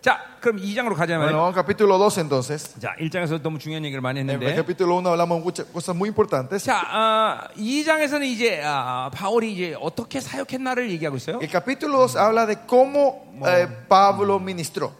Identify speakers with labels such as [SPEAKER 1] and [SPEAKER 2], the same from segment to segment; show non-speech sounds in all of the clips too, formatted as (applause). [SPEAKER 1] 자, 그럼 2장으로 가자마자.
[SPEAKER 2] Bueno, vamos al capítulo 2 entonces.
[SPEAKER 1] 자, 1장에서 너무 중요한 얘기를 많이
[SPEAKER 2] En el
[SPEAKER 1] 했는데.
[SPEAKER 2] capítulo 1 hablamos muchas cosas muy importantes.
[SPEAKER 1] 자, 어, 2장에서는 이제 아, 바울이 이제 어떻게 사역했나를 얘기하고 있어요.
[SPEAKER 2] El capítulo 2 habla de cómo eh, Pablo ministró.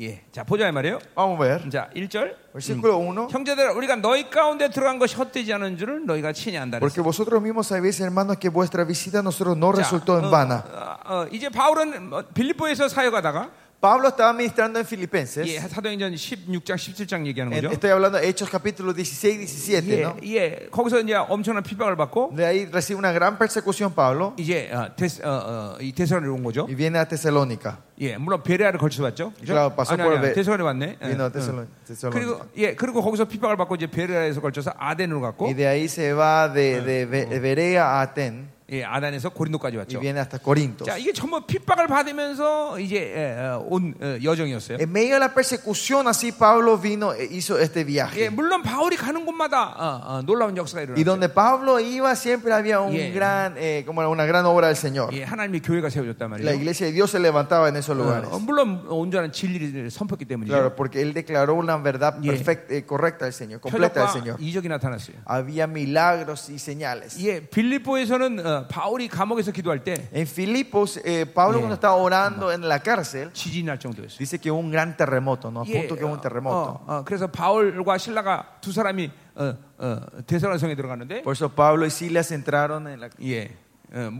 [SPEAKER 1] 예. 자, 보자 이 말이에요.
[SPEAKER 2] Vamos a ver.
[SPEAKER 1] 자, 1절. 음.
[SPEAKER 2] Versículo 1.
[SPEAKER 1] 형제들 우리가 너희 가운데 들어간 것이 헛되지 않은 줄을 너희가 친히 안다. 그랬어요.
[SPEAKER 2] Porque vosotros mismos sabéis, hermanos, que vuestra visita a nosotros no
[SPEAKER 1] 자,
[SPEAKER 2] resultó en vana.
[SPEAKER 1] 어, 어, 이제 바울은 뭐 빌립보에서 사역하다가
[SPEAKER 2] Pablo estaba ministrando en
[SPEAKER 1] 예,
[SPEAKER 2] Filipenses.
[SPEAKER 1] 사도행전 16장 17장 얘기하는
[SPEAKER 2] En-
[SPEAKER 1] 거죠.
[SPEAKER 2] estoy hablando de Hechos capítulo 16 17,
[SPEAKER 1] 예,
[SPEAKER 2] ¿no?
[SPEAKER 1] 예. 거기서 이제 엄청난 핍박을 받고
[SPEAKER 2] De ahí recibe una gran persecución Pablo
[SPEAKER 1] 이제 어, 데스, 어, 어, 이 대선을 온 거죠.
[SPEAKER 2] y viene a Tesalónica.
[SPEAKER 1] 예, 물론 베레아를 거쳐서 왔죠. 그죠?
[SPEAKER 2] Claro, pasó
[SPEAKER 1] 아니,
[SPEAKER 2] por
[SPEAKER 1] 아니,
[SPEAKER 2] Be-
[SPEAKER 1] 대선에 왔네. 예,
[SPEAKER 2] Vino a
[SPEAKER 1] 응.
[SPEAKER 2] Tesalo-
[SPEAKER 1] 그리고
[SPEAKER 2] Tesalónica.
[SPEAKER 1] 예, 그리고 거기서 핍박을 받고 이제 베레아에서 걸쳐서 아덴으로 갔고
[SPEAKER 2] Y de ahí se va de, de Be- de Berea a Aten
[SPEAKER 1] 예, 아덴에서 고린도까지
[SPEAKER 2] y
[SPEAKER 1] 왔죠.
[SPEAKER 2] viene hasta Corinto.
[SPEAKER 1] 자, 이게 전부 핍박을 받으면서 이제 예, 어, 온 어, 여정이었어요.
[SPEAKER 2] En medio de la persecución, así Pablo vino e hizo este
[SPEAKER 1] 예,
[SPEAKER 2] viaje.
[SPEAKER 1] 물론 바울이 가는 곳마다 어, 어, 놀라운 역사가
[SPEAKER 2] Y
[SPEAKER 1] 일어났어요.
[SPEAKER 2] donde Pablo iba siempre había un
[SPEAKER 1] Yeah.
[SPEAKER 2] gran, eh, como era, una gran obra del Señor.
[SPEAKER 1] 예, 하나님이 교회가 세워졌단 네, 말이에요.
[SPEAKER 2] La iglesia de Dios se levantaba en
[SPEAKER 1] Ah,
[SPEAKER 2] esos lugares.
[SPEAKER 1] 어, 물론 온전한 진리를 선포했기 때문이죠.
[SPEAKER 2] Claro, porque él declaró una verdad
[SPEAKER 1] Yeah.
[SPEAKER 2] perfecta, eh, correcta del Señor, completa del
[SPEAKER 1] 혈력과
[SPEAKER 2] Señor.
[SPEAKER 1] 이적이 나타났어요.
[SPEAKER 2] Había milagros y señales.
[SPEAKER 1] 예, 빌립보에서는 어, 바울이 감옥에서 기도할 때
[SPEAKER 2] En Filipos, eh, Pablo
[SPEAKER 1] Yeah.
[SPEAKER 2] cuando estaba orando en la cárcel,
[SPEAKER 1] 지진이 날 정도였어요.
[SPEAKER 2] dice que hubo un gran terremoto, ¿no? A
[SPEAKER 1] 예,
[SPEAKER 2] punto que hubo un terremoto.
[SPEAKER 1] 어, 어, 그래서 바울과 신라가 두 사람이 어, 어, 대사관 성에 들어갔는데
[SPEAKER 2] Por eso Pablo y Silas entraron en la...
[SPEAKER 1] 예, 어,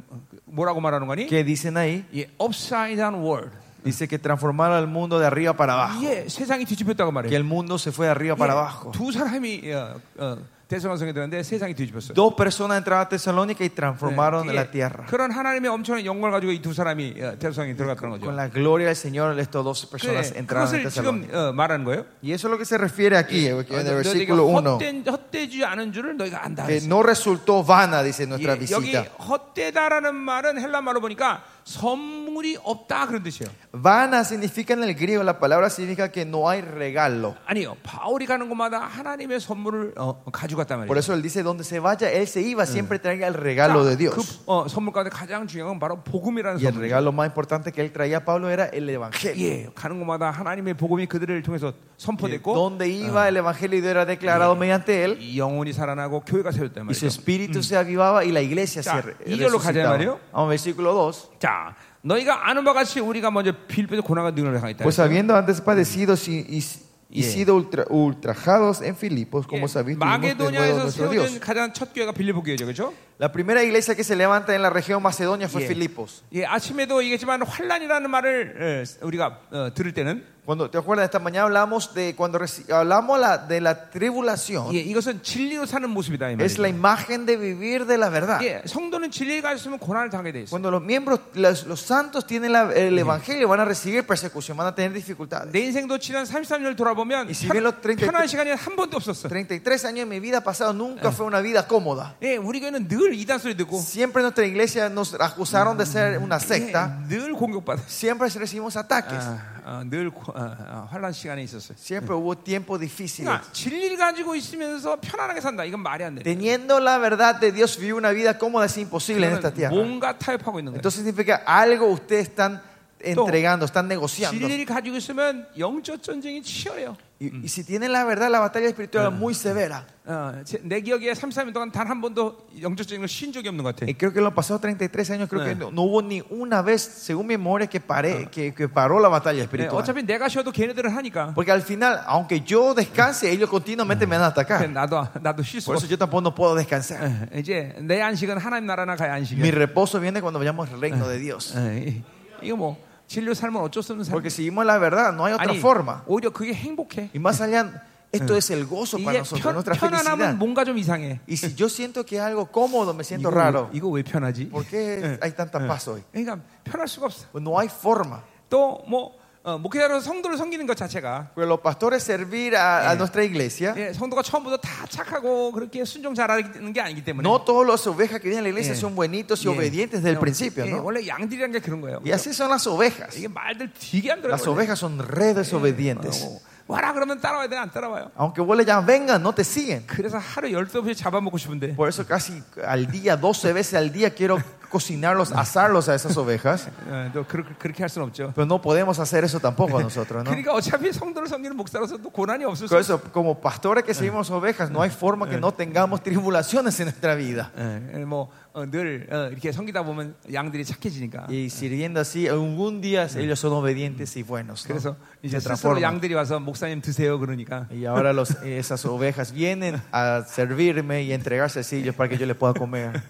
[SPEAKER 1] 뭐라고 말하는 거니?
[SPEAKER 2] ¿Qué dicen ahí?
[SPEAKER 1] 예, upside down world.
[SPEAKER 2] Dice que transformaron al mundo de arriba para abajo.
[SPEAKER 1] 예, 세상이 뒤집혔다고
[SPEAKER 2] Que
[SPEAKER 1] 말해요.
[SPEAKER 2] el mundo se fue de arriba para
[SPEAKER 1] 예,
[SPEAKER 2] abajo.
[SPEAKER 1] 두 사람이 어, 어, 대사관 성에 들어갔는데 세상이 뒤집혔어요.
[SPEAKER 2] Dos personas entraron a Tesalónica y transformaron
[SPEAKER 1] 예,
[SPEAKER 2] la tierra.
[SPEAKER 1] 그런 하나님의 엄청난 영광을 가지고 이 두 사람이 어, 대성에 들어갔던 거죠.
[SPEAKER 2] Con la gloria del Señor, estas dos
[SPEAKER 1] 그래,
[SPEAKER 2] personas entraron a
[SPEAKER 1] 그것을
[SPEAKER 2] Tesalónica.
[SPEAKER 1] 지금 어, 말하는 거예요.
[SPEAKER 2] Y eso es lo que se refiere aquí, eh, que en el
[SPEAKER 1] 너희가
[SPEAKER 2] versículo 1.
[SPEAKER 1] 헛된, 헛되지 않은 줄을 너희가 안다.
[SPEAKER 2] Que
[SPEAKER 1] 그랬어요.
[SPEAKER 2] no resultó vana, dice
[SPEAKER 1] 예,
[SPEAKER 2] nuestra
[SPEAKER 1] 여기
[SPEAKER 2] visita.
[SPEAKER 1] 헛되다라는 말은 헬라 말로 보니까 선물이 없다 그런 뜻이에요.
[SPEAKER 2] Vana significa en el griego, la palabra significa que no hay regalo.
[SPEAKER 1] 아니요, 바울이 가는 곳마다 하나님의 선물을 어, 가져갔단
[SPEAKER 2] Por
[SPEAKER 1] 말이에요.
[SPEAKER 2] eso él dice, donde se vaya, él se iba, siempre traiga el
[SPEAKER 1] 자,
[SPEAKER 2] regalo de Dios.
[SPEAKER 1] 그 어, 선물 가운데 가장 중요한 건 바로 복음이라는
[SPEAKER 2] Y el
[SPEAKER 1] 선물.
[SPEAKER 2] regalo más importante que él traía a Pablo era el evangelio.
[SPEAKER 1] 예, 가는 곳마다 하나님의 복음이 그들을 통해서 선포됐고
[SPEAKER 2] Donde iba el evangelio y era declarado mediante él,
[SPEAKER 1] 이 영혼이 살아나고 교회가 세웠단
[SPEAKER 2] y su
[SPEAKER 1] 말이죠.
[SPEAKER 2] espíritu se avivaba y la iglesia
[SPEAKER 1] Mm. Ya,
[SPEAKER 2] se re-
[SPEAKER 1] y yo lo
[SPEAKER 2] resucitaba.
[SPEAKER 1] callaré, ¿no?
[SPEAKER 2] Vamos, versículo 2.
[SPEAKER 1] 자, 너희가 아는 바와 같이 우리가 먼저 빌립보에서 고난과 능력을 당했다.
[SPEAKER 2] Pues habiendo antes padecido y, y- y
[SPEAKER 1] Yeah.
[SPEAKER 2] sido ultra- ultrajados en Filipos, como sabéis, tuvimos de nuevo a
[SPEAKER 1] 예, 마게도냐에서
[SPEAKER 2] nuestro
[SPEAKER 1] 세워진
[SPEAKER 2] Dios.
[SPEAKER 1] 가장 첫 교회가 빌립보 교회죠, 그렇죠?
[SPEAKER 2] La primera iglesia que se levanta en la región macedonia fue
[SPEAKER 1] Yeah.
[SPEAKER 2] Filipos.
[SPEAKER 1] 예, 아침에도 얘기했지만 환란이라는 말을 에, 우리가 어, 들을 때는
[SPEAKER 2] Cuando te acuerdas, esta mañana hablamos de cuando reci- hablamos la- de la tribulación,
[SPEAKER 1] 예, 이것은 진리로 사는 모습이다 이
[SPEAKER 2] es la
[SPEAKER 1] 말이죠.
[SPEAKER 2] imagen de vivir de la verdad.
[SPEAKER 1] 예, 성도는 진리가 있으면 고난을 당하게 돼 있어.
[SPEAKER 2] Cuando los miembros, los, los santos tienen la- el evangelio, van a recibir persecución, van a tener dificultades.
[SPEAKER 1] 내 인생도 지난 33년을 돌아보면
[SPEAKER 2] 이 시벨로
[SPEAKER 1] 편,
[SPEAKER 2] 33
[SPEAKER 1] 편한 시간이 한 번도 없었어.
[SPEAKER 2] 33 años de mi vida pasado nunca fue una vida cómoda.
[SPEAKER 1] 예, 우리 교회는 늘 이단 소리 듣고
[SPEAKER 2] Siempre en nuestra iglesia nos acusaron de ser
[SPEAKER 1] 예,
[SPEAKER 2] una secta,
[SPEAKER 1] 늘 공격받아.
[SPEAKER 2] siempre recibimos ataques,
[SPEAKER 1] 아, 아, 늘 고- 아, 아, 환란 시간에 있었어요.
[SPEAKER 2] siempre hubo tiempos difíciles.
[SPEAKER 1] 그러니까 진리를 가지고 있으면서 편안하게 산다. 이건 말이 안
[SPEAKER 2] 네,
[SPEAKER 1] 돼.
[SPEAKER 2] Teniendo la verdad de Dios, vivir una vida cómoda es imposible en esta
[SPEAKER 1] 그거는
[SPEAKER 2] tierra.
[SPEAKER 1] 뭔가 타협하고 있는 거예요.
[SPEAKER 2] Entonces significa algo ustedes están entregando, están negociando.
[SPEAKER 1] 진리를 가지고 있으면 영적 전쟁이 치열해요.
[SPEAKER 2] Y, y si tienen la verdad, la batalla espiritual es muy severa.
[SPEAKER 1] 어, 제- 내 기억에 33년 동안 단 한 번도 영적 전쟁을 쉰 적이 없는 것 같아.
[SPEAKER 2] Y creo que en los pasados 33 años, creo que no, no hubo ni una vez, según mi memoria, que, paré, que, que paró la batalla
[SPEAKER 1] 네,
[SPEAKER 2] espiritual.
[SPEAKER 1] 어차피 내가 쉬어도 걔네들은 하니까.
[SPEAKER 2] Porque al final, aunque yo descanse, ellos continuamente me van a
[SPEAKER 1] 그래,
[SPEAKER 2] atacar.
[SPEAKER 1] 네, 나도 나도 쉴 수가
[SPEAKER 2] Por eso
[SPEAKER 1] 없어.
[SPEAKER 2] yo tampo고 no puedo descansar.
[SPEAKER 1] 예, 이제 내 안식은 하나님 나라나 가야
[SPEAKER 2] Mi
[SPEAKER 1] 안식이야.
[SPEAKER 2] reposo viene cuando vayamos al reino de Dios.
[SPEAKER 1] 예, 이- 이거 뭐 진료 삶은 어쩔 수 없는 삶.
[SPEAKER 2] Porque seguimos la verdad, no hay otra
[SPEAKER 1] 아니
[SPEAKER 2] forma.
[SPEAKER 1] 오히려 그게 행복해.
[SPEAKER 2] Y más allá, esto es el gozo para
[SPEAKER 1] 이게
[SPEAKER 2] nosotros,
[SPEAKER 1] 편,
[SPEAKER 2] nuestra felicidad.
[SPEAKER 1] 편안함은 뭔가 좀 이상해.
[SPEAKER 2] Y si yo siento que es algo cómodo, me siento
[SPEAKER 1] 이거,
[SPEAKER 2] raro.
[SPEAKER 1] 왜- 이거 왜 편하지?
[SPEAKER 2] ¿Por qué hay tanta paz hoy?
[SPEAKER 1] 그러니까 편할 수가 없어.
[SPEAKER 2] Pues no hay forma.
[SPEAKER 1] 또뭐 어, 목회자로 성도를 섬기는 것 자체가
[SPEAKER 2] Pero los pastores servir a, a nuestra iglesia,
[SPEAKER 1] 예, 성도가 처음부터 다 착하고 그렇게 순종 잘하는 게 아니기 때문에
[SPEAKER 2] no todos los ovejas que vienen a la iglesia
[SPEAKER 1] Yeah.
[SPEAKER 2] son buenitos y
[SPEAKER 1] Yeah.
[SPEAKER 2] obedientes desde el
[SPEAKER 1] 어,
[SPEAKER 2] principio,
[SPEAKER 1] 예,
[SPEAKER 2] ¿no?
[SPEAKER 1] 원래 양들이란 게 그런 거예요.
[SPEAKER 2] Y así son las ovejas.
[SPEAKER 1] 이게 말들 되게 안 들어요.
[SPEAKER 2] Las
[SPEAKER 1] 원래.
[SPEAKER 2] ovejas son re desobedientes.
[SPEAKER 1] 어, 와라 그러면 따라와야 되나 안 따라와요.
[SPEAKER 2] Aunque vos le llamas, vengan, no te siguen.
[SPEAKER 1] 그래서 하루 12번씩 잡아먹고 싶은데
[SPEAKER 2] Por eso casi al día, 12 veces al día quiero cocinarlos, asarlos a esas ovejas.
[SPEAKER 1] 예, 또 그렇게, 그렇게 할 수는 없죠.
[SPEAKER 2] Pero no podemos hacer eso tampoco nosotros, ¿no?
[SPEAKER 1] 그러니까 어차피 성도를 섬기는 목사로서도 고난이 없을 수
[SPEAKER 2] Por eso, como pastores que seguimos ovejas, no hay forma que no tengamos tribulaciones en nuestra vida.
[SPEAKER 1] 예, 뭐늘 어, 이렇게 섬기다 보면 양들이 착해지니까
[SPEAKER 2] Y sirviendo así, algún día ellos son obedientes y buenos. ¿no?
[SPEAKER 1] 그래서 이제
[SPEAKER 2] Se
[SPEAKER 1] 스스로
[SPEAKER 2] transforman.
[SPEAKER 1] 양들이 와서 목사님 드세요 그러니까
[SPEAKER 2] Y ahora los, esas ovejas vienen a servirme y entregarse a ellos para que yo les pueda comer.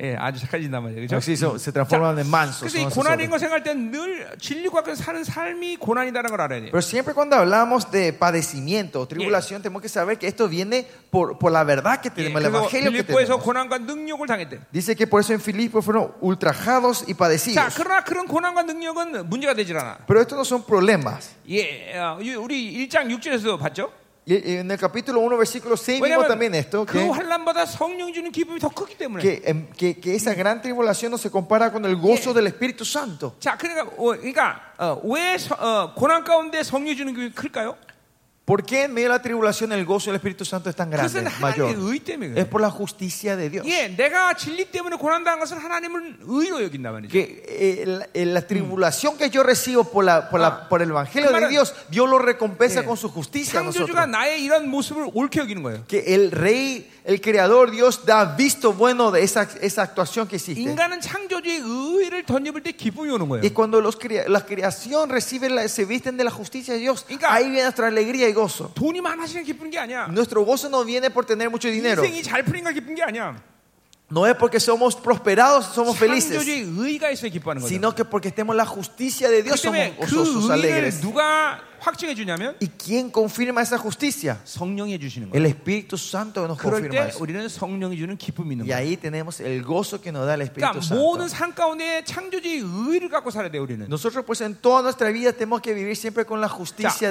[SPEAKER 1] 예, 아주 착해진단 말이에요 그죠?
[SPEAKER 2] Así se, se transforman en mansos.
[SPEAKER 1] 그래서 이
[SPEAKER 2] ¿no? Esas
[SPEAKER 1] 고난인
[SPEAKER 2] ovejas.
[SPEAKER 1] 걸 생각할 때 늘 진리과 그 사는 삶이 고난이라는 걸 알아야 돼요
[SPEAKER 2] Pero siempre cuando hablamos de padecimiento o tribulación, tenemos que saber que esto viene por, por la verdad que
[SPEAKER 1] 예,
[SPEAKER 2] tenemos, el
[SPEAKER 1] 그래서
[SPEAKER 2] evangelio que
[SPEAKER 1] 빌립보에서
[SPEAKER 2] tenemos.
[SPEAKER 1] 고난과 능력을 당했대
[SPEAKER 2] Dice que por eso en Filipos fueron ultrajados y
[SPEAKER 1] 자
[SPEAKER 2] padecidos.
[SPEAKER 1] 그러나 그런 고난과 능력은 문제가 되질 않아
[SPEAKER 2] Pero estos no son problemas.
[SPEAKER 1] 예, 어, 이- 우리 1장 6절에서 봤죠?
[SPEAKER 2] Y- y En el capítulo 1, versículo 6 vimos también
[SPEAKER 1] 왜냐하면
[SPEAKER 2] esto,
[SPEAKER 1] 그
[SPEAKER 2] que,
[SPEAKER 1] 환란보다 성령 주는 기쁨이 더 크기 때문에
[SPEAKER 2] que, em, que- que esa gran tribulación no se compara con el gozo del Espíritu Santo.
[SPEAKER 1] 자, 그러니까 어, 그러니까 어, 왜 서- 어, 고난 가운데 성령 주는 게 클까요?
[SPEAKER 2] ¿Por qué en medio de la tribulación el gozo del Espíritu Santo es
[SPEAKER 1] 그것은
[SPEAKER 2] tan grande,
[SPEAKER 1] 하나님의
[SPEAKER 2] mayor?
[SPEAKER 1] 의 때문에
[SPEAKER 2] Es
[SPEAKER 1] 그래요.
[SPEAKER 2] por la justicia de Dios.
[SPEAKER 1] 예, 내가 진리 때문에 고난당한 것은 하나님을 의로 여긴다 말이죠.
[SPEAKER 2] Que eh, la, eh, la tribulación que yo recibo por, la, por, la- por el Evangelio de
[SPEAKER 1] Claro.
[SPEAKER 2] Dios, Dios lo recompensa
[SPEAKER 1] Sí.
[SPEAKER 2] con su justicia a
[SPEAKER 1] 창조주가
[SPEAKER 2] nosotros.
[SPEAKER 1] 나의 이런 모습을 옳게 여기는 거예요.
[SPEAKER 2] Que el Rey, el Creador Dios da visto bueno de esa, esa actuación que hiciste.
[SPEAKER 1] 인간은 창조주의 의를 던져볼 때 기쁨이 오는
[SPEAKER 2] Y
[SPEAKER 1] 예. 거예요.
[SPEAKER 2] cuando los crea- la creación recibe la- se visten de la justicia de Dios,
[SPEAKER 1] Inca.
[SPEAKER 2] ahí viene nuestra alegría y gozo.
[SPEAKER 1] 돈이 많아지면 기쁜 게 아니야.
[SPEAKER 2] Nuestro gozo no viene por tener mucho dinero,
[SPEAKER 1] 인생이 잘 풀린가 기쁜 게 아니야.
[SPEAKER 2] no es porque somos prosperados, somos felices,
[SPEAKER 1] 창조주의 의가 있어야 기뻐하는 거죠.
[SPEAKER 2] sino que porque estemos en la justicia de
[SPEAKER 1] 그
[SPEAKER 2] Dios somos
[SPEAKER 1] 때문에
[SPEAKER 2] gozosos,
[SPEAKER 1] 그 의를
[SPEAKER 2] alegres.
[SPEAKER 1] 누가 확증해 주냐면
[SPEAKER 2] ¿Y quién confirma esa justicia?
[SPEAKER 1] 성령이 해주시는 거예요.
[SPEAKER 2] El Espíritu Santo nos
[SPEAKER 1] 그럴 때
[SPEAKER 2] confirma eso.
[SPEAKER 1] 우리는 성령이 주는 기쁨이 있는
[SPEAKER 2] Y
[SPEAKER 1] 거예요.
[SPEAKER 2] ahí tenemos el gozo que nos da el Espíritu
[SPEAKER 1] 그러니까 모든
[SPEAKER 2] Santo.
[SPEAKER 1] 삶 가운데 창조주의 의를 갖고 살아야 돼 우리는.
[SPEAKER 2] Nosotros pues en toda nuestra vida tenemos que vivir siempre con la justicia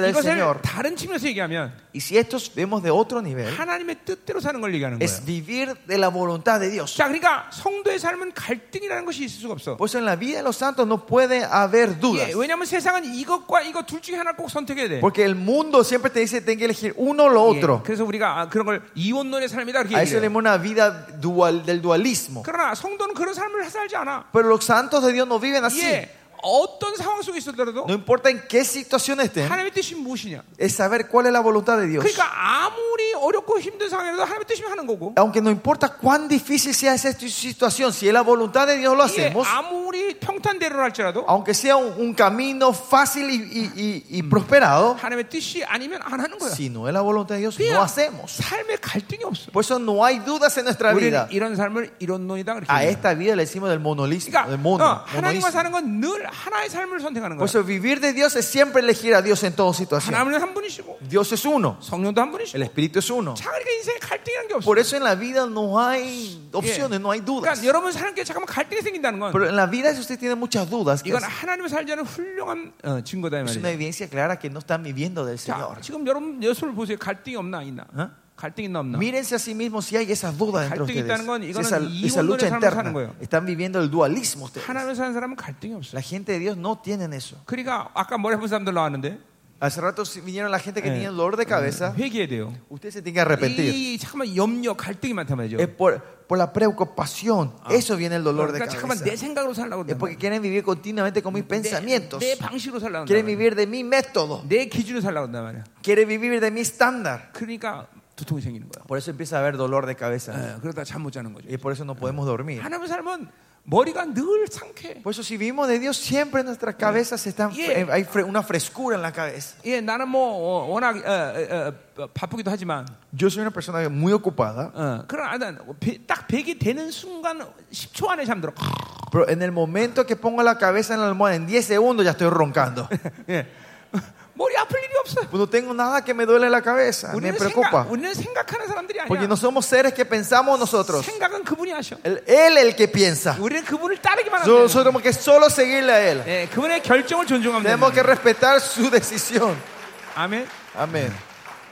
[SPEAKER 1] 자,
[SPEAKER 2] del
[SPEAKER 1] 이것을
[SPEAKER 2] Señor.
[SPEAKER 1] 다른 측면에서 얘기하면
[SPEAKER 2] Y si estos vemos de otro
[SPEAKER 1] 네.
[SPEAKER 2] nivel,
[SPEAKER 1] 하나님의 뜻대로 사는 걸 얘기하는 거예요.
[SPEAKER 2] es vivir de la voluntad de Dios.
[SPEAKER 1] 자, 그러니까 성도의 삶은 갈등이라는 것이 있을 수가 없어.
[SPEAKER 2] Por eso en la vida de los santos no puede haber dudas.
[SPEAKER 1] 예, 왜냐하면 세상은 이것과 이거 둘 중에 하나 꼭 선택해야 돼.
[SPEAKER 2] Porque el mundo siempre te dice, ten que elegir uno o lo
[SPEAKER 1] 예,
[SPEAKER 2] otro.
[SPEAKER 1] 그래서 우리가 아, 그런 걸 이혼론의 삶이다 그렇게
[SPEAKER 2] A eso le
[SPEAKER 1] 얘기해요.
[SPEAKER 2] llama una vida dual, del dualismo.
[SPEAKER 1] 그러나 성도는 그런 삶을 살지 않아.
[SPEAKER 2] Pero los santos de Dios no viven así.
[SPEAKER 1] 예, 어떤 상황 속에 있었더라도
[SPEAKER 2] No importa en qué situación estén,
[SPEAKER 1] 하나님의 뜻이 무엇이냐.
[SPEAKER 2] es saber cuál es la voluntad de Dios.
[SPEAKER 1] 그러니까 아무리 어렵고 힘든 상황에도 하나님의 뜻이면 하는 거고.
[SPEAKER 2] Aunque no importa cuán difícil sea esa situ- situación, si es la voluntad de Dios lo
[SPEAKER 1] 이게 뭐 아.
[SPEAKER 2] hacemos,
[SPEAKER 1] 예, 아무리 평탄대로를 할지라도
[SPEAKER 2] aunque sea un, un camino fácil y, y- y- y prosperado,
[SPEAKER 1] 하나님의 뜻이 아니면 안 하는 거야.
[SPEAKER 2] si no es la voluntad de Dios,
[SPEAKER 1] 그냥
[SPEAKER 2] no hacemos.
[SPEAKER 1] 삶에 갈등이 없어.
[SPEAKER 2] Por eso no hay dudas en nuestra
[SPEAKER 1] 그러니까
[SPEAKER 2] vida.
[SPEAKER 1] 우리는 이런 삶을 이런론이다 그렇게.
[SPEAKER 2] A
[SPEAKER 1] 얘기해요.
[SPEAKER 2] esta vida le decimos del monolismo,
[SPEAKER 1] 그러니까
[SPEAKER 2] del mono,
[SPEAKER 1] 어, 하나님과
[SPEAKER 2] monoísmo.
[SPEAKER 1] 사는 건 늘 하나의 삶을 선택하는
[SPEAKER 2] Por
[SPEAKER 1] 거야.
[SPEAKER 2] eso vivir de Dios es siempre elegir a Dios en toda situación.
[SPEAKER 1] 하나님은 한 분이시고
[SPEAKER 2] Dios es uno,
[SPEAKER 1] 성령도 한
[SPEAKER 2] el
[SPEAKER 1] 분이시고.
[SPEAKER 2] Espíritu es uno.
[SPEAKER 1] 자, 그러니까 인생에 갈등이라는 게 없어.
[SPEAKER 2] Por eso en la vida no hay opciones, no hay dudas.
[SPEAKER 1] 그러니까 여러분 사는 게 잠깐만 갈등이 생긴다는 건
[SPEAKER 2] Pero en la vida si usted tiene muchas dudas, que
[SPEAKER 1] 이건
[SPEAKER 2] es
[SPEAKER 1] 하나님을 살자는 훌륭한 어, 증거다 이
[SPEAKER 2] es una
[SPEAKER 1] 말이에요.
[SPEAKER 2] evidencia clara que no están viviendo del
[SPEAKER 1] 자,
[SPEAKER 2] Señor.
[SPEAKER 1] 지금 여러분 예수를 보세요. 갈등이 없나 안 있나?
[SPEAKER 2] 어?
[SPEAKER 1] 갈등 있나 없나?
[SPEAKER 2] Mírense a sí mismos si hay esas dudas dentro de
[SPEAKER 1] 갈등이 있다는 건
[SPEAKER 2] ustedes.
[SPEAKER 1] 이거는
[SPEAKER 2] Esa,
[SPEAKER 1] 이
[SPEAKER 2] esa lucha
[SPEAKER 1] 혼돈의 삶을 사는
[SPEAKER 2] interna.
[SPEAKER 1] 거예요.
[SPEAKER 2] Están viviendo el dualismo ustedes.
[SPEAKER 1] 하나님을 사는 사람은 갈등이 없어.
[SPEAKER 2] La gente de Dios no tienen eso.
[SPEAKER 1] 그러니까 아까 머리 아픈 사람들 나왔는데
[SPEAKER 2] Hace rato vinieron la gente que
[SPEAKER 1] Eh.
[SPEAKER 2] tenía dolor de cabeza.
[SPEAKER 1] 회개해야 돼요.
[SPEAKER 2] Usted se tiene que arrepentir.
[SPEAKER 1] 이 잠깐만 염려 갈등이 많단 말이죠.
[SPEAKER 2] Es por, por la preocupación. Eso viene el dolor de
[SPEAKER 1] 그러니까
[SPEAKER 2] cabeza.
[SPEAKER 1] 잠깐만 내 생각으로 살라고
[SPEAKER 2] Es
[SPEAKER 1] 그러는
[SPEAKER 2] porque quieren vivir continuamente con mis
[SPEAKER 1] 내,
[SPEAKER 2] pensamientos.
[SPEAKER 1] 내 방식으로 살라고
[SPEAKER 2] Quieren
[SPEAKER 1] 그러는
[SPEAKER 2] vivir de mi método.
[SPEAKER 1] 내 기준으로 살라고 그런단 말이야.
[SPEAKER 2] Quieren vivir de mi estándar.
[SPEAKER 1] 그러니까 두통이 생기는 거야.
[SPEAKER 2] Por eso empieza a haber dolor de cabeza.
[SPEAKER 1] 예, 그러다 잠 못 자는 거죠.
[SPEAKER 2] Y por eso no podemos dormir.
[SPEAKER 1] 하나님 삶은 머리가 늘 상쾌해.
[SPEAKER 2] Por eso si vivimos de Dios, siempre nuestras cabezas están,
[SPEAKER 1] Yeah.
[SPEAKER 2] eh, hay fre- una frescura en la cabeza.
[SPEAKER 1] 예, 나는 뭐 어, 워낙 어, 어, 어, 바쁘기도 하지만
[SPEAKER 2] Yo soy una persona muy ocupada,
[SPEAKER 1] 어, 그러나 나는 배- 딱 백이 되는 순간 10초 안에 잠들어. (laughs)
[SPEAKER 2] pero en el momento que pongo la cabeza en la almohada, en 10 segundos ya estoy roncando.
[SPEAKER 1] 예. 머리 아플 일이 없어.
[SPEAKER 2] No tengo nada que me duele la cabeza, me
[SPEAKER 1] 우리는
[SPEAKER 2] preocupa.
[SPEAKER 1] 생각 우리는 생각하는 사람들이
[SPEAKER 2] Porque
[SPEAKER 1] 아니야.
[SPEAKER 2] no somos seres que pensamos nosotros.
[SPEAKER 1] 생각은 그분이 하셔.
[SPEAKER 2] El- Él el que piensa.
[SPEAKER 1] 우리는 그분을 따르기만 하면
[SPEAKER 2] Nosotros
[SPEAKER 1] 돼요.
[SPEAKER 2] tenemos que solo seguirle a Él.
[SPEAKER 1] 예, 그분의 결정을 존중하면
[SPEAKER 2] Tenemos que
[SPEAKER 1] 돼요.
[SPEAKER 2] respetar su decisión.
[SPEAKER 1] 아멘.
[SPEAKER 2] Amén.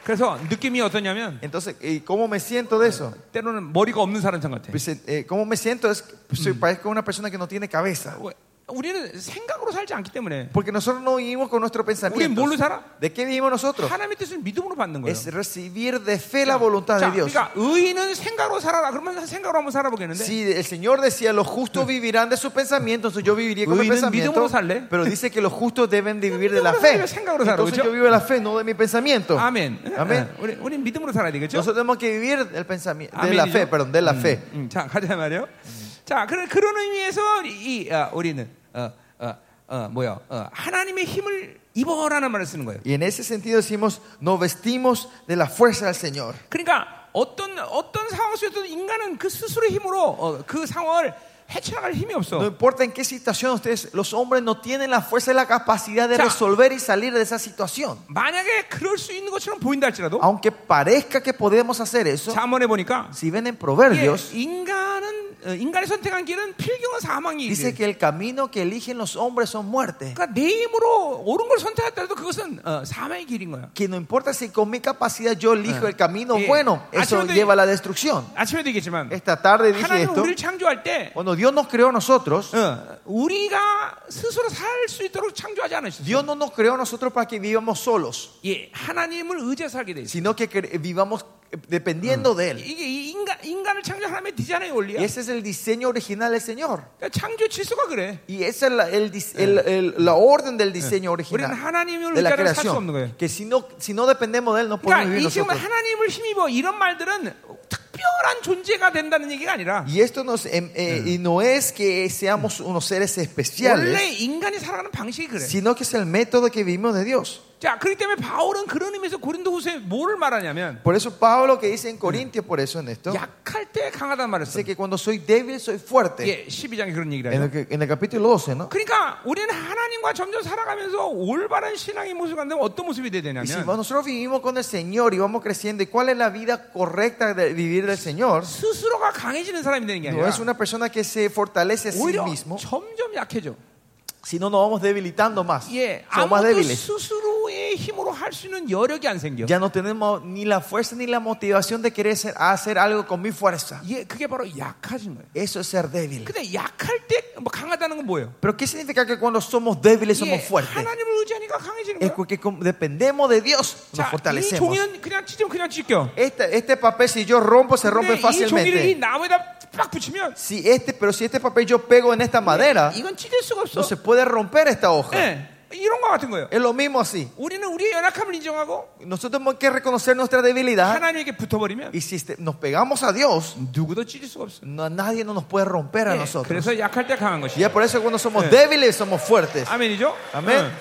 [SPEAKER 1] 그래서 느낌이 어떠냐면
[SPEAKER 2] Entonces, ¿y ¿cómo me siento de eso? eh,
[SPEAKER 1] 때로는 머리가 없는 사람 같아.
[SPEAKER 2] Pues, eh, ¿Cómo me siento? Es, soy- parezco una persona que no tiene cabeza.
[SPEAKER 1] 어, 우리는 생각으로 살지 않기 때문에
[SPEAKER 2] Porque nosotros no vivimos con nuestro pensamiento.
[SPEAKER 1] 뭘로 살아?
[SPEAKER 2] ¿De qué vivimos nosotros?
[SPEAKER 1] 하나님의 뜻을 믿음으로 받는 거예요.
[SPEAKER 2] Es recibir de fe la voluntad de
[SPEAKER 1] 자,
[SPEAKER 2] Dios.
[SPEAKER 1] 그러니까 의인은 생각으로 살아라. 그러면 생각으로 한번 살아보겠는데.
[SPEAKER 2] Si el Señor decía, los justos vivirán de sus pensamientos, entonces yo viviría con mi
[SPEAKER 1] Uy, no,
[SPEAKER 2] pensamiento.
[SPEAKER 1] 믿음으로 살래?
[SPEAKER 2] Pero dice que los justos deben de vivir de la
[SPEAKER 1] 믿음으로
[SPEAKER 2] fe.
[SPEAKER 1] 살려, 생각으로 살아,
[SPEAKER 2] Entonces
[SPEAKER 1] 그렇죠?
[SPEAKER 2] yo vivo de la fe, no de mi pensamiento.
[SPEAKER 1] 아멘.
[SPEAKER 2] 아멘.
[SPEAKER 1] 예, 우리 우리 믿음으로 살아야 되겠죠?
[SPEAKER 2] Nosotros tenemos que vivir del pensamiento, de la
[SPEAKER 1] Amén, Mm.
[SPEAKER 2] fe,
[SPEAKER 1] ¿no?
[SPEAKER 2] perdón, de la fe.
[SPEAKER 1] 음, 자, 가자 말이요. 자, 그런 그런 의미에서 이 이, 아, 우리는 어, 어, 어, 뭐야? 어, 하나님의 힘을 입어라는 말을 쓰는 거예요.
[SPEAKER 2] Y en ese sentido decimos, nos vestimos de la fuerza del Señor.
[SPEAKER 1] 그러니까 어떤 어떤 상황 속에서도 인간은 그 스스로의 힘으로 어, 그 상황을 헤쳐나갈 힘이
[SPEAKER 2] No
[SPEAKER 1] 없어.
[SPEAKER 2] importa en qué situación ustedes, los hombres no tienen la fuerza y la capacidad de
[SPEAKER 1] Ya.
[SPEAKER 2] resolver y salir de esa situación.
[SPEAKER 1] 만약에 그럴 수 있는 것처럼 보인다 할지라도
[SPEAKER 2] Aunque parezca que podemos hacer eso,
[SPEAKER 1] 자문해 보니까
[SPEAKER 2] si ven en
[SPEAKER 1] 이게
[SPEAKER 2] Proverbios,
[SPEAKER 1] 인간은 어, 인간이 선택한 길은 필경은 사망이.
[SPEAKER 2] dice que el camino que eligen los hombres son muerte.
[SPEAKER 1] 그러니까 내 힘으로 옳은 걸 선택했더라도 그것은 어, 사망의 길인 거야.
[SPEAKER 2] Que no importa si con mi capacidad yo elijo el camino
[SPEAKER 1] Eh,
[SPEAKER 2] bueno,
[SPEAKER 1] ah,
[SPEAKER 2] eso
[SPEAKER 1] sí, sí.
[SPEAKER 2] lleva a la destrucción.
[SPEAKER 1] 아침에도 그 얘기했지만
[SPEAKER 2] Esta tarde dije
[SPEAKER 1] 하나님
[SPEAKER 2] esto.
[SPEAKER 1] 우리를 창조할 때
[SPEAKER 2] Cuando Dios nos creó a nosotros,
[SPEAKER 1] 어, 우리가 스스로 살 수 있도록 창조하지 않으셨어요.
[SPEAKER 2] Dios no nos creó a nosotros para que vivamos solos,
[SPEAKER 1] 예, 하나님을 의지해 서 살게 돼 있어요.
[SPEAKER 2] sino que cre- vivamos eh, dependiendo de Él.
[SPEAKER 1] 이게 이 인간 인간을 창조한 하나님의 디자인의 원리야.
[SPEAKER 2] Y ese es el diseño original del Señor.
[SPEAKER 1] 그러니까 창조 질서가 그래.
[SPEAKER 2] Y esa es la, el dis- el- el- la orden del diseño
[SPEAKER 1] 우리는
[SPEAKER 2] original
[SPEAKER 1] 하나님을
[SPEAKER 2] de la
[SPEAKER 1] 의지하는 살수 없는
[SPEAKER 2] creación.
[SPEAKER 1] 거예요.
[SPEAKER 2] Que si no, si no dependemos de Él, no podemos
[SPEAKER 1] 그러니까
[SPEAKER 2] vivir
[SPEAKER 1] 이 지금
[SPEAKER 2] nosotros.
[SPEAKER 1] 하나님을 힘입어 이런 말들은 특별한 존재가 된다는 얘기가 아니라
[SPEAKER 2] Y esto nos, em, eh, y no es que seamos unos seres especiales,
[SPEAKER 1] 원래 인간이 살아가는 방식이 그래.
[SPEAKER 2] sino que es el método que vivimos de Dios.
[SPEAKER 1] 자, 그렇기 때문에 바울은 그런 의미에서 고린도후서에 뭐를 말하냐면
[SPEAKER 2] Por eso Pablo que dice en Corintios, por eso en esto,
[SPEAKER 1] 약할 때 강하단 말했어요.
[SPEAKER 2] dice que cuando soy débil soy fuerte.
[SPEAKER 1] 예, 12장에 그런 얘기를
[SPEAKER 2] En
[SPEAKER 1] 하죠.
[SPEAKER 2] el, que- en el capítulo 12, ¿no?
[SPEAKER 1] 그러니까 우리는 하나님과 점점 살아가면서 올바른 신앙의 모습을 갖는데 어떤 모습이 돼야
[SPEAKER 2] Y si
[SPEAKER 1] 되냐면
[SPEAKER 2] nosotros vivimos con el Señor y vamos creciendo, ¿y cuál es la vida correcta de vivir del Señor?
[SPEAKER 1] 스스로가 강해지는 사람이 되는 게
[SPEAKER 2] No
[SPEAKER 1] 아니라
[SPEAKER 2] es una persona que se fortalece a sí
[SPEAKER 1] 오히려
[SPEAKER 2] mismo,
[SPEAKER 1] 점점 약해져.
[SPEAKER 2] sino nos vamos debilitando más.
[SPEAKER 1] 예,
[SPEAKER 2] Somos más
[SPEAKER 1] 아무도
[SPEAKER 2] débiles.
[SPEAKER 1] 스스로의 힘으로 할 수 있는 여력이 안 생겨.
[SPEAKER 2] Ya no tenemos ni la fuerza ni la motivación de querer hacer, hacer algo con mi fuerza.
[SPEAKER 1] 예, 그게 바로 약해진 거예요.
[SPEAKER 2] Eso es ser débil.
[SPEAKER 1] 근데 약할 때 뭐 강하다는 건 뭐예요?
[SPEAKER 2] Pero ¿qué significa que cuando somos
[SPEAKER 1] 예,
[SPEAKER 2] débiles somos fuertes?
[SPEAKER 1] 하나님을 의지하니까 강해지는
[SPEAKER 2] Es
[SPEAKER 1] 거예요.
[SPEAKER 2] porque como dependemos de Dios,
[SPEAKER 1] 자,
[SPEAKER 2] nos
[SPEAKER 1] 이
[SPEAKER 2] fortalecemos.
[SPEAKER 1] 종이는 그냥 찢으면 그냥 찢겨.
[SPEAKER 2] Este, este papel si yo rompo se
[SPEAKER 1] 근데
[SPEAKER 2] rompe
[SPEAKER 1] 이 종이를 이
[SPEAKER 2] fácilmente.
[SPEAKER 1] 나무에다 빡 붙이면
[SPEAKER 2] Si este, pero si este papel yo pego en esta madera,
[SPEAKER 1] 이건 찢을 수가 없어.
[SPEAKER 2] no se puede romper esta hoja.
[SPEAKER 1] 예, 이런 거 같은 거예요.
[SPEAKER 2] Es lo mismo así.
[SPEAKER 1] 우리는 우리의 연약함을 인정하고
[SPEAKER 2] Nosotros tenemos que reconocer nuestra debilidad
[SPEAKER 1] 하나님에게 붙어버리면
[SPEAKER 2] y si este- nos pegamos a Dios,
[SPEAKER 1] 누구도 찢을 수가 없어. 예,
[SPEAKER 2] no- nadie no nos puede romper a nosotros.
[SPEAKER 1] 그래서 약할 때 강한
[SPEAKER 2] Y
[SPEAKER 1] 것이.
[SPEAKER 2] es por eso que cuando somos
[SPEAKER 1] Sí.
[SPEAKER 2] débiles somos fuertes.
[SPEAKER 1] 아멘이죠?
[SPEAKER 2] 아멘.
[SPEAKER 1] 응.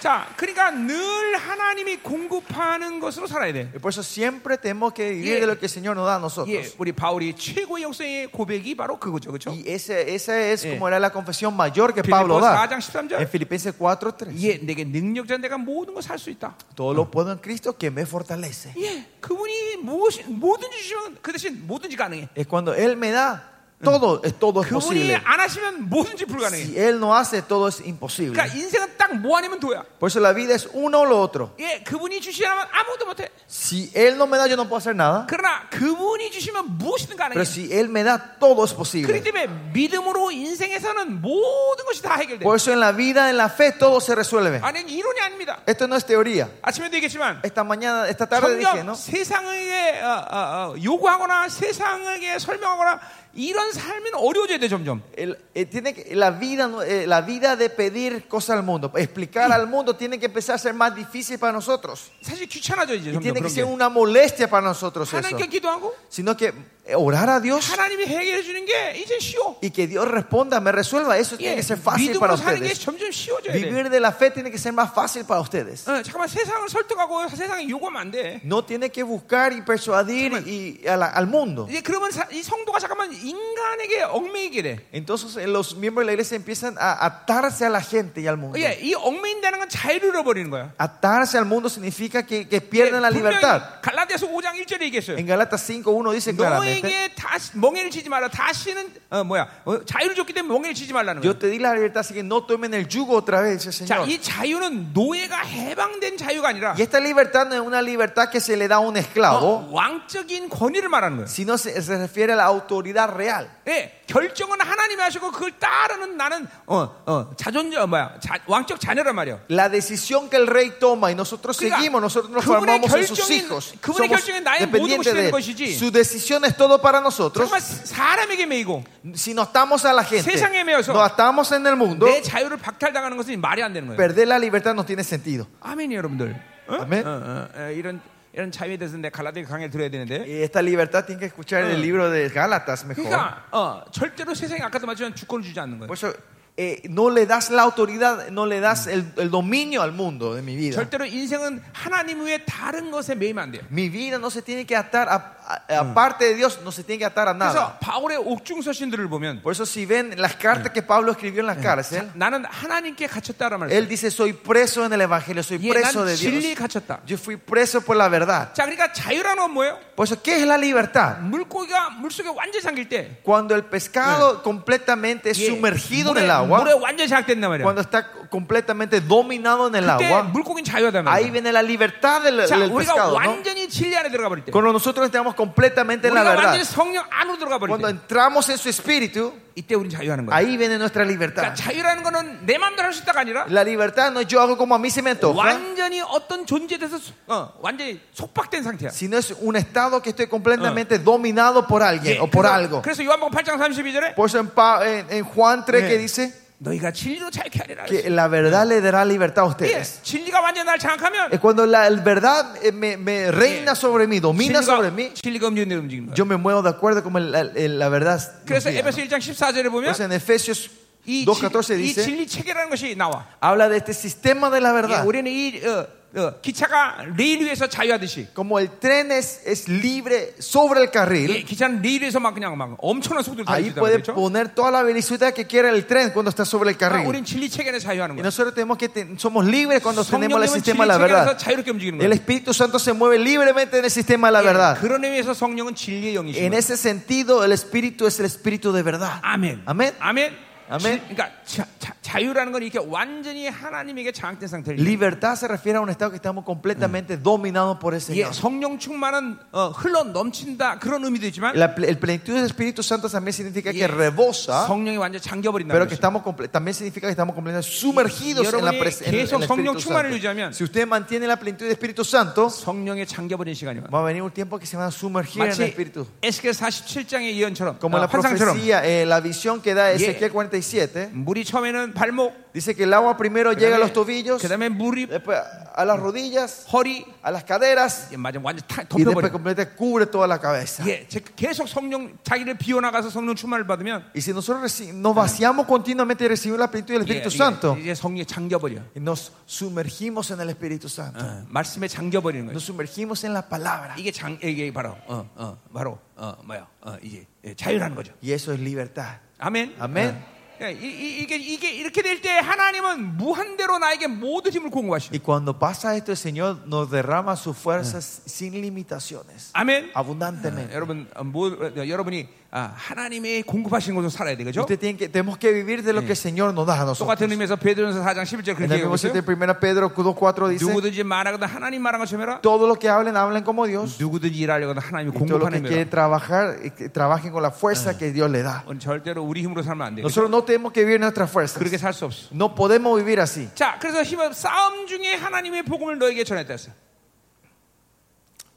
[SPEAKER 1] 자, 그러니까 늘 하나님이 공급하는 것으로 살아야 돼.
[SPEAKER 2] Y por eso siempre tenemos que vivir
[SPEAKER 1] Yeah.
[SPEAKER 2] de lo que el Señor nos da a
[SPEAKER 1] 예,
[SPEAKER 2] nosotros.
[SPEAKER 1] 우리 바울이 최고의 역사의 고백이 바로 그거죠, 그렇죠?
[SPEAKER 2] Y esa esa es
[SPEAKER 1] Yeah.
[SPEAKER 2] como era la confesión mayor que Pablo
[SPEAKER 1] 빌립보
[SPEAKER 2] da
[SPEAKER 1] 4장 13절.
[SPEAKER 2] en Filipenses 4:3.
[SPEAKER 1] 예, 내게 능력자 내가 모든 걸 살 수 있다.
[SPEAKER 2] Todo lo puedo en Cristo que me fortalece.
[SPEAKER 1] 예, 그분이 무엇이 뭐든지 주시면 그 대신 뭐든지 가능해.
[SPEAKER 2] Es cuando Él me da todo, es, todo es
[SPEAKER 1] 그분이
[SPEAKER 2] posible.
[SPEAKER 1] 안 하시면 뭐든지 불가능해.
[SPEAKER 2] Si Él no hace, todo es imposible.
[SPEAKER 1] 그러니까 인생은 딱 뭐 아니면 도야.
[SPEAKER 2] Por eso la vida es uno o lo otro.
[SPEAKER 1] 예, 그분이 주시지 않으면 아무것도 못해.
[SPEAKER 2] Si Él no me da, yo no puedo hacer nada.
[SPEAKER 1] 그러나 그분이 주시면 무엇이든 가능해.
[SPEAKER 2] Pero si Él me da, todo es
[SPEAKER 1] 그렇기
[SPEAKER 2] posible.
[SPEAKER 1] 때문에 믿음으로 인생에서는 모든 것이 다 해결돼.
[SPEAKER 2] Por eso en la vida, en la fe, todo se resuelve.
[SPEAKER 1] 아니 이론이 아닙니다.
[SPEAKER 2] Esto no es teoría.
[SPEAKER 1] 아침에도 얘기했지만
[SPEAKER 2] Esta mañana, esta tarde dije,
[SPEAKER 1] 점점
[SPEAKER 2] ¿no?
[SPEAKER 1] 세상에게 어, 어, 어, 요구하거나 세상에게 설명하거나 이런 삶은 어려워져야 돼 점점.
[SPEAKER 2] El- eh, tiene que- la, vida, no- eh, la vida de pedir cosas al mundo, explicar al mundo, tiene que empezar a ser más difícil para nosotros.
[SPEAKER 1] 사실 귀찮아져 이제
[SPEAKER 2] Y
[SPEAKER 1] 점점
[SPEAKER 2] tiene
[SPEAKER 1] 그런
[SPEAKER 2] que
[SPEAKER 1] 게.
[SPEAKER 2] ser una molestia para nosotros eso.
[SPEAKER 1] 하나님께 기도하고
[SPEAKER 2] Sino que eh, orar a Dios
[SPEAKER 1] 하나님이 해결해 주는 게 이제 쉬워.
[SPEAKER 2] y que Dios responda, me resuelva. Eso
[SPEAKER 1] 예,
[SPEAKER 2] tiene que ser fácil para
[SPEAKER 1] 믿음으로 사는 게
[SPEAKER 2] ustedes.
[SPEAKER 1] 점점 쉬워져야 돼.
[SPEAKER 2] Vivir de la fe tiene que ser más fácil para ustedes.
[SPEAKER 1] 어, 잠깐만 세상을 설득하고 세상에 요구하면 안 돼.
[SPEAKER 2] No tiene que buscar y persuadir y a la- al mundo.
[SPEAKER 1] 이제 그러면 사- 이 성도가 잠깐만 인간에게 얽매이게 돼.
[SPEAKER 2] Entonces eh, los miembros de la iglesia empiezan a atarse a la gente y al mundo.
[SPEAKER 1] 예, 이 얽매인다는 건 자유를 잃어버리는 거야.
[SPEAKER 2] Atarse al mundo significa que, que
[SPEAKER 1] 예,
[SPEAKER 2] pierden la
[SPEAKER 1] 분명히
[SPEAKER 2] libertad.
[SPEAKER 1] 갈라디아서 5장 1절에 얘기했어요.
[SPEAKER 2] En Galatas 5.1 dice claramente,
[SPEAKER 1] 너에게 다시 멍해를 치지 마라. 다시는 어, 뭐야 어, 자유를 줬기 때문에 멍해를 치지 말라는 거야.
[SPEAKER 2] yo te di la libertad, así que no tomen el yugo otra vez, dice el
[SPEAKER 1] 자,
[SPEAKER 2] Señor.
[SPEAKER 1] 이 자유는 노예가 해방된 자유가 아니라
[SPEAKER 2] Y esta libertad no es una 아, libertad que se le da a un esclavo,
[SPEAKER 1] 어, 왕적인 권위를 말하는 거예요.
[SPEAKER 2] sino se, se refiere a la autoridad real.
[SPEAKER 1] 예, 결정은 하나님이 하시고 그걸 따르는 나는 어, 어, 자존자 뭐야? 자- 왕적 자녀란 말이야.
[SPEAKER 2] La decisión que el rey toma y nosotros
[SPEAKER 1] Claro.
[SPEAKER 2] seguimos, nosotros nos
[SPEAKER 1] 그분의
[SPEAKER 2] formamos en sus
[SPEAKER 1] 결정이-
[SPEAKER 2] hijos.
[SPEAKER 1] 그분의
[SPEAKER 2] Somos
[SPEAKER 1] 결정이 나의 모든
[SPEAKER 2] dependientes
[SPEAKER 1] 것이
[SPEAKER 2] de
[SPEAKER 1] 되는
[SPEAKER 2] él.
[SPEAKER 1] 것이지.
[SPEAKER 2] Su decisión es todo para nosotros.
[SPEAKER 1] 정말 사람에게 매이고
[SPEAKER 2] Si nos atamos a la gente,
[SPEAKER 1] 세상에 매여서
[SPEAKER 2] nos atamos en el mundo,
[SPEAKER 1] 내 자유를 박탈당하는 것은 말이 안 되는 거예요.
[SPEAKER 2] perder la libertad no tiene sentido.
[SPEAKER 1] 아멘이 여러분들. 어?
[SPEAKER 2] 아멘.
[SPEAKER 1] 어, 어, 어, 이런 이런 자유에 대해서 내 갈라디아 강의를 들어야 되는데.
[SPEAKER 2] Y esta libertad tiene que escuchar en el libro de Gálatas mejor.
[SPEAKER 1] 그러니까 어, 절대로 세상에 아까도 말했지만 주권을 주지 않는 거예요.
[SPEAKER 2] Por eso, eh, no le das la autoridad, no le das el, el dominio al mundo de mi vida.
[SPEAKER 1] 절대로 인생은 하나님 외에 다른 것에 매이면 안 돼요.
[SPEAKER 2] Mi vida no se tiene que atar, a- a- aparte de Dios, no se tiene que atar a nada.
[SPEAKER 1] 그래서 바울의 옥중서신들을 보면
[SPEAKER 2] Por eso, si ven las cartas que Pablo escribió en la cárcel,
[SPEAKER 1] 나는 하나님께 갇혔다라는
[SPEAKER 2] Él
[SPEAKER 1] 말이에요.
[SPEAKER 2] dice, soy preso en el Evangelio, soy
[SPEAKER 1] 예,
[SPEAKER 2] preso
[SPEAKER 1] 난
[SPEAKER 2] de
[SPEAKER 1] 진리에
[SPEAKER 2] Dios.
[SPEAKER 1] 갇혔다.
[SPEAKER 2] Yo fui preso por la verdad.
[SPEAKER 1] 자, 그러니까 자유라는 건 뭐예요?
[SPEAKER 2] Por eso, ¿qué es la libertad?
[SPEAKER 1] 물고기가 물속에 완전히 잠길 때
[SPEAKER 2] Cuando el pescado completamente es
[SPEAKER 1] 예,
[SPEAKER 2] sumergido en
[SPEAKER 1] 물에-
[SPEAKER 2] el agua,
[SPEAKER 1] 물에 완전히 장악된단 말이야.
[SPEAKER 2] cuando está completamente dominado en el
[SPEAKER 1] 그때
[SPEAKER 2] agua,
[SPEAKER 1] 물고기는 자유하단
[SPEAKER 2] ahí
[SPEAKER 1] 말이야.
[SPEAKER 2] viene la libertad del,
[SPEAKER 1] 자,
[SPEAKER 2] del
[SPEAKER 1] 우리가
[SPEAKER 2] pescado. ¿no?
[SPEAKER 1] 완전히 진리 안에 들어가 버릴 때
[SPEAKER 2] Cuando nosotros estamos completamente en la
[SPEAKER 1] 우리가
[SPEAKER 2] verdad,
[SPEAKER 1] 완전히 성령 안으로 들어가 버릴
[SPEAKER 2] cuando
[SPEAKER 1] 때
[SPEAKER 2] entramos en su espíritu,
[SPEAKER 1] 이때 우린 자유하는 거야.
[SPEAKER 2] ahí viene nuestra
[SPEAKER 1] 그러니까
[SPEAKER 2] libertad.
[SPEAKER 1] 자유라는 거는 내 마음대로 할 수 있다가 아니라
[SPEAKER 2] La libertad no es yo hago como a mí se me antoja,
[SPEAKER 1] 완전히 어떤 존재에 대해서 소- 어, 완전히 속박된 상태야.
[SPEAKER 2] sino es un estado que estoy completamente dominado por
[SPEAKER 1] 예,
[SPEAKER 2] alguien o por
[SPEAKER 1] 그래서-
[SPEAKER 2] algo.
[SPEAKER 1] 그래서 요한복음 8장 32절에
[SPEAKER 2] Por eso en, Pa- en- en Juan 3 que
[SPEAKER 1] Sí.
[SPEAKER 2] dice
[SPEAKER 1] 너희가 진리로 자유케 하리라.
[SPEAKER 2] que la verdad le dará libertad a
[SPEAKER 1] 예,
[SPEAKER 2] ustedes.
[SPEAKER 1] 진리가 완전히 날 장악하면
[SPEAKER 2] Es cuando la el verdad eh, me, me reina sobre mí, domina sobre mí,
[SPEAKER 1] 진리가, 진리가 움직이는 움직임.
[SPEAKER 2] yo me muevo de acuerdo con el- el- el- la verdad. nos
[SPEAKER 1] 그래서
[SPEAKER 2] guía, ¿no?
[SPEAKER 1] 에베소 1장 14절에 보면
[SPEAKER 2] Entonces en Efesios
[SPEAKER 1] 이,
[SPEAKER 2] 2.14
[SPEAKER 1] 진, 이
[SPEAKER 2] dice,
[SPEAKER 1] 진리 체계라는 것이 나와.
[SPEAKER 2] habla de este sistema de la
[SPEAKER 1] 예,
[SPEAKER 2] verdad.
[SPEAKER 1] 우리는 이 어, 어, 기차가 레일 위에서 자유하듯이
[SPEAKER 2] Como el tren es, es libre sobre el
[SPEAKER 1] 예,
[SPEAKER 2] carril,
[SPEAKER 1] 기차는 레일 위에서 막 그냥 막 엄청난 속도로
[SPEAKER 2] ahí
[SPEAKER 1] 달리잖아요.
[SPEAKER 2] puede
[SPEAKER 1] 그렇죠?
[SPEAKER 2] poner toda la velocidad que quiera el tren cuando está sobre el
[SPEAKER 1] 그러니까
[SPEAKER 2] carril.
[SPEAKER 1] 우리는 진리 체계에 자유하는
[SPEAKER 2] Y
[SPEAKER 1] 거예요.
[SPEAKER 2] nosotros tenemos que ten- somos libres cuando tenemos
[SPEAKER 1] 성령님은
[SPEAKER 2] el
[SPEAKER 1] 진리
[SPEAKER 2] sistema de la
[SPEAKER 1] 체계에서
[SPEAKER 2] verdad.
[SPEAKER 1] 자유롭게 움직이는
[SPEAKER 2] El
[SPEAKER 1] 거예요.
[SPEAKER 2] Espíritu Santo se mueve libremente en el sistema de la verdad.
[SPEAKER 1] 예, 그런 의미에서 성령은 진리의 영이신
[SPEAKER 2] En
[SPEAKER 1] 거예요.
[SPEAKER 2] ese sentido, el Espíritu es el Espíritu de verdad.
[SPEAKER 1] 아멘.
[SPEAKER 2] 아멘.
[SPEAKER 1] 아멘.
[SPEAKER 2] 아멘.
[SPEAKER 1] 진- 그러니까 자, 자, 자유라는 건 이렇게 완전히 하나님에게 장악된 상태를
[SPEAKER 2] Libertad se refiere a un estado que estamos completamente dominados por el
[SPEAKER 1] 예,
[SPEAKER 2] Señor.
[SPEAKER 1] 성령 충만은 어, 흘러 넘친다 그런 의미도 있지만
[SPEAKER 2] La ple- el plenitud del Espíritu Santo también significa que
[SPEAKER 1] 예,
[SPEAKER 2] rebosa,
[SPEAKER 1] 성령이 완전 히 잠겨버린다.
[SPEAKER 2] pero que estamos comple- también significa que estamos completamente sumergidos en la
[SPEAKER 1] 여러분이
[SPEAKER 2] presencia
[SPEAKER 1] 계속
[SPEAKER 2] del
[SPEAKER 1] 성령
[SPEAKER 2] Espíritu
[SPEAKER 1] 충만을
[SPEAKER 2] Santo.
[SPEAKER 1] 유지하면
[SPEAKER 2] Si usted mantiene la plenitud del Espíritu Santo,
[SPEAKER 1] 성령에 잠겨버린 시간이 와.
[SPEAKER 2] va a venir un tiempo que se van a sumergir en
[SPEAKER 1] 마치
[SPEAKER 2] el Espíritu.
[SPEAKER 1] 에스겔 47장의 예언처럼
[SPEAKER 2] Como
[SPEAKER 1] 어,
[SPEAKER 2] la
[SPEAKER 1] 환상처럼
[SPEAKER 2] profecía, eh, la visión que da
[SPEAKER 1] Yeah.
[SPEAKER 2] Ezequiel 47,
[SPEAKER 1] 물이 처음에는 발목,
[SPEAKER 2] dice que el agua primero llega a los tobillos,
[SPEAKER 1] 그다음에 네. 물이
[SPEAKER 2] después a las rodillas,
[SPEAKER 1] 허리,
[SPEAKER 2] a las caderas
[SPEAKER 1] 예, 맞아 완전 다
[SPEAKER 2] y después
[SPEAKER 1] 덮여버려.
[SPEAKER 2] completamente cubre toda la cabeza.
[SPEAKER 1] 예, 제- 계속 성령 자기를 비워나가서 성령 충만을 받으면
[SPEAKER 2] Y si nosotros reci- nos vaciamos continuamente y recibimos la plenitud del
[SPEAKER 1] 예,
[SPEAKER 2] Espíritu
[SPEAKER 1] 이게-
[SPEAKER 2] Santo,
[SPEAKER 1] 이제 성령에 잠겨버려.
[SPEAKER 2] y nos sumergimos en el Espíritu Santo,
[SPEAKER 1] 어, 말씀에 잠겨버리는 거예요.
[SPEAKER 2] nos sumergimos en la palabra.
[SPEAKER 1] 이게 장 이게 바로 어, 어, 바로 어, 뭐야 어, 이제 예, 자유라는 거죠.
[SPEAKER 2] Y eso es libertad.
[SPEAKER 1] 아멘.
[SPEAKER 2] 아멘.
[SPEAKER 1] 어. 예, 이, 이, 이게 이게 이렇게 될 때 하나님은 무한대로 나에게 모든 힘을 공급하시고.
[SPEAKER 2] Y cuando pasa esto, el Señor nos derrama sus fuerzas sin limitaciones,
[SPEAKER 1] 아멘.
[SPEAKER 2] abundantemente.
[SPEAKER 1] 여러분 어, 뭐, 어, 여러분이 아, 하나님의 공급하신 것으로 살아야 되겠죠.
[SPEAKER 2] Usted tiene que, tenemos que vivir de lo que el Señor nos da a nosotros.
[SPEAKER 1] 똑같은 의미에서 베드로전서 4장 11절
[SPEAKER 2] En
[SPEAKER 1] 그렇게
[SPEAKER 2] el mismo
[SPEAKER 1] 얘기하고
[SPEAKER 2] sitio,
[SPEAKER 1] 있어요.
[SPEAKER 2] en 1 Pedro 2.4 dice,
[SPEAKER 1] 누구든지 말하거든 하나님 말한 것처럼 해라.
[SPEAKER 2] todo lo que hablen, hablen como Dios.
[SPEAKER 1] 누구든지 일하려거든 하나님이
[SPEAKER 2] Y todo lo que
[SPEAKER 1] 공급하는
[SPEAKER 2] quieren
[SPEAKER 1] 거라.
[SPEAKER 2] trabajar, eh, que trabajen con la fuerza que Dios le da.
[SPEAKER 1] 어, 절대로 우리 힘으로 살면 안 돼.
[SPEAKER 2] Nosotros no tenemos que vivir nuestras fuerzas.
[SPEAKER 1] 그렇게 살 수 없어.
[SPEAKER 2] No podemos vivir así.
[SPEAKER 1] 자, 그래서 힘 싸움 중에 하나님의 복음을 너에게 전했다 했어.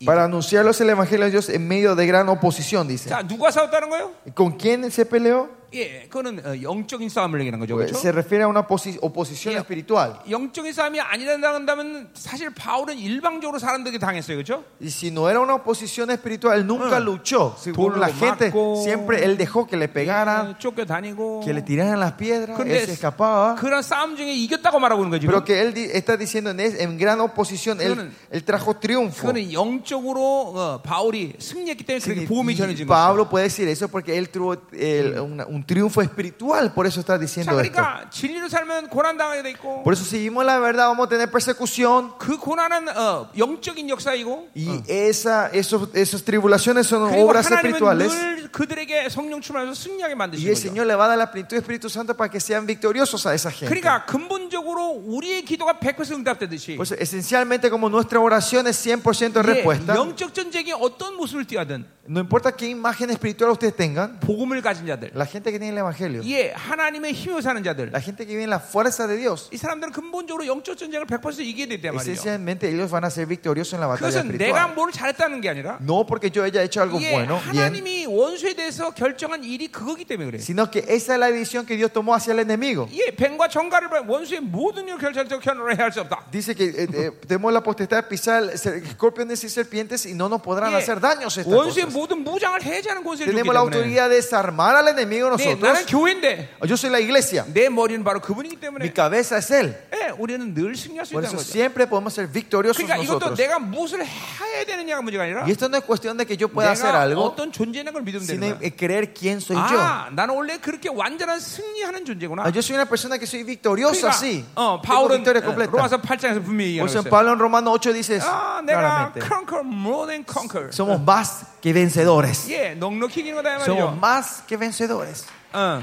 [SPEAKER 2] Para anunciarlos el Evangelio de Dios en medio de gran oposición, dice.
[SPEAKER 1] 자, 누가 싸웠다는 거예요?
[SPEAKER 2] ¿Con quién se peleó?
[SPEAKER 1] 예, 그거는 어, 영적인 싸움을 얘기하는 거죠.
[SPEAKER 2] Pues,
[SPEAKER 1] 그렇죠?
[SPEAKER 2] Se refiere a una oposi- oposición
[SPEAKER 1] Yeah.
[SPEAKER 2] espiritual.
[SPEAKER 1] 영적인 싸움이 아니라고 한다면 사실 바울은 일방적으로 사람들에게 당했어요. 그렇죠?
[SPEAKER 2] Y si no era una oposición espiritual, él nunca luchó. Según
[SPEAKER 1] Duro
[SPEAKER 2] la
[SPEAKER 1] lo
[SPEAKER 2] gente,
[SPEAKER 1] marco.
[SPEAKER 2] siempre él dejó que le pegaran,
[SPEAKER 1] 어, 쫓겨다니고
[SPEAKER 2] que le tiraran las piedras, él
[SPEAKER 1] 근데
[SPEAKER 2] se escapaba.
[SPEAKER 1] 그런 싸움 중에 이겼다고 말하고 있는 거죠.
[SPEAKER 2] Pero que él di- está diciendo en, es- en gran oposición, él,
[SPEAKER 1] 그거는-
[SPEAKER 2] él trajo triunfo.
[SPEAKER 1] 그거는 영적으로 어, 바울이 승리했기 때문에 그렇게
[SPEAKER 2] Y-
[SPEAKER 1] 보험이
[SPEAKER 2] y
[SPEAKER 1] 전해진 거죠.
[SPEAKER 2] Pablo puede decir eso porque él tuvo eh, una, un triunfo espiritual, por eso está
[SPEAKER 1] 자,
[SPEAKER 2] diciendo esto.
[SPEAKER 1] 그러니까 진리로 살면 고난 당하게 돼 있고
[SPEAKER 2] Por eso si seguimos la verdad vamos a tener persecución
[SPEAKER 1] 그 고난은 어, 영적인 역사이고
[SPEAKER 2] y esa, esos- esas tribulaciones son
[SPEAKER 1] 그리고
[SPEAKER 2] obras
[SPEAKER 1] 하나님은
[SPEAKER 2] espirituales.
[SPEAKER 1] 늘 그들에게 성령 충만해서 승리하게
[SPEAKER 2] Y el
[SPEAKER 1] 만드시는 거죠.
[SPEAKER 2] Señor le va a dar la plenitud del Espíritu Santo para que sean victoriosos a esa gente.
[SPEAKER 1] 그러니까 근본적으로 우리의 gido가 100% 응답되듯이
[SPEAKER 2] Por eso, Pues esencialmente, como nuestra oración es 100%
[SPEAKER 1] 이게
[SPEAKER 2] respuesta,
[SPEAKER 1] 영적 전쟁이 어떤 모습을 띄하든
[SPEAKER 2] no importa qué imagen espiritual ustedes tengan,
[SPEAKER 1] 복음을 가진 자들,
[SPEAKER 2] la gente que tiene el Evangelio,
[SPEAKER 1] 예 하나님의 힘으로 사는 자들,
[SPEAKER 2] la gente que vive en la fuerza de Dios,
[SPEAKER 1] 이 사람들은 근본적으로 영적 전쟁을 100% 이기게 됐단 말이에요.
[SPEAKER 2] esencialmente ellos van a ser victoriosos en la
[SPEAKER 1] 네,
[SPEAKER 2] batalla
[SPEAKER 1] 그것은 내가
[SPEAKER 2] espiritual.
[SPEAKER 1] 뭘 잘했다는 게 아니라
[SPEAKER 2] No porque yo haya hecho algo
[SPEAKER 1] 이게
[SPEAKER 2] bueno, bien,
[SPEAKER 1] 하나님이 원수에 대해서 결정한 일이 그거기 때문에 그래요.
[SPEAKER 2] sino que esa es la decisión que Dios tomó hacia el enemigo.
[SPEAKER 1] 예, 뱀과 정갈을 봐- 원수의 모든 일 결정적 결론을 해야 할 수 없다.
[SPEAKER 2] Dice que eh, eh, tenemos la potestad de pisar ser- escorpiones y serpientes y no nos podrán
[SPEAKER 1] 예,
[SPEAKER 2] hacer daños estas
[SPEAKER 1] 원수의
[SPEAKER 2] cosas.
[SPEAKER 1] 모든 무장을 해제하는 권세를 주기
[SPEAKER 2] Tenemos la
[SPEAKER 1] 때문에.
[SPEAKER 2] autoridad de desarmar al enemigo
[SPEAKER 1] 네, 나는
[SPEAKER 2] nosotros.
[SPEAKER 1] 교회인데
[SPEAKER 2] Yo soy la iglesia,
[SPEAKER 1] 내 머리는 바로 그분이기
[SPEAKER 2] mi
[SPEAKER 1] 때문에
[SPEAKER 2] cabeza es él.
[SPEAKER 1] 예, 우리는 늘 승리할 수
[SPEAKER 2] Por
[SPEAKER 1] 있다는
[SPEAKER 2] eso
[SPEAKER 1] 거죠.
[SPEAKER 2] siempre podemos ser victoriosos
[SPEAKER 1] 그러니까 이것도
[SPEAKER 2] nosotros.
[SPEAKER 1] 내가 무엇을 해야 되느냐가 문제가 아니라
[SPEAKER 2] Y esto no es cuestión de que yo pueda hacer
[SPEAKER 1] 내가
[SPEAKER 2] algo,
[SPEAKER 1] 어떤 존재라는 걸 믿으면 되는
[SPEAKER 2] sino
[SPEAKER 1] 거야.
[SPEAKER 2] en creer quién soy yo.
[SPEAKER 1] 아, 나는 원래 그렇게 완전한 승리하는
[SPEAKER 2] Ah,
[SPEAKER 1] 존재구나.
[SPEAKER 2] Yo soy una persona que soy victoriosa, sí.
[SPEAKER 1] 어,
[SPEAKER 2] Tengo
[SPEAKER 1] 바울은
[SPEAKER 2] victoria
[SPEAKER 1] 어,
[SPEAKER 2] completa.
[SPEAKER 1] 로마서 8장에서 분명히
[SPEAKER 2] Por eso en
[SPEAKER 1] 얘기하고 있어요.
[SPEAKER 2] Pablo en Romano 8 dice eso,
[SPEAKER 1] 아, 내가
[SPEAKER 2] claramente:
[SPEAKER 1] conquer more than conquer.
[SPEAKER 2] somos más que vencedores.
[SPEAKER 1] 예, 넉넉히 이기는 거다 이
[SPEAKER 2] Somos
[SPEAKER 1] 말이죠.
[SPEAKER 2] más que vencedores.
[SPEAKER 1] 어.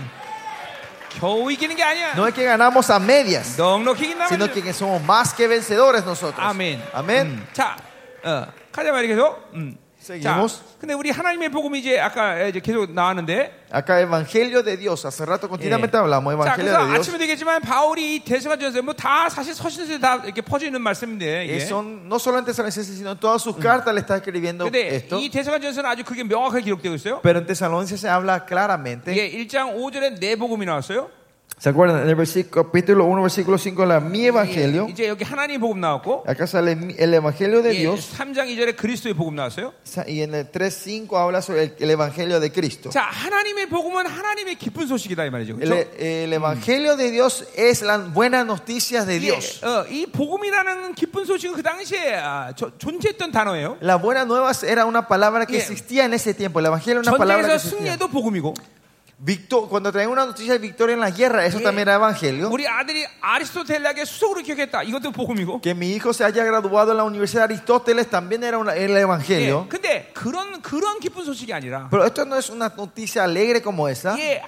[SPEAKER 1] 겨우 이기는 게 아니야.
[SPEAKER 2] No es que ganamos a medias,
[SPEAKER 1] 넉넉히 이긴다
[SPEAKER 2] sino
[SPEAKER 1] 말이죠.
[SPEAKER 2] que somos más que vencedores nosotros.
[SPEAKER 1] 아멘. 음.
[SPEAKER 2] Amén.
[SPEAKER 1] 자, 어, 가자 말이 계속. 음.
[SPEAKER 2] 네,
[SPEAKER 1] 자,
[SPEAKER 2] Seguimos.
[SPEAKER 1] 근데 우리 하나님의 복음이 이제 아까 예, 이제 계속 나왔는데.
[SPEAKER 2] Acá, Evangelio de Dios. Hace rato continuamente
[SPEAKER 1] 예.
[SPEAKER 2] hablamos,
[SPEAKER 1] 자,
[SPEAKER 2] Evangelio
[SPEAKER 1] 그래서
[SPEAKER 2] de Dios.
[SPEAKER 1] 아침에 되겠지만 바울이 이 대서가 전서 뭐다 사실 서신서에 다 이렇게 퍼져 있는 말씀인데.
[SPEAKER 2] Eh,
[SPEAKER 1] 이게.
[SPEAKER 2] son, no solo en Tesalonicenses, sino en todas sus cartas le está escribiendo
[SPEAKER 1] 근데
[SPEAKER 2] esto.
[SPEAKER 1] 이 대서가 전서는 아주 그게 명확하게 기록되고 있어요.
[SPEAKER 2] Pero en Tesalonicenses se habla claramente.
[SPEAKER 1] 이게 1장 5절에 내 복음이 나왔어요.
[SPEAKER 2] ¿Se acuerdan? En el versículo, capítulo 1, versículo 5, la mi evangelio.
[SPEAKER 1] 예, 이제 여기 하나님 의 복음 나왔고.
[SPEAKER 2] Acá sale mi- el evangelio de
[SPEAKER 1] 예,
[SPEAKER 2] Dios.
[SPEAKER 1] 3장 2절에 그리스도의 복음 나왔어요.
[SPEAKER 2] Sa- Y en el 3, 5 habla sobre el, el evangelio de Cristo.
[SPEAKER 1] 자, 하나님의 복음은 하나님의 기쁜 소식이다 이 말이죠.
[SPEAKER 2] El, e-,
[SPEAKER 1] 그렇죠?
[SPEAKER 2] el evangelio de Dios es las buenas noticias de
[SPEAKER 1] 예,
[SPEAKER 2] Dios.
[SPEAKER 1] 어, 이 복음이라는 기쁜 소식은 그 당시에 아, 저- 존재했던 단어예요.
[SPEAKER 2] La buena nueva era una palabra que
[SPEAKER 1] Yeah.
[SPEAKER 2] existía en ese tiempo. El evangelio era una palabra que
[SPEAKER 1] 전쟁에서
[SPEAKER 2] existía.
[SPEAKER 1] 승리해도 복음이고
[SPEAKER 2] Victo- cuando traen una noticia de victoria en la guerra, eso
[SPEAKER 1] Yeah.
[SPEAKER 2] también era evangelio.
[SPEAKER 1] 우리 아들이 아리스토텔락의 수석으로 기억했다. 이것도 복음이고.
[SPEAKER 2] Que mi hijo se haya graduado en la Universidad de Aristóteles también era una- el
[SPEAKER 1] 예,
[SPEAKER 2] evangelio.
[SPEAKER 1] 근데 그런 그런 기쁜 소식이 아니라
[SPEAKER 2] Pero esto no es una noticia alegre como esa.
[SPEAKER 1] 예,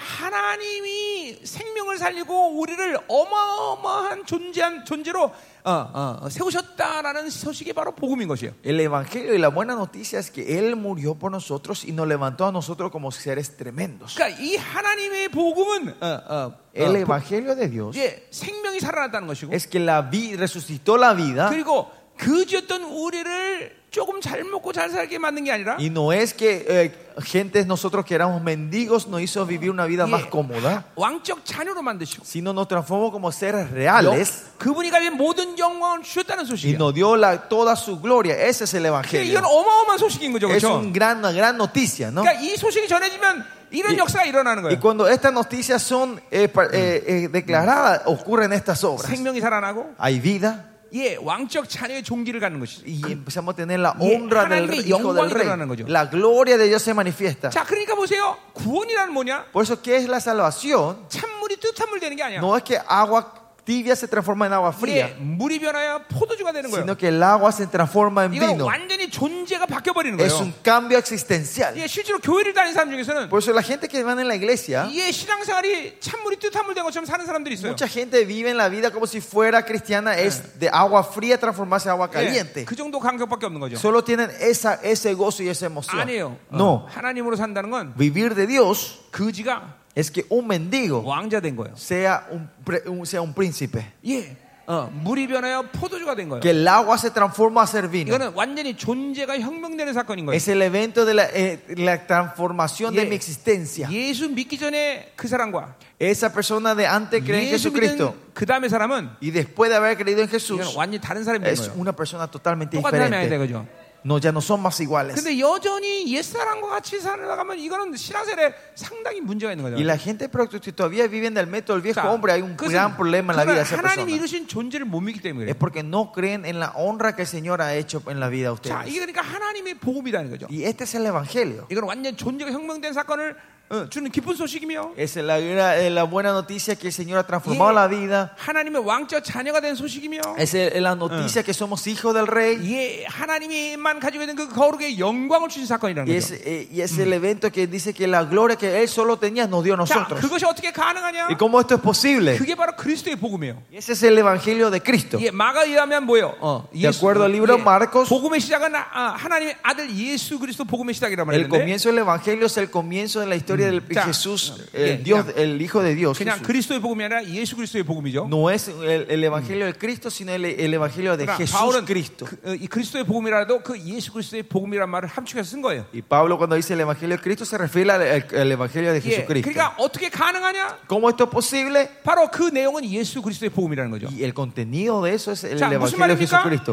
[SPEAKER 1] 하나님이 생명을 살리고 우리를 어마어마한 존재한 존재로 어, 어, 어, 세우셨다라는 소식이 바로 복음인 것이에요.
[SPEAKER 2] El Evangelio y la buena noticia es que Él murió por nosotros y nos levantó a nosotros como seres tremendos.
[SPEAKER 1] 그러니까 이 하나님의 복음은 어, 어, 어,
[SPEAKER 2] El Evangelio de Dios
[SPEAKER 1] 예, 생명이 살아났다는 것이고
[SPEAKER 2] es que la vi- resucitó la vida
[SPEAKER 1] 그리고 그지였던 우리를 조금 잘 먹고 잘 살게 만든 게 아니라
[SPEAKER 2] y no es que eh, gentes nosotros que éramos mendigos nos hizo vivir una vida
[SPEAKER 1] 예,
[SPEAKER 2] más cómoda,
[SPEAKER 1] 왕적 자녀로 만드시고
[SPEAKER 2] sino nos transformó como seres
[SPEAKER 1] 영-
[SPEAKER 2] reales
[SPEAKER 1] 그분이 가진 모든 영광을 주셨다는
[SPEAKER 2] y
[SPEAKER 1] 소식이에요.
[SPEAKER 2] nos dio la- toda su gloria. Ese es el
[SPEAKER 1] 그러니까
[SPEAKER 2] Evangelio.
[SPEAKER 1] 이건 어마어마한 소식인 거죠,
[SPEAKER 2] Es
[SPEAKER 1] 그렇죠?
[SPEAKER 2] un gran, una gran noticia, ¿no?
[SPEAKER 1] 그러니까 이 소식이 전해지면 이런
[SPEAKER 2] 이-
[SPEAKER 1] 역사가 일어나는
[SPEAKER 2] Y
[SPEAKER 1] 거예요.
[SPEAKER 2] cuando estas noticias son eh, pa- eh, eh, declaradas, ocurren estas obras.
[SPEAKER 1] 생명이 살아나고
[SPEAKER 2] Hay vida.
[SPEAKER 1] 예, 왕적 자녀의 종기를 갖는 것이죠.
[SPEAKER 2] y empezamos a tener la
[SPEAKER 1] 예,
[SPEAKER 2] honra del
[SPEAKER 1] 하나님의
[SPEAKER 2] hijo del
[SPEAKER 1] 영광이
[SPEAKER 2] rey.
[SPEAKER 1] 드러나는 거죠.
[SPEAKER 2] La gloria de Dios se manifiesta.
[SPEAKER 1] 자, 그러니까 보세요. 구원이란 뭐냐?
[SPEAKER 2] Por eso, ¿qué es la salvación?
[SPEAKER 1] 찬물이 뜨뜻한 물 되는 게 아니야.
[SPEAKER 2] No es que agua tibia se transforma en agua
[SPEAKER 1] 예,
[SPEAKER 2] fría,
[SPEAKER 1] 물이 변하여 포도주가 되는 거예요.
[SPEAKER 2] sino que el agua se transforma en
[SPEAKER 1] 이건
[SPEAKER 2] vino.
[SPEAKER 1] 완전히 존재가 바뀌어 버리는
[SPEAKER 2] Es un
[SPEAKER 1] 거예요.
[SPEAKER 2] cambio existencial.
[SPEAKER 1] 예, 실제로 교회를 다니는 사람 중에서는
[SPEAKER 2] Por eso, la gente que van en la iglesia,
[SPEAKER 1] 예, 신앙생활이 찬물이 뜨뜻한 물 된 것처럼 사는 사람들이 있어요.
[SPEAKER 2] mucha gente vive en la vida como si fuera cristiana, es de agua fría transformarse en agua
[SPEAKER 1] 예,
[SPEAKER 2] caliente.
[SPEAKER 1] 그 정도 감격밖에 없는 거죠.
[SPEAKER 2] Solo tienen esa, ese gozo y esa emoción.
[SPEAKER 1] 아니에요. 어,
[SPEAKER 2] No,
[SPEAKER 1] 하나님으로 산다는 건
[SPEAKER 2] vivir de Dios
[SPEAKER 1] 그지가
[SPEAKER 2] es que un mendigo
[SPEAKER 1] 왕자 된 거예요.
[SPEAKER 2] sea un pre- un- sea un príncipe.
[SPEAKER 1] 예. 어, 물이 변하여 포도주가 된 거예요.
[SPEAKER 2] que el agua se transforma a ser vino.
[SPEAKER 1] 이거는 완전히 존재가 혁명되는 사건인 거예요.
[SPEAKER 2] Es el evento de la, eh, la transformación de
[SPEAKER 1] Yeah.
[SPEAKER 2] mi existencia.
[SPEAKER 1] 예수 믿기 전에 그 사람과
[SPEAKER 2] Esa persona de antes cree en
[SPEAKER 1] 예수
[SPEAKER 2] Jesucristo
[SPEAKER 1] 믿은 그 다음에 사람은
[SPEAKER 2] y después de haber creído en
[SPEAKER 1] 이건
[SPEAKER 2] Jesús
[SPEAKER 1] 완전히 다른 사람이 된
[SPEAKER 2] es
[SPEAKER 1] 거예요.
[SPEAKER 2] una persona totalmente
[SPEAKER 1] 똑같은 사람이 아니다
[SPEAKER 2] diferente.
[SPEAKER 1] 그죠?
[SPEAKER 2] No, ya no son más iguales.
[SPEAKER 1] 근데 여전히 옛 사람과 같이 살아가면 이거는 신앙생활에 상당히 문제가 있는
[SPEAKER 2] Y
[SPEAKER 1] 거죠.
[SPEAKER 2] la gente pero que todavía vive en el método del viejo
[SPEAKER 1] 자,
[SPEAKER 2] hombre. Hay un
[SPEAKER 1] 그것은
[SPEAKER 2] gran problema en la vida de esa
[SPEAKER 1] 그건 하나님이
[SPEAKER 2] persona.
[SPEAKER 1] 이루신 존재를 못 믿기 때문에
[SPEAKER 2] Es
[SPEAKER 1] 그래요.
[SPEAKER 2] porque no creen en la honra que el Señor ha hecho en la vida de
[SPEAKER 1] 자,
[SPEAKER 2] ustedes.
[SPEAKER 1] 이게 그러니까 하나님의 복음이라는 거죠.
[SPEAKER 2] Y este es el Evangelio.
[SPEAKER 1] 이건 완전 존재가 혁명된 사건을 어, 주는 기쁜 소식이며
[SPEAKER 2] Es la, gran- eh, la buena noticia que el Señor ha transformado
[SPEAKER 1] Yeah.
[SPEAKER 2] la vida.
[SPEAKER 1] 하나님의 왕자 자녀가 된 소식이며
[SPEAKER 2] Es eh, la noticia que somos hijos del Rey.
[SPEAKER 1] 예, 하나님이만 가지고 있는 그 거룩의 영광을 주신 사건이라는
[SPEAKER 2] Y es,
[SPEAKER 1] 거죠.
[SPEAKER 2] eh, y es el evento que dice que la gloria que Él solo tenía nos dio a
[SPEAKER 1] 자,
[SPEAKER 2] nosotros.
[SPEAKER 1] 아, 그것이 어떻게 가능하냐?
[SPEAKER 2] ¿Y cómo esto es posible?
[SPEAKER 1] 그게 바로 그리스도의 복음이에요.
[SPEAKER 2] Y ese es el Evangelio de Cristo.
[SPEAKER 1] 예, 마가 의하면 뭐예요? 어,
[SPEAKER 2] De acuerdo al libro Marcos,
[SPEAKER 1] 복음의 시작은 아, 하나님의 아들 예수 그리스도 복음의 시작이란 말인데
[SPEAKER 2] El comienzo del Evangelio es el comienzo de la historia del
[SPEAKER 1] Ya.
[SPEAKER 2] Jesús,
[SPEAKER 1] Bien,
[SPEAKER 2] el, Dios,
[SPEAKER 1] ya.
[SPEAKER 2] el Hijo de Dios.
[SPEAKER 1] 그냥
[SPEAKER 2] Jesús.
[SPEAKER 1] 그리스도의 복음이 아니라 예수 그리스도의 복음이죠.
[SPEAKER 2] No es el, el Evangelio de Cristo, sino el, el Evangelio de
[SPEAKER 1] 그러나
[SPEAKER 2] Jesús
[SPEAKER 1] 바울은
[SPEAKER 2] Cristo.
[SPEAKER 1] 그, 어, 이 그리스도의 복음이라도 그 예수 그리스도의 복음이란 말을 함축해서 쓴 거예요.
[SPEAKER 2] Y Pablo cuando dice el Evangelio de Cristo se refiere al, al- al Evangelio de
[SPEAKER 1] 예,
[SPEAKER 2] Jesucristo.
[SPEAKER 1] 그러니까 어떻게 가능하냐?
[SPEAKER 2] ¿Cómo esto es posible?
[SPEAKER 1] 바로 그 내용은 예수 그리스도의 복음이라는 거죠.
[SPEAKER 2] Y el contenido de eso es el
[SPEAKER 1] Ya, ¿무슨
[SPEAKER 2] Evangelio de
[SPEAKER 1] 말입니까?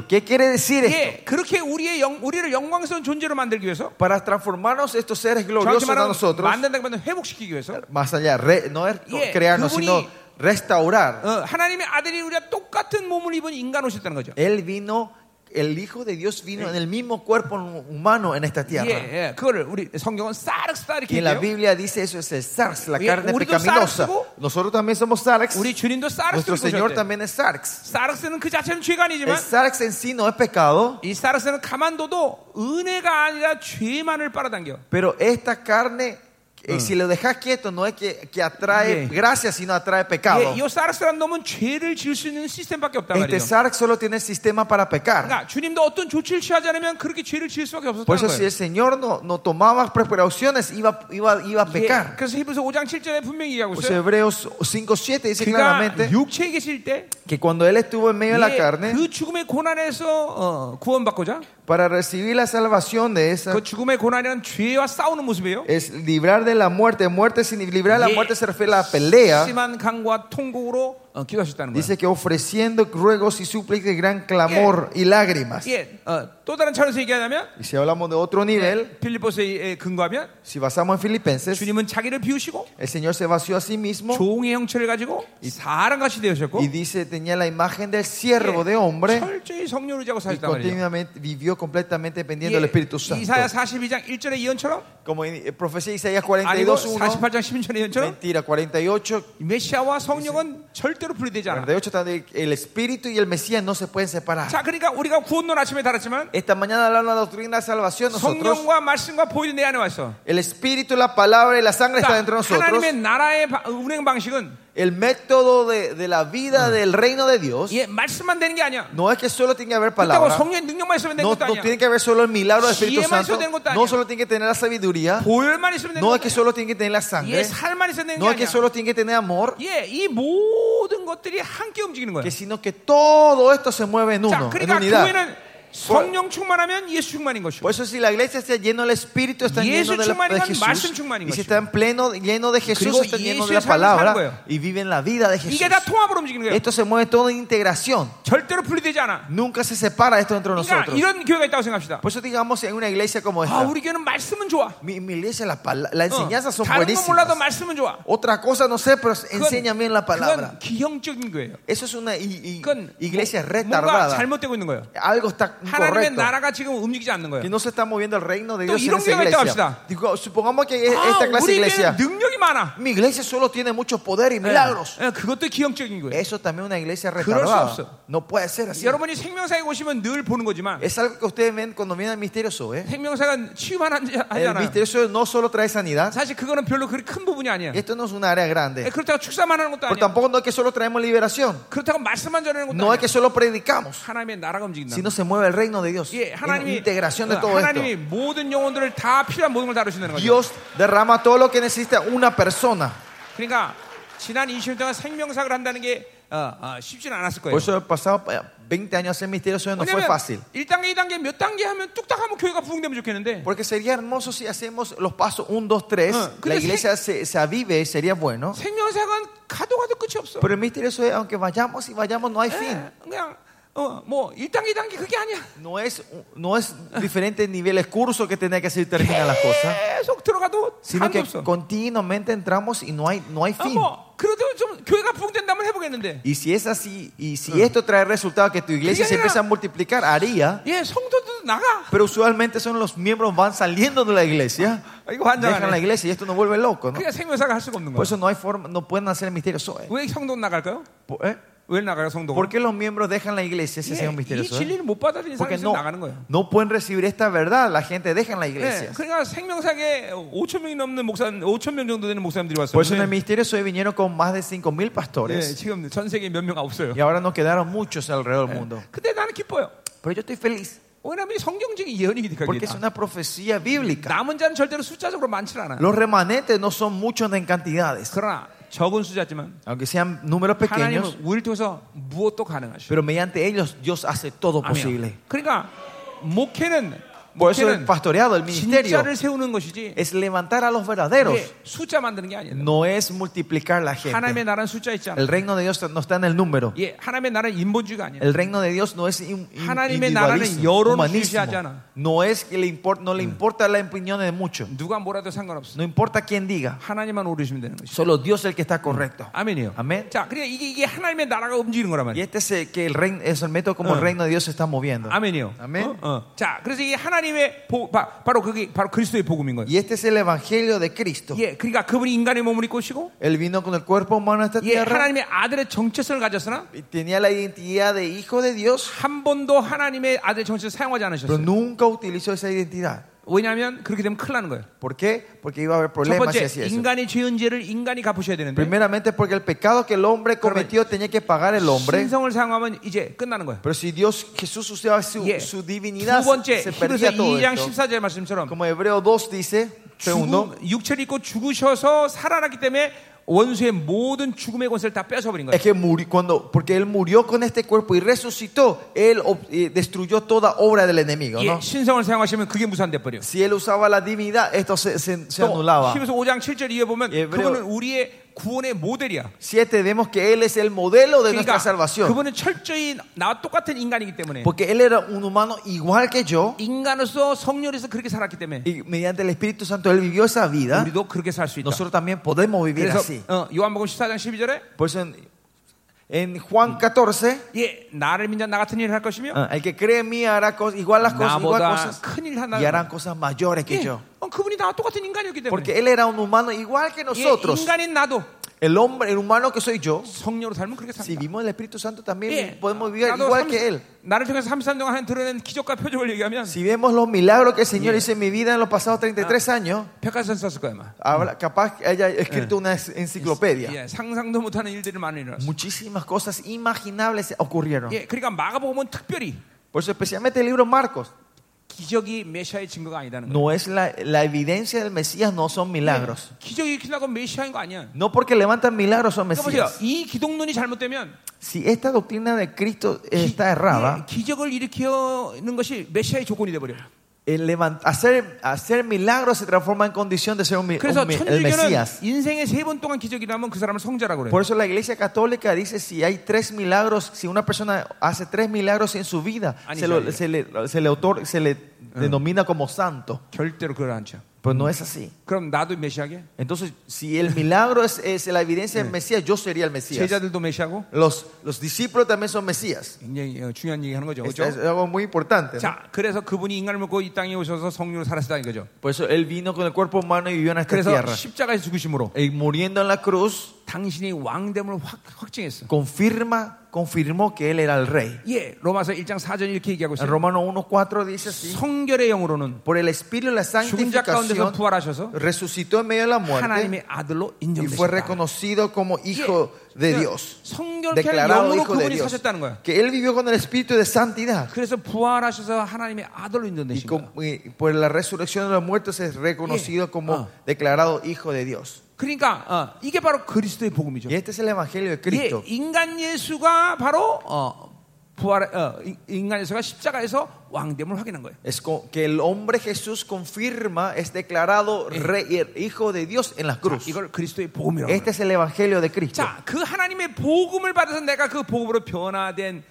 [SPEAKER 2] Jesucristo. ¿Qué quiere decir esto?
[SPEAKER 1] 예, 그렇게 우리의 영, 우리를 영광스러운 존재로 만들기 위해서
[SPEAKER 2] Para transformarnos estos seres gloriosos
[SPEAKER 1] 정확히
[SPEAKER 2] a
[SPEAKER 1] 말하면
[SPEAKER 2] nosotros,
[SPEAKER 1] 만든다기보다는 회복시키기 위해서
[SPEAKER 2] más allá, re- no es
[SPEAKER 1] Yeah,
[SPEAKER 2] crearnos,
[SPEAKER 1] 그분이-
[SPEAKER 2] sino restaurar.
[SPEAKER 1] 어, 하나님의 아들이 우리가 똑같은 몸을 입은 인간 오셨다는 거죠.
[SPEAKER 2] Él vino, el Hijo de Dios vino en el mismo cuerpo humano en esta
[SPEAKER 1] 예,
[SPEAKER 2] tierra.
[SPEAKER 1] 예, 그거를 우리 성경은 싸륵싸
[SPEAKER 2] Y
[SPEAKER 1] 이렇게
[SPEAKER 2] en la
[SPEAKER 1] 얘기해요.
[SPEAKER 2] Biblia dice eso es el SARS, la
[SPEAKER 1] Oye,
[SPEAKER 2] carne
[SPEAKER 1] ¿우리도
[SPEAKER 2] pecaminosa.
[SPEAKER 1] SARS고?
[SPEAKER 2] Nosotros también somos SARS.
[SPEAKER 1] 우리 주님도
[SPEAKER 2] Nuestro
[SPEAKER 1] 싸륵스를
[SPEAKER 2] Señor
[SPEAKER 1] 보셨대.
[SPEAKER 2] también es SARS.
[SPEAKER 1] 싸륵스는 그 자체는
[SPEAKER 2] El
[SPEAKER 1] 죄관이지만
[SPEAKER 2] SARS en sí no es pecado,
[SPEAKER 1] 이 싸륵스는 가만둬도 은혜가 아니라 죄만을 빨아당겨.
[SPEAKER 2] pero esta carne, eh, si lo dejas quieto, no es que, que
[SPEAKER 1] Yeah.
[SPEAKER 2] atrae gracia, sino atrae pecado.
[SPEAKER 1] 예, 이 싸륵스란 놈은 죄를 지을 수 있는 시스템밖에 없단
[SPEAKER 2] Este
[SPEAKER 1] 말이에요.
[SPEAKER 2] SARS solo tiene el sistema para pecar.
[SPEAKER 1] 그러니까 주님도 어떤 조치를 취하지 않으면 그렇게 죄를 지을 수밖에
[SPEAKER 2] Por
[SPEAKER 1] 없었다는
[SPEAKER 2] eso si
[SPEAKER 1] 거예요.
[SPEAKER 2] el Señor no, no tomaba precauciones, iba, iba, iba a
[SPEAKER 1] 예,
[SPEAKER 2] pecar.
[SPEAKER 1] 그래서 히브리서 5장 7절에 분명히 얘기하고
[SPEAKER 2] Pues
[SPEAKER 1] 있어요.
[SPEAKER 2] Hebreos 5.7 dice
[SPEAKER 1] 그가
[SPEAKER 2] claramente
[SPEAKER 1] 육체에 계실 때
[SPEAKER 2] que cuando Él estuvo en medio de la
[SPEAKER 1] 예,
[SPEAKER 2] carne,
[SPEAKER 1] 그 죽음의 고난에서 어, 구원받고자
[SPEAKER 2] para recibir la salvación de esa...
[SPEAKER 1] 그 죽음의 고난이란 죄와 싸우는 모습이에요.
[SPEAKER 2] es librar de la muerte. Muerte sin librar de la
[SPEAKER 1] Yeah.
[SPEAKER 2] muerte se refiere a la pelea.
[SPEAKER 1] 심한 강과 통곡으로 어, 기도하셨다는 거예요.
[SPEAKER 2] Dice que ofreciendo ruegos y súplicas de gran clamor y lágrimas.
[SPEAKER 1] 예, 어, 또 다른 차원에서 얘기하자면
[SPEAKER 2] Y si hablamos de otro nivel,
[SPEAKER 1] 필리포스에 근거하면
[SPEAKER 2] si basamos en Filipenses,
[SPEAKER 1] 주님은 자기를 비우시고
[SPEAKER 2] el Señor se vació a sí mismo
[SPEAKER 1] 종의 형체를 가지고 뭐? 사람같이 되셨고
[SPEAKER 2] y dice tenía la imagen del siervo
[SPEAKER 1] 예,
[SPEAKER 2] de hombre
[SPEAKER 1] 철저히 성령 의지하고
[SPEAKER 2] y
[SPEAKER 1] 사셨단 말이에요.
[SPEAKER 2] continuamente vivió completamente dependiendo del Espíritu
[SPEAKER 1] 예, 이사야
[SPEAKER 2] Santo.
[SPEAKER 1] 42장 1절의 예언처럼
[SPEAKER 2] Como en eh, profecía Isaías
[SPEAKER 1] 아니고
[SPEAKER 2] 42, 1,
[SPEAKER 1] 48장 16절의 예언처럼
[SPEAKER 2] mentira, 48,
[SPEAKER 1] 네. 메시아와 성령은 절대로 분리되지 않아.
[SPEAKER 2] 48 está de- el Espíritu y el Mesías no se pueden separar.
[SPEAKER 1] 자, 그러니까 우리가 구원론 아침에 다뤘지만
[SPEAKER 2] Esta mañana hablamos de la doctrina de salvación nosotros.
[SPEAKER 1] 성령과 말씀과 보일이 내 안에 왔어.
[SPEAKER 2] El espíritu, la palabra y la sangre está dentro de
[SPEAKER 1] 그러니까
[SPEAKER 2] nosotros.
[SPEAKER 1] 하나님의 나라의 바- 어, 운행 방식은
[SPEAKER 2] El método de, de la vida del reino de Dios
[SPEAKER 1] 예, 말씀만 되는 게 아니야.
[SPEAKER 2] no es que solo tiene que haber
[SPEAKER 1] 그렇다고
[SPEAKER 2] palabra.
[SPEAKER 1] 성령의 능력만 있으면 되는
[SPEAKER 2] No,
[SPEAKER 1] 것도
[SPEAKER 2] no
[SPEAKER 1] 아니야.
[SPEAKER 2] tiene que haber solo el milagro del Espíritu
[SPEAKER 1] 지혜만
[SPEAKER 2] Santo.
[SPEAKER 1] 있어야 되는 것도 아니야.
[SPEAKER 2] No solo tiene que tener la sabiduría.
[SPEAKER 1] 보혈만 있으면 되는
[SPEAKER 2] No
[SPEAKER 1] 거
[SPEAKER 2] es que solo tiene que tener la
[SPEAKER 1] 예,
[SPEAKER 2] sangre.
[SPEAKER 1] 살만 있으면 되는 게
[SPEAKER 2] No es que
[SPEAKER 1] 아니야.
[SPEAKER 2] solo tiene que tener amor.
[SPEAKER 1] 예, 이 모든 것들이 함께 움직이는 거야.
[SPEAKER 2] Que sino que todo esto se mueve en
[SPEAKER 1] 자,
[SPEAKER 2] uno, en
[SPEAKER 1] 그러니까
[SPEAKER 2] unidad.
[SPEAKER 1] 교회는 성령 충만하면 예수 충만인 것이고.
[SPEAKER 2] Por eso si la iglesia está llena del Espíritu, está
[SPEAKER 1] 예수
[SPEAKER 2] lleno de, la, de
[SPEAKER 1] 충만이면 말씀
[SPEAKER 2] Jesús.
[SPEAKER 1] 충만인
[SPEAKER 2] Y si
[SPEAKER 1] 것이고.
[SPEAKER 2] está en pleno, lleno de Jesús,
[SPEAKER 1] 그리고
[SPEAKER 2] está lleno de
[SPEAKER 1] 예수의
[SPEAKER 2] la
[SPEAKER 1] 삶을 사는 거예요.
[SPEAKER 2] palabra. Y viven la vida de Jesús.
[SPEAKER 1] 이게 다 통합으로 움직이는 거예요.
[SPEAKER 2] Esto se mueve todo en integración.
[SPEAKER 1] 절대로 분리되지 않아.
[SPEAKER 2] Nunca se separa esto dentro de
[SPEAKER 1] 그러니까
[SPEAKER 2] nosotros.
[SPEAKER 1] 이런 교회가 있다고 생각합시다.
[SPEAKER 2] Por eso digamos en una iglesia como
[SPEAKER 1] 아,
[SPEAKER 2] esta.
[SPEAKER 1] 우리 교회는 말씀은 좋아. 어,
[SPEAKER 2] Mi, mi iglesia, la, pala- la enseñanza son
[SPEAKER 1] 다른 건 몰라도
[SPEAKER 2] buenísimas.
[SPEAKER 1] 말씀은 좋아.
[SPEAKER 2] Otra cosa no sé, pero enseña bien la
[SPEAKER 1] 그건
[SPEAKER 2] palabra.
[SPEAKER 1] 기형적인 교회예요.
[SPEAKER 2] Eso es una i- i-
[SPEAKER 1] 그건 뭐
[SPEAKER 2] iglesia
[SPEAKER 1] 뭔가
[SPEAKER 2] retardada.
[SPEAKER 1] 잘못되고 있는 거예요.
[SPEAKER 2] Algo está
[SPEAKER 1] 하나님의
[SPEAKER 2] incorrecto.
[SPEAKER 1] na라가 지금 움직이지 않는
[SPEAKER 2] Que
[SPEAKER 1] 거예요.
[SPEAKER 2] no se está moviendo el reino de
[SPEAKER 1] 또
[SPEAKER 2] Dios en
[SPEAKER 1] 이런
[SPEAKER 2] esa
[SPEAKER 1] 교회가 있다고
[SPEAKER 2] iglesia.
[SPEAKER 1] 합시다.
[SPEAKER 2] Digo, supongamos que e, Eh.
[SPEAKER 1] 아,
[SPEAKER 2] esta clase
[SPEAKER 1] 우리 교회는
[SPEAKER 2] de iglesia,
[SPEAKER 1] 능력이 많아.
[SPEAKER 2] mi iglesia solo tiene mucho poder y milagros.
[SPEAKER 1] 예, 그것도 기형적인 거예요.
[SPEAKER 2] Eso también es una iglesia
[SPEAKER 1] 그럴 수
[SPEAKER 2] retardada.
[SPEAKER 1] 없어.
[SPEAKER 2] No puede ser así.
[SPEAKER 1] 여러분이 생명사에 오시면 늘 보는 거지만
[SPEAKER 2] Es algo que ustedes ven cuando vienen al misterioso. ¿eh?
[SPEAKER 1] 생명사가 치유만 하지
[SPEAKER 2] El
[SPEAKER 1] 않아요.
[SPEAKER 2] misterioso no solo trae sanidad.
[SPEAKER 1] 사실 그거는 별로 그리 큰 부분이 아니야.
[SPEAKER 2] Esto no es un área grande.
[SPEAKER 1] 예, 그렇다고 축사만 하는 것도
[SPEAKER 2] Pero
[SPEAKER 1] 아니야.
[SPEAKER 2] tampoco no es que solo traemos liberación.
[SPEAKER 1] 그렇다고 말씀만 전하는 것도
[SPEAKER 2] No es
[SPEAKER 1] 아니야.
[SPEAKER 2] que solo predicamos,
[SPEAKER 1] 하나님의 나라가 움직인다.
[SPEAKER 2] sino se mueve el reino de Dios.
[SPEAKER 1] 예,
[SPEAKER 2] En
[SPEAKER 1] 하나님이
[SPEAKER 2] integración de
[SPEAKER 1] 어,
[SPEAKER 2] todo esto.
[SPEAKER 1] 하나님이 모든 영혼들을 다 필요한 모든 걸 다루신다는 거죠.
[SPEAKER 2] Dios derrama todo lo que necesita una persona.
[SPEAKER 1] 그러니까 지난 20년 동안 생명사를 한다는 게 어, 어, 쉽지는 않았을 거예요.
[SPEAKER 2] Por eso he pasado eh, 20 años hacer misterioso no fue
[SPEAKER 1] 왜냐면
[SPEAKER 2] fácil.
[SPEAKER 1] 1단계, 2단계 몇 단계 하면 뚝딱 하면 교회가 부흥되면 좋겠는데
[SPEAKER 2] Porque sería hermoso si hacemos los pasos 1, 2, 3.
[SPEAKER 1] Ah,
[SPEAKER 2] La
[SPEAKER 1] 근데
[SPEAKER 2] iglesia se, se avive, sería bueno.
[SPEAKER 1] 생명사관 가도 가도 끝이 없어. 예,
[SPEAKER 2] Pero el misterioso es, aunque vayamos y vayamos,
[SPEAKER 1] Ah.
[SPEAKER 2] no hay fin.
[SPEAKER 1] 그냥 어, 뭐 1단계, 2단계 그게 아니야.
[SPEAKER 2] No es, no es diferentes niveles, cursos que tenés que hacer y terminar las cosas.
[SPEAKER 1] 계속 들어가도
[SPEAKER 2] Sino
[SPEAKER 1] 한도
[SPEAKER 2] que
[SPEAKER 1] 없어.
[SPEAKER 2] continuamente entramos y no hay, no hay
[SPEAKER 1] 어,
[SPEAKER 2] fin.
[SPEAKER 1] 뭐 그래도 좀 교회가 부흥된다면 해보겠는데.
[SPEAKER 2] Y si es así, y si esto trae resultado que tu iglesia se empieza a multiplicar, haría.
[SPEAKER 1] 예, 성도도 나가.
[SPEAKER 2] Pero usualmente son los miembros van saliendo de la iglesia,
[SPEAKER 1] 이거 환장하네.
[SPEAKER 2] dejan la iglesia y esto nos vuelve loco. ¿no?
[SPEAKER 1] 그러니까 생명사가 할 수가 없는 거야.
[SPEAKER 2] Por eso no hay forma, no pueden hacer misterioso. ¿eh?
[SPEAKER 1] 왜 성도 나갈까요?
[SPEAKER 2] Por- ¿eh?
[SPEAKER 1] 왜 나가요, 성도가?
[SPEAKER 2] ¿Por qué los miembros dejan la iglesia si
[SPEAKER 1] 예,
[SPEAKER 2] hacen
[SPEAKER 1] 이
[SPEAKER 2] misterioso?
[SPEAKER 1] 진리를 못 받아들인
[SPEAKER 2] Porque
[SPEAKER 1] 사람이 no.
[SPEAKER 2] no,
[SPEAKER 1] 나가는 거예요.
[SPEAKER 2] no pueden recibir esta verdad, la gente deja en la
[SPEAKER 1] 예,
[SPEAKER 2] iglesia.
[SPEAKER 1] 그러니까 생명사에 5천 명이 넘는 목사, 5천 명 정도 되는 목사님들이
[SPEAKER 2] Por eso en el
[SPEAKER 1] 왔어요.
[SPEAKER 2] ministerio hoy vinieron con más de 5.000
[SPEAKER 1] 예,
[SPEAKER 2] pastores
[SPEAKER 1] 지금 전 세계 몇 명 없어요.
[SPEAKER 2] y ahora nos quedaron muchos alrededor del mundo.
[SPEAKER 1] 근데 나는 기뻐요.
[SPEAKER 2] Pero yo estoy feliz
[SPEAKER 1] 왜냐하면 성경적인 예언이기 때문에. 그러니까
[SPEAKER 2] porque es una profecía bíblica.
[SPEAKER 1] 남은 자는 절대로 숫자적으로 많지 않아.
[SPEAKER 2] Los remanentes no son muchos en cantidades,
[SPEAKER 1] 그러나 적은 숫자지만
[SPEAKER 2] aunque sean números pequeños,
[SPEAKER 1] 하나님은 우리를 통해서 무엇도 가능하셔.
[SPEAKER 2] pero mediante ellos Dios hace todo posible.
[SPEAKER 1] 아멘. 그러니까 목회는
[SPEAKER 2] Por eso el
[SPEAKER 1] 목회는
[SPEAKER 2] pastoreado, el ministerio,
[SPEAKER 1] 진짜를 세우는 것이지
[SPEAKER 2] es levantar a los verdaderos,
[SPEAKER 1] 이게 숫자 만드는 게 아니에요.
[SPEAKER 2] no es multiplicar la
[SPEAKER 1] 하나님의
[SPEAKER 2] gente.
[SPEAKER 1] 나라는 숫자 있지 않아.
[SPEAKER 2] El reino de Dios no está en el número.
[SPEAKER 1] 예, 하나님의 나라는 인본주의가 아니야.
[SPEAKER 2] El reino de Dios no es in- in-
[SPEAKER 1] 하나님의 나라는
[SPEAKER 2] individualismo,
[SPEAKER 1] 여론을
[SPEAKER 2] humanismo.
[SPEAKER 1] 중시하잖아.
[SPEAKER 2] No es que le import- no le importa la opinión de muchos.
[SPEAKER 1] 누가 뭐라도 상관없어.
[SPEAKER 2] No importa quién diga.
[SPEAKER 1] 하나님만 오르시면 되는 것이.
[SPEAKER 2] Solo Dios es el que está correcto.
[SPEAKER 1] 아멘이요.
[SPEAKER 2] 아멘.
[SPEAKER 1] 자, 그러니까 이게, 이게 하나님의 나라가 움직이는 거란
[SPEAKER 2] Y
[SPEAKER 1] 말이야.
[SPEAKER 2] este es el, que el reino, es el método como el reino de Dios se está moviendo.
[SPEAKER 1] 아멘이요.
[SPEAKER 2] 아멘.
[SPEAKER 1] 어, 어. 자, 그래서 이게 하나님의 보, 바, 바로 그게 바로 그리스도의 복음인 거예요.
[SPEAKER 2] Y este es el evangelio de Cristo.
[SPEAKER 1] 예, 그러니까 그분이 인간의 몸을 입고 오시고
[SPEAKER 2] Él vino con el cuerpo humano a esta
[SPEAKER 1] 예,
[SPEAKER 2] tierra.
[SPEAKER 1] 하나님의 아들의 정체성을 가졌으나
[SPEAKER 2] Y tenía la identidad de hijo de Dios,
[SPEAKER 1] 한 번도 하나님의 아들의 정체성을 사용하지
[SPEAKER 2] pero
[SPEAKER 1] 않으셨어요.
[SPEAKER 2] nunca utilizó esa identidad.
[SPEAKER 1] 왜냐하면 그렇게 되면 큰일 나는 거예요.
[SPEAKER 2] ¿Por qué? Porque iba a haber
[SPEAKER 1] 첫
[SPEAKER 2] problemas si
[SPEAKER 1] 번째,
[SPEAKER 2] hacía eso.
[SPEAKER 1] 인간이 지은 죄를 인간이 갚으셔야 되는데
[SPEAKER 2] Primeramente porque el pecado que el hombre cometió tenía que pagar el hombre.
[SPEAKER 1] 신성을 사용하면 이제 끝나는 거예요.
[SPEAKER 2] Pero si Dios, Jesús usaba su,
[SPEAKER 1] 예.
[SPEAKER 2] su
[SPEAKER 1] 두
[SPEAKER 2] divinidad,
[SPEAKER 1] 번째,
[SPEAKER 2] se
[SPEAKER 1] 히브리서
[SPEAKER 2] perdía todo
[SPEAKER 1] 2장
[SPEAKER 2] esto.
[SPEAKER 1] 14절 말씀처럼
[SPEAKER 2] Como Hebreo 2 dice, segundo,
[SPEAKER 1] 죽음, 육체를 입고 죽으셔서 살아났기 때문에 원수의 모든 죽음의 권세를 다 뺏어버린 거예요.
[SPEAKER 2] es que murió, cuando, porque él murió con este cuerpo y resucitó, él ob- eh, destruyó toda obra del enemigo.
[SPEAKER 1] 예,
[SPEAKER 2] ¿no?
[SPEAKER 1] 신성을 사용하시면 그게 무산돼 버려.
[SPEAKER 2] Si él usaba la divinidad, esto se, se- se
[SPEAKER 1] 또
[SPEAKER 2] anulaba.
[SPEAKER 1] 히브리서 5장 7절 이에 보면
[SPEAKER 2] 예, 그래요.
[SPEAKER 1] 그분은 우리의 구원의 모델이야.
[SPEAKER 2] Siete, vemos que él es el modelo de
[SPEAKER 1] 그러니까
[SPEAKER 2] nuestra salvación.
[SPEAKER 1] 그분은 철저히 나와 똑같은 인간이기 때문에
[SPEAKER 2] Porque él era un humano igual que yo,
[SPEAKER 1] 인간으로서 성령에서 그렇게 살았기 때문에
[SPEAKER 2] y mediante el Espíritu Santo él vivió esa vida.
[SPEAKER 1] 우리도 그렇게 살 수 있다.
[SPEAKER 2] Nosotros también podemos vivir
[SPEAKER 1] 그래서
[SPEAKER 2] así.
[SPEAKER 1] 어, 요한복음 14장 12절에
[SPEAKER 2] Por eso en, en
[SPEAKER 1] Mm.
[SPEAKER 2] Juan 14.
[SPEAKER 1] 예, 나를 믿는 자 나 같은 일을 할 것이며
[SPEAKER 2] Ah, el que cree en mí hará cos- igual las cosas, igual
[SPEAKER 1] 나보다
[SPEAKER 2] cosas
[SPEAKER 1] 큰 일 하나
[SPEAKER 2] y harán cosas mayores que
[SPEAKER 1] 예,
[SPEAKER 2] yo.
[SPEAKER 1] 어, 그분이 나와 똑같은 인간이었기 때문에
[SPEAKER 2] Porque él era un humano igual que
[SPEAKER 1] 예,
[SPEAKER 2] nosotros.
[SPEAKER 1] 인간인 나도
[SPEAKER 2] El hombre, el humano que soy yo,
[SPEAKER 1] 성령으로 살면 그렇게
[SPEAKER 2] si
[SPEAKER 1] 산다.
[SPEAKER 2] vivimos el Espíritu Santo
[SPEAKER 1] 예,
[SPEAKER 2] también podemos vivir
[SPEAKER 1] 나도
[SPEAKER 2] igual
[SPEAKER 1] 삼-
[SPEAKER 2] que él.
[SPEAKER 1] 나를 통해서 33 동안 드러낸 기적과 표적을 얘기하면
[SPEAKER 2] Si vemos los milagros que el Señor hizo en mi vida en los pasados 33 años,
[SPEAKER 1] 백화선 썼을 거야 아마.
[SPEAKER 2] habrá- capaz que haya escrito una es- enciclopedia.
[SPEAKER 1] 예, 상상도 못하는 일들이 많이 일어났어.
[SPEAKER 2] Muchísimas cosas imaginables ocurrieron.
[SPEAKER 1] 예, 그러니까 마가복음은 특별히
[SPEAKER 2] Por eso especialmente el libro Marcos.
[SPEAKER 1] 기적이 메시아의 증거가 아니다는 거예요.
[SPEAKER 2] No es la, la evidencia del Mesías, no son milagros.
[SPEAKER 1] 기적이 일어나고 메시아인 거 아니야.
[SPEAKER 2] No porque levantan milagros son
[SPEAKER 1] 그러니까 보세요.
[SPEAKER 2] Mesías.
[SPEAKER 1] 이 기독론이 잘못되면
[SPEAKER 2] Si esta doctrina de Cristo
[SPEAKER 1] 기-
[SPEAKER 2] está
[SPEAKER 1] 예,
[SPEAKER 2] errada,
[SPEAKER 1] 기적을 일으키는 것이 메시아의 조건이 돼 버려.
[SPEAKER 2] el levant- hacer, hacer milagros se transforma en condición de ser un, mi-
[SPEAKER 1] 그래서
[SPEAKER 2] un mi- el
[SPEAKER 1] 천주교는
[SPEAKER 2] Mesías.
[SPEAKER 1] 인생에 세 번 동안 기적이 일어나면 그 사람을 성자라고 그래요.
[SPEAKER 2] Por eso la iglesia católica dice si hay tres milagros, si una persona hace tres milagros en su vida,
[SPEAKER 1] Ani
[SPEAKER 2] se, lo-
[SPEAKER 1] Sharia.
[SPEAKER 2] se le, se le autor- se le denomina como santo.
[SPEAKER 1] 절대로 그러지 않죠.
[SPEAKER 2] Pero no es así.
[SPEAKER 1] 그럼 나도 메시아게?
[SPEAKER 2] Entonces, si el milagro es, es la evidencia del Mesías, yo sería el Mesías.
[SPEAKER 1] 제자들도 메시아고?
[SPEAKER 2] Los, los discípulos también son Mesías.
[SPEAKER 1] 굉장히 어, 중요한 얘기 하는 거죠.
[SPEAKER 2] Esto es
[SPEAKER 1] 그렇죠?
[SPEAKER 2] algo muy importante. ¿no?
[SPEAKER 1] 자, 그래서 그분이 인간을 먹고 이 땅에 오셔서 성령으로 살았다는 거죠.
[SPEAKER 2] Por eso él vino con el cuerpo humano y vivió en esta
[SPEAKER 1] 그래서
[SPEAKER 2] tierra.
[SPEAKER 1] 십자가에서 죽으심으로
[SPEAKER 2] Y muriendo en la cruz,
[SPEAKER 1] 당신이 왕됨을 확 확증했어.
[SPEAKER 2] confirma, confirmó que él era el rey.
[SPEAKER 1] 예, 로마서 1장 4절 이렇게 얘기하고
[SPEAKER 2] En
[SPEAKER 1] 있어요.
[SPEAKER 2] Romanos 1.4 dice así,
[SPEAKER 1] 성결의 영으로는
[SPEAKER 2] por el espíritu y la
[SPEAKER 1] 죽은 자 가운데서
[SPEAKER 2] santificación
[SPEAKER 1] 부활하셔서
[SPEAKER 2] resucitó en medio de la muerte
[SPEAKER 1] 하나님의 아들로
[SPEAKER 2] y fue
[SPEAKER 1] 인정되셨다.
[SPEAKER 2] reconocido como hijo
[SPEAKER 1] 예,
[SPEAKER 2] de
[SPEAKER 1] 그러니까
[SPEAKER 2] Dios,
[SPEAKER 1] 성결케 하는
[SPEAKER 2] declarado
[SPEAKER 1] 영으로
[SPEAKER 2] hijo de
[SPEAKER 1] 그분이
[SPEAKER 2] Dios,
[SPEAKER 1] 사셨다는 거야.
[SPEAKER 2] que él vivió con el espíritu de santidad
[SPEAKER 1] 그래서 부활하셔서 하나님의 아들로
[SPEAKER 2] y
[SPEAKER 1] 인정되신
[SPEAKER 2] con-
[SPEAKER 1] 거야.
[SPEAKER 2] y por la resurrección de los muertos es reconocido
[SPEAKER 1] Ah.
[SPEAKER 2] como declarado hijo de Dios.
[SPEAKER 1] 그러니까 어, 이게 바로 그리스도의 복음이죠.
[SPEAKER 2] Y este es el evangelio de
[SPEAKER 1] 예,
[SPEAKER 2] Cristo.
[SPEAKER 1] 인간 예수가 바로 어, 부활 어, 인- 인간 예수가 십자가에서 왕됨을 확인한 거예요.
[SPEAKER 2] Es co- que el hombre Jesús confirma, es declarado rey- hijo de Dios en la cruz.
[SPEAKER 1] 이걸 그리스도의 복음이라고.
[SPEAKER 2] Este
[SPEAKER 1] 그래요.
[SPEAKER 2] es el evangelio de Cristo.
[SPEAKER 1] 자, 그 하나님의 복음을 받아서 내가 그 복음으로 변화된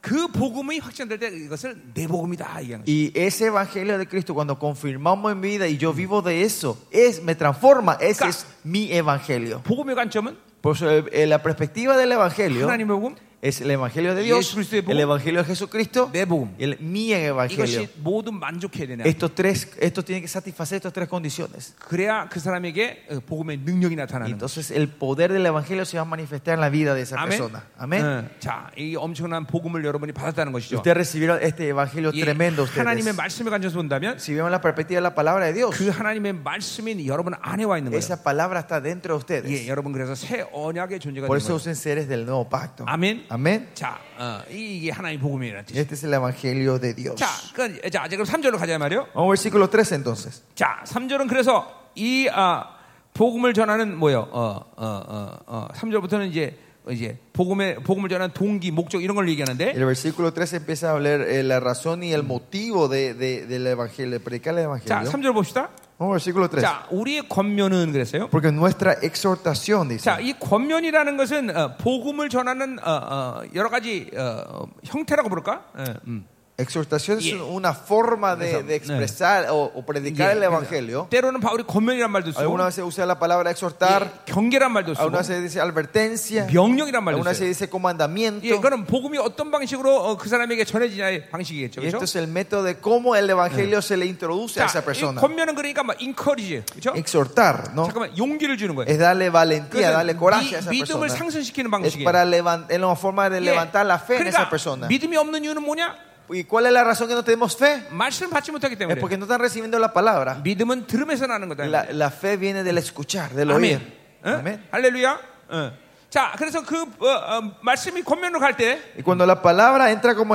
[SPEAKER 1] 그 복음이 확정될 때 이것을 내 복음이다 이게.
[SPEAKER 2] Y ese evangelio de Cristo, cuando confirmamos en mi vida y yo vivo de eso, es, me transforma. Ese
[SPEAKER 1] Claro.
[SPEAKER 2] es mi evangelio.
[SPEAKER 1] 복음의 관점은
[SPEAKER 2] Por eso, eh, eh, la perspectiva del Evangelio
[SPEAKER 1] 하나님의 복음
[SPEAKER 2] es el Evangelio de
[SPEAKER 1] 예수
[SPEAKER 2] Dios,
[SPEAKER 1] 그리스도의 복음,
[SPEAKER 2] el Evangelio de Jesucristo
[SPEAKER 1] 내 복음.
[SPEAKER 2] y el mi Evangelio.
[SPEAKER 1] 이것이 모두 만족해야 되냐.
[SPEAKER 2] Estos tres, estos tienen que satisfacer estas tres condiciones.
[SPEAKER 1] 그래야 그 사람에게 어, 복음의 능력이
[SPEAKER 2] Y
[SPEAKER 1] 나타나는 거예요.
[SPEAKER 2] entonces el poder del Evangelio se va a manifestar en la vida de esa
[SPEAKER 1] 아멘.
[SPEAKER 2] persona. Amén. Ah,
[SPEAKER 1] 어, 자, 이 엄청난 복음을 여러분이 받았다는 것이죠.
[SPEAKER 2] Ustedes recibieron este Evangelio
[SPEAKER 1] 이
[SPEAKER 2] tremendo. Ustedes.
[SPEAKER 1] 하나님의 말씀에 관해서 본다면
[SPEAKER 2] Si vemos la perspectiva de la palabra de Dios,
[SPEAKER 1] 그 하나님의 말씀이 여러분 안에 와 있는 거예요.
[SPEAKER 2] esa palabra está dentro de ustedes.
[SPEAKER 1] 예, 여러분 그래서 새 언약의 존재가
[SPEAKER 2] Por
[SPEAKER 1] 되는
[SPEAKER 2] eso
[SPEAKER 1] 거예요.
[SPEAKER 2] usen seres del nuevo pacto.
[SPEAKER 1] 아멘.
[SPEAKER 2] Amén.
[SPEAKER 1] 자, 어, 이- 이게 하나님의 복음이라는 뜻이에요.
[SPEAKER 2] Este es el Evangelio de Dios.
[SPEAKER 1] 자, 그, 자, 이제 그럼 3절로 가자 말이요.
[SPEAKER 2] Vamos al versículo 3 entonces.
[SPEAKER 1] 자, 3절은 그래서 이 아, 복음을 전하는 뭐요? 어, 어, 어, 어, 3절부터는 이제 어, 이제 복음의 복음을 전하는 동기, 목적 이런 걸 얘기하는데
[SPEAKER 2] El versículo 3 empieza a hablar eh, la razón y el motivo de, de- del Evangelio, de predicar el
[SPEAKER 1] 자,
[SPEAKER 2] Evangelio.
[SPEAKER 1] 3절 봅시다.
[SPEAKER 2] Vamos al versículo 3.
[SPEAKER 1] 자, uli의 권면은 그랬어요.
[SPEAKER 2] Porque nuestra exhortación, dice.
[SPEAKER 1] 자, 이 권면이라는 것은 어, 복음을 전하는 어, 어, 여러 가지 어, 어, 형태라고 부를까? 예, 음.
[SPEAKER 2] Exhortación es
[SPEAKER 1] Yeah.
[SPEAKER 2] una forma de, de expresar o, o predicar el
[SPEAKER 1] 예,
[SPEAKER 2] Evangelio.
[SPEAKER 1] 때로는 바울이 권면이란 말도 쓰고
[SPEAKER 2] Algunas veces usa la palabra
[SPEAKER 1] 예,
[SPEAKER 2] exhortar,
[SPEAKER 1] 경계란 말도 쓰고
[SPEAKER 2] algunas veces dice advertencia,
[SPEAKER 1] 명령이란 말도
[SPEAKER 2] algunas
[SPEAKER 1] 써요.
[SPEAKER 2] veces dice comandamiento.
[SPEAKER 1] 예, 그거는 복음이 어떤 방식으로 어, 그 사람에게 전해지냐의 방식이겠죠.
[SPEAKER 2] Y
[SPEAKER 1] 그렇죠?
[SPEAKER 2] esto es el método de cómo el Evangelio se le introduce a
[SPEAKER 1] 자,
[SPEAKER 2] esa
[SPEAKER 1] 이
[SPEAKER 2] persona.
[SPEAKER 1] 권면은 그러니까 막 인커리지, 그렇죠?
[SPEAKER 2] Exhortar, ¿no?
[SPEAKER 1] 잠깐만 용기를 주는 거예요.
[SPEAKER 2] Es darle valentía,
[SPEAKER 1] 그것은
[SPEAKER 2] darle coraje
[SPEAKER 1] 미-
[SPEAKER 2] a esa
[SPEAKER 1] 믿음을
[SPEAKER 2] persona.
[SPEAKER 1] 상승시키는
[SPEAKER 2] Es
[SPEAKER 1] 방식이에요.
[SPEAKER 2] para levantar, es una forma de
[SPEAKER 1] 예,
[SPEAKER 2] levantar la fe en
[SPEAKER 1] 그러니까
[SPEAKER 2] esa persona.
[SPEAKER 1] 믿음이 없는 이유는 뭐냐?
[SPEAKER 2] ¿Y cuál es la razón que no tenemos fe?
[SPEAKER 1] 말씀을 받지 못하기
[SPEAKER 2] Es
[SPEAKER 1] 때문에.
[SPEAKER 2] porque no están recibiendo la palabra.
[SPEAKER 1] 믿음은 들음에서 나는 거다.
[SPEAKER 2] La, la fe viene del escuchar, del
[SPEAKER 1] 아멘.
[SPEAKER 2] oír.
[SPEAKER 1] 응?
[SPEAKER 2] Amén. ¿Eh?
[SPEAKER 1] 할렐루야. 응. 자, 그래서 그 어, 어, 말씀이 권면으로 갈 때,
[SPEAKER 2] Y cuando la palabra entra como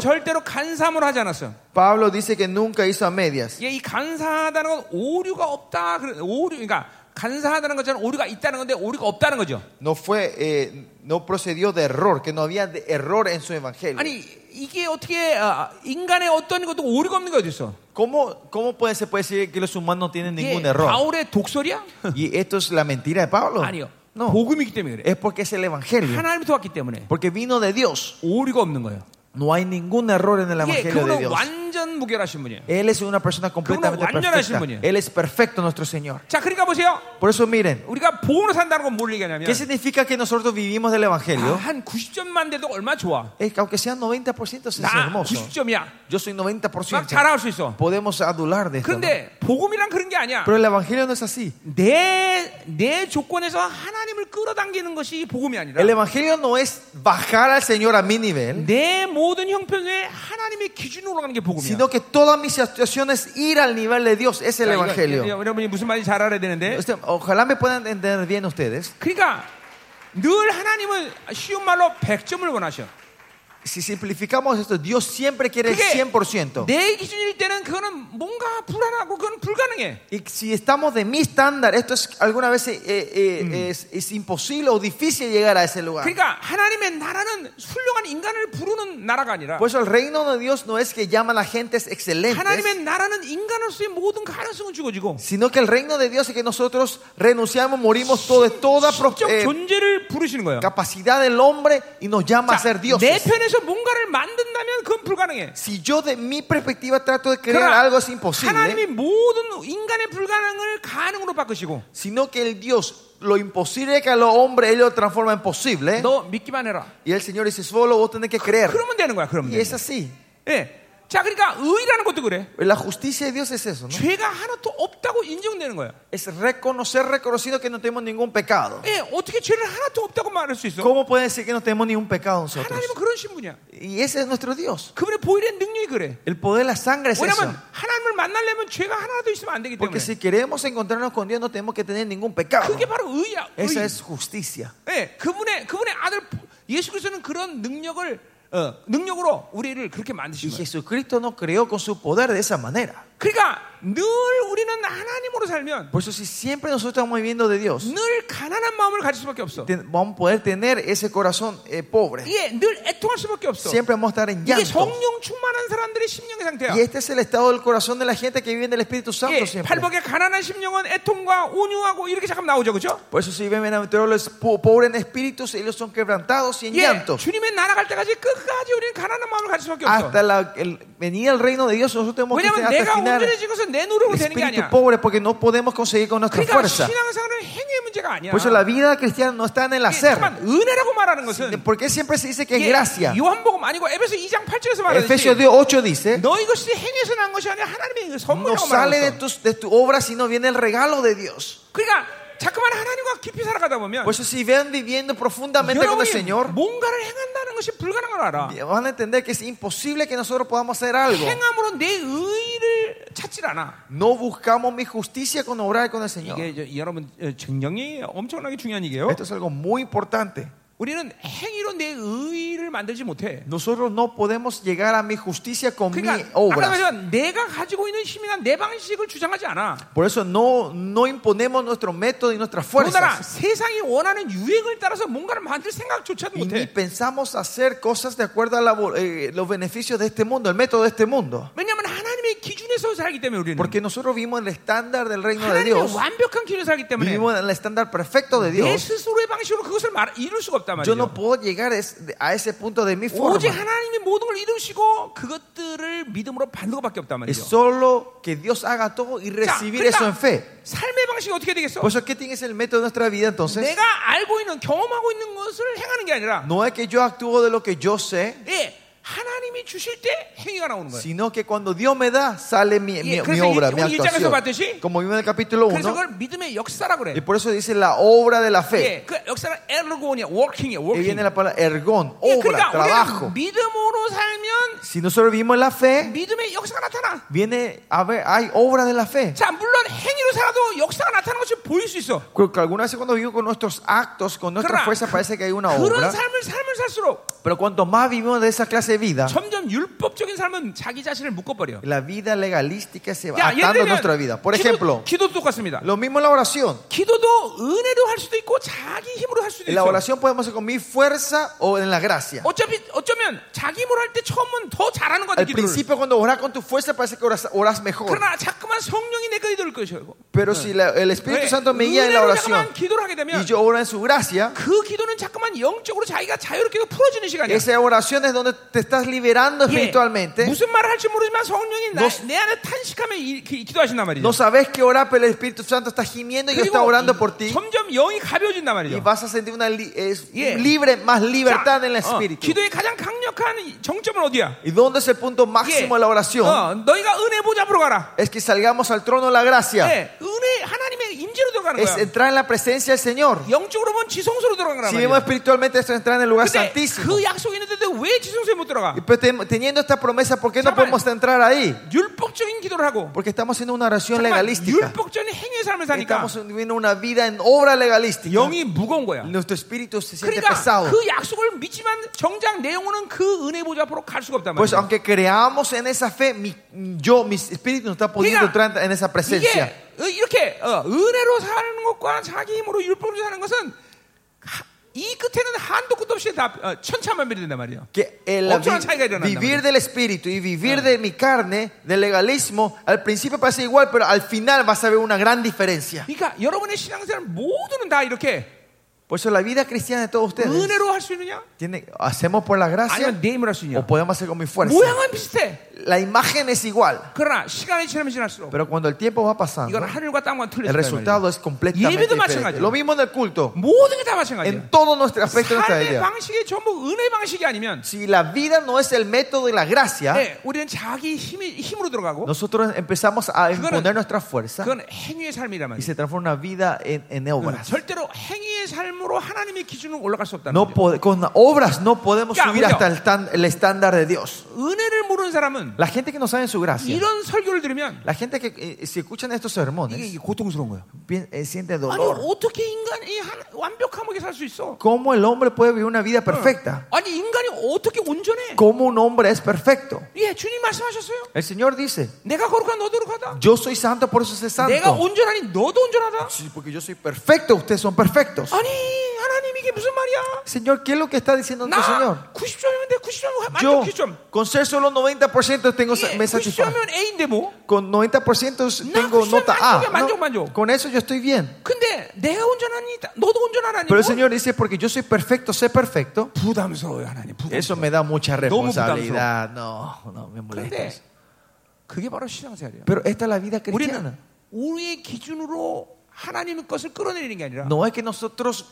[SPEAKER 1] 바울은 절대로 간사함으로 하지 않았어.
[SPEAKER 2] Pablo dice que nunca hizo a medias.
[SPEAKER 1] 예, 이 간사하다는 건 오류가 없다. 그런- 오류, 그러니까 간사하다는 것처럼 오류가 있다는 건데 오류가 없다는 거죠.
[SPEAKER 2] No fue, eh, no procedió de error, que no había de error en su evangelio.
[SPEAKER 1] 아니 이게 어떻게 아, 인간의 어떤 것도 오류가 없는 게 어디 있어?
[SPEAKER 2] ¿Cómo, cómo puede, se puede decir que los humanos no tienen
[SPEAKER 1] 이게
[SPEAKER 2] ningún error?
[SPEAKER 1] 바울의 독설이야?
[SPEAKER 2] Y esto es la mentira de Pablo.
[SPEAKER 1] 아니요.
[SPEAKER 2] No,
[SPEAKER 1] 복음이기 때문에 그래.
[SPEAKER 2] es porque es el evangelio.
[SPEAKER 1] 하나님부터 왔기 때문에
[SPEAKER 2] Porque vino de Dios.
[SPEAKER 1] 오류가 없는 거예요.
[SPEAKER 2] No hay ningún error en el
[SPEAKER 1] 이게
[SPEAKER 2] evangelio de
[SPEAKER 1] 그분은
[SPEAKER 2] Dios.
[SPEAKER 1] 완전 무결하신 분이에요.
[SPEAKER 2] Él es una persona completamente
[SPEAKER 1] 완전하신
[SPEAKER 2] perfecta.
[SPEAKER 1] 분이에요.
[SPEAKER 2] Él es perfecto, nuestro Señor.
[SPEAKER 1] 자, 그러니까 보세요.
[SPEAKER 2] Por eso miren,
[SPEAKER 1] 우리가 복음으로 산다는 건 뭘 얘기하냐면
[SPEAKER 2] ¿qué significa que nosotros vivimos del
[SPEAKER 1] 아,
[SPEAKER 2] evangelio?
[SPEAKER 1] 한 90점만 돼도 얼마 좋아.
[SPEAKER 2] Es que aunque sea 90% es
[SPEAKER 1] 나
[SPEAKER 2] hermoso.
[SPEAKER 1] 90점이야.
[SPEAKER 2] Yo soy
[SPEAKER 1] 막
[SPEAKER 2] 90%.
[SPEAKER 1] 자랑할 수 있어.
[SPEAKER 2] Podemos adular de esto. ¿no?
[SPEAKER 1] 그런데 복음이란 그런 게 아니야.
[SPEAKER 2] Pero el evangelio no es así.
[SPEAKER 1] 내, 내 조건에서 하나님을 끌어당기는 것이 복음이 아니라
[SPEAKER 2] El evangelio no es bajar al Señor a mi nivel,
[SPEAKER 1] 내 모든 형편에 하나님의 기준으로 가는 게 복음이야.
[SPEAKER 2] sino que todas mis situaciones ir al nivel de Dios es el
[SPEAKER 1] 자, 이거, 이거
[SPEAKER 2] evangelio.
[SPEAKER 1] 여러분이 무슨 말인지 잘 알아야 되는데.
[SPEAKER 2] Usted- Ojalá me puedan entender bien ustedes.
[SPEAKER 1] 그러니까 늘 하나님은 쉬운 말로 100점을 원하셔.
[SPEAKER 2] Si simplificamos esto, Dios siempre quiere el
[SPEAKER 1] 그게
[SPEAKER 2] 100%.
[SPEAKER 1] 내 기준일 때는 그거는 뭔가 불안하고 그건 불가능해.
[SPEAKER 2] Y si estamos de mi estándar, esto es alguna vez eh, eh, es, es imposible o difícil llegar a ese lugar.
[SPEAKER 1] 그러니까 하나님의 나라는 훌륭한 인간을 부르는 나라가 아니라
[SPEAKER 2] Por eso el reino de Dios no es que llaman a gentes excelentes,
[SPEAKER 1] 하나님의 나라는 인간으로서의 모든 가능성은 죽어지고
[SPEAKER 2] sino que el reino de Dios es que nosotros renunciamos, morimos todo, de toda pro-
[SPEAKER 1] 직접
[SPEAKER 2] eh,
[SPEAKER 1] 존재를 부르시는 거예요.
[SPEAKER 2] capacidad del hombre y nos llama a
[SPEAKER 1] 자,
[SPEAKER 2] ser Dios.
[SPEAKER 1] 내 편에서 뭔가를 만든다면 그건 불가능해.
[SPEAKER 2] Si yo de mi perspectiva trato de crear
[SPEAKER 1] 그러나
[SPEAKER 2] algo es imposible,
[SPEAKER 1] 하나님이 모든 인간의 불가능을 가능으로 바꾸시고
[SPEAKER 2] sino que el Dios, lo imposible que a los hombres Él lo transforma en posible,
[SPEAKER 1] 너 믿기만 해라.
[SPEAKER 2] y el Señor dice, solo vos tenés que creer.
[SPEAKER 1] 그러면 되는 거야. 그러면
[SPEAKER 2] Y
[SPEAKER 1] 되는
[SPEAKER 2] es
[SPEAKER 1] 거야.
[SPEAKER 2] así.
[SPEAKER 1] 예. 자, 그러니까 의라는 것도 그래.
[SPEAKER 2] La justicia de Dios es eso, ¿no?
[SPEAKER 1] 죄가 하나도 없다고 인정되는 거야.
[SPEAKER 2] Es reconocer, reconocido que no tenemos ningún pecado.
[SPEAKER 1] 예, 어떻게 죄를 하나도 없다고 말할 수 있어?
[SPEAKER 2] ¿Cómo puede decir que no tenemos ningún pecado nosotros?
[SPEAKER 1] 하나님은 그런 신분이야.
[SPEAKER 2] Y ese es nuestro Dios.
[SPEAKER 1] 그분의 보일의 능력이 그래.
[SPEAKER 2] El poder de la sangre es eso.
[SPEAKER 1] 왜냐면 하나님을 만나려면 죄가 하나도 있으면 안 되기 때문에.
[SPEAKER 2] Porque si queremos encontrarnos con Dios no tenemos que tener ningún pecado.
[SPEAKER 1] 그게 바로 의야. 의.
[SPEAKER 2] Esa es justicia.
[SPEAKER 1] 예, 그분의 그분의 아들 예수 그리스도는 그런 능력을 어, 능력으로 우리를 그렇게
[SPEAKER 2] Y
[SPEAKER 1] 만드신 거예요.
[SPEAKER 2] Jesucristo nos creó con su poder de esa manera.
[SPEAKER 1] 그러니까 늘 우리는 하나님으로 살면
[SPEAKER 2] Por eso si siempre nosotros estamos viviendo de Dios,
[SPEAKER 1] 늘 가난한 마음을 가질 수밖에 없어.
[SPEAKER 2] te- vamos a poder tener ese corazón eh, pobre.
[SPEAKER 1] 예, 늘 애통할 수밖에 없어.
[SPEAKER 2] Siempre vamos a estar en
[SPEAKER 1] 이게
[SPEAKER 2] llanto.
[SPEAKER 1] 성령 충만한 사람들의 심령의 상태야.
[SPEAKER 2] Y este es el estado del corazón de la gente que vive en el Espíritu Santo
[SPEAKER 1] 예,
[SPEAKER 2] siempre.
[SPEAKER 1] 팔복의 가난한 심령은 애통과 온유하고 이렇게 잠깐 나오죠, 그렇죠?
[SPEAKER 2] Por eso si ven bienaventurados los po- pobres en espíritus, ellos son quebrantados y en
[SPEAKER 1] 예,
[SPEAKER 2] llantos.
[SPEAKER 1] 주님의 나라 갈 때까지 끝까지 우리는 가난한 마음을 가질 수밖에 없어. 아,
[SPEAKER 2] Hasta la, el- venir al reino de Dios, nosotros tenemos que
[SPEAKER 1] 왜냐하면
[SPEAKER 2] estar hasta el
[SPEAKER 1] 내가
[SPEAKER 2] final ganar
[SPEAKER 1] 경전해지고서 내 노력으로 되는 게
[SPEAKER 2] espíritu
[SPEAKER 1] 아니야.
[SPEAKER 2] pobre porque no podemos conseguir con nuestra
[SPEAKER 1] 그러니까
[SPEAKER 2] fuerza.
[SPEAKER 1] 신앙생활은 행위의 문제가 아니야.
[SPEAKER 2] Por eso la vida cristiana no está en el
[SPEAKER 1] 이게
[SPEAKER 2] hacer.
[SPEAKER 1] 다만 은혜라고 말하는 것은
[SPEAKER 2] Porque siempre se dice que es
[SPEAKER 1] 이게
[SPEAKER 2] gracia.
[SPEAKER 1] 요한복음 아니고 에베소 2장 8절에서
[SPEAKER 2] Efesios
[SPEAKER 1] 말하듯이
[SPEAKER 2] 8 dice,
[SPEAKER 1] 너 이것이 행위에서 난 것이 아니라 하나님의
[SPEAKER 2] no
[SPEAKER 1] 선물이라고
[SPEAKER 2] sale de
[SPEAKER 1] 말하는
[SPEAKER 2] tus- de tu obra sino viene el regalo de Dios.
[SPEAKER 1] 그러니까 자꾸만 하나님과 깊이 살아가다 보면
[SPEAKER 2] Por eso si ven viviendo profundamente con el
[SPEAKER 1] 여러분이
[SPEAKER 2] Señor,
[SPEAKER 1] 뭔가를 행한다는 것이 불가능한 걸 알아.
[SPEAKER 2] Ah. van a entender que es imposible que nosotros podamos hacer algo.
[SPEAKER 1] 행함으로 내 의를 찾질 않아.
[SPEAKER 2] No buscamos mi justicia con obrar con el Señor.
[SPEAKER 1] 이게 저- 여러분 어, 증명이 엄청나게 중요한 얘기예요.
[SPEAKER 2] Esto es algo muy importante.
[SPEAKER 1] 우리는 행위로 내 의를 만들지 못해.
[SPEAKER 2] Nosotros no podemos llegar a mi justicia con mi
[SPEAKER 1] 그러니까 아까
[SPEAKER 2] obra.
[SPEAKER 1] 말했지만 내가 가지고 있는 힘이나 내 방식을 주장하지 않아.
[SPEAKER 2] Por eso no, no imponemos nuestro método y
[SPEAKER 1] 더군다나
[SPEAKER 2] nuestras fuerzas.
[SPEAKER 1] 세상이 원하는 유행을 따라서 뭔가를 만들 생각조차도
[SPEAKER 2] Y ni
[SPEAKER 1] 못해.
[SPEAKER 2] pensamos hacer cosas de acuerdo a la vo- eh, los beneficios de este mundo, el método de este mundo.
[SPEAKER 1] 왜냐하면 하나님의 기준에서 살기 때문에 우리는
[SPEAKER 2] Porque nosotros vivimos en el estándar del reino de
[SPEAKER 1] 하나님의
[SPEAKER 2] Dios.
[SPEAKER 1] 완벽한 기준에서 살기 때문에
[SPEAKER 2] Vivimos en el estándar perfecto de
[SPEAKER 1] 내
[SPEAKER 2] Dios.
[SPEAKER 1] 스스로의 방식으로 그것을 말, 이룰 수가 없단 말이에요.
[SPEAKER 2] Yo no puedo llegar es- a ese punto de mi
[SPEAKER 1] 오직
[SPEAKER 2] forma.
[SPEAKER 1] 하나님이 모든 걸 이루시고 그것들을 믿음으로 받는 것밖에 없단
[SPEAKER 2] Es
[SPEAKER 1] 말이죠.
[SPEAKER 2] solo que Dios haga todo y recibir eso en fe.
[SPEAKER 1] 삶의 방식이 어떻게 되겠어?
[SPEAKER 2] Por eso, ¿qué tiene que ser el método de nuestra vida entonces?
[SPEAKER 1] 내가 알고 있는 경험하고 있는 것을 행하는 게 아니라
[SPEAKER 2] No es que yo actúo de lo que yo sé,
[SPEAKER 1] 예, 하나님이 주실 때 행위가 나오는 거예요.
[SPEAKER 2] sino que cuando Dios me da, sale mi, mi-
[SPEAKER 1] Y-
[SPEAKER 2] mi
[SPEAKER 1] 그래서
[SPEAKER 2] obra,
[SPEAKER 1] 일-
[SPEAKER 2] mi
[SPEAKER 1] 오늘 일장에서 봤듯이
[SPEAKER 2] actuación. Como vimos en el capítulo
[SPEAKER 1] 그래서
[SPEAKER 2] 1,
[SPEAKER 1] 그걸 믿음의 역사라고
[SPEAKER 2] y
[SPEAKER 1] 그래요.
[SPEAKER 2] por eso dice la obra de la fe.
[SPEAKER 1] 예, 그 역사는 에르고니야, 워킹이야,
[SPEAKER 2] Ahí viene
[SPEAKER 1] 워킹.
[SPEAKER 2] la palabra ergón,
[SPEAKER 1] 예,
[SPEAKER 2] obra,
[SPEAKER 1] 그러니까 우리가
[SPEAKER 2] trabajo.
[SPEAKER 1] 믿음으로 살면
[SPEAKER 2] Si nosotros vivimos en la fe,
[SPEAKER 1] 믿음의 역사가 나타나.
[SPEAKER 2] viene a ver, hay obra de la fe.
[SPEAKER 1] 자, 물론 행위로 살아도 역사가 나타나는 것이 보일 수 있어.
[SPEAKER 2] Creo que algunas veces cuando vivimos con nuestros actos, con nuestra
[SPEAKER 1] 그러나
[SPEAKER 2] fuerza, parece que hay una
[SPEAKER 1] 그런
[SPEAKER 2] obra.
[SPEAKER 1] 삶을 삶을 살수록
[SPEAKER 2] Pero cuanto más vivimos de esa clase de vida,
[SPEAKER 1] 점점 율법적인 삶은 자기 자신을 묶어버려.
[SPEAKER 2] la vida legalística se va
[SPEAKER 1] 야, 예를
[SPEAKER 2] atando a nuestra
[SPEAKER 1] 들면
[SPEAKER 2] vida. Por ejemplo,
[SPEAKER 1] 기도, 기도도 똑같습니다.
[SPEAKER 2] lo mismo en la oración.
[SPEAKER 1] 기도도 은혜로 할 수도 있고 자기 힘으로 할 수도
[SPEAKER 2] En la
[SPEAKER 1] 있어.
[SPEAKER 2] oración podemos hacer con mi fuerza o en la gracia.
[SPEAKER 1] 어차피 어쩌면 자기 힘으로 할 때 처음은 더 잘하는 것 같아
[SPEAKER 2] Al
[SPEAKER 1] 기도를.
[SPEAKER 2] principio cuando oras con tu fuerza parece que oras, oras mejor.
[SPEAKER 1] 그러나 자꾸만 성령이 내가 기도를 것이고. 네.
[SPEAKER 2] Pero si la- el
[SPEAKER 1] Eh,
[SPEAKER 2] Espíritu Santo me guía en la oración
[SPEAKER 1] 기도를 하게 되면
[SPEAKER 2] y yo oro en su gracia,
[SPEAKER 1] 그 기도는 자꾸만 영적으로 자기가 자유롭게 풀어지는 시간이야.
[SPEAKER 2] esa oración es donde te estás liberando
[SPEAKER 1] 예,
[SPEAKER 2] espiritualmente.
[SPEAKER 1] 무슨 말을 할지 모르지만 성령이 나,
[SPEAKER 2] Nos-
[SPEAKER 1] 내 안에 탄식하며 이- 그 기- 기도하신단 말이죠.
[SPEAKER 2] No sabes qué orar, pero el Espíritu Santo está gimiendo y está orando por ti.
[SPEAKER 1] 점점 영이 가벼워진단
[SPEAKER 2] Y
[SPEAKER 1] 말이죠.
[SPEAKER 2] vas a sentir una li- es-
[SPEAKER 1] Yeah.
[SPEAKER 2] libre, más libertad en el
[SPEAKER 1] 자, 어,
[SPEAKER 2] Espíritu.
[SPEAKER 1] 기도의 가장 강력한 이- 정점은 어디야?
[SPEAKER 2] ¿Y dónde es el punto
[SPEAKER 1] 예.
[SPEAKER 2] máximo de la oración?
[SPEAKER 1] 어, 너희가 은혜 보좌 앞으로 가라.
[SPEAKER 2] Es que salgamos al trono de la gracia.
[SPEAKER 1] 예, 은혜 하나님의 임재로 들어가는
[SPEAKER 2] Es
[SPEAKER 1] 거야.
[SPEAKER 2] entrar en la presencia del Señor.
[SPEAKER 1] 영적으로 보면 지성소로 들어가는 거야.
[SPEAKER 2] Si vemos espiritualmente esto entrar en el lugar santísimo.
[SPEAKER 1] 그 약속이 있는데도 왜 지성소에 못 들어가?
[SPEAKER 2] Y pues ten- Teniendo esta promesa, ¿por qué no
[SPEAKER 1] Chaval.
[SPEAKER 2] podemos entrar ahí?
[SPEAKER 1] 율법적인 기도를 하고
[SPEAKER 2] Porque estamos haciendo una oración
[SPEAKER 1] 잠깐만,
[SPEAKER 2] legalística.
[SPEAKER 1] 율법적인 행위의 삶을 사니까
[SPEAKER 2] Estamos viviendo una vida en obra legalística.
[SPEAKER 1] 영이 무거운 거야.
[SPEAKER 2] Nuestro espíritu se siente
[SPEAKER 1] 그러니까
[SPEAKER 2] pesado.
[SPEAKER 1] 그 약속을 믿지만 정작 내 영혼은 그 은혜 보좌 앞으로 갈 수가 없단
[SPEAKER 2] Pues
[SPEAKER 1] 말이야.
[SPEAKER 2] aunque creamos en esa fe, mi, yo, mi espíritu no está pudiendo
[SPEAKER 1] Mira.
[SPEAKER 2] entrar en esa presencia.
[SPEAKER 1] 이게 어, 이렇게 어, 은혜로 사는 것과 자기 힘으로 율법으로 사는 것은 하- 이 끝에는 한도 끝도 없이 다 어, 천차만별이 된단 말이야.
[SPEAKER 2] Que el la vi-
[SPEAKER 1] 엄청난 차이가 일어난단
[SPEAKER 2] vivir
[SPEAKER 1] 말이야.
[SPEAKER 2] del espíritu y vivir de mi carne, del legalismo, al principio parece igual, pero al final vas a ver una gran diferencia.
[SPEAKER 1] 그러니까 여러분의 신앙생활 모두는 다 이렇게
[SPEAKER 2] Por eso la vida cristiana de todos ustedes,
[SPEAKER 1] 은혜로 할 수 있느냐?
[SPEAKER 2] tiene, hacemos por la gracia
[SPEAKER 1] 아니면 내 힘으로 할 수
[SPEAKER 2] o
[SPEAKER 1] 있느냐?
[SPEAKER 2] podemos hacer con mi fuerza.
[SPEAKER 1] 모양은 비슷해.
[SPEAKER 2] La imagen es igual,
[SPEAKER 1] 그러나 시간이 지나면 지날수록
[SPEAKER 2] pero cuando el tiempo va pasando,
[SPEAKER 1] 이건 하늘과 땅과
[SPEAKER 2] el
[SPEAKER 1] 틀려진다.
[SPEAKER 2] resultado es completamente
[SPEAKER 1] 예배도
[SPEAKER 2] diferente.
[SPEAKER 1] 마찬가지예요.
[SPEAKER 2] Lo mismo en el culto,
[SPEAKER 1] 모든 게 다 마찬가지야.
[SPEAKER 2] en todo nuestro aspecto de nuestra
[SPEAKER 1] 삶의
[SPEAKER 2] vida.
[SPEAKER 1] 방식이 전부 은혜 방식이 아니면
[SPEAKER 2] Si la vida no es el método y la gracia,
[SPEAKER 1] 네, 우리는 자기 힘이, 힘으로 들어가고
[SPEAKER 2] nosotros empezamos a
[SPEAKER 1] 그거는-
[SPEAKER 2] imponer nuestra fuerza
[SPEAKER 1] 그건 행위의 삶이란
[SPEAKER 2] y
[SPEAKER 1] 말이에요.
[SPEAKER 2] se transforma en una vida en, en
[SPEAKER 1] 응,
[SPEAKER 2] obras.
[SPEAKER 1] 절대로 행위의 삶으로 하나님의 기준으로 올라갈 수 없다는
[SPEAKER 2] No
[SPEAKER 1] 거죠.
[SPEAKER 2] po- con obras no podemos
[SPEAKER 1] Ya,
[SPEAKER 2] subir
[SPEAKER 1] Julio.
[SPEAKER 2] hasta el, tan- el estándar de Dios.
[SPEAKER 1] 은혜를 모르는 사람은
[SPEAKER 2] La gente que no sabe su gracia,
[SPEAKER 1] 이런 설교를 들으면
[SPEAKER 2] la gente que eh, si escuchan estos
[SPEAKER 1] 이게,
[SPEAKER 2] sermones,
[SPEAKER 1] 이게 고통스러운 거예요.
[SPEAKER 2] pi- eh, siente
[SPEAKER 1] 아니
[SPEAKER 2] dolor.
[SPEAKER 1] 어떻게 인간이 한- 완벽하게 살 수 있어?
[SPEAKER 2] ¿Cómo el hombre puede vivir una
[SPEAKER 1] Ah.
[SPEAKER 2] vida perfecta?
[SPEAKER 1] 아니 인간이 어떻게 온전해?
[SPEAKER 2] ¿Cómo un hombre es perfecto?
[SPEAKER 1] 예, 주님 말씀하셨어요.
[SPEAKER 2] El Señor dice,
[SPEAKER 1] 내가 거룩한 너도 거룩하다.
[SPEAKER 2] yo soy santo, por eso soy
[SPEAKER 1] 내가
[SPEAKER 2] santo.
[SPEAKER 1] 온전하니 너도 온전하다.
[SPEAKER 2] Sí, Porque yo soy perfecto, ustedes son perfectos.
[SPEAKER 1] 아니 하나님 이게 무슨 말이야?
[SPEAKER 2] Señor, ¿qué es lo que está diciendo nuestro Señor?
[SPEAKER 1] 나 90점이면 돼 90점
[SPEAKER 2] Yo,
[SPEAKER 1] 만족 90점.
[SPEAKER 2] con ser solo 90% tengo,
[SPEAKER 1] 예,
[SPEAKER 2] me satisfago.
[SPEAKER 1] 90점이면 A인데 뭐?
[SPEAKER 2] Con 90%
[SPEAKER 1] No,
[SPEAKER 2] tengo
[SPEAKER 1] yo
[SPEAKER 2] nota
[SPEAKER 1] manjo,
[SPEAKER 2] A.
[SPEAKER 1] yo manjo,
[SPEAKER 2] No,
[SPEAKER 1] manjo.
[SPEAKER 2] con eso yo estoy bien.
[SPEAKER 1] 근데 내가 온전하니 너도 온전하니 뭐?
[SPEAKER 2] Pero el Señor dice, porque yo soy perfecto, sé perfecto.
[SPEAKER 1] 부담스러워요 하나님 부담.
[SPEAKER 2] Eso me da mucha
[SPEAKER 1] No, muy
[SPEAKER 2] responsabilidad. No, no, me molesta.
[SPEAKER 1] 근데
[SPEAKER 2] eso.
[SPEAKER 1] 네, 그게 바로 신앙생활이에요. 그러니까
[SPEAKER 2] Pero esta es la vida
[SPEAKER 1] 우리는
[SPEAKER 2] cristiana.
[SPEAKER 1] 우리의 기준으로 하나님의 것을 끌어내리는 게 아니라
[SPEAKER 2] No es que nosotros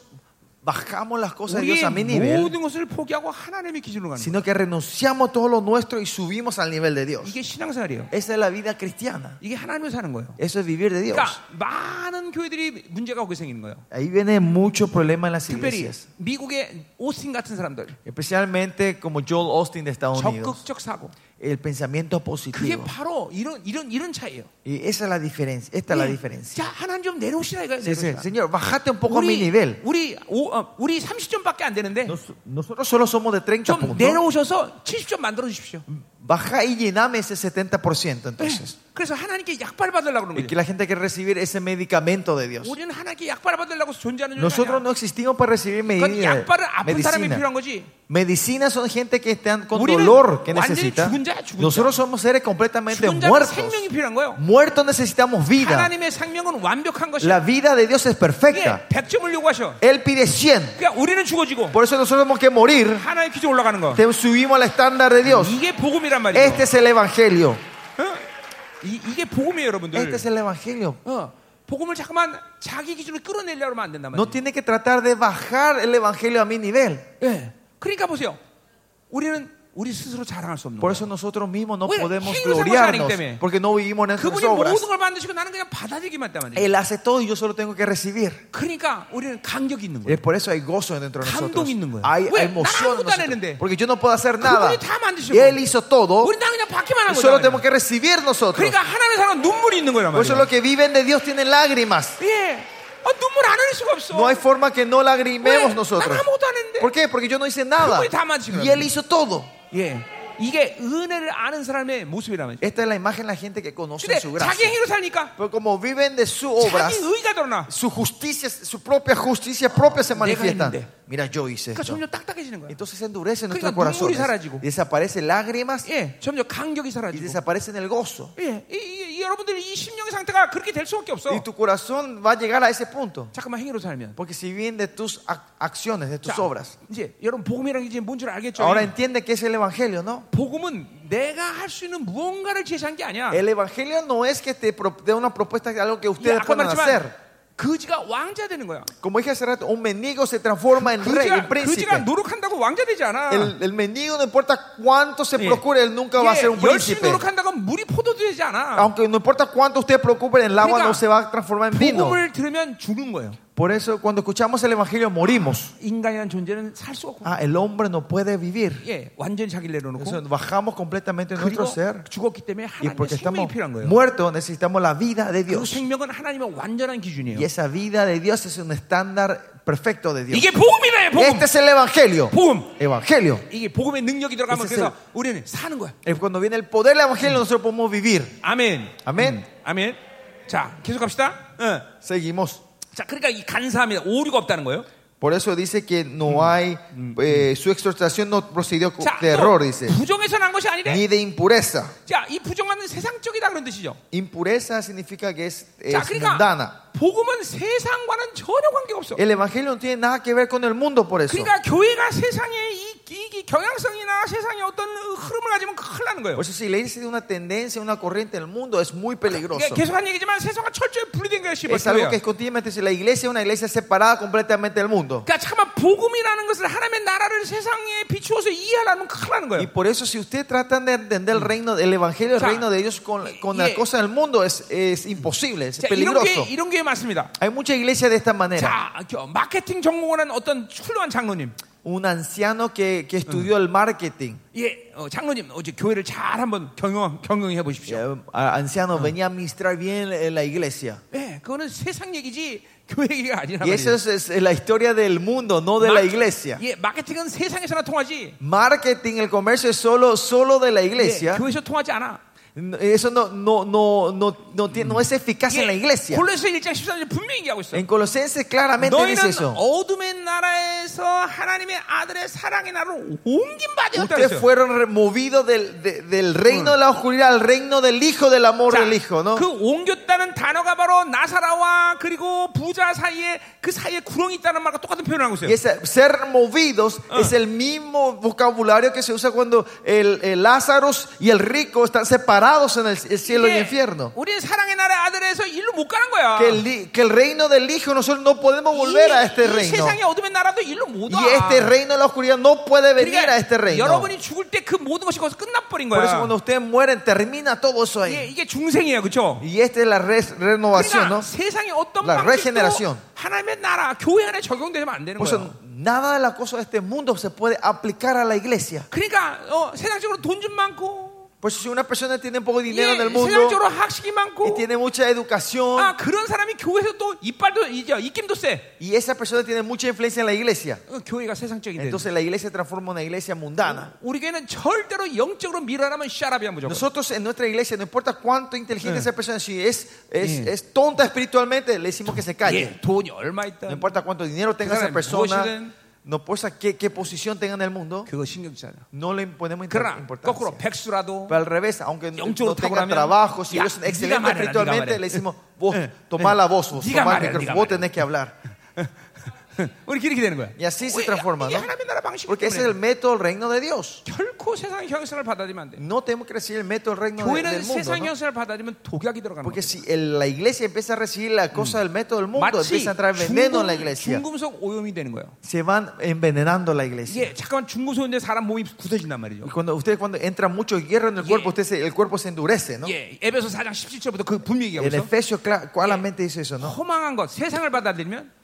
[SPEAKER 2] bajamos las cosas de Dios a mi
[SPEAKER 1] 우리의
[SPEAKER 2] nivel,
[SPEAKER 1] 모든 것을 포기하고 하나님의 기준으로 가는 거예요.
[SPEAKER 2] sino que renunciamos todo lo nuestro y subimos al nivel de Dios.
[SPEAKER 1] 이게 신앙생활이에요.
[SPEAKER 2] Esa es la vida cristiana.
[SPEAKER 1] 이게 하나님을 사는 거예요.
[SPEAKER 2] Eso es vivir de Dios.
[SPEAKER 1] 그러니까 많은 교회들이 문제가 오게 생기는 거예요.
[SPEAKER 2] Ahí viene mucho problema en las
[SPEAKER 1] 특별히
[SPEAKER 2] iglesias.
[SPEAKER 1] 미국의 오스틴 같은 사람들
[SPEAKER 2] Especialmente como Joel Austin de Estados Unidos.
[SPEAKER 1] 적극적 사고
[SPEAKER 2] El pensamiento
[SPEAKER 1] 그게
[SPEAKER 2] positivo.
[SPEAKER 1] 바로 이런 이런 이런 차이예요.
[SPEAKER 2] Y esa es la diferencia. Esta es la
[SPEAKER 1] 예.
[SPEAKER 2] diferencia.
[SPEAKER 1] 자 하나님 좀 내려오시라 이거예요.
[SPEAKER 2] Sí, sí.
[SPEAKER 1] 내려오시라.
[SPEAKER 2] Señor, bájate un poco a mi
[SPEAKER 1] 우리
[SPEAKER 2] nivel.
[SPEAKER 1] 우리 오, 어, 우리 30점밖에 안 되는데
[SPEAKER 2] Nos- nosotros solo somos de 30
[SPEAKER 1] 좀
[SPEAKER 2] puntos.
[SPEAKER 1] 내려오셔서 70점 만들어 주십시오.
[SPEAKER 2] Baja y llename ese 70%
[SPEAKER 1] 예.
[SPEAKER 2] entonces.
[SPEAKER 1] 그래서 하나님께 약발 받으려고
[SPEAKER 2] Y
[SPEAKER 1] 그러는
[SPEAKER 2] que
[SPEAKER 1] 거예요.
[SPEAKER 2] la gente quiere recibir ese medicamento de Dios.
[SPEAKER 1] 우리는 하나님께 약발 받으려고 존재하는 존재가
[SPEAKER 2] Nosotros
[SPEAKER 1] 아니야.
[SPEAKER 2] no existimos para recibir
[SPEAKER 1] 그건
[SPEAKER 2] medicina.
[SPEAKER 1] 약발을 아픈 사람이 필요한
[SPEAKER 2] medicina.
[SPEAKER 1] 거지.
[SPEAKER 2] Medicina son gente que están con
[SPEAKER 1] 우리는
[SPEAKER 2] dolor que
[SPEAKER 1] 완전히
[SPEAKER 2] necesita.
[SPEAKER 1] 죽은 자야, 죽은 자.
[SPEAKER 2] Nosotros somos seres completamente
[SPEAKER 1] 죽은 자는
[SPEAKER 2] muertos.
[SPEAKER 1] 생명이 필요한 거예요.
[SPEAKER 2] Muertos necesitamos vida.
[SPEAKER 1] 하나님의 생명은 완벽한 것이야.
[SPEAKER 2] La vida de Dios es perfecta.
[SPEAKER 1] 이게 100점을 요구하셔.
[SPEAKER 2] Él pide 100.
[SPEAKER 1] 그러니까 우리는 죽어지고
[SPEAKER 2] Por eso nosotros tenemos que morir.
[SPEAKER 1] 하나의 기준 올라가는 거.
[SPEAKER 2] Te subimos al estándar de Dios.
[SPEAKER 1] 이게 복음이란 말이에요.
[SPEAKER 2] Este es el evangelio.
[SPEAKER 1] 어? 이, 이게 복음이에요,
[SPEAKER 2] Este
[SPEAKER 1] 여러분들.
[SPEAKER 2] es el evangelio.
[SPEAKER 1] 어, 복음을 잠깐만 자기 기준으로 끌어내려고 하면 안 된단 말이에요.
[SPEAKER 2] No tiene que tratar de bajar el evangelio a mi nivel.
[SPEAKER 1] 예. 그러니까 보세요. 우리는 우리 스스로 자랑할 수 없는
[SPEAKER 2] Por
[SPEAKER 1] 거예요.
[SPEAKER 2] eso nosotros mismos no
[SPEAKER 1] Oye,
[SPEAKER 2] podemos
[SPEAKER 1] ¿qué
[SPEAKER 2] gloriarnos
[SPEAKER 1] cosa es?
[SPEAKER 2] porque no vivimos en nuestras
[SPEAKER 1] 그분이
[SPEAKER 2] obras.
[SPEAKER 1] 모든 걸 만드시고 나는 그냥 받아들이기만 했단 말이에요.
[SPEAKER 2] Él hace todo y yo solo tengo que recibir.
[SPEAKER 1] 그러니까 우리는 간격이 있는 거예요.
[SPEAKER 2] Es por eso hay gozo dentro de nosotros.
[SPEAKER 1] 감동이 있는 거예요.
[SPEAKER 2] Hay
[SPEAKER 1] 왜? 나는
[SPEAKER 2] emoción. en
[SPEAKER 1] 아무것도 안 했는데.
[SPEAKER 2] nosotros. Porque yo no puedo hacer nada.
[SPEAKER 1] 그분이 다 만드시고.
[SPEAKER 2] Y Él hizo todo.
[SPEAKER 1] 우리는 그냥 받기만 한
[SPEAKER 2] Y solo
[SPEAKER 1] 거예요.
[SPEAKER 2] tenemos que recibir nosotros.
[SPEAKER 1] 그러니까 하나님의 사랑 눈물이 있는 거란
[SPEAKER 2] Por eso
[SPEAKER 1] 말이에요.
[SPEAKER 2] los que viven de Dios tienen lágrimas.
[SPEAKER 1] 예. 어, 눈물 안 흘릴 수가 없어.
[SPEAKER 2] No hay forma que no lagrimemos
[SPEAKER 1] 왜?
[SPEAKER 2] nosotros.
[SPEAKER 1] 난 아무것도 안 했는데.
[SPEAKER 2] ¿Por qué? Porque yo no hice nada.
[SPEAKER 1] 그분이 다 만드시고
[SPEAKER 2] Y Él hizo todo.
[SPEAKER 1] 예. 이게 은혜를 아는 사람의 모습이란 말이에요.
[SPEAKER 2] Esta es la imagen de la gente que conoce
[SPEAKER 1] 근데
[SPEAKER 2] su
[SPEAKER 1] 자기
[SPEAKER 2] gracia.
[SPEAKER 1] 행위로 사니까
[SPEAKER 2] Pero como viven de sus
[SPEAKER 1] 자기
[SPEAKER 2] obras,
[SPEAKER 1] 의가 드러나.
[SPEAKER 2] su justicia, su propia justicia propia se manifiesta.
[SPEAKER 1] Déjale.
[SPEAKER 2] Mira, yo hice
[SPEAKER 1] 그러니까
[SPEAKER 2] esto.
[SPEAKER 1] 점점 딱딱해지는 거야.
[SPEAKER 2] Entonces se endurecen
[SPEAKER 1] Kaiga,
[SPEAKER 2] nuestros
[SPEAKER 1] 눈물이
[SPEAKER 2] corazones.
[SPEAKER 1] 사라지고.
[SPEAKER 2] Desaparecen lágrimas
[SPEAKER 1] 예. 점점 간격이
[SPEAKER 2] y
[SPEAKER 1] 사라지고.
[SPEAKER 2] desaparecen el gozo.
[SPEAKER 1] 예. 이, 이- 이 여러분들 이 심령의 상태가 그렇게 될 수밖에 없어.
[SPEAKER 2] Y tu corazón va a llegar a ese punto.
[SPEAKER 1] 잠깐만 행위로 살면.
[SPEAKER 2] Porque si vienen de tus ac- acciones, de tus
[SPEAKER 1] 자,
[SPEAKER 2] obras.
[SPEAKER 1] 이제 여러분 복음이라는 게 이제 뭔 줄 알겠죠?
[SPEAKER 2] Ahora entiende que es el evangelio, ¿no?
[SPEAKER 1] 복음은 내가 할 수 있는 무언가를 제시한 게 아니야.
[SPEAKER 2] El evangelio no es que te pro- dé una propuesta de algo que
[SPEAKER 1] 이게
[SPEAKER 2] ustedes
[SPEAKER 1] 아까
[SPEAKER 2] puedan
[SPEAKER 1] 말했지만
[SPEAKER 2] hacer.
[SPEAKER 1] 그지가 왕자 되는 거야.
[SPEAKER 2] Como dije hace rato, un mendigo se transforma en rey,
[SPEAKER 1] 그지가,
[SPEAKER 2] en
[SPEAKER 1] 그지가
[SPEAKER 2] príncipe.
[SPEAKER 1] 노력한다고 왕자 되지 않아.
[SPEAKER 2] El, el mendigo no importa cuánto se
[SPEAKER 1] Ah. Sí.
[SPEAKER 2] procure, él nunca va a ser un
[SPEAKER 1] 이게 예, 열심히
[SPEAKER 2] príncipe.
[SPEAKER 1] 노력한다고 물이 포도도 되지 않아. 뭐,
[SPEAKER 2] Aunque no importa cuánto ustedes preocupen, el agua
[SPEAKER 1] Kaiga,
[SPEAKER 2] no se va a transformar en vino.
[SPEAKER 1] 복음을 들으면 죽는 거예요.
[SPEAKER 2] Por eso cuando escuchamos el Evangelio morimos.
[SPEAKER 1] 인간이란 존재는 살 수가 없고.
[SPEAKER 2] Ah, el hombre no puede vivir.
[SPEAKER 1] 예, 완전히 자기를
[SPEAKER 2] O sea,
[SPEAKER 1] 내려놓고
[SPEAKER 2] bajamos completamente
[SPEAKER 1] 그리고
[SPEAKER 2] nuestro ser.
[SPEAKER 1] 죽었기 때문에 뭐,
[SPEAKER 2] Y
[SPEAKER 1] 하나님의
[SPEAKER 2] porque
[SPEAKER 1] 생명이
[SPEAKER 2] estamos
[SPEAKER 1] 필요한 거예요.
[SPEAKER 2] muertos necesitamos la vida de
[SPEAKER 1] 그
[SPEAKER 2] Dios.
[SPEAKER 1] 생명은 하나님의 완전한 기준이에요.
[SPEAKER 2] Y esa vida de Dios es un estándar perfecto de Dios.
[SPEAKER 1] 이게 복음이래, 복음.
[SPEAKER 2] Este es el Evangelio.
[SPEAKER 1] 복음.
[SPEAKER 2] Evangelio.
[SPEAKER 1] 이게 복음의 능력이 들어가면
[SPEAKER 2] Ese es
[SPEAKER 1] 그래서 우리는 사는 거야.
[SPEAKER 2] Eh, Cuando viene el poder del
[SPEAKER 1] Mm.
[SPEAKER 2] Evangelio nosotros podemos vivir.
[SPEAKER 1] 아멘.
[SPEAKER 2] Amén.
[SPEAKER 1] 아멘. 자, 계속 갑시다. 어.
[SPEAKER 2] Seguimos.
[SPEAKER 1] 자, 그러니까 이 간사함이 오류가 없다는 거예요.
[SPEAKER 2] Por eso dice que no hay, eh, su exhortación no procedió
[SPEAKER 1] 자,
[SPEAKER 2] de
[SPEAKER 1] 또
[SPEAKER 2] error, dice,
[SPEAKER 1] 부정에서 난 것이 아니래.
[SPEAKER 2] ni de impureza.
[SPEAKER 1] 자, 이 부정하는 세상적이다 그런 뜻이죠.
[SPEAKER 2] Impureza significa que es, es
[SPEAKER 1] 자, 그러니까
[SPEAKER 2] mundana.
[SPEAKER 1] 복음은 세상과는 전혀 관계가 없어.
[SPEAKER 2] El evangelio no tiene nada que ver con el mundo por eso.
[SPEAKER 1] 그러니까 교회가 세상의 이, 이, 이 경향성이나 세상의 어떤 흐름을 가지면 큰일 나는 거예요.
[SPEAKER 2] Por eso si le dice una tendencia, una corriente del mundo es muy peligroso.
[SPEAKER 1] 그러니까 계속 한 얘기지만 세상과 철저히 분리된 것이
[SPEAKER 2] Es
[SPEAKER 1] 벌써예요.
[SPEAKER 2] algo que es continuamente si la iglesia es una iglesia separada completamente del mundo.
[SPEAKER 1] 그러니까 잠깐만 복음이라는 것을 하나님의 나라를 세상에 비추어서 이해하려면 큰일 나는
[SPEAKER 2] Y
[SPEAKER 1] 거예요.
[SPEAKER 2] por eso si usted tratan de entender el reino, el evangelio, el
[SPEAKER 1] 자,
[SPEAKER 2] reino de Dios con, con
[SPEAKER 1] 예.
[SPEAKER 2] las cosas del mundo es, es imposible, es
[SPEAKER 1] 자, 이런 게
[SPEAKER 2] peligroso.
[SPEAKER 1] 이런 게 맞습니다.
[SPEAKER 2] Hay muchas iglesias de esta manera.
[SPEAKER 1] 자, 겨- 마케팅 전공을 한 어떤 훌륭한 장로님.
[SPEAKER 2] Un anciano que, que estudió el marketing.
[SPEAKER 1] 예, 어, 장로님 어제 교회를 잘 한번 경영 경영해 보십시오.
[SPEAKER 2] Eh, anciano venía a administrar bien eh, la iglesia.
[SPEAKER 1] 예, 그거는 세상 얘기지 교회 얘기가 아니라
[SPEAKER 2] Y esa
[SPEAKER 1] 말이에요.
[SPEAKER 2] es, es la historia del mundo, no de
[SPEAKER 1] 마-
[SPEAKER 2] la iglesia.
[SPEAKER 1] 예, 마케팅은 세상에서나 통하지.
[SPEAKER 2] Marketing, el comercio es solo, solo de la
[SPEAKER 1] 예,
[SPEAKER 2] iglesia.
[SPEAKER 1] 교회에서 통하지 않아.
[SPEAKER 2] No, Eso no, no, no, no, no, tiene- no es eficaz en la iglesia.
[SPEAKER 1] 예, 골로새 1장 13절 분명히 얘기하고 있어.
[SPEAKER 2] En Colosenses claramente dice
[SPEAKER 1] 너희는
[SPEAKER 2] eso.
[SPEAKER 1] 어둠의 나라에서 하나님의 아들의 사랑의 나라로 옮긴 바 되었다
[SPEAKER 2] Ustedes
[SPEAKER 1] 그랬어요.
[SPEAKER 2] fueron removidos del, de- del reino de la oscuridad al reino del Hijo del amor del Hijo, ¿no?
[SPEAKER 1] 그 옮겼다는 단어가 바로 나사라와 그리고 부자 사이에 그 사이에 구렁이 있다는 말과 똑같은 표현을 하고 있어요.
[SPEAKER 2] Y ese- ser movidos es el mismo vocabulario que se usa cuando el, el Lázaro y el rico están separados en el, el cielo y el
[SPEAKER 1] 이게
[SPEAKER 2] infierno.
[SPEAKER 1] 우리는 사랑의 나라 아들에서 일로 못 가는 거야.
[SPEAKER 2] Que el, li- que el reino del Hijo, nosotros no podemos
[SPEAKER 1] 이-
[SPEAKER 2] volver 그 a este
[SPEAKER 1] 이
[SPEAKER 2] reino.
[SPEAKER 1] 세상의 어둠의 나라도 일로 못 와.
[SPEAKER 2] Y este reino de la oscuridad no puede venir
[SPEAKER 1] 그러니까
[SPEAKER 2] a este reino.
[SPEAKER 1] 여러분이 죽을 때 그 모든 것이 거기서 끝나버린
[SPEAKER 2] Por eso
[SPEAKER 1] 거야.
[SPEAKER 2] cuando ustedes mueren, termina todo eso
[SPEAKER 1] 이게,
[SPEAKER 2] ahí.
[SPEAKER 1] 이게 중생이에요, 그렇죠?
[SPEAKER 2] Y esta es la res-
[SPEAKER 1] 그러니까
[SPEAKER 2] renovación, ¿no?
[SPEAKER 1] 세상의 어떤
[SPEAKER 2] La
[SPEAKER 1] 방식도
[SPEAKER 2] regeneración.
[SPEAKER 1] 하나님의 나라, 교회 안에 적용되면 안 되는
[SPEAKER 2] Por
[SPEAKER 1] 거예요.
[SPEAKER 2] eso nada de las cosas de este mundo se puede aplicar a la iglesia.
[SPEAKER 1] 그러니까 어, 세상적으로 돈 좀 많고,
[SPEAKER 2] Por eso si una persona tiene poco
[SPEAKER 1] 예,
[SPEAKER 2] dinero en el mundo
[SPEAKER 1] 세상적으로 학식이
[SPEAKER 2] y
[SPEAKER 1] 많고,
[SPEAKER 2] tiene mucha educación
[SPEAKER 1] 아 그런 사람이 교회에서 또 이빨도 이제 입김도 세.
[SPEAKER 2] y esa persona tiene mucha influencia en la iglesia,
[SPEAKER 1] 어, 교회가 세상적인데.
[SPEAKER 2] entonces la iglesia se transforma en una iglesia mundana.
[SPEAKER 1] 우리 교회는 절대로 영적으로 밀어나면 샤라비야 무조건.
[SPEAKER 2] Nosotros en nuestra iglesia, no importa cuánto inteligente esa persona, si es, es,
[SPEAKER 1] Sí.
[SPEAKER 2] es tonta espiritualmente, le decimos que se calle.
[SPEAKER 1] 예, 돈이 얼마 있다.
[SPEAKER 2] No importa cuánto dinero tenga esa
[SPEAKER 1] Claro,
[SPEAKER 2] persona,
[SPEAKER 1] posición.
[SPEAKER 2] no importa qué, qué posición tenga en el mundo,
[SPEAKER 1] 그거 신경 쓰지 않아.
[SPEAKER 2] no le ponemos
[SPEAKER 1] 그러나 거꾸로
[SPEAKER 2] importancia.
[SPEAKER 1] 백수라도
[SPEAKER 2] Pero al revés, aunque no
[SPEAKER 1] 영적으로
[SPEAKER 2] no tenga
[SPEAKER 1] 탁월하면,
[SPEAKER 2] trabajo, si
[SPEAKER 1] 야,
[SPEAKER 2] eres
[SPEAKER 1] 네가 말해라,
[SPEAKER 2] excelente
[SPEAKER 1] 네가
[SPEAKER 2] espiritualmente,
[SPEAKER 1] 말해.
[SPEAKER 2] le decimos, vos,
[SPEAKER 1] Eh,
[SPEAKER 2] tomá la voz, vos,
[SPEAKER 1] 네가
[SPEAKER 2] tomá
[SPEAKER 1] 말해라,
[SPEAKER 2] el
[SPEAKER 1] 네가
[SPEAKER 2] micrófono, vos
[SPEAKER 1] 말해.
[SPEAKER 2] tenés que hablar.
[SPEAKER 1] 우리 이렇게 되는 거야.
[SPEAKER 2] Y así se
[SPEAKER 1] 왜?
[SPEAKER 2] transforma,
[SPEAKER 1] 이게
[SPEAKER 2] ¿no?
[SPEAKER 1] 하나님의 나라 방식이기
[SPEAKER 2] Porque ese es
[SPEAKER 1] 때문에
[SPEAKER 2] el método del reino de Dios.
[SPEAKER 1] 결코 세상의 형성을 받아들이면 안 돼.
[SPEAKER 2] No tenemos que recibir el método del reino de-
[SPEAKER 1] 교회는
[SPEAKER 2] del mundo.
[SPEAKER 1] 세상의
[SPEAKER 2] ¿no?
[SPEAKER 1] 형성을 받아들이면 독약이 들어가는
[SPEAKER 2] Porque
[SPEAKER 1] 거야.
[SPEAKER 2] si el- la iglesia empieza a recibir la cosa del método del mundo,
[SPEAKER 1] 마치
[SPEAKER 2] empieza a traer veneno en la iglesia.
[SPEAKER 1] 중금, 속 오염이 되는 거예요.
[SPEAKER 2] Se van envenenando la iglesia.
[SPEAKER 1] 이게 잠깐만 중금속인데 사람 몸이 굳어진단 말이죠.
[SPEAKER 2] Y cuando ustedes cuando entra mucho hierro en el
[SPEAKER 1] Yeah.
[SPEAKER 2] cuerpo, usted se- el cuerpo se endurece, ¿no?
[SPEAKER 1] 예, 에베소 4장 17절부터 그 분명히 얘기하고
[SPEAKER 2] En
[SPEAKER 1] 있어.
[SPEAKER 2] Efesios cla- claramente dice eso, ¿no?
[SPEAKER 1] 허망한 것, 세상을 받아들이면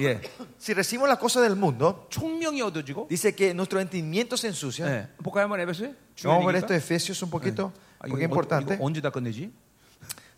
[SPEAKER 1] 예,
[SPEAKER 2] Si recibimos las cosas del mundo,
[SPEAKER 1] 총명이 얻어지고
[SPEAKER 2] dice que nuestro entendimiento se ensucia.
[SPEAKER 1] 예. 볼까요 한번 에베소에? 중요한
[SPEAKER 2] Vamos a ver esto
[SPEAKER 1] 얘기니까.
[SPEAKER 2] de Efesios un poquito,
[SPEAKER 1] 아,
[SPEAKER 2] porque es
[SPEAKER 1] 이거 언-
[SPEAKER 2] importante.
[SPEAKER 1] 이거 언제 다 끝내지?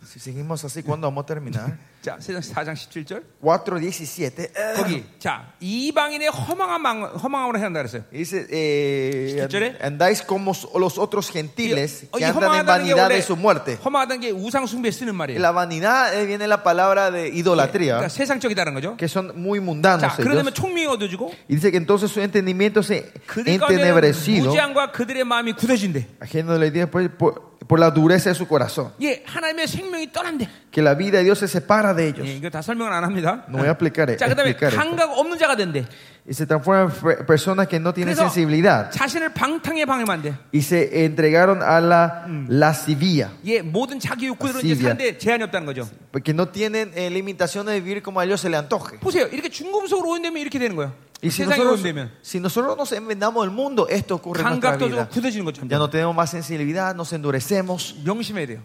[SPEAKER 2] Si seguimos así, ¿cuándo vamos a terminar? (laughs)
[SPEAKER 1] 자, 세상 4장 17절.
[SPEAKER 2] 4.17. eh,
[SPEAKER 1] 거기 자, 이방인의 허망한 망, 허망함으로 해한다 그랬어요.
[SPEAKER 2] Dice, eh,
[SPEAKER 1] ¿Escucharé?
[SPEAKER 2] andáis como los otros gentiles
[SPEAKER 1] 어,
[SPEAKER 2] que andan en vanidad
[SPEAKER 1] eh.
[SPEAKER 2] de su muerte.
[SPEAKER 1] 허망하다는 게 우상 숭배 쓰는
[SPEAKER 2] En
[SPEAKER 1] 말이에요.
[SPEAKER 2] La vanidad eh, viene la palabra de
[SPEAKER 1] 그러니까
[SPEAKER 2] idolatría,
[SPEAKER 1] 세상적이다는 거죠.
[SPEAKER 2] que son muy
[SPEAKER 1] 자,
[SPEAKER 2] mundanos ellos.
[SPEAKER 1] 그러면 총명이 얻어지고
[SPEAKER 2] Y dice que entonces su entendimiento se
[SPEAKER 1] 그들 가운데는
[SPEAKER 2] entenebrecido,
[SPEAKER 1] 무지함과 그들의 ma음이 굳어진대.
[SPEAKER 2] ajeno de la idea, por, por- por la dureza de su corazón,
[SPEAKER 1] 예, 하나님의 생명이 떠난대.
[SPEAKER 2] que la vida de Dios se separa de ellos.
[SPEAKER 1] 예, 이거 다 설명은 안 합니다.
[SPEAKER 2] No voy a aplicar,
[SPEAKER 1] 자, 그다음에
[SPEAKER 2] explicar esto.
[SPEAKER 1] 감각 없는 자가 된대.
[SPEAKER 2] Y se transforman en fe- personas que no tienen
[SPEAKER 1] 그래서
[SPEAKER 2] sensibilidad.
[SPEAKER 1] 자신을 방탕에 방해만 돼.
[SPEAKER 2] y se entregaron a la lascivia,
[SPEAKER 1] 예, 모든 자기 욕구들은 이제
[SPEAKER 2] lascivia.
[SPEAKER 1] 산데 제한이 없다는 거죠.
[SPEAKER 2] porque no tienen eh, limitaciones de vivir como a ellos se le antoje.
[SPEAKER 1] 보세요. 이렇게 중금속으로 오염되면 이렇게 되는 거예요.
[SPEAKER 2] Y si
[SPEAKER 1] 세상에
[SPEAKER 2] nosotros,
[SPEAKER 1] 오염되면
[SPEAKER 2] si nosotros nos enmendamos el mundo, esto ocurre en nuestra
[SPEAKER 1] 감각도
[SPEAKER 2] vida.
[SPEAKER 1] 좀 굳어지는 것처럼.
[SPEAKER 2] Ya
[SPEAKER 1] 돼요.
[SPEAKER 2] no tenemos más sensibilidad, nos endurecemos.
[SPEAKER 1] 명심해야 돼요.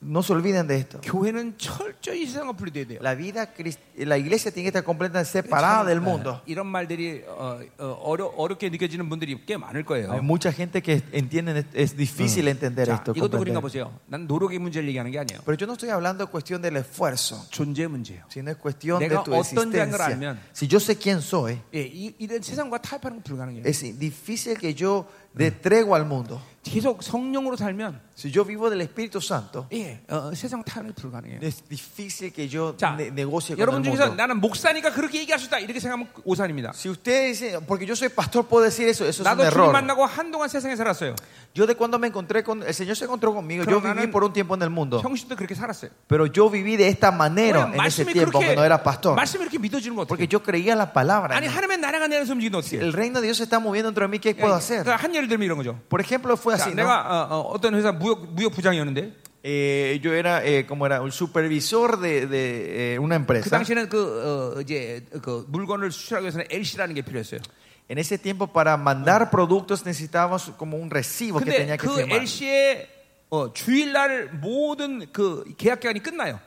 [SPEAKER 2] No se olviden de esto.
[SPEAKER 1] 교회는 철저히 세상과 분리돼야 돼요.
[SPEAKER 2] La vida, crist- la iglesia tiene que estar completamente separada del mundo.
[SPEAKER 1] 예, 이런 말들이 어, 렵게 느껴지는 분들이 꽤 많을
[SPEAKER 2] Hay
[SPEAKER 1] 거예요.
[SPEAKER 2] mucha gente que entiende, es difícil entender
[SPEAKER 1] 자,
[SPEAKER 2] esto.
[SPEAKER 1] 이것도 그러니까
[SPEAKER 2] comprender.
[SPEAKER 1] 보세요. 난 노력의 문제를 얘기하는 게 아니에요.
[SPEAKER 2] Pero yo no estoy hablando de cuestión del esfuerzo,
[SPEAKER 1] 존재 문제예요.
[SPEAKER 2] sino es cuestión de
[SPEAKER 1] 내가
[SPEAKER 2] tu
[SPEAKER 1] 어떤 자인가를 알면-
[SPEAKER 2] existencia. Si yo sé quién soy,
[SPEAKER 1] 예, 이, 이런 세상과 타협하는 건 불가능해요.
[SPEAKER 2] Es difícil que yo dé tregua al mundo.
[SPEAKER 1] 계속 성령으로 살면
[SPEAKER 2] Si yo vivo del Espíritu Santo,
[SPEAKER 1] 예, 어, 세상 타협은 불가능해요.
[SPEAKER 2] es difícil que yo
[SPEAKER 1] 자,
[SPEAKER 2] ne- negocie con
[SPEAKER 1] 여러분
[SPEAKER 2] el
[SPEAKER 1] 중에서
[SPEAKER 2] mundo.
[SPEAKER 1] 나는 목사니까 그렇게 얘기할 수 있다 이렇게 생각하면 오산입니다.
[SPEAKER 2] Si ustedes dicen, porque yo soy pastor, puedo decir eso, eso es un
[SPEAKER 1] 나도 주님
[SPEAKER 2] error.
[SPEAKER 1] 만나고 한동안 세상에 살았어요.
[SPEAKER 2] Yo de cuando me encontré con el Señor se encontró conmigo, yo
[SPEAKER 1] 그럼
[SPEAKER 2] viví
[SPEAKER 1] 나는-
[SPEAKER 2] por un tiempo en el mundo,
[SPEAKER 1] 형식도 그렇게 살았어요.
[SPEAKER 2] pero yo viví de esta manera
[SPEAKER 1] 왜냐면
[SPEAKER 2] en ese
[SPEAKER 1] 말씀이
[SPEAKER 2] tiempo
[SPEAKER 1] 그렇게
[SPEAKER 2] cuando era pastor,
[SPEAKER 1] 말씀이 이렇게 믿어지는 거
[SPEAKER 2] porque
[SPEAKER 1] 어떻게?
[SPEAKER 2] yo creía la palabra.
[SPEAKER 1] 아니 하나님의 나라가 내는 움직이는 어떻게?
[SPEAKER 2] El reino de Dios se está moviendo dentro de mí, ¿qué puedo hacer?
[SPEAKER 1] 그러니까 한 예를 들면 이런 거죠.
[SPEAKER 2] Por ejemplo, fue
[SPEAKER 1] 자,
[SPEAKER 2] así, ¿no?
[SPEAKER 1] 내가 어, 떤 회사 무역 무역 부장이었는데 그
[SPEAKER 2] Eh, yo era eh, como era el supervisor de, de, eh, una
[SPEAKER 1] 그
[SPEAKER 2] empresa.
[SPEAKER 1] 당시에는 그 어, 이제 그 물건을 수출하기 위해서는 LC라는 게 필요했어요.
[SPEAKER 2] En ese tiempo para mandar productos necesitábamos como un recibo que
[SPEAKER 1] 근데
[SPEAKER 2] tenía que
[SPEAKER 1] 그
[SPEAKER 2] firmar.
[SPEAKER 1] LC의 어, 주일날 모든 그 계약 기간이 끝나요.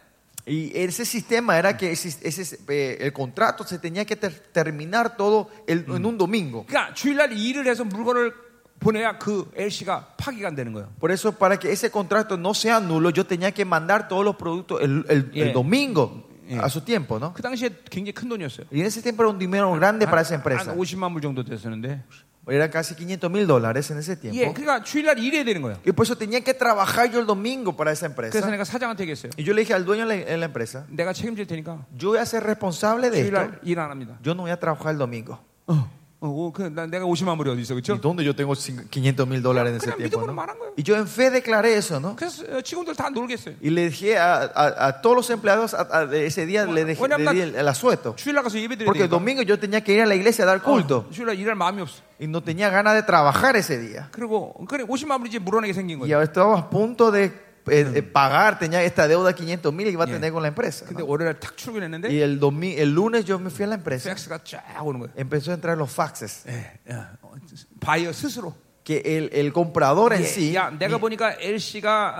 [SPEAKER 2] Y ese sistema era que ese- ese- eh, el contrato se tenía que ter- terminar todo el-
[SPEAKER 1] Mm.
[SPEAKER 2] en un domingo.
[SPEAKER 1] 그러니까 주일날 일을 해서 물건을 보내야 그 LC가 파기가 안 되는 거예요.
[SPEAKER 2] Por eso para que ese contrato no sea nulo, yo tenía que mandar todos los productos el, el-
[SPEAKER 1] Yeah.
[SPEAKER 2] el domingo
[SPEAKER 1] Yeah.
[SPEAKER 2] a su tiempo, ¿no?
[SPEAKER 1] 그 당시에 굉장히 큰 돈이었어요.
[SPEAKER 2] Y en ese tiempo era un
[SPEAKER 1] Ah,
[SPEAKER 2] dinero
[SPEAKER 1] 예,
[SPEAKER 2] grande para esa
[SPEAKER 1] 한
[SPEAKER 2] empresa.
[SPEAKER 1] 50만 불 정도 됐었는데.
[SPEAKER 2] Era casi 500 mil dólares en ese
[SPEAKER 1] 예,
[SPEAKER 2] tiempo.
[SPEAKER 1] 그러니까 주일날 일해야 되는 거예요.
[SPEAKER 2] Y por eso tenía que trabajar yo el domingo para esa
[SPEAKER 1] 그래서
[SPEAKER 2] empresa.
[SPEAKER 1] 내가 사장한테 얘기했어요.
[SPEAKER 2] Y yo le dije al dueño de la- de la empresa,
[SPEAKER 1] 내가 책임질 테니까 예,
[SPEAKER 2] yo voy a ser responsable de esto.
[SPEAKER 1] 주일날 일 안 합니다.
[SPEAKER 2] Yo no voy a trabajar el domingo.
[SPEAKER 1] 어, 어, 그, 난 내가 50만 불이 어디 있어,
[SPEAKER 2] ¿Y
[SPEAKER 1] 그렇죠?
[SPEAKER 2] dónde yo tengo 500 mil dólares en ese
[SPEAKER 1] 그냥
[SPEAKER 2] tiempo?
[SPEAKER 1] 믿음으로
[SPEAKER 2] no?
[SPEAKER 1] 말한 거예요.
[SPEAKER 2] Y yo en fe declaré eso, ¿no?
[SPEAKER 1] 그래서 어, 직원들 다 놀겠어요.
[SPEAKER 2] Y le dije a, a- a todos los empleados a- a- de ese día, le dejé
[SPEAKER 1] Bueno,
[SPEAKER 2] le di el, el asueto.
[SPEAKER 1] 주일날 가서 예배 드려야
[SPEAKER 2] Porque el
[SPEAKER 1] 되니까. 어,
[SPEAKER 2] domingo yo tenía que ir a la iglesia a dar culto.
[SPEAKER 1] 주일날 일할 마음이 없어.
[SPEAKER 2] Y no tenía ganas de trabajar ese día.
[SPEAKER 1] 그리고 그래 50만 불이 이제 물어내게 생긴
[SPEAKER 2] Y
[SPEAKER 1] 거예요.
[SPEAKER 2] ahora estaba a punto de eh,
[SPEAKER 1] Mm.
[SPEAKER 2] eh, pagar, tenía esta deuda de 500 mil que iba a tener con la empresa.
[SPEAKER 1] 근데
[SPEAKER 2] ¿no?
[SPEAKER 1] 월요일날 탁 출근했는데
[SPEAKER 2] Y el, domi- el lunes yo me fui a la empresa.
[SPEAKER 1] 팩스가 쫙 오는 거예요.
[SPEAKER 2] Empezó a entrar los faxes.
[SPEAKER 1] 예, 예. 어, 바이어 스스로.
[SPEAKER 2] Que el, el comprador en
[SPEAKER 1] 예,
[SPEAKER 2] sí
[SPEAKER 1] 야, 내가 보니까 LC가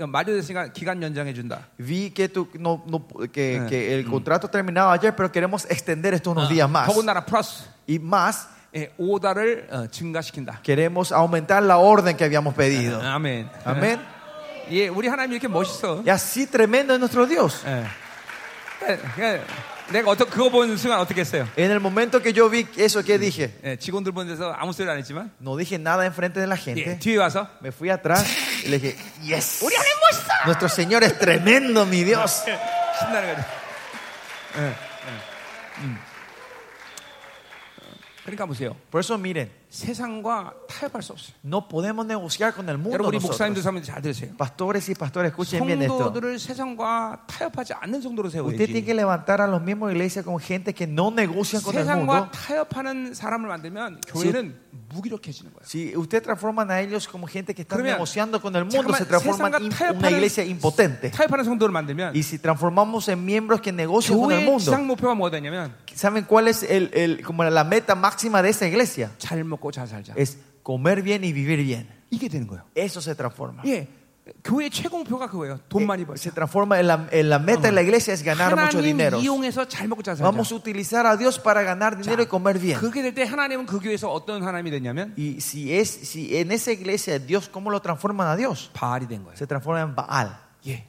[SPEAKER 1] 어, 마련됐으니까 기간 연장해 준다.
[SPEAKER 2] vi que, tú, no, no- que, que el contrato terminaba ayer, pero queremos extender esto unos días más.
[SPEAKER 1] 더군다나 플러스
[SPEAKER 2] Y más,
[SPEAKER 1] 예, 오다를 어, 증가시킨다.
[SPEAKER 2] queremos aumentar la orden que habíamos pedido.
[SPEAKER 1] 예. 아멘.
[SPEAKER 2] Amén.
[SPEAKER 1] 예, 우리 하나님 이렇게 멋있어.
[SPEAKER 2] Y así tremendo es nuestro Dios.
[SPEAKER 1] 예. 예, 예. 내가 어떻게 그거 본 순간 어떻게 했어요?
[SPEAKER 2] En el momento que yo vi eso, ¿qué dije?
[SPEAKER 1] 예, 직원들 보는 데서 아무 소리 안 했지만
[SPEAKER 2] No dije nada enfrente de la
[SPEAKER 1] 예,
[SPEAKER 2] gente.
[SPEAKER 1] 뒤에 와서
[SPEAKER 2] Me fui atrás y le dije, yes.
[SPEAKER 1] 우리 하나님 멋있어.
[SPEAKER 2] Nuestro Señor es tremendo, mi Dios.
[SPEAKER 1] 신나는 거죠. 예, 예. 음. 그러니까 보세요.
[SPEAKER 2] Por eso miren,
[SPEAKER 1] 세상과 타협할 수 없어요.
[SPEAKER 2] no podemos negociar con el mundo.
[SPEAKER 1] 여러분 우리 목사님들
[SPEAKER 2] nosotros.
[SPEAKER 1] 사면 잘 들으세요.
[SPEAKER 2] Pastores y pastores,
[SPEAKER 1] 뭐
[SPEAKER 2] escuchen bien esto.
[SPEAKER 1] 성도들을 세상과 타협하지 않는 성도로
[SPEAKER 2] Usted tiene
[SPEAKER 1] 세워야지.
[SPEAKER 2] que levantar a los mismos iglesias con gente que no negocian con el
[SPEAKER 1] 세상과
[SPEAKER 2] mundo.
[SPEAKER 1] 타협하는 사람을 만들면 교회는 무기력해지는 거예요.
[SPEAKER 2] Si usted transforman a ellos como gente que está
[SPEAKER 1] 그러면
[SPEAKER 2] negociando con el mundo, se
[SPEAKER 1] 잠깐만,
[SPEAKER 2] transforman
[SPEAKER 1] 세상과
[SPEAKER 2] en una
[SPEAKER 1] 타협하는-
[SPEAKER 2] iglesia impotente.
[SPEAKER 1] 타협하는 성도를 만들면
[SPEAKER 2] Y si transformamos en miembros que negocian con el
[SPEAKER 1] 교회의
[SPEAKER 2] mundo,
[SPEAKER 1] 지상 목표가 뭐가 되냐면
[SPEAKER 2] ¿saben cuál es el, el- como la meta máxima de esa iglesia?
[SPEAKER 1] 잘 먹고 잘 살자.
[SPEAKER 2] Es comer bien y vivir bien.
[SPEAKER 1] 예. 이게 되는 거예요.
[SPEAKER 2] Eso se transforma.
[SPEAKER 1] 예, 교회의 최고 목표가 그거예요. 돈 많이
[SPEAKER 2] Se
[SPEAKER 1] 벌자.
[SPEAKER 2] transforma en la, en la meta de la iglesia es ganar mucho
[SPEAKER 1] 하나님
[SPEAKER 2] dinero.
[SPEAKER 1] 이용해서 잘 먹고 잘 살자.
[SPEAKER 2] Vamos a utilizar a Dios para ganar dinero y comer bien.
[SPEAKER 1] 그렇게 될 때 하나님은 그 교회에서 어떤 하나님이 됐냐면
[SPEAKER 2] Y si es si en esa iglesia Dios cómo lo transforman a Dios?
[SPEAKER 1] 바알이 된 거예요.
[SPEAKER 2] Se transforma en Baal.
[SPEAKER 1] 예.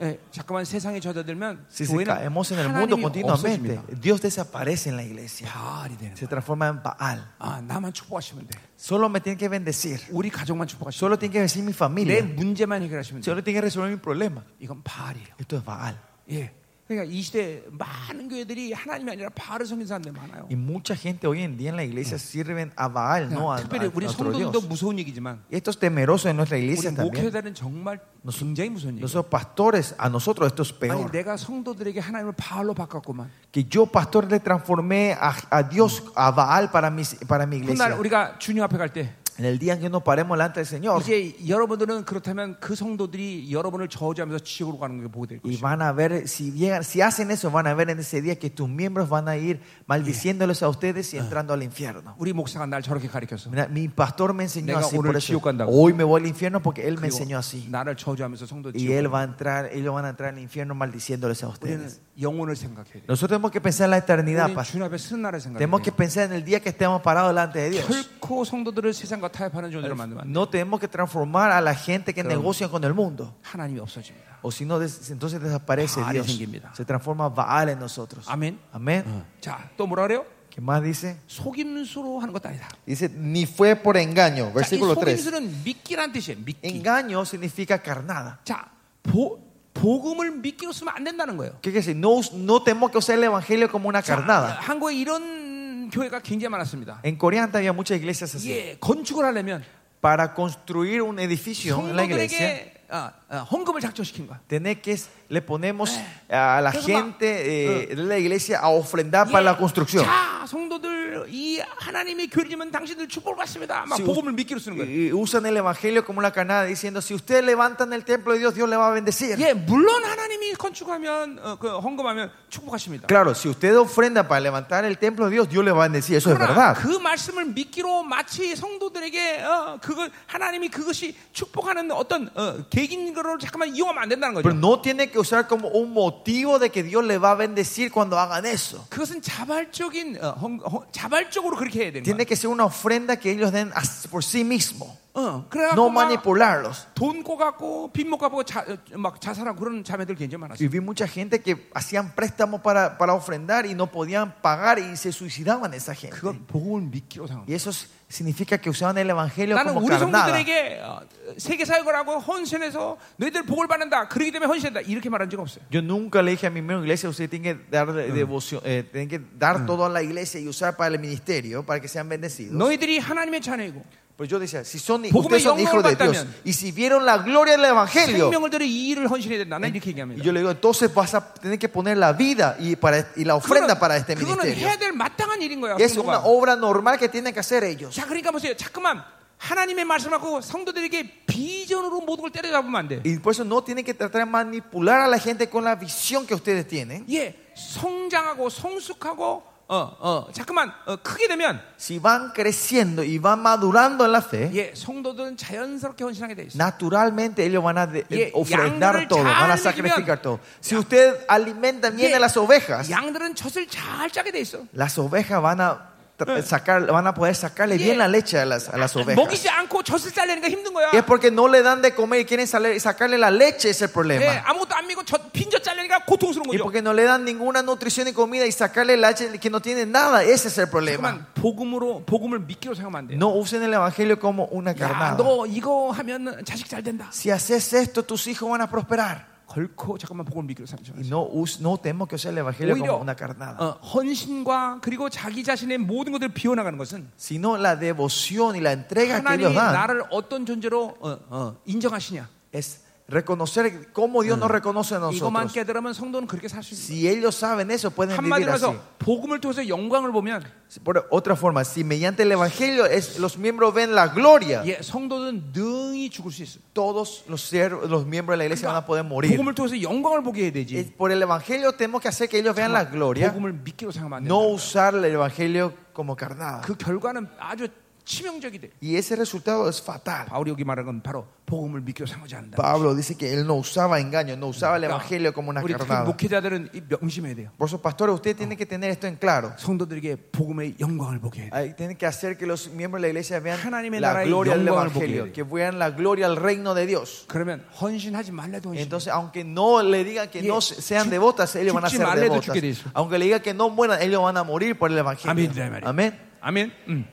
[SPEAKER 1] 예, 잠깐만 세상에 젖어들면
[SPEAKER 2] Si si
[SPEAKER 1] 교회는
[SPEAKER 2] caemos en el mundo
[SPEAKER 1] 하나님이
[SPEAKER 2] continuamente,
[SPEAKER 1] 없어집니다.
[SPEAKER 2] Dios desaparece en la iglesia.
[SPEAKER 1] 바알이 되는
[SPEAKER 2] Se
[SPEAKER 1] 거예요.
[SPEAKER 2] transforma en Baal.
[SPEAKER 1] 아, 나만 축복하시면 돼.
[SPEAKER 2] Solo me tiene que bendecir.
[SPEAKER 1] 우리 가족만 축복하시면
[SPEAKER 2] Solo tiene que bendecir mi
[SPEAKER 1] 돼. 내
[SPEAKER 2] familia.
[SPEAKER 1] 문제만 해결하시면 돼.
[SPEAKER 2] Solo tiene que resolver mi problema.
[SPEAKER 1] 이건 바알이에요.
[SPEAKER 2] Esto es Baal.
[SPEAKER 1] 예. 그러니까 이 시대 많은 교회들이 하나님이 아니라 바알을 섬기는 사람들 많아요.
[SPEAKER 2] Y mucha gente hoy en día en la iglesia sirven a Baal, no a, a-
[SPEAKER 1] 특별히
[SPEAKER 2] a
[SPEAKER 1] 우리
[SPEAKER 2] otro
[SPEAKER 1] 아, 성도들도
[SPEAKER 2] Dios.
[SPEAKER 1] 무서운 얘기지만
[SPEAKER 2] Y esto es temeroso en nuestra
[SPEAKER 1] 우리
[SPEAKER 2] iglesia también.
[SPEAKER 1] 목회자들은 정말 굉장히 무서운 얘기.
[SPEAKER 2] Nosotros pastores, a nosotros esto es
[SPEAKER 1] 아니
[SPEAKER 2] peor.
[SPEAKER 1] 내가 성도들에게 하나님을 바알로 바꿨구만.
[SPEAKER 2] Que yo pastor le transformé a, a Dios, a Baal para mi, para mi
[SPEAKER 1] 훗날
[SPEAKER 2] iglesia.
[SPEAKER 1] 우리가 주님 앞에 갈 때
[SPEAKER 2] En el día en que nos paremos delante del Señor.
[SPEAKER 1] 이제 여러분들은 그렇다면 그 성도들이 여러분을 저주하면서 지옥으로 가는 게 보게 될
[SPEAKER 2] Y
[SPEAKER 1] 것이고
[SPEAKER 2] van a ver, si, llegan, si hacen eso, van a ver en ese día que tus miembros van a ir maldiciéndoles a ustedes y entrando al infierno.
[SPEAKER 1] 우리 목사가 날 저렇게 가르쳤어.
[SPEAKER 2] Mira, mi pastor me enseñó
[SPEAKER 1] Nega,
[SPEAKER 2] así por
[SPEAKER 1] 오늘
[SPEAKER 2] eso.
[SPEAKER 1] 지옥 간다고.
[SPEAKER 2] Hoy me voy al infierno porque él me
[SPEAKER 1] 그리고
[SPEAKER 2] enseñó así.
[SPEAKER 1] 나를 저주하면서 성도
[SPEAKER 2] Y
[SPEAKER 1] 지옥.
[SPEAKER 2] él va a entrar, ellos van a entrar al infierno maldiciéndoles a
[SPEAKER 1] 우리는
[SPEAKER 2] ustedes.
[SPEAKER 1] 영혼을 생각해야 돼.
[SPEAKER 2] Nosotros tenemos que pensar en la eternidad,
[SPEAKER 1] 우리는
[SPEAKER 2] pastor.
[SPEAKER 1] 주님 앞에 쓰는 날을 생각해야
[SPEAKER 2] Tenemos que
[SPEAKER 1] 돼.
[SPEAKER 2] pensar en el día que estemos parados delante de Dios.
[SPEAKER 1] 결코 성도들을 세상과 타협하는 존재로 만들면 안 돼.
[SPEAKER 2] No tenemos que transformar a la gente que negocia con el mundo.
[SPEAKER 1] 하나님이 없어집니다.
[SPEAKER 2] O si no, des- entonces desaparece
[SPEAKER 1] Baal
[SPEAKER 2] Dios.
[SPEAKER 1] 생깁니다.
[SPEAKER 2] Se transforma Baal en nosotros.
[SPEAKER 1] 아멘.
[SPEAKER 2] Amén.
[SPEAKER 1] 자, 또 뭐라 그래요?
[SPEAKER 2] ¿Qué más dice?
[SPEAKER 1] 속임수로 하는 것도 아니다.
[SPEAKER 2] Dice, ni fue por engaño.
[SPEAKER 1] 자, 이
[SPEAKER 2] Versículo 3.
[SPEAKER 1] 속임수는 믿기란 뜻이에요. 믿기.
[SPEAKER 2] Engaño significa carnada.
[SPEAKER 1] 자, 보, 복음을 믿기로 쓰면 안 된다는 거예요.
[SPEAKER 2] ¿Qué quiere decir? No, us- no tenemos que usar el evangelio como una carnada.
[SPEAKER 1] 아, 한국에 이런 교회가 굉장히 많았습니다.
[SPEAKER 2] En Corea antes había muchas iglesias así.
[SPEAKER 1] 예, 건축을 하려면
[SPEAKER 2] Para construir un edificio en la iglesia,
[SPEAKER 1] 성도들에게 아, 아, 헌금을 작정시킨 거야.
[SPEAKER 2] tenés que, le ponemos a la
[SPEAKER 1] Entonces,
[SPEAKER 2] gente eh, de la iglesia a ofrendar
[SPEAKER 1] 예,
[SPEAKER 2] para la construcción.
[SPEAKER 1] 자, 성도들 이 하나님의 교리지면 당신들 축복을 받습니다. 막
[SPEAKER 2] Si
[SPEAKER 1] 복음을
[SPEAKER 2] us-
[SPEAKER 1] 믿기로 쓰는 거예요.
[SPEAKER 2] y usan el evangelio como una carnada diciendo, si ustedes levantan el templo de Dios, Dios le va a bendecir.
[SPEAKER 1] 예, 물론 하나님이 건축하면 어, 그 헌금하면 축복하십니다.
[SPEAKER 2] Claro, si ustedes ofrendan para levantar el templo de Dios, Dios le va a bendecir. Eso es
[SPEAKER 1] 그러나
[SPEAKER 2] verdad.
[SPEAKER 1] 그 말씀을 믿기로 마치 성도들에게 어, 그걸 하나님이 그것이 축복하는 어떤 어, 계기인 거로 잠깐만 이용하면 안 된다는
[SPEAKER 2] Pero
[SPEAKER 1] 거죠.
[SPEAKER 2] no tiene que usar como un motivo de que Dios le va a bendecir cuando hagan eso.
[SPEAKER 1] 그것은 자발적인 어, 헌- 헌- 자발적으로 그렇게 해야 되는
[SPEAKER 2] Tiene
[SPEAKER 1] 거야.
[SPEAKER 2] que ser una ofrenda que ellos den as- por sí mismo.
[SPEAKER 1] 어,
[SPEAKER 2] No
[SPEAKER 1] 그래갖고 막
[SPEAKER 2] manipularlos.
[SPEAKER 1] 돈 꼬갖고 빚못 갚고 자, 어, 막 자살하고 그런 자매들 굉장히 많았어요.
[SPEAKER 2] Y vi mucha gente que hacían préstamos para,
[SPEAKER 1] 네.
[SPEAKER 2] para ofrendar y no podían pagar y se suicidaban esa gente.
[SPEAKER 1] 그건 복음을 믿기로 생각합니다.
[SPEAKER 2] Y eso es significa que usaban el evangelio
[SPEAKER 1] 나는
[SPEAKER 2] como
[SPEAKER 1] 우리
[SPEAKER 2] carnada.
[SPEAKER 1] 성도들에게 어, 세계 사역을 하고 헌신해서 너희들 복을 받는다. 그러기 때문에 헌신한다. 이렇게 말한 적 없어요.
[SPEAKER 2] Yo nunca le dije a mi misma iglesia, ustedes tienen que dar de- devoción, eh, tienen que dar todo a la iglesia y usar para el ministerio, para que sean bendecidos.
[SPEAKER 1] 너희들이 하나님의 자녀이고
[SPEAKER 2] Pues yo decía, si son,
[SPEAKER 1] 복음의
[SPEAKER 2] ustedes son
[SPEAKER 1] 영광을
[SPEAKER 2] hijos de
[SPEAKER 1] 받다면,
[SPEAKER 2] Dios y si vieron la gloria del evangelio,
[SPEAKER 1] 생명을 들여 이 일을 헌신해야 된다. 나 이렇게
[SPEAKER 2] y
[SPEAKER 1] 얘기합니다.
[SPEAKER 2] yo le digo, entonces vas a tener que poner la vida y, para, y la ofrenda para este
[SPEAKER 1] 그거는
[SPEAKER 2] ministerio.
[SPEAKER 1] 해야 될 마땅한 어. 일인 거야.
[SPEAKER 2] Es
[SPEAKER 1] 성도가.
[SPEAKER 2] una obra normal que tienen que 하cer ellos.
[SPEAKER 1] 자, 그러니까 보세요. 자꾸만 하나님의 말씀하고 성도들에게 비전으로 모든 걸 때려잡으면 안 돼.
[SPEAKER 2] Y por eso no tienen que tratar de manipular a la gente con la visión que ustedes tienen.
[SPEAKER 1] 예, 성장하고 성숙하고 어, 어, 자꾸만 어, 크게 되면
[SPEAKER 2] Si van creciendo y van madurando en la fe,
[SPEAKER 1] 예, 성도들은 자연스럽게 헌신하게 돼 있어.
[SPEAKER 2] naturalmente ellos van a de-
[SPEAKER 1] Yeah,
[SPEAKER 2] ofrendar
[SPEAKER 1] 양들을
[SPEAKER 2] todo, van a
[SPEAKER 1] 잘
[SPEAKER 2] sacrificar todo. Si usted alimenta bien a las ovejas,
[SPEAKER 1] 예, 양들은 젖을 잘 짜게 돼 있어.
[SPEAKER 2] las ovejas van a tra- sacar, van a poder sacarle
[SPEAKER 1] Yeah.
[SPEAKER 2] bien la leche a las, a las ovejas. 예,
[SPEAKER 1] 먹이지 않고 젖을 짜려니까 힘든 거야.
[SPEAKER 2] Es porque no le dan de comer y quieren salir- sacarle la leche, ese es el
[SPEAKER 1] 예,
[SPEAKER 2] problema.
[SPEAKER 1] 아무것도 안 믿고 젖, 빈젖 짜려니까 고통스러운
[SPEAKER 2] Y
[SPEAKER 1] 거죠.
[SPEAKER 2] porque no le dan ninguna nutrición y comida y sacarle la leche que no tiene nada, ese es el problema.
[SPEAKER 1] 자꾸만 복음으로 복음을 믿기로 생각하면 안 돼.
[SPEAKER 2] 예, No usen el evangelio como una
[SPEAKER 1] 야,
[SPEAKER 2] carnada.
[SPEAKER 1] 너 이거 하면 자식 잘 된다.
[SPEAKER 2] Si haces esto, tus hijos van a prosperar.
[SPEAKER 1] 걸코 잠깐만 복음을 믿기로 생각하지 마.
[SPEAKER 2] Y no, us- no tenemos que usar el evangelio como
[SPEAKER 1] 오히려
[SPEAKER 2] una carnada.
[SPEAKER 1] 어, 헌신과 그리고 자기 za신의 모든 것들을 비워나가는 것은
[SPEAKER 2] sino la devoción y la entrega que ellos
[SPEAKER 1] 하나님이
[SPEAKER 2] dan
[SPEAKER 1] 나를 어떤 존재로 어, 어, 인정하시냐
[SPEAKER 2] es reconocer cómo Dios nos reconoce a
[SPEAKER 1] 이것만
[SPEAKER 2] nosotros.
[SPEAKER 1] 깨달으면 성도는 그렇게 살 수 있어
[SPEAKER 2] Si ellos saben eso, pueden vivir
[SPEAKER 1] 한마디로
[SPEAKER 2] así.
[SPEAKER 1] 해서 복음을 통해서 영광을 보면
[SPEAKER 2] Por otra forma, si mediante el Evangelio es- los miembros ven la gloria,
[SPEAKER 1] 예, 성도는 능히 죽을 수 있어
[SPEAKER 2] todos los, siervos- los miembros de la iglesia van a poder morir.
[SPEAKER 1] 복음을 통해서 영광을 보게 해야
[SPEAKER 2] Es
[SPEAKER 1] 되지
[SPEAKER 2] Por el Evangelio tenemos que hacer que ellos vean la gloria,
[SPEAKER 1] 복음을 믿기로 생각하면
[SPEAKER 2] no
[SPEAKER 1] 안돼그 그
[SPEAKER 2] usar el Evangelio como carnada.
[SPEAKER 1] 결과는 아주 치명적이 돼
[SPEAKER 2] Y ese resultado es fatal.
[SPEAKER 1] 바울이 여기 말하는 건 바로 복음을 믿기로 생각하지 않는다
[SPEAKER 2] Pablo dice que él no usaba engaño, no usaba el
[SPEAKER 1] 그러니까
[SPEAKER 2] Evangelio como una
[SPEAKER 1] 우리 특히
[SPEAKER 2] carnada.
[SPEAKER 1] 목회자들은 이 명심해야 돼요
[SPEAKER 2] Por eso, pastores, ustedes tienen que tener esto en claro.
[SPEAKER 1] 성도들에게 복음의 영광을 보게 해야 돼
[SPEAKER 2] Ahí tienen que hacer que los miembros de la iglesia vean
[SPEAKER 1] 하나님의
[SPEAKER 2] la
[SPEAKER 1] 나라의
[SPEAKER 2] gloria del
[SPEAKER 1] 영광을
[SPEAKER 2] evangelio,
[SPEAKER 1] 보게
[SPEAKER 2] que vean la gloria al reino de Dios.
[SPEAKER 1] 그러면 헌신하지 말래도 헌신
[SPEAKER 2] Entonces, aunque no le digan que
[SPEAKER 1] 예,
[SPEAKER 2] no se- sean
[SPEAKER 1] 죽-
[SPEAKER 2] devotas, ellos van a
[SPEAKER 1] 죽지
[SPEAKER 2] ser
[SPEAKER 1] 말래도
[SPEAKER 2] devotas.
[SPEAKER 1] 죽게 돼 있어.
[SPEAKER 2] Aunque le digan que no mueran, ellos van a morir por el evangelio.
[SPEAKER 1] 아멘이다 이 말이야.
[SPEAKER 2] Amén.
[SPEAKER 1] 아멘. 음.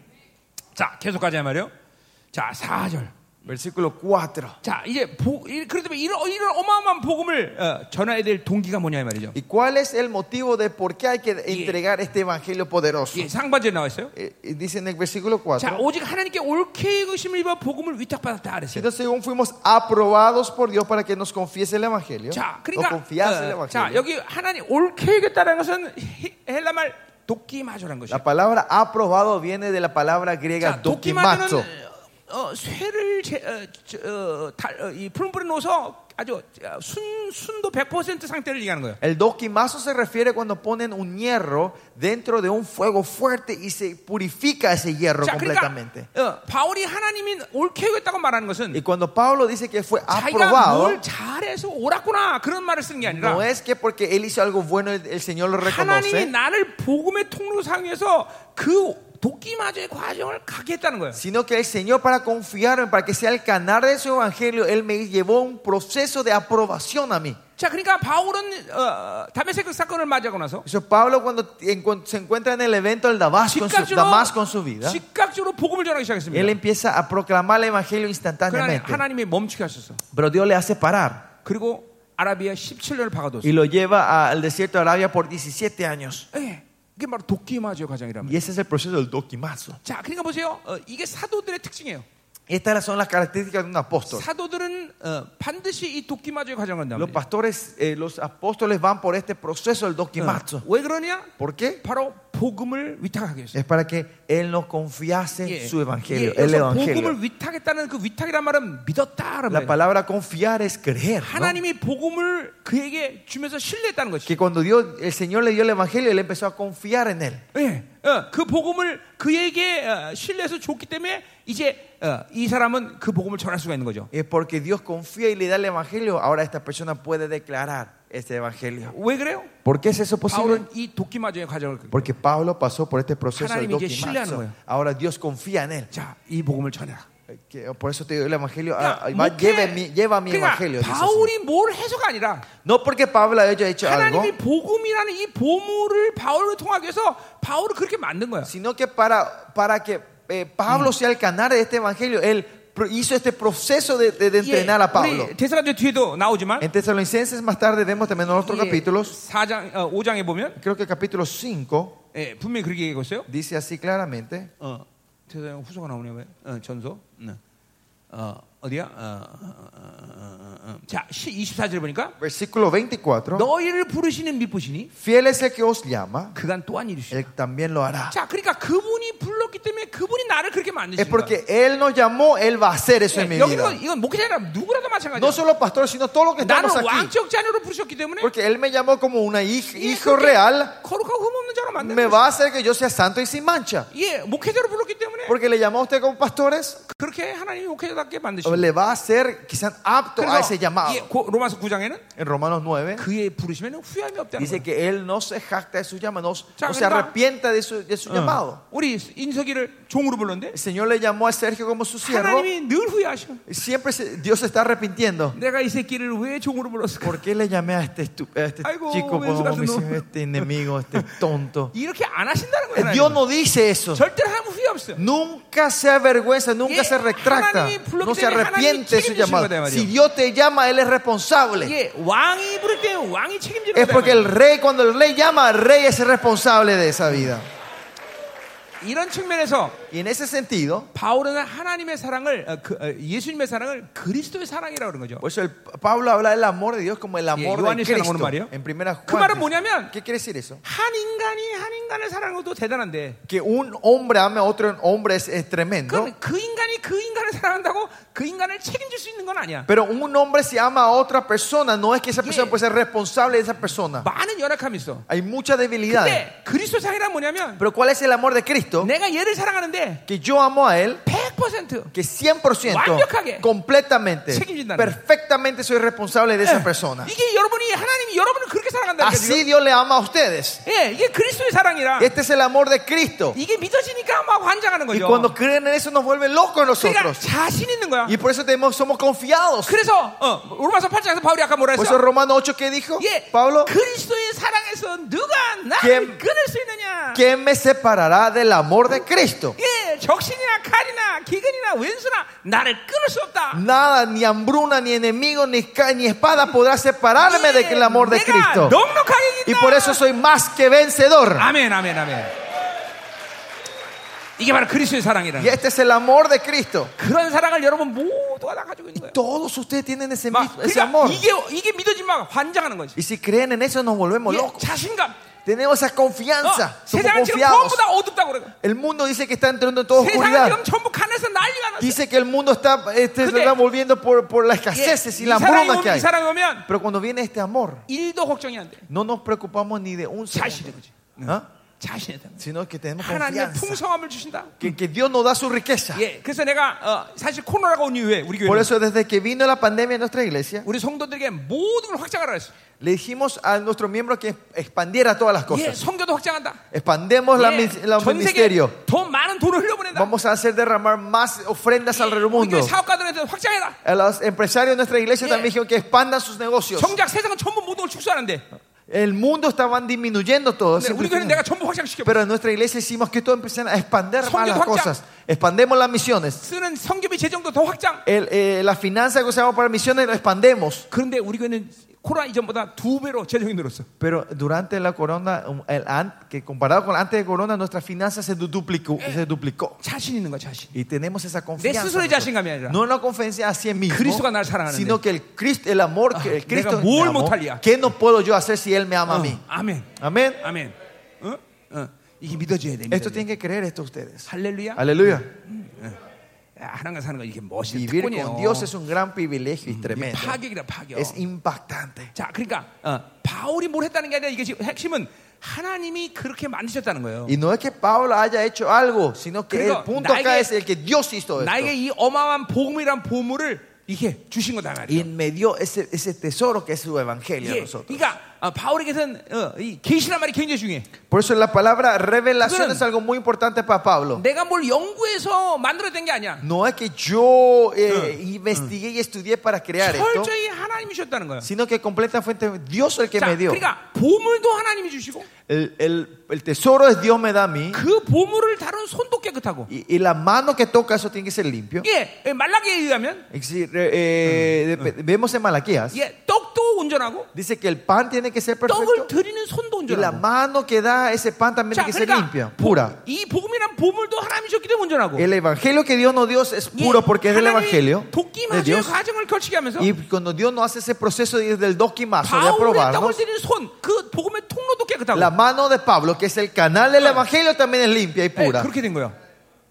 [SPEAKER 1] 자, 계속 가자 이 말이요. 자, 4절.
[SPEAKER 2] Versículo 4.
[SPEAKER 1] 자, 이제 보, 이- 그렇기 때문에 이런, 이런 어마어마한 복음을 어, 전해야 될 동기가 뭐냐 이 말이죠.
[SPEAKER 2] ¿Y cuál es el motivo de por qué hay que entregar este evangelio poderoso?
[SPEAKER 1] 예, 상반절에 나와 있어요.
[SPEAKER 2] Eh, y Dice en el versículo
[SPEAKER 1] 자,
[SPEAKER 2] 4.
[SPEAKER 1] 오직 하나님께 옳게 의심을 입어 복음을 위탁받았다 그랬어요.
[SPEAKER 2] Entonces, según fuimos aprobados por Dios para que nos confiese el evangelio,
[SPEAKER 1] 자,
[SPEAKER 2] o
[SPEAKER 1] 그러니까
[SPEAKER 2] confiase el
[SPEAKER 1] 어, 자,
[SPEAKER 2] evangelio.
[SPEAKER 1] 여기 하나님 옳게 여겼다는 것은 히- 헬라 말 도끼마조란 것이에요.
[SPEAKER 2] La palabra aprobado viene de la palabra griega
[SPEAKER 1] 자,
[SPEAKER 2] dokimazo.
[SPEAKER 1] 도끼마조는 어, 쇠를 제, 어, 저, 어, 달, 어, 이 푸른 불에 넣어서 아주 어, 순, 순도 100% 상태를 얘기하는 거예요.
[SPEAKER 2] El dokimazo se refiere cuando ponen un hierro dentro de un fuego fuerte y se purifica ese hierro
[SPEAKER 1] 자,
[SPEAKER 2] completamente.
[SPEAKER 1] 그러니까 어, 바울이 하나님이 옳게 여겼다고 말하는
[SPEAKER 2] Y
[SPEAKER 1] 것은
[SPEAKER 2] cuando Pablo dice que fue
[SPEAKER 1] 자기가
[SPEAKER 2] aprobado,
[SPEAKER 1] 뭘 잘해서 옳았구나 그런 말을 쓰는 게 아니라
[SPEAKER 2] no es que porque él hizo algo bueno el, el Señor lo
[SPEAKER 1] 하나님이
[SPEAKER 2] reconoce,
[SPEAKER 1] 나를 복음의 통로 상에서 그 도끼마저의 과정을 가게 했다는 거예요.
[SPEAKER 2] sino que el Señor para confiarme, para que sea el canal de su evangelio, él me llevó a un proceso de aprobación a mí.
[SPEAKER 1] 자, 그러니까 바울은 어, 다메섹 사건을 맞이하고 나서
[SPEAKER 2] Eso Pablo cuando encu- se encuentra en el evento del Damasco en su,
[SPEAKER 1] 즉각적으로
[SPEAKER 2] Damasco en su vida,
[SPEAKER 1] 즉각적으로 복음을 전하기
[SPEAKER 2] él
[SPEAKER 1] 시작했습니다.
[SPEAKER 2] empieza a proclamar el evangelio
[SPEAKER 1] 그러나
[SPEAKER 2] instantáneamente.
[SPEAKER 1] 하나님이 멈추게 하셨어.
[SPEAKER 2] Pero Dios le hace parar
[SPEAKER 1] 그리고 아라비아 17년을 박아뒀어.
[SPEAKER 2] y lo lleva a- al desierto de Arabia por 17 años.
[SPEAKER 1] 예, 그게 바로 도끼마저의 과정이란
[SPEAKER 2] Y
[SPEAKER 1] 말이에요.
[SPEAKER 2] ese es el proceso del dokimazo.
[SPEAKER 1] 자, 그러니까 보세요. 어, 이게 사도들의 특징이에요.
[SPEAKER 2] Estas son las características de un apóstol.
[SPEAKER 1] 사도들은 어, 반드시 이 도끼마저의 과정을 한답니다.
[SPEAKER 2] Los pastores, eh, los apóstoles van por este proceso del dokimazo.
[SPEAKER 1] 어. 왜 그러냐?
[SPEAKER 2] ¿Por qué?
[SPEAKER 1] 바로 복음을 위탁하게 했어요.
[SPEAKER 2] Es para que él nos confiase
[SPEAKER 1] 예.
[SPEAKER 2] su evangelio,
[SPEAKER 1] 예,
[SPEAKER 2] el
[SPEAKER 1] 여기서
[SPEAKER 2] evangelio.
[SPEAKER 1] 복음을 위탁했다는 그 위탁이란 말은 믿었다라는
[SPEAKER 2] La
[SPEAKER 1] 거예요.
[SPEAKER 2] palabra confiar es creer. ¿no?
[SPEAKER 1] 하나님이 복음을 그에게 주면서 신뢰했다는 거지.
[SPEAKER 2] Que cuando Dios, el Señor le dio el evangelio, él empezó a confiar en él.
[SPEAKER 1] 예, 어, 그 복음을 그에게 어, 신뢰해서 줬기 때문에 이제 어, 이 사람은 그 복음을 전할 수가 있는 거죠.
[SPEAKER 2] Es porque Dios confía y le da el evangelio. Ahora esta persona puede declarar este evangelio.
[SPEAKER 1] 왜 그래요?
[SPEAKER 2] ¿Por qué es eso posible?
[SPEAKER 1] 바울은 이 도끼마저의 과정을 그-
[SPEAKER 2] Porque Pablo pasó por este proceso del
[SPEAKER 1] 하나님이 이제 신뢰하는
[SPEAKER 2] dokimazo.
[SPEAKER 1] 거예요.
[SPEAKER 2] Ahora Dios confía en él. Eh,
[SPEAKER 1] 자, 이 복음을 전해라.
[SPEAKER 2] Que- Por eso te digo el evangelio. ah,
[SPEAKER 1] 그러니까
[SPEAKER 2] va,
[SPEAKER 1] 목회-
[SPEAKER 2] lleve mi, lleva mi
[SPEAKER 1] 그러니까
[SPEAKER 2] evangelio. dice el
[SPEAKER 1] 바울이 뭘 해서가 아니라
[SPEAKER 2] Señor. No porque Pablo haya hecho algo,
[SPEAKER 1] 아, 하나님이 복음이라는 이 보물을 바울을 통하게 해서 바울을 그렇게 만든 거야.
[SPEAKER 2] sino que para, para que eh, Pablo sea el canal de este evangelio, él pro- hizo este proceso de, de- de entrenar a Pablo.
[SPEAKER 1] 우리 대사관전 뒤에도 나오지만 예.
[SPEAKER 2] En Tesalonicenses más tarde vemos también en otros capítulos,
[SPEAKER 1] 4장 어, 5장에 보면
[SPEAKER 2] creo que capítulo 5
[SPEAKER 1] 예, 분명히 그렇게 얘기하고 있어요.
[SPEAKER 2] dice así claramente.
[SPEAKER 1] 어, 대사관 후소가 나오네 왜? 어, 전소. 네. 어, 어디야? 어, 어, 어, 어, 어, 어. 자, 24절 보니까
[SPEAKER 2] Versículo 24.
[SPEAKER 1] 너희를 부르시는 밀보시니
[SPEAKER 2] Fiel es el que os llama,
[SPEAKER 1] 그간 또한 이루시라.
[SPEAKER 2] él también lo hará.
[SPEAKER 1] 자, 그러니까 그분이 불렀기 때문에 그분이 나를 그렇게
[SPEAKER 2] Es
[SPEAKER 1] 만드신 거야.
[SPEAKER 2] porque él nos llamó, él va a hacer eso en mi
[SPEAKER 1] 예, 여기
[SPEAKER 2] vida.
[SPEAKER 1] 이건, 이건 목회자라 누구라도 마찬가지야.
[SPEAKER 2] No solo pastor, sino todos los que
[SPEAKER 1] 나는
[SPEAKER 2] estamos aquí.
[SPEAKER 1] 왕적 자녀로 부르셨기 때문에
[SPEAKER 2] Porque él me llamó como una hij-
[SPEAKER 1] 예,
[SPEAKER 2] hijo
[SPEAKER 1] 그렇게
[SPEAKER 2] real,
[SPEAKER 1] 거룩하고 흠없는 자로 만드는
[SPEAKER 2] me
[SPEAKER 1] 거야.
[SPEAKER 2] va a hacer que yo sea santo y sin mancha.
[SPEAKER 1] 예, 목회자로 불렀기 때문에
[SPEAKER 2] Porque le llamó a usted como pastores,
[SPEAKER 1] 그렇게 하나님이 목회자답게 만드신 거야.
[SPEAKER 2] le va a hacer quizás apto a ese
[SPEAKER 1] 예,
[SPEAKER 2] llamado.
[SPEAKER 1] 고- 로마서 9장에는
[SPEAKER 2] En Romanos 9
[SPEAKER 1] 그의 부르심에는 후회함이 없다는
[SPEAKER 2] dice
[SPEAKER 1] 거야.
[SPEAKER 2] que él no se jacta de su llamado, no, s-
[SPEAKER 1] Ya,
[SPEAKER 2] no se
[SPEAKER 1] ¿verdad?
[SPEAKER 2] arrepienta de su, de su llamado.
[SPEAKER 1] 우리 인석이를 종으로 불렀는데
[SPEAKER 2] El Señor le llamó a Sergio como su siervo.
[SPEAKER 1] 하나님이 늘 후회하셔.
[SPEAKER 2] Y Siempre se- Dios se está arrepintiendo.
[SPEAKER 1] 내가 이 새끼를 왜 종으로 불렀을까?
[SPEAKER 2] ¿Por qué le llamé a este, estu- a este
[SPEAKER 1] Algo
[SPEAKER 2] chico
[SPEAKER 1] menso
[SPEAKER 2] como me
[SPEAKER 1] haciendo.
[SPEAKER 2] hicieron este enemigo, este (laughs) tonto?
[SPEAKER 1] 이렇게 안 하신다는 거야.
[SPEAKER 2] Eh,
[SPEAKER 1] 하나님은.
[SPEAKER 2] Dios no dice eso.
[SPEAKER 1] 절대로 하나님 후회 없어.
[SPEAKER 2] Nunca se avergüenza, nunca
[SPEAKER 1] Yeah,
[SPEAKER 2] se retracta,
[SPEAKER 1] 하나님이 불렀기
[SPEAKER 2] no se
[SPEAKER 1] 때문에 하나님이
[SPEAKER 2] arrepiente de su
[SPEAKER 1] 책임지신
[SPEAKER 2] llamado.
[SPEAKER 1] 거다, 말이야.
[SPEAKER 2] Si Dios te llama, Él es responsable.
[SPEAKER 1] 예, 왕이 부를 때 왕이 책임지는
[SPEAKER 2] Es
[SPEAKER 1] 거다.
[SPEAKER 2] porque el rey, cuando el rey llama, el rey es el responsable de esa vida.
[SPEAKER 1] 이런 측면에서
[SPEAKER 2] Y en ese sentido,
[SPEAKER 1] 바울은 하나님의 사랑을 어, 그, 어, 예수님의 사랑을 그리스도의 사랑이라고 그러는 거죠.
[SPEAKER 2] por eso el, Pablo habla del amor de Dios como el amor
[SPEAKER 1] Yeah, Yohanes
[SPEAKER 2] de
[SPEAKER 1] 사랑하는
[SPEAKER 2] Cristo.
[SPEAKER 1] 말이에요.
[SPEAKER 2] En primera
[SPEAKER 1] 그 말은
[SPEAKER 2] Juan.
[SPEAKER 1] 뭐냐면
[SPEAKER 2] ¿Qué quiere decir eso?
[SPEAKER 1] 한 인간이 한 인간을 사랑하는 것도 대단한데
[SPEAKER 2] Que un hombre ame a otro hombre es, es tremendo.
[SPEAKER 1] 그, 그 인간이 그 인간을 사랑한다고 그 인간을 책임질 수 있는 건 아니야.
[SPEAKER 2] Pero un hombre si ama a otra persona, no es que esa
[SPEAKER 1] Yeah.
[SPEAKER 2] persona puede ser responsable de esa persona.
[SPEAKER 1] 많은 연약함이 있어.
[SPEAKER 2] Hay muchas debilidades.
[SPEAKER 1] 근데 그리스도 사랑이란 뭐냐면
[SPEAKER 2] Pero ¿cuál es el amor de Cristo?
[SPEAKER 1] 내가 얘를 사랑하는데
[SPEAKER 2] Que yo amo a Él,
[SPEAKER 1] 100%
[SPEAKER 2] que 100%,
[SPEAKER 1] 완벽하게
[SPEAKER 2] completamente,
[SPEAKER 1] 책임진다는
[SPEAKER 2] perfectamente soy responsable de esa persona.
[SPEAKER 1] 이게 여러분이 하나님이 여러분을 그렇게 사랑한다는
[SPEAKER 2] Así
[SPEAKER 1] 거예요.
[SPEAKER 2] Dios le ama a ustedes.
[SPEAKER 1] 예, 이게 그리스도의 사랑이라
[SPEAKER 2] Este es el amor de Cristo.
[SPEAKER 1] 이게 믿어지니까 막 환장하는
[SPEAKER 2] Y
[SPEAKER 1] 거죠.
[SPEAKER 2] cuando creen en eso nos vuelve locos
[SPEAKER 1] 그러니까
[SPEAKER 2] nosotros.
[SPEAKER 1] 자신 있는 거야.
[SPEAKER 2] Y por eso tenemos, somos confiados.
[SPEAKER 1] 그래서 어, 로마서 8장에서 바울이 아까 뭐라
[SPEAKER 2] Por eso
[SPEAKER 1] 했어?
[SPEAKER 2] Romano 8, ¿qué dijo?
[SPEAKER 1] 예,
[SPEAKER 2] Pablo,
[SPEAKER 1] 그리스도의 사랑에서 누가
[SPEAKER 2] ¿Quién-
[SPEAKER 1] 나를 끊을 수 있느냐?
[SPEAKER 2] ¿quién me separará del amor de Cristo?
[SPEAKER 1] 예, 적신이나 칼이나 기근이나 왼수나 나를 끊을 수 없다.
[SPEAKER 2] Nada, ni hambruna, ni enemigo, ni, ca- ni espada podrá separarme
[SPEAKER 1] 예,
[SPEAKER 2] del amor de
[SPEAKER 1] 내가
[SPEAKER 2] Cristo.
[SPEAKER 1] 넉넉하게
[SPEAKER 2] Y
[SPEAKER 1] 이긴다.
[SPEAKER 2] por eso soy más que vencedor.
[SPEAKER 1] 아멘, 아멘, 아멘. 이게 바로 그리스도의 사랑이라는
[SPEAKER 2] Y este es el amor de Cristo.
[SPEAKER 1] 그런 사랑을 여러분 모두가 다 가지고 있는 거예요.
[SPEAKER 2] Todos ustedes tienen ese,
[SPEAKER 1] 막
[SPEAKER 2] mismo- ese
[SPEAKER 1] 그러니까
[SPEAKER 2] amor.
[SPEAKER 1] 이게 이게 믿어지면 막 환장하는 거지.
[SPEAKER 2] Y si creen en eso, nos volvemos
[SPEAKER 1] 예,
[SPEAKER 2] locos.
[SPEAKER 1] 자신감.
[SPEAKER 2] Tenemos esa
[SPEAKER 1] 어,
[SPEAKER 2] confianza. Somos
[SPEAKER 1] 세상은 지금
[SPEAKER 2] confiados.
[SPEAKER 1] 전부 다 어둡다고 그래.
[SPEAKER 2] El mundo dice que está entrando en toda
[SPEAKER 1] 세상은 지금
[SPEAKER 2] oscuridad.
[SPEAKER 1] 전부 가난해서 난리가 났어.
[SPEAKER 2] Dice que el mundo está, este, se
[SPEAKER 1] 근데-
[SPEAKER 2] está volviendo por, por la
[SPEAKER 1] 예,
[SPEAKER 2] escasez y
[SPEAKER 1] 이
[SPEAKER 2] la
[SPEAKER 1] 사람이
[SPEAKER 2] hambruna que
[SPEAKER 1] 오면 이
[SPEAKER 2] hay.
[SPEAKER 1] 사람이 오면
[SPEAKER 2] Pero cuando viene este amor,
[SPEAKER 1] 일도 걱정이 안 돼.
[SPEAKER 2] no nos preocupamos ni de un segundo,
[SPEAKER 1] 자신의 거지.
[SPEAKER 2] ¿ah?
[SPEAKER 1] 자신의 담.
[SPEAKER 2] sino que tenemos
[SPEAKER 1] 하나님의
[SPEAKER 2] confianza.
[SPEAKER 1] 풍성함을 주신다.
[SPEAKER 2] Que, que Dios nos da su riqueza.
[SPEAKER 1] 예, 그래서 내가 어, 사실 코로나가 온 이후에 우리
[SPEAKER 2] Por
[SPEAKER 1] 교회
[SPEAKER 2] eso desde que vino la pandemia en nuestra iglesia,
[SPEAKER 1] 우리 성도들에게 모든 걸 확장하라 했어.
[SPEAKER 2] le dijimos a nuestro miembro que expandiera todas las
[SPEAKER 1] 예,
[SPEAKER 2] cosas.
[SPEAKER 1] 성교도 확장한다. 예,
[SPEAKER 2] Expandemos la, mis- la- el
[SPEAKER 1] 전 세계
[SPEAKER 2] ministerio.
[SPEAKER 1] 더 많은 돈을 흘려보낸다.
[SPEAKER 2] Vamos a hacer derramar más ofrendas alrededor del
[SPEAKER 1] 우리 교회
[SPEAKER 2] mundo.
[SPEAKER 1] 사업가들한테 확장해라.
[SPEAKER 2] A los empresarios de nuestra iglesia
[SPEAKER 1] Yeah.
[SPEAKER 2] también dijeron que expandan sus negocios.
[SPEAKER 1] 정작 세상은 전부 모든 걸 축소하는데
[SPEAKER 2] El mundo estaban disminuyendo todo.
[SPEAKER 1] 근데 우리 교회는
[SPEAKER 2] simplificando.
[SPEAKER 1] 내가 전부 확장시켜.
[SPEAKER 2] Pero en nuestra iglesia hicimos que todo empiecen a expandir más
[SPEAKER 1] Songyo
[SPEAKER 2] las
[SPEAKER 1] 확장.
[SPEAKER 2] cosas. Expandemos las misiones.
[SPEAKER 1] 쓰는 성교비 재정도 더 확장.
[SPEAKER 2] El, eh, la finanza que usamos para misiones la expandemos.
[SPEAKER 1] 그런데 우리 교회는 코로나 이전보다 두 배로 재정이 늘었어.
[SPEAKER 2] Pero durante la corona, um, el an- que comparado con antes de corona, nuestra finanza se du- duplicó. Se duplicó.
[SPEAKER 1] 자신 있는 거야, 자신.
[SPEAKER 2] Y tenemos esa
[SPEAKER 1] 내
[SPEAKER 2] confianza.
[SPEAKER 1] 스스로의
[SPEAKER 2] nosotros.
[SPEAKER 1] 자신감이 아니라
[SPEAKER 2] No una confianza hacia mí
[SPEAKER 1] 그리스도가 날 사랑하는데.
[SPEAKER 2] sino que el, Ah, Cristo, el amor que el
[SPEAKER 1] 내가
[SPEAKER 2] Cristo
[SPEAKER 1] 뭘
[SPEAKER 2] me amó,
[SPEAKER 1] 못할리야.
[SPEAKER 2] ¿Qué no puedo yo hacer si Él me ama a mí?
[SPEAKER 1] 어, 아멘.
[SPEAKER 2] Ah. Amén.
[SPEAKER 1] 아멘. 어? 어. 이게 믿어져야 돼. 믿어져야
[SPEAKER 2] Esto
[SPEAKER 1] 돼.
[SPEAKER 2] tienen que creer esto ustedes.
[SPEAKER 1] 할렐루야.
[SPEAKER 2] Aleluya.
[SPEAKER 1] 야, 하나님 사는 거 이게 멋있는
[SPEAKER 2] Vivir
[SPEAKER 1] 특권이에요.
[SPEAKER 2] con Dios es un gran privilegio y tremendo.
[SPEAKER 1] 예, 네. 파격이다 파격.
[SPEAKER 2] Es impactante.
[SPEAKER 1] 자, 그러니까 어, 바울이 뭘 했다는 게 아니라 이게 지금 핵심은 하나님이 그렇게 만드셨다는 거예요.
[SPEAKER 2] Y no es que Pablo haya hecho algo, sino que
[SPEAKER 1] Creo-
[SPEAKER 2] el punto acá
[SPEAKER 1] 나에게-
[SPEAKER 2] es el que Dios hizo
[SPEAKER 1] 나에게
[SPEAKER 2] esto.
[SPEAKER 1] 이 어마어마한 복음이란 보물을 이렇게 주신 거다
[SPEAKER 2] Y
[SPEAKER 1] 말이에요.
[SPEAKER 2] me dio ese, ese tesoro que es su evangelio a
[SPEAKER 1] 예,
[SPEAKER 2] nosotros.
[SPEAKER 1] 그러니까 아, 바울에게서는 어, 이 계시란 말이 굉장히 중요해.
[SPEAKER 2] Por eso la palabra revelación
[SPEAKER 1] Bueno.
[SPEAKER 2] es algo muy importante para Pablo.
[SPEAKER 1] 내가 뭘 연구해서 만들어낸 게 아니야.
[SPEAKER 2] No es que yo eh, investigué y estudié para crear esto,
[SPEAKER 1] 철저히 하나님이셨다는 거야.
[SPEAKER 2] sino que completamente Dios el que
[SPEAKER 1] 자,
[SPEAKER 2] me dio.
[SPEAKER 1] 그러니까 보물도 하나님이 주시고
[SPEAKER 2] El, el- el tesoro es Dios me da a mí
[SPEAKER 1] 그 보물을 다룬 손도 깨끗하고.
[SPEAKER 2] y, y la mano que toca eso tiene que ser limpio.
[SPEAKER 1] 예, 예, 말라기에 의하면
[SPEAKER 2] Es decir, eh, eh, de- vemos en Malaquías,
[SPEAKER 1] 예, 떡도 온전하고
[SPEAKER 2] dice que el pan tiene que
[SPEAKER 1] 떡을
[SPEAKER 2] ser perfecto
[SPEAKER 1] 드리는 손도
[SPEAKER 2] y la
[SPEAKER 1] 온전하고.
[SPEAKER 2] mano que da ese pan también
[SPEAKER 1] 자,
[SPEAKER 2] tiene que ser
[SPEAKER 1] 그러니까
[SPEAKER 2] limpia, pura.
[SPEAKER 1] 이 복음이란 보물도 하나님이셨기 때문에 온전하고.
[SPEAKER 2] El evangelio que Dios nos dio es
[SPEAKER 1] 예,
[SPEAKER 2] puro porque es el
[SPEAKER 1] 하나님이
[SPEAKER 2] evangelio de
[SPEAKER 1] 도끼마주의
[SPEAKER 2] Dios.
[SPEAKER 1] 과정을 거치게 하면서
[SPEAKER 2] Y cuando Dios no hace ese proceso de- del doquimazo, de
[SPEAKER 1] 바울의
[SPEAKER 2] aprobarnos,
[SPEAKER 1] 떡을 드리는 손, 그 복음의 통로도 깨끗하고.
[SPEAKER 2] la mano de Pablo, que es el canal del evangelio, también es limpia y
[SPEAKER 1] 예,
[SPEAKER 2] pura.
[SPEAKER 1] 그렇게 된 거야.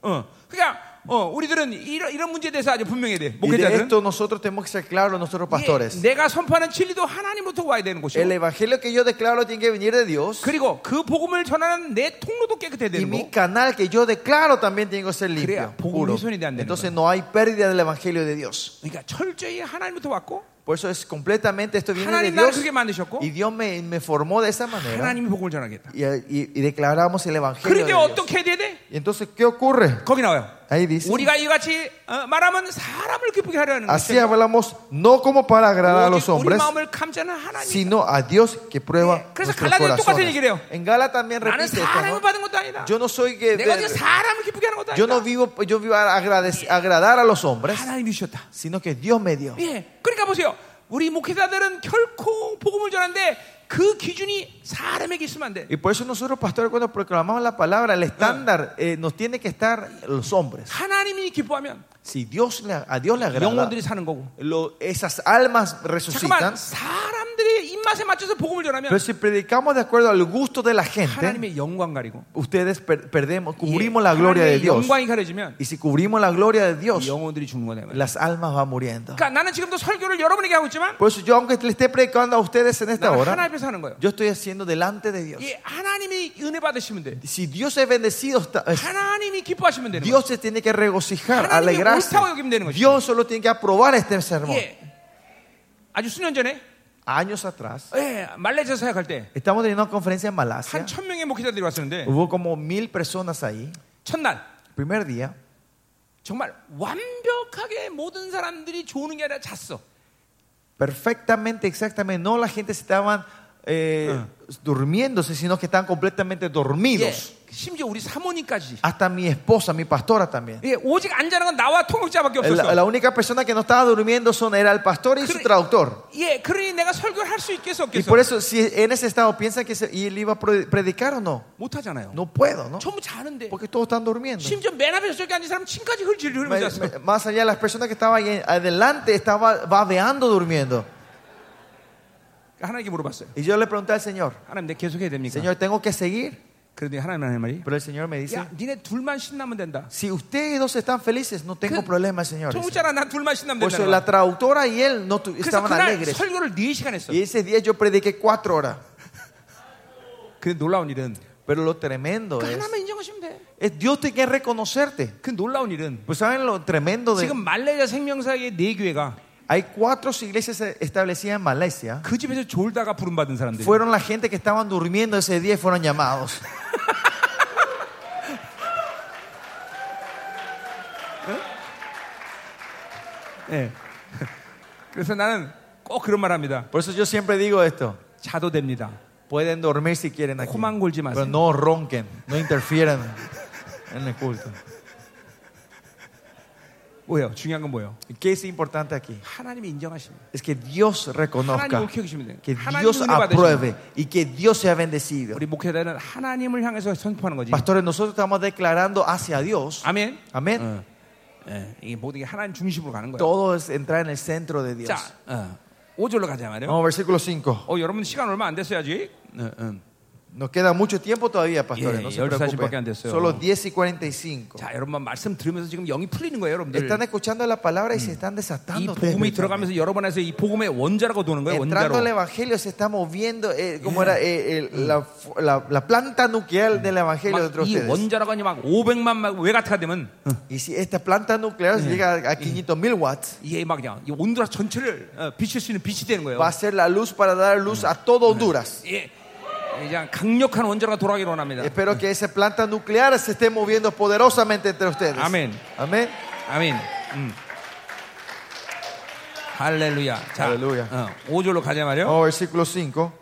[SPEAKER 1] 어, 그러니까 어, 우리들은 이런, 이런 문제에 대해서 아주 분명해야 돼.
[SPEAKER 2] Y de
[SPEAKER 1] 목회자들은
[SPEAKER 2] esto nosotros tenemos que ser claros, nosotros
[SPEAKER 1] 예,
[SPEAKER 2] pastores.
[SPEAKER 1] 내가 선포하는 진리도 하나님으로부터 와야 되는
[SPEAKER 2] El
[SPEAKER 1] 것이고,
[SPEAKER 2] evangelio que yo declaro tiene que venir de Dios.
[SPEAKER 1] 그리고 그 복음을 전하는 내 통로도 깨끗해야
[SPEAKER 2] Y
[SPEAKER 1] 되는 거.
[SPEAKER 2] mi canal que yo declaro también tiene que ser limpio.
[SPEAKER 1] Crea,
[SPEAKER 2] Puro.
[SPEAKER 1] 복음이 훼손이 안 되는
[SPEAKER 2] Entonces
[SPEAKER 1] 거야.
[SPEAKER 2] no hay pérdida del evangelio de Dios.
[SPEAKER 1] 그러니까 철저히 하나님부터 왔고,
[SPEAKER 2] Por eso es completamente esto viene de
[SPEAKER 1] 하나님 나를
[SPEAKER 2] Dios.
[SPEAKER 1] 그렇게 만드셨고,
[SPEAKER 2] Y Dios me, me formó de esa manera.
[SPEAKER 1] 하나님이 복음을 전하겠다.
[SPEAKER 2] Y, y- y declaramos el evangelio.
[SPEAKER 1] 그런데
[SPEAKER 2] De Dios.
[SPEAKER 1] 어떻게 해야 돼?
[SPEAKER 2] Y entonces, ¿qué ocurre?
[SPEAKER 1] 거기 나와요.
[SPEAKER 2] Ahí dice.
[SPEAKER 1] 우리가 이같이 어, 말하면 사람을 기쁘게 하려는
[SPEAKER 2] Así
[SPEAKER 1] 것이죠.
[SPEAKER 2] hablamos no como para agradar a los
[SPEAKER 1] 오직 우리
[SPEAKER 2] hombres,
[SPEAKER 1] 마음을 감자는 하나님.
[SPEAKER 2] sino a Dios que
[SPEAKER 1] Sí,
[SPEAKER 2] prueba
[SPEAKER 1] 그래서
[SPEAKER 2] nuestros
[SPEAKER 1] 갈라디아도 똑같은
[SPEAKER 2] corazones.
[SPEAKER 1] 얘기를 해요.
[SPEAKER 2] En Gala también
[SPEAKER 1] 나는
[SPEAKER 2] repite esto,
[SPEAKER 1] 사람을
[SPEAKER 2] ¿no?
[SPEAKER 1] 받은 것도 아니다.
[SPEAKER 2] Yo no soy que
[SPEAKER 1] 내가 지금 사람을 기쁘게 하는 것도
[SPEAKER 2] yo no
[SPEAKER 1] 아니다.
[SPEAKER 2] vivo yo vivo a agradec- agradar a los hombres,
[SPEAKER 1] 하나님이 주셨다.
[SPEAKER 2] sino que Dios me dio.
[SPEAKER 1] 예. 그러니까 보세요. 우리 목회자들은 결코 복음을 전하는데 그 기준이 사람에게 있으면 안 돼.
[SPEAKER 2] Y por eso nosotros pastores cuando proclamamos la palabra, el estándar eh, nos tiene que estar los hombres.
[SPEAKER 1] 하나님이 기뻐하면
[SPEAKER 2] Si Dios le- a Dios le agrada,
[SPEAKER 1] 영혼들이 사는 거고.
[SPEAKER 2] lo- esas almas
[SPEAKER 1] 잠깐만
[SPEAKER 2] resucitan.
[SPEAKER 1] 사람들의 입맛에 맞춰서 복음을 전하면
[SPEAKER 2] Pero si predicamos de acuerdo al gusto de la gente,
[SPEAKER 1] 하나님의 영광 가리고
[SPEAKER 2] ustedes per- perdemos,
[SPEAKER 1] 예,
[SPEAKER 2] cubrimos la gloria de
[SPEAKER 1] 하나님의
[SPEAKER 2] Dios.
[SPEAKER 1] 영광이 가려지면
[SPEAKER 2] Y si cubrimos la gloria de Dios,
[SPEAKER 1] 영혼들이 죽는 거다. 이 말이야.
[SPEAKER 2] las almas van muriendo.
[SPEAKER 1] 그러니까 나는 지금도 설교를 여러분에게 하고 있지만
[SPEAKER 2] Por eso yo, aunque le esté predicando a ustedes en esta
[SPEAKER 1] 나는 하나님
[SPEAKER 2] hora,
[SPEAKER 1] 앞에서 하는 거예요.
[SPEAKER 2] yo estoy haciendo delante de Dios.
[SPEAKER 1] 예, 하나님이 은혜 받으시면 돼.
[SPEAKER 2] Si Dios es bendecido, está- es-
[SPEAKER 1] 하나님이 기뻐하시면 되는 거예요.
[SPEAKER 2] Dios se tiene que regocijar,
[SPEAKER 1] 하나님이
[SPEAKER 2] alegrarse.
[SPEAKER 1] 옳다고 여기면 되는 거죠.
[SPEAKER 2] Dios solo tiene que aprobar este sermón.
[SPEAKER 1] 예. 아주 수년 전에
[SPEAKER 2] Años atrás,
[SPEAKER 1] 예, 말레이시아 사역할 때 한
[SPEAKER 2] estamos teniendo una conferencia en Malasia.
[SPEAKER 1] 천명의 목회자들이 왔었는데
[SPEAKER 2] Hubo como mil personas ahí.
[SPEAKER 1] 첫날
[SPEAKER 2] Primer día,
[SPEAKER 1] 정말 완벽하게 모든 사람들이 조는 게 아니라 잤어.
[SPEAKER 2] perfectamente, exactamente. No la gente se estaban eh, durmiéndose, sino que estaban completamente
[SPEAKER 1] 예.
[SPEAKER 2] dormidos.
[SPEAKER 1] 심지어 우리 사모님까지.
[SPEAKER 2] Hasta mi esposa, mi pastora también.
[SPEAKER 1] 예, 오직 안 자는 건 나와 통역자밖에 없었어.
[SPEAKER 2] La, la única persona que no estaba durmiendo son, era el pastor y su
[SPEAKER 1] Cre-
[SPEAKER 2] traductor.
[SPEAKER 1] 예, 그러니 내가 설교를 할 수 있겠어
[SPEAKER 2] Y
[SPEAKER 1] 없겠어?
[SPEAKER 2] por eso, si en ese estado piensa que se- y él iba a pre- predicar o no,
[SPEAKER 1] 못 하잖아요.
[SPEAKER 2] no puedo, ¿no?
[SPEAKER 1] 전부 자는데.
[SPEAKER 2] Porque todos están durmiendo.
[SPEAKER 1] 심지어 맨 앞에서 저기 앉은 사람 침까지 흘 질질
[SPEAKER 2] Me-
[SPEAKER 1] 흘리면서 잤어.
[SPEAKER 2] me- Más allá, las personas que estaban ahí adelante estaban babeando durmiendo.
[SPEAKER 1] 하나님께 물어봤어요.
[SPEAKER 2] Y yo le pregunté al Señor,
[SPEAKER 1] 하나님 내 계속해야 됩니까?
[SPEAKER 2] Señor, ¿tengo que seguir?
[SPEAKER 1] 그런데 하나님 하는 말이
[SPEAKER 2] Pero el Señor me dice,
[SPEAKER 1] 야, 니네 둘만 신나면 된다.
[SPEAKER 2] si ustedes dos están felices, no tengo
[SPEAKER 1] Que-
[SPEAKER 2] problema, Señor. dice.
[SPEAKER 1] 통역자랑 난 둘만 신나면
[SPEAKER 2] Por eso
[SPEAKER 1] 된다.
[SPEAKER 2] la traductora y él no tu-
[SPEAKER 1] 그래서
[SPEAKER 2] estaban
[SPEAKER 1] 그날
[SPEAKER 2] alegres.
[SPEAKER 1] 설교를 4시간 했어.
[SPEAKER 2] Y ese día yo prediqué cuatro horas.
[SPEAKER 1] 근데 놀라운 일은
[SPEAKER 2] Pero lo tremendo
[SPEAKER 1] 그
[SPEAKER 2] es,
[SPEAKER 1] 하나만 인정하시면 돼.
[SPEAKER 2] es Dios tiene que reconocerte.
[SPEAKER 1] 그 놀라운 일은
[SPEAKER 2] Pues saben lo tremendo de...
[SPEAKER 1] 지금 말레이시아 생명사의 네 교회가
[SPEAKER 2] Hay cuatro iglesias e-, establecidas en Malasia.
[SPEAKER 1] 그 집에서 졸다가 부름 받은 사람들.
[SPEAKER 2] Fueron la gente que estaban durmiendo ese día y fueron llamados.
[SPEAKER 1] (laughs) 예. 그래서 나는 꼭 그런 말합니다.
[SPEAKER 2] Por eso yo siempre digo esto.
[SPEAKER 1] 자도 됩니다.
[SPEAKER 2] Pueden dormir si quieren aquí.
[SPEAKER 1] 코만 골지 마세요.
[SPEAKER 2] Pero no ronquen, no interfieran en el culto.
[SPEAKER 1] 뭐예요? 중요한 건 뭐예요?
[SPEAKER 2] ¿Y ¿Qué es importante aquí?
[SPEAKER 1] 하나님이 인정하십니다.
[SPEAKER 2] Es que Dios
[SPEAKER 1] 하나님을
[SPEAKER 2] reconozca,
[SPEAKER 1] 기억하시면 돼요.
[SPEAKER 2] que
[SPEAKER 1] 하나님
[SPEAKER 2] Dios
[SPEAKER 1] 은혜
[SPEAKER 2] apruebe y que Dios sea bendecido.
[SPEAKER 1] 우리 목회자는 하나님을 향해서 선포하는 거지.
[SPEAKER 2] Pastores, nosotros estamos declarando hacia Dios.
[SPEAKER 1] 아멘.
[SPEAKER 2] Amén.
[SPEAKER 1] 어. 예, 이게 모든 게 하나님 중심으로 가는 거예요.
[SPEAKER 2] Todo es entrar en el centro de Dios.
[SPEAKER 1] 자, 어, 5절로 가자 말이요.
[SPEAKER 2] Vamos, versículo 5.
[SPEAKER 1] 어, 여러분 시간 얼마 안 됐어요 아직. 어, 어.
[SPEAKER 2] Nos queda mucho tiempo todavía, pastores.
[SPEAKER 1] 예,
[SPEAKER 2] no se
[SPEAKER 1] 14
[SPEAKER 2] preocupen.
[SPEAKER 1] 밖에 안 됐어요.
[SPEAKER 2] Solo 10 y 45.
[SPEAKER 1] 자, 여러분 말씀 들으면서 지금 영이 풀리는 거예요, 여러분들.
[SPEAKER 2] Están escuchando la palabra y se están
[SPEAKER 1] 이
[SPEAKER 2] desatando. ustedes
[SPEAKER 1] 복음이
[SPEAKER 2] mismos.
[SPEAKER 1] 들어가면서 여러분 안에서 이 복음의 원자라고 도는 거예요,
[SPEAKER 2] Entrando al
[SPEAKER 1] 원자로.
[SPEAKER 2] Evangelio se está moviendo eh, como era eh, el- la, la- la planta nuclear del Evangelio dentro
[SPEAKER 1] 막
[SPEAKER 2] de
[SPEAKER 1] 이
[SPEAKER 2] ustedes.
[SPEAKER 1] 원자라고 하니 막 500만 막 외가타가 되면
[SPEAKER 2] Y si esta planta nuclear llega a 500 mil watts,
[SPEAKER 1] 이게 막 그냥 이 온두라 전체를 어, 비칠 수 있는 빛이 되는 거예요.
[SPEAKER 2] va a ser la luz para dar luz a todo Honduras.
[SPEAKER 1] 예, 그냥 강력한 원자로가 돌아가기를 원합니다.
[SPEAKER 2] Espero que esa planta nuclear se esté moviendo poderosamente entre ustedes.
[SPEAKER 1] Amén.
[SPEAKER 2] Amén.
[SPEAKER 1] 아멘. 음. 할렐루야. 자,
[SPEAKER 2] 할렐루야.
[SPEAKER 1] 어, 5절로 가자 말이요.
[SPEAKER 2] Vamos al versículo 5.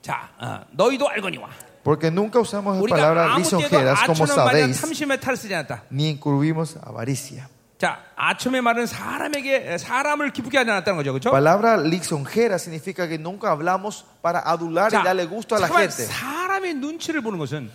[SPEAKER 1] 자, 어, 너희도 알거니와
[SPEAKER 2] Porque nunca usamos la
[SPEAKER 1] 우리가
[SPEAKER 2] palabra
[SPEAKER 1] 아무 때도
[SPEAKER 2] lisonjeras, como
[SPEAKER 1] 아첨의 말이나
[SPEAKER 2] sabéis,
[SPEAKER 1] 탐심의 탈을 쓰지 않았다.
[SPEAKER 2] ni incurrimos avaricia.
[SPEAKER 1] 자, 아첨의 말은 사람에게 사람을 기쁘게 하지 않았다는 거죠, 그렇죠?
[SPEAKER 2] Palabra lisonjera significa que nunca hablamos para adular y darle gusto a la gente.
[SPEAKER 1] 사람의 눈치를 보는 것은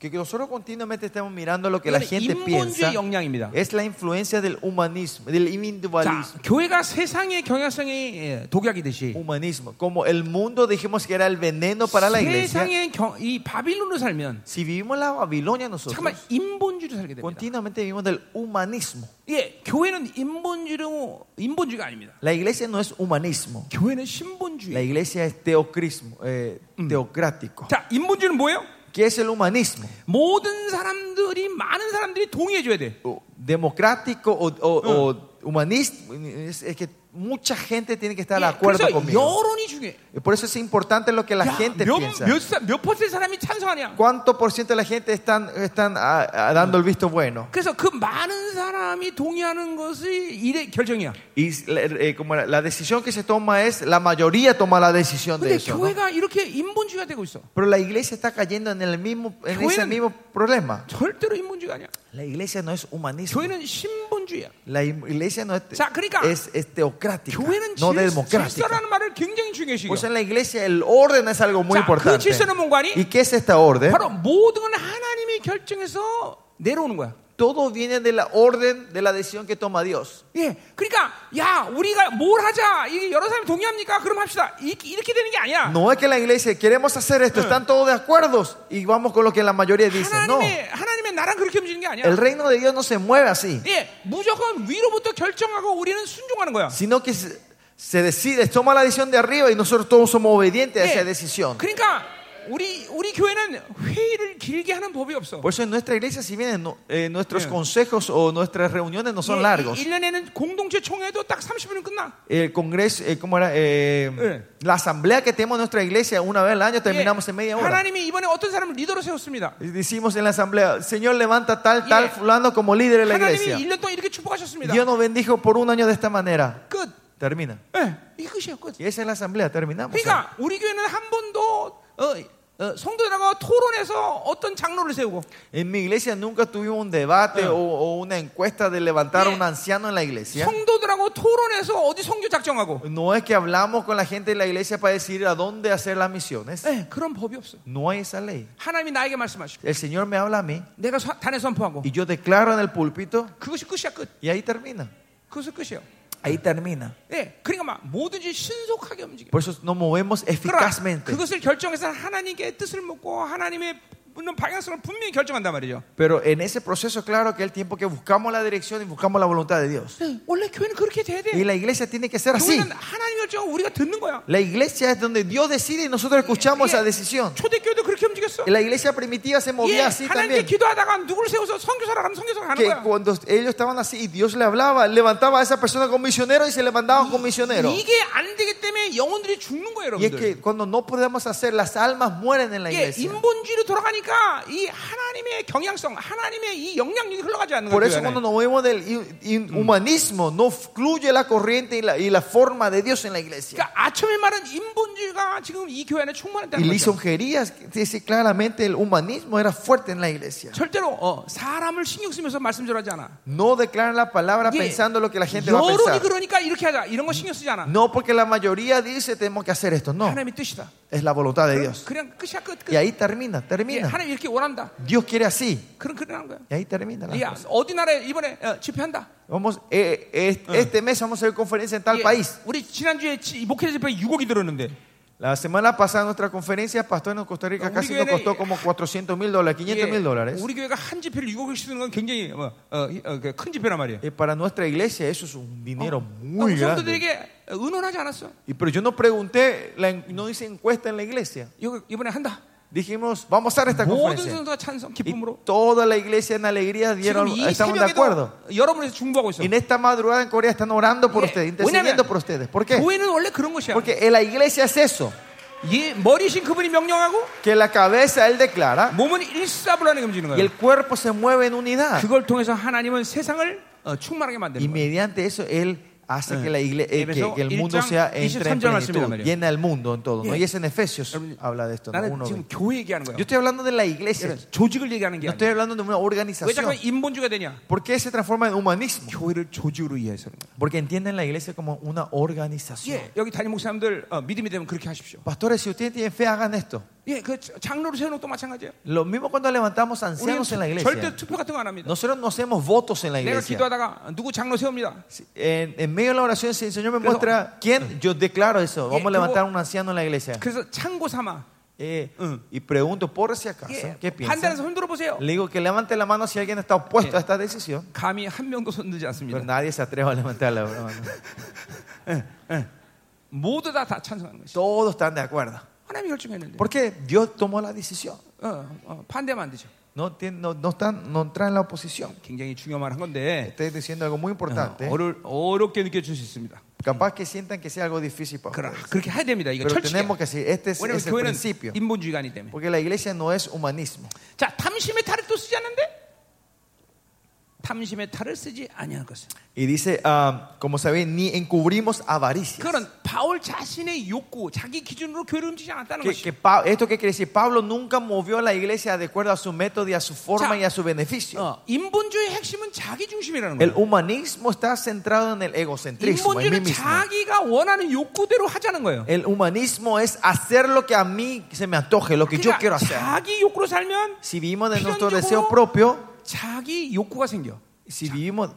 [SPEAKER 2] Que nosotros continuamente estamos mirando lo que la
[SPEAKER 1] 이건
[SPEAKER 2] gente
[SPEAKER 1] 인본주의
[SPEAKER 2] piensa.
[SPEAKER 1] 영향입니다.
[SPEAKER 2] Es la influencia del humanismo, del
[SPEAKER 1] 자,
[SPEAKER 2] individualismo.
[SPEAKER 1] 교회가 세상의 경향성이 예, 독약이듯이
[SPEAKER 2] humanismo. Como el mundo dijimos que era el veneno para la iglesia.
[SPEAKER 1] 세상의 경, 이 바빌론으로 살면
[SPEAKER 2] Si vivimos en la Babilonia nosotros,
[SPEAKER 1] 잠깐만 인본주의로 살게 됩니다.
[SPEAKER 2] continuamente vivimos del humanismo.
[SPEAKER 1] 예, 교회는 인본주의로 인본주의가 아닙니다.
[SPEAKER 2] La iglesia no es humanismo.
[SPEAKER 1] 교회는
[SPEAKER 2] La
[SPEAKER 1] 신본주의.
[SPEAKER 2] iglesia es teocrismo, eh, teocrático.
[SPEAKER 1] 자, 인본주의는 뭐예요?
[SPEAKER 2] ¿Qué es el humanismo?
[SPEAKER 1] 모든 사람들이 많은 saramduri 동의해 줘야 돼.
[SPEAKER 2] O- democrático o, o- o humanista es, es que mucha gente tiene que estar de
[SPEAKER 1] 예,
[SPEAKER 2] acuerdo
[SPEAKER 1] 그래서
[SPEAKER 2] conmigo.
[SPEAKER 1] 여론이 중요해.
[SPEAKER 2] Y Por eso es importante lo que la
[SPEAKER 1] 야,
[SPEAKER 2] gente
[SPEAKER 1] 몇,
[SPEAKER 2] piensa.
[SPEAKER 1] 몇, 사- 몇 퍼센트 사람이 찬성하냐?
[SPEAKER 2] ¿Cuánto por ciento de la gente están, están ah, ah, dando el visto bueno?
[SPEAKER 1] 그래서 그 많은 사람이 동의하는 것이 일의 결정이야.
[SPEAKER 2] Y la, eh, como la, la decisión que se toma es, la mayoría toma la decisión de
[SPEAKER 1] 근데
[SPEAKER 2] eso. ¿no?
[SPEAKER 1] 교회가 이렇게 인본주의가 되고 있어.
[SPEAKER 2] Pero la iglesia está cayendo en, el mismo, en ese
[SPEAKER 1] 교회는-
[SPEAKER 2] mismo problema.
[SPEAKER 1] 절대로 인본주의가 아니야.
[SPEAKER 2] La iglesia no es humanismo.
[SPEAKER 1] 교회는 신본주의야.
[SPEAKER 2] La im- iglesia no es, te-
[SPEAKER 1] 자, 그러니까
[SPEAKER 2] es, es teocrática,
[SPEAKER 1] 교회는
[SPEAKER 2] no
[SPEAKER 1] 질-
[SPEAKER 2] democrática.
[SPEAKER 1] 질서라는 말을 굉장히 중요시
[SPEAKER 2] Pues
[SPEAKER 1] 여겨.
[SPEAKER 2] en la iglesia el orden es algo muy
[SPEAKER 1] 자, 그
[SPEAKER 2] importante.
[SPEAKER 1] 질서는 뭔가 아니?
[SPEAKER 2] ¿Y qué es esta orden?
[SPEAKER 1] 바로 모든 건 하나님이 결정해서 내려오는 거야.
[SPEAKER 2] Todo viene de la orden de la decisión que toma Dios.
[SPEAKER 1] 예, 그러니까 야 우리가 뭘 하자 이게 여러 사람이 동의합니까? 그럼 합시다. 이- 이렇게 되는 게 아니야.
[SPEAKER 2] No es que la iglesia queremos hacer esto, están todos de acuerdo y vamos con lo que la mayoría dice. No,
[SPEAKER 1] 하나님의 하나님의 나랑 그렇게 움직이는 게
[SPEAKER 2] el
[SPEAKER 1] 아니야.
[SPEAKER 2] reino de Dios no se mueve así,
[SPEAKER 1] 예, 무조건 위로부터 결정하고 우리는 순종하는 거야.
[SPEAKER 2] sino que se se decide, toma la decisión de arriba y nosotros todos somos obedientes a
[SPEAKER 1] 예,
[SPEAKER 2] esa decisión.
[SPEAKER 1] 그러니까 우리 우리 교회는 회의를 길게 하는 법이 없어.
[SPEAKER 2] Por eso en nuestra iglesia, si bien no- eh, nuestros
[SPEAKER 1] Yeah.
[SPEAKER 2] consejos o nuestras reuniones no son largos,
[SPEAKER 1] 1년에는 예, 공동체 총회도 딱 30분은 끝나.
[SPEAKER 2] el congreso, eh, ¿cómo era? Eh,
[SPEAKER 1] Yeah.
[SPEAKER 2] La asamblea que tenemos en nuestra iglesia una vez al año
[SPEAKER 1] 예,
[SPEAKER 2] terminamos en media hora.
[SPEAKER 1] 하나님이 이번에 어떤 사람을 리더로 세웠습니다.
[SPEAKER 2] Y Decimos en la asamblea, Señor levanta tal, tal,
[SPEAKER 1] Yeah.
[SPEAKER 2] fulano como líder de la
[SPEAKER 1] 하나님이
[SPEAKER 2] iglesia.
[SPEAKER 1] 1년 동안 이렇게 축복하셨습니다.
[SPEAKER 2] Dios nos bendijo por un año de esta manera.
[SPEAKER 1] 끝.
[SPEAKER 2] Termina.
[SPEAKER 1] 예, 이 끝이야 끝.
[SPEAKER 2] Y esa es la asamblea, terminamos.
[SPEAKER 1] 그러니까 우리 교회는 한 번도 어, 어, 성도들하고 토론해서 어떤 장로를 세우고
[SPEAKER 2] En mi iglesia nunca tuvimos un debate o, o una encuesta de levantar a un
[SPEAKER 1] Yeah.
[SPEAKER 2] anciano en la
[SPEAKER 1] 예?
[SPEAKER 2] iglesia.
[SPEAKER 1] 성도들하고 토론해서 어디 선교 작정하고
[SPEAKER 2] No es que hablamos con la gente de la iglesia para decidir a dónde hacer las misiones.
[SPEAKER 1] 예, 그런 법이 없어.
[SPEAKER 2] No hay esa ley.
[SPEAKER 1] 하나님이 나에게 말씀하시고
[SPEAKER 2] El Señor me habla a mí
[SPEAKER 1] 내가 사- 단에 선포하고
[SPEAKER 2] y yo declaro en el púlpito
[SPEAKER 1] 그것이 끝이야 끝.
[SPEAKER 2] y ahí termina.
[SPEAKER 1] 그것이 끝이에요.
[SPEAKER 2] Ahí termina.
[SPEAKER 1] 예, 그러니까 막 뭐든지 신속하게 움직여.
[SPEAKER 2] Por eso nos movemos
[SPEAKER 1] 그러나
[SPEAKER 2] eficazmente.
[SPEAKER 1] 그것을 결정해서 하나님께 뜻을 묻고 하나님의 묻는 방향성을 분명히 결정한단 말이죠.
[SPEAKER 2] Pero en ese proceso, claro que el tiempo que buscamos la dirección y buscamos la voluntad de Dios.
[SPEAKER 1] 예, 원래 교회는 그렇게 돼야
[SPEAKER 2] Y
[SPEAKER 1] 돼.
[SPEAKER 2] la iglesia tiene que ser así.
[SPEAKER 1] 교회는 하나님 결정을 우리가 듣는 거야.
[SPEAKER 2] La iglesia es donde Dios decide y nosotros escuchamos
[SPEAKER 1] 예,
[SPEAKER 2] esa decisión.
[SPEAKER 1] 초대교회도 그렇게 움직였어.
[SPEAKER 2] La iglesia primitiva se
[SPEAKER 1] 예,
[SPEAKER 2] movía así
[SPEAKER 1] 하나님께
[SPEAKER 2] también.
[SPEAKER 1] 기도하다가 누굴 세워서 선교사라 하면 선교사 가는
[SPEAKER 2] Que
[SPEAKER 1] 거야.
[SPEAKER 2] cuando ellos estaban así y Dios le hablaba, levantaba a esa persona como misionero y se levantaban como misionero.
[SPEAKER 1] 이게 안 되기 때문에 영혼들이 죽는 거예요,
[SPEAKER 2] Y es
[SPEAKER 1] 여러분들.
[SPEAKER 2] que cuando no podemos hacer, las almas mueren en la
[SPEAKER 1] 이게
[SPEAKER 2] iglesia.
[SPEAKER 1] 인본주의로 돌아가니까 이 하나님의 경향성, 하나님의 이 영향력이 흘러가지 않는
[SPEAKER 2] Por
[SPEAKER 1] 거예요.
[SPEAKER 2] eso
[SPEAKER 1] 교회
[SPEAKER 2] cuando
[SPEAKER 1] 안에.
[SPEAKER 2] nos movemos del in- in- humanismo, no fluye la corriente y la, y la forma de Dios en la iglesia.
[SPEAKER 1] 그러니까 아첨의 말은 인본주의가 지금 이 교회 안에
[SPEAKER 2] Y
[SPEAKER 1] 충만했다는 거죠.
[SPEAKER 2] lisonjerías, dice claramente, el humanismo era fuerte en la iglesia.
[SPEAKER 1] 절대로 어, 사람을 신경 쓰면서 말씀 전하지 않아.
[SPEAKER 2] No declaran la palabra
[SPEAKER 1] 이게
[SPEAKER 2] pensando lo que la gente va a
[SPEAKER 1] 여론이
[SPEAKER 2] pensar.
[SPEAKER 1] 그러니까 이렇게 하자. 이런 거 신경 쓰지 않아.
[SPEAKER 2] No porque la mayoría dice tenemos que hacer esto. No,
[SPEAKER 1] 하나님의 뜻이다.
[SPEAKER 2] es la voluntad de Dios.
[SPEAKER 1] 그냥 어. 끝이야 끝. 끝.
[SPEAKER 2] Y ahí termina,
[SPEAKER 1] 예,
[SPEAKER 2] termina.
[SPEAKER 1] 하나님 이렇게 원한다.
[SPEAKER 2] Dios quiere así.
[SPEAKER 1] 그런 그런 하는 거야.
[SPEAKER 2] Y ahí termina. la
[SPEAKER 1] 야,
[SPEAKER 2] cosa.
[SPEAKER 1] 어디 나라에 이번에 어, 집회한다.
[SPEAKER 2] Vamos, eh, eh, este mes vamos a hacer conferencia en tal
[SPEAKER 1] 예,
[SPEAKER 2] país.
[SPEAKER 1] 우리 지난주에 지- 목회 집회 6억이 들었는데
[SPEAKER 2] La semana pasada nuestra conferencia, pastor en Costa Rica,
[SPEAKER 1] 우리
[SPEAKER 2] casi nos
[SPEAKER 1] 교회는
[SPEAKER 2] costó como 400 mil dólares, 500 mil dólares.
[SPEAKER 1] 예, 우리 교회가 한 집회를 6억을 쓰는 건 굉장히 어, 어, 어, 그큰 집회란 말이에요. 어,
[SPEAKER 2] Y Eh, para nuestra iglesia eso es un dinero muy grande.
[SPEAKER 1] 성도들에게 의논하지 않았어.
[SPEAKER 2] Y, pero yo no pregunté, la en- no hice encuesta en la iglesia.
[SPEAKER 1] 이거 이번에 한다.
[SPEAKER 2] Dijimos, vamos a hacer esta
[SPEAKER 1] 모든
[SPEAKER 2] conferencia.
[SPEAKER 1] 성도가 찬성
[SPEAKER 2] Y
[SPEAKER 1] 기쁨으로
[SPEAKER 2] toda la iglesia en alegría
[SPEAKER 1] 지금
[SPEAKER 2] dieron,
[SPEAKER 1] 이
[SPEAKER 2] estaban de acuerdo.
[SPEAKER 1] 새벽에도 여러분에서 중보하고 있어.
[SPEAKER 2] Y en esta madrugada en Corea están orando por
[SPEAKER 1] 예,
[SPEAKER 2] ustedes,
[SPEAKER 1] 왜냐면
[SPEAKER 2] intercediendo por ustedes. ¿Por qué?
[SPEAKER 1] 교회는 원래 그런 것이야.
[SPEAKER 2] Porque en la iglesia es eso,
[SPEAKER 1] 예, 머리신 그분이 명령하고
[SPEAKER 2] que la cabeza él declara
[SPEAKER 1] 몸은 일사불란하게 움직이는
[SPEAKER 2] y
[SPEAKER 1] 거예요.
[SPEAKER 2] el cuerpo se mueve en unidad.
[SPEAKER 1] 그걸 통해서 하나님은 세상을 어, 충만하게
[SPEAKER 2] Y
[SPEAKER 1] 만드는 거예요.
[SPEAKER 2] mediante eso él hace que, la igle- eh, que, que el mundo sea entre en
[SPEAKER 1] 23절 말씀이란
[SPEAKER 2] plenitud,
[SPEAKER 1] 말이에요.
[SPEAKER 2] llena el mundo en todo. ¿no?
[SPEAKER 1] 예.
[SPEAKER 2] Y es en Efesios
[SPEAKER 1] 여러분,
[SPEAKER 2] habla de esto. ¿no?
[SPEAKER 1] 나는
[SPEAKER 2] Uno
[SPEAKER 1] 지금
[SPEAKER 2] ve.
[SPEAKER 1] 교회 얘기하는 거야.
[SPEAKER 2] Yo estoy hablando de la iglesia,
[SPEAKER 1] 이런 조직을 얘기하는 게
[SPEAKER 2] no estoy
[SPEAKER 1] 아니야.
[SPEAKER 2] hablando de una
[SPEAKER 1] 왜 자꾸
[SPEAKER 2] organización.
[SPEAKER 1] 인본주의가 되냐?
[SPEAKER 2] ¿Por qué se transforma en humanismo?
[SPEAKER 1] 교회를 조직으로 이해해서 그런 거야.
[SPEAKER 2] Porque entienden la iglesia como una organización.
[SPEAKER 1] 예, 여기 담임 목사님들 어, 믿음이 되면 그렇게 하십시오.
[SPEAKER 2] Pastores, si ustedes tienen fe, hagan esto.
[SPEAKER 1] 예, 그 자- 장로로 세우는 것도 마찬가지예요.
[SPEAKER 2] Lo mismo cuando levantamos
[SPEAKER 1] 우리는
[SPEAKER 2] ancianos en la
[SPEAKER 1] 절대
[SPEAKER 2] iglesia.
[SPEAKER 1] 투표 같은 거 안 합니다.
[SPEAKER 2] Nosotros no hacemos votos en la
[SPEAKER 1] 내가
[SPEAKER 2] iglesia.
[SPEAKER 1] 기도하다가 누구 장로 세웁니다.
[SPEAKER 2] Si- En, en medio de la oración, si el Señor me
[SPEAKER 1] Pero-
[SPEAKER 2] muestra quién, yo declaro eso.
[SPEAKER 1] Eh,
[SPEAKER 2] Vamos
[SPEAKER 1] luego-
[SPEAKER 2] a levantar un anciano en la iglesia.
[SPEAKER 1] 그래서 창고 삼아
[SPEAKER 2] Eh,
[SPEAKER 1] Mm.
[SPEAKER 2] y pregunto, por si acaso,
[SPEAKER 1] 예,
[SPEAKER 2] ¿qué
[SPEAKER 1] 판단해서
[SPEAKER 2] piensan?
[SPEAKER 1] 흔들어 보세요.
[SPEAKER 2] Le digo que levante la mano si alguien está opuesto a esta decisión.
[SPEAKER 1] 감히 한 명도 손들지
[SPEAKER 2] Pero
[SPEAKER 1] 않습니다.
[SPEAKER 2] nadie se atreve a levantar la mano.
[SPEAKER 1] 모두 다 다 찬성하는 것이.
[SPEAKER 2] Todos están de acuerdo.
[SPEAKER 1] 하나님이 결정했는데.
[SPEAKER 2] Porque Dios tomó la decisión.
[SPEAKER 1] 어, 어, 반대하면 안 되죠.
[SPEAKER 2] No, tien- no, no, están, no entran en la oposición.
[SPEAKER 1] 굉장히 중요한 말 한 건데
[SPEAKER 2] Estoy diciendo algo muy
[SPEAKER 1] 네.
[SPEAKER 2] importante.
[SPEAKER 1] 어를, 어렵게 느껴질 수 있습니다.
[SPEAKER 2] Capaz que sientan que sea algo difícil para
[SPEAKER 1] 그러,
[SPEAKER 2] ustedes.
[SPEAKER 1] 그렇게 해야 됩니다. 이거
[SPEAKER 2] Pero
[SPEAKER 1] 철저히.
[SPEAKER 2] tenemos que decir, este es,
[SPEAKER 1] 왜냐하면
[SPEAKER 2] es el
[SPEAKER 1] 교회는
[SPEAKER 2] principio.
[SPEAKER 1] 인본주의가 아니기 때문에.
[SPEAKER 2] Porque la iglesia no es humanismo.
[SPEAKER 1] 자, 탐심의 탈을 또 쓰지 않는데? 탐심의 탈을 쓰지 아니할 것은.
[SPEAKER 2] Y dice, ah, como saben, ni encubrimos avaricia.
[SPEAKER 1] 그건 바울 자신의 욕구, 자기 기준으로 교회를 움직이지 않았다는
[SPEAKER 2] Que-
[SPEAKER 1] 것이.
[SPEAKER 2] que Pa- esto que quiere decir, Pablo nunca movió a la iglesia de acuerdo a su método y a su forma
[SPEAKER 1] Cha-
[SPEAKER 2] y a su beneficio.
[SPEAKER 1] 어, 인본주의의 핵심은 자기 중심이라는
[SPEAKER 2] El
[SPEAKER 1] 거예요.
[SPEAKER 2] humanismo está centrado en el egocentrismo, en mí
[SPEAKER 1] 인본주의는
[SPEAKER 2] mismo.
[SPEAKER 1] 자기가 원하는 욕구대로 하자는 거예요.
[SPEAKER 2] El humanismo es hacer lo que a mí se me antoje, lo que yo quiero
[SPEAKER 1] 그러니까
[SPEAKER 2] hacer.
[SPEAKER 1] 자기 욕구로 살면
[SPEAKER 2] Si vivimos de nuestro
[SPEAKER 1] 필연적으로-
[SPEAKER 2] deseo propio,
[SPEAKER 1] 자기 욕구가 생겨.
[SPEAKER 2] si vivimos,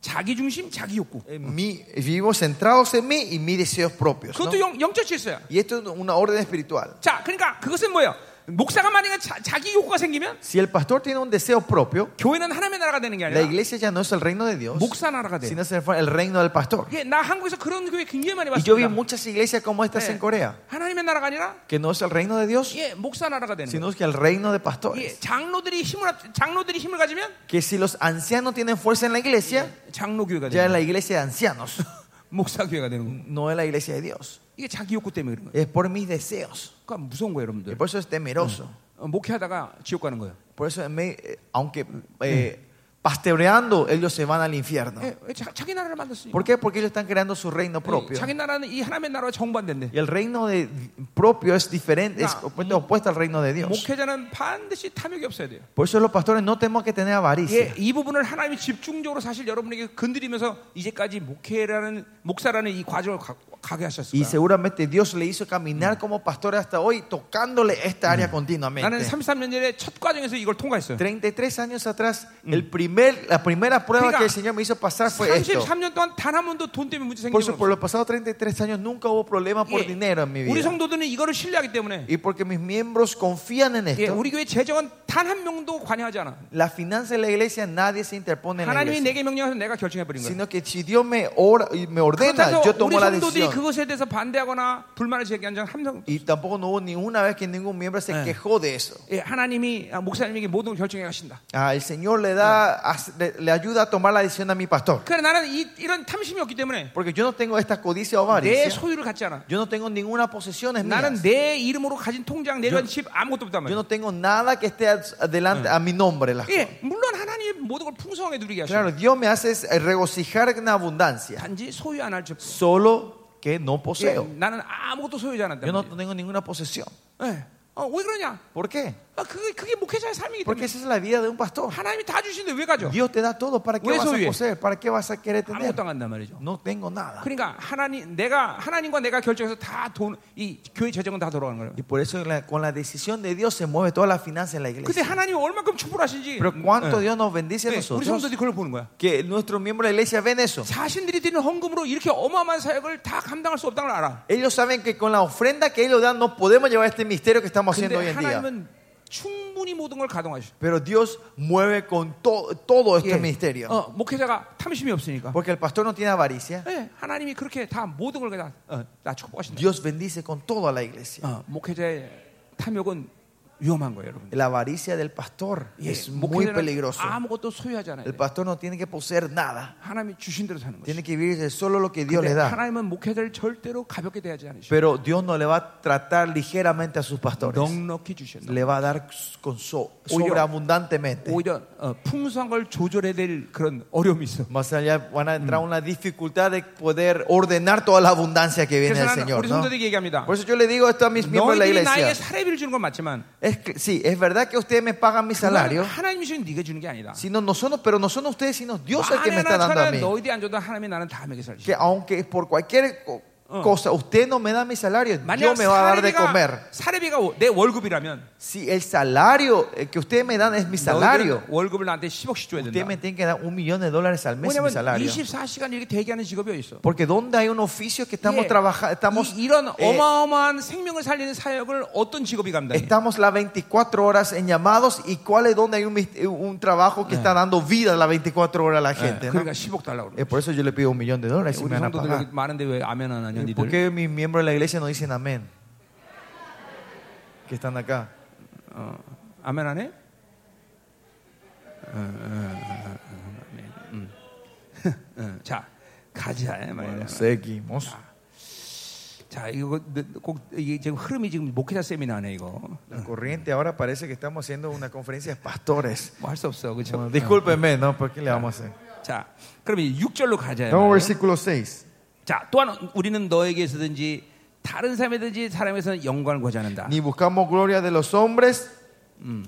[SPEAKER 1] 자기 중심, 자기 욕구.
[SPEAKER 2] en mí, vivimos centrados en mí y mis deseos propios. ¿no?
[SPEAKER 1] 그것도 영, 영적 질서야.
[SPEAKER 2] Y esto es una orden espiritual.
[SPEAKER 1] 자, 그러니까 그것은 뭐예요? 목사가 만약에 자, 자기 욕구가 생기면
[SPEAKER 2] Si el pastor tiene un deseo propio,
[SPEAKER 1] 교회는 하나님의 나라가 되는 게
[SPEAKER 2] la
[SPEAKER 1] 아니라
[SPEAKER 2] iglesia ya no es el reino de Dios,
[SPEAKER 1] 목사 나라가 돼.
[SPEAKER 2] sino es el el reino del pastor.
[SPEAKER 1] 예, 나 한국에서 그런 교회 굉장히 많이 뭐-
[SPEAKER 2] Y yo vi
[SPEAKER 1] 봤습니다.
[SPEAKER 2] muchas iglesias como estas
[SPEAKER 1] 예,
[SPEAKER 2] en Corea,
[SPEAKER 1] 하나님의 나라가 아니라
[SPEAKER 2] que no es el reino de Dios,
[SPEAKER 1] 예, 목사 나라가 되는 거예요.
[SPEAKER 2] sino que el reino de
[SPEAKER 1] 예,
[SPEAKER 2] pastores.
[SPEAKER 1] 장로들이 힘을 합- 장로들이 힘을 가지면
[SPEAKER 2] Que si los ancianos tienen fuerza en la iglesia,
[SPEAKER 1] 장로 교회가
[SPEAKER 2] ya
[SPEAKER 1] 되는
[SPEAKER 2] es la
[SPEAKER 1] 거예요.
[SPEAKER 2] iglesia de ancianos, (laughs)
[SPEAKER 1] 목사 교회가 되는 거예요.
[SPEAKER 2] no es la iglesia de Dios.
[SPEAKER 1] 이게 자기 욕구 때문에 그런 거예요.
[SPEAKER 2] Es por mis deseos.
[SPEAKER 1] 그러니까 무서운 거예요,
[SPEAKER 2] Y
[SPEAKER 1] 여러분들.
[SPEAKER 2] por eso es temeroso.
[SPEAKER 1] 어, 목회하다가 지옥 가는 거예요.
[SPEAKER 2] Por eso, en me- eh, aunque eh, pastoreando, ellos se van al infierno.
[SPEAKER 1] 예, 예, 자, 자기 나라를 만들었으니까.
[SPEAKER 2] ¿Por qué? Porque ellos están creando su reino
[SPEAKER 1] 예,
[SPEAKER 2] propio.
[SPEAKER 1] 자기 나라는 이 하나님의 나라와 정반대인데.
[SPEAKER 2] Y el reino de, propio es diferente, es
[SPEAKER 1] Ah,
[SPEAKER 2] opuesto, opuesto al reino de Dios.
[SPEAKER 1] 목회자는 반드시 탐욕이 없어야 돼요.
[SPEAKER 2] Por eso los pastores no tenemos que tener avaricia.
[SPEAKER 1] 예, 이 부분을 하나님이 집중적으로 사실 여러분에게 건드리면서 이제까지 목회라는 목사라는 이 과정을 가, 가게 하셨을
[SPEAKER 2] Y
[SPEAKER 1] 거예요.
[SPEAKER 2] seguramente Dios le hizo caminar como pastor hasta hoy, tocándole esta área
[SPEAKER 1] 나는
[SPEAKER 2] continuamente.
[SPEAKER 1] 33년 전에 첫 과정에서 이걸 통과했어요.
[SPEAKER 2] 33 años atrás, el primer, la primera prueba
[SPEAKER 1] Mira,
[SPEAKER 2] que el Señor me hizo pasar fue esto.
[SPEAKER 1] 33년 동안 단 한 번도 돈 때문에 문제 생긴
[SPEAKER 2] Por
[SPEAKER 1] 적
[SPEAKER 2] eso, por
[SPEAKER 1] 없어요.
[SPEAKER 2] los pasados 33 años nunca hubo problema por dinero en mi
[SPEAKER 1] 예, 우리
[SPEAKER 2] vida.
[SPEAKER 1] 성도들은 이거를 신뢰하기 때문에
[SPEAKER 2] Y porque mis miembros confían en
[SPEAKER 1] 예,
[SPEAKER 2] esto,
[SPEAKER 1] 우리 교회 재정은 단 한 명도 관여하지 않아.
[SPEAKER 2] la finanza de la iglesia nadie se interpone en la
[SPEAKER 1] 하나님이
[SPEAKER 2] iglesia.
[SPEAKER 1] 내게 명령해서 내가 결정해 버린 거예요.
[SPEAKER 2] Sino que si Dios me, ora- y me ordena,
[SPEAKER 1] 그렇다고
[SPEAKER 2] yo tomo
[SPEAKER 1] 우리
[SPEAKER 2] la
[SPEAKER 1] 성도들이
[SPEAKER 2] decisión.
[SPEAKER 1] 그것에 대해서 반대하거나 불만을 제기한 적은 한 명도.
[SPEAKER 2] Y tampoco no hubo ni una vez que ningún miembro se
[SPEAKER 1] Eh.
[SPEAKER 2] quejó de eso.
[SPEAKER 1] 예, 하나님이 아, 목사님에게 모든 걸 결정해 가신다.
[SPEAKER 2] Ah, el Señor le da, hace- le, le ayuda a tomar la decisión a mi pastor.
[SPEAKER 1] 그래 나는 이, 이런 탐심이 없기 때문에
[SPEAKER 2] Porque yo no tengo esta codicia o
[SPEAKER 1] 내
[SPEAKER 2] avaricia.
[SPEAKER 1] 소유를 갖지 않아.
[SPEAKER 2] Yo no tengo ninguna posesión en
[SPEAKER 1] 나는 내 이름으로 가진 통장, 내전 집 아무것도 없단
[SPEAKER 2] Yo
[SPEAKER 1] 말이야.
[SPEAKER 2] no tengo nada que esté adelante a mi nombre. las cosas.
[SPEAKER 1] 예, 물론 하나님이 모든 걸 풍성하게 누리게 하셔.
[SPEAKER 2] Claro, Dios me hace es- regocijar en abundancia.
[SPEAKER 1] 단지 소유 안 할지.
[SPEAKER 2] Solo que no
[SPEAKER 1] 예,
[SPEAKER 2] poseo.
[SPEAKER 1] 나는 아무것도 소유하지 않았다.
[SPEAKER 2] Yo no tengo ninguna posesión.
[SPEAKER 1] 예. 어, 왜 그러냐?
[SPEAKER 2] ¿Por qué?
[SPEAKER 1] 아, 아, 그게, 그게 목회자의 삶이기
[SPEAKER 2] Porque
[SPEAKER 1] 때문에
[SPEAKER 2] esa es la vida de un pastor.
[SPEAKER 1] 하나님이 다 주시는데 왜 가져?
[SPEAKER 2] Dios te da todo para qué
[SPEAKER 1] Hueso
[SPEAKER 2] vas a
[SPEAKER 1] bien.
[SPEAKER 2] poseer, para qué vas a querer tener.
[SPEAKER 1] 아무것도 안 간단 말이죠.
[SPEAKER 2] No tengo nada.
[SPEAKER 1] 그러니까 하나님 내가 하나님과 내가 결정해서 다 돈 이 교회 재정은 다 돌아가는 거예요.
[SPEAKER 2] Y por eso la- con la decisión de Dios se mueve toda la finanza en la
[SPEAKER 1] 근데
[SPEAKER 2] iglesia.
[SPEAKER 1] 하나님이 얼마큼 축복하신지
[SPEAKER 2] Pero cuánto
[SPEAKER 1] 예.
[SPEAKER 2] Dios nos bendice a
[SPEAKER 1] 예, 우리
[SPEAKER 2] nosotros
[SPEAKER 1] 성도들이 그걸 보는 거야.
[SPEAKER 2] que nuestros miembros de la iglesia ven eso.
[SPEAKER 1] 자신들이 드리는 헌금으로 이렇게 어마어마한 사역을 다 감당할 수 없다는 걸 알아.
[SPEAKER 2] Ellos saben que con la ofrenda que ellos dan no podemos llevar este misterio que estamos
[SPEAKER 1] 근데
[SPEAKER 2] haciendo hoy en día.
[SPEAKER 1] 하나님은 충분히 모든 걸 가동하셔.
[SPEAKER 2] Pero Dios mueve con to- todo este
[SPEAKER 1] 예.
[SPEAKER 2] misterio.
[SPEAKER 1] 어, 목회자가 탐심이 없으니까.
[SPEAKER 2] Porque el pastor no tiene avaricia.
[SPEAKER 1] 예, 하나님이 그렇게 다 모든 걸 다 축복하신다.
[SPEAKER 2] Dios bendice con todo a la iglesia.
[SPEAKER 1] 어, 목회자의 탐욕은 위험한 거예요, 여러분.
[SPEAKER 2] La avaricia del pastor
[SPEAKER 1] 예,
[SPEAKER 2] es muy
[SPEAKER 1] 목회자는
[SPEAKER 2] peligroso.
[SPEAKER 1] 아무것도 소유하지 않아요.
[SPEAKER 2] El pastor no tiene que poseer nada.
[SPEAKER 1] 하나님이 주신 대로 사는 거죠.
[SPEAKER 2] Tiene que vivir de solo lo que Dios
[SPEAKER 1] 근데
[SPEAKER 2] le da.
[SPEAKER 1] 네, 하나님은 목회자를 절대로 가볍게 대하지 않으시고
[SPEAKER 2] Pero Dios no le va a tratar ligeramente a sus pastores.
[SPEAKER 1] 넉넉히 주셨다.
[SPEAKER 2] Le va a dar con so-
[SPEAKER 1] Oye.
[SPEAKER 2] sobreabundantemente.
[SPEAKER 1] 오히려 어, 풍성한 걸 조절해야 될 그런 어려움이 있어.
[SPEAKER 2] Más allá van a entrar una dificultad de poder ordenar toda la abundancia que viene
[SPEAKER 1] 그래서
[SPEAKER 2] del
[SPEAKER 1] 나는
[SPEAKER 2] Señor.
[SPEAKER 1] 우리
[SPEAKER 2] ¿no?
[SPEAKER 1] 성도들에게 얘기합니다.
[SPEAKER 2] Por eso yo le digo esto a mis miembros de la
[SPEAKER 1] 너희들이 나에게
[SPEAKER 2] iglesia.
[SPEAKER 1] 사례비를 주는 건 맞지만
[SPEAKER 2] Es que- sí, es verdad que ustedes me pagan mi salario,
[SPEAKER 1] 하나님이 주는 네가 주는 게 아니다.
[SPEAKER 2] sino no son, pero no son ustedes, sino Dios el que me
[SPEAKER 1] 만에
[SPEAKER 2] está dando a
[SPEAKER 1] 나처럼
[SPEAKER 2] mí.
[SPEAKER 1] 너희들이 안 줘도 하나님이 나는 다 먹여 살리시.
[SPEAKER 2] Que aunque por cualquier co- cosa usted no me da mi salario,
[SPEAKER 1] 만약
[SPEAKER 2] Dios me va a dar de
[SPEAKER 1] 사례비가
[SPEAKER 2] comer.
[SPEAKER 1] 사례비가 오- 내 월급이라면
[SPEAKER 2] Si el salario eh, que ustedes me dan es mi salario,
[SPEAKER 1] 너희들은 월급을 나한테 10억씩 줘야 된다.
[SPEAKER 2] ustedes me tienen que dar un millón de dólares al mes en mi
[SPEAKER 1] 왜냐면
[SPEAKER 2] salario.
[SPEAKER 1] 24시간 이렇게 대기하는 직업이 어디 있어?
[SPEAKER 2] Porque donde hay un oficio que estamos
[SPEAKER 1] 예,
[SPEAKER 2] trabajando, estamos,
[SPEAKER 1] 이, 이런
[SPEAKER 2] eh,
[SPEAKER 1] 어마어마한 생명을 살리는 사역을 어떤 직업이 감당해?
[SPEAKER 2] estamos las 24 horas en llamados y cuál es donde hay un, mis- un trabajo que está dando vida las 24 horas a la
[SPEAKER 1] 예,
[SPEAKER 2] gente. ¿no?
[SPEAKER 1] 그러니까 10억 달라고 그래.
[SPEAKER 2] Eh, por eso yo le pido Ah. un millón de dólares y
[SPEAKER 1] 우리
[SPEAKER 2] me van a
[SPEAKER 1] 성도들 여기
[SPEAKER 2] pagar.
[SPEAKER 1] 많은데 왜 아멘 안 하냐
[SPEAKER 2] ¿Y ¿Por
[SPEAKER 1] 니들?
[SPEAKER 2] qué mis miembros de la iglesia no dicen amén? Que están acá.
[SPEAKER 1] 아멘 안 해? 어, 어, 어, 어, 아멘. 음. 어, 자 가자 이 말이야.
[SPEAKER 2] Bueno, Ah. seguimos.
[SPEAKER 1] 자 이거 꼭 이게 지금 흐름이 지금 목회자 세미나네 이거
[SPEAKER 2] La corriente ahora parece que estamos haciendo una conferencia de pastores.
[SPEAKER 1] 뭐 할 수 없어
[SPEAKER 2] Bueno,
[SPEAKER 1] 그렇죠?
[SPEAKER 2] discúlpenme, ¿no? ¿Por qué le vamos a hacer?
[SPEAKER 1] 자 그럼 이 6절로 가자. 이
[SPEAKER 2] Vamos al
[SPEAKER 1] 말이에요.
[SPEAKER 2] versículo 6.
[SPEAKER 1] 자 또한 우리는 너에게서든지 다른 사람이든지 사람에서는 영광을 구하지 않는다.
[SPEAKER 2] Ni buscamos gloria de los hombres, Mm.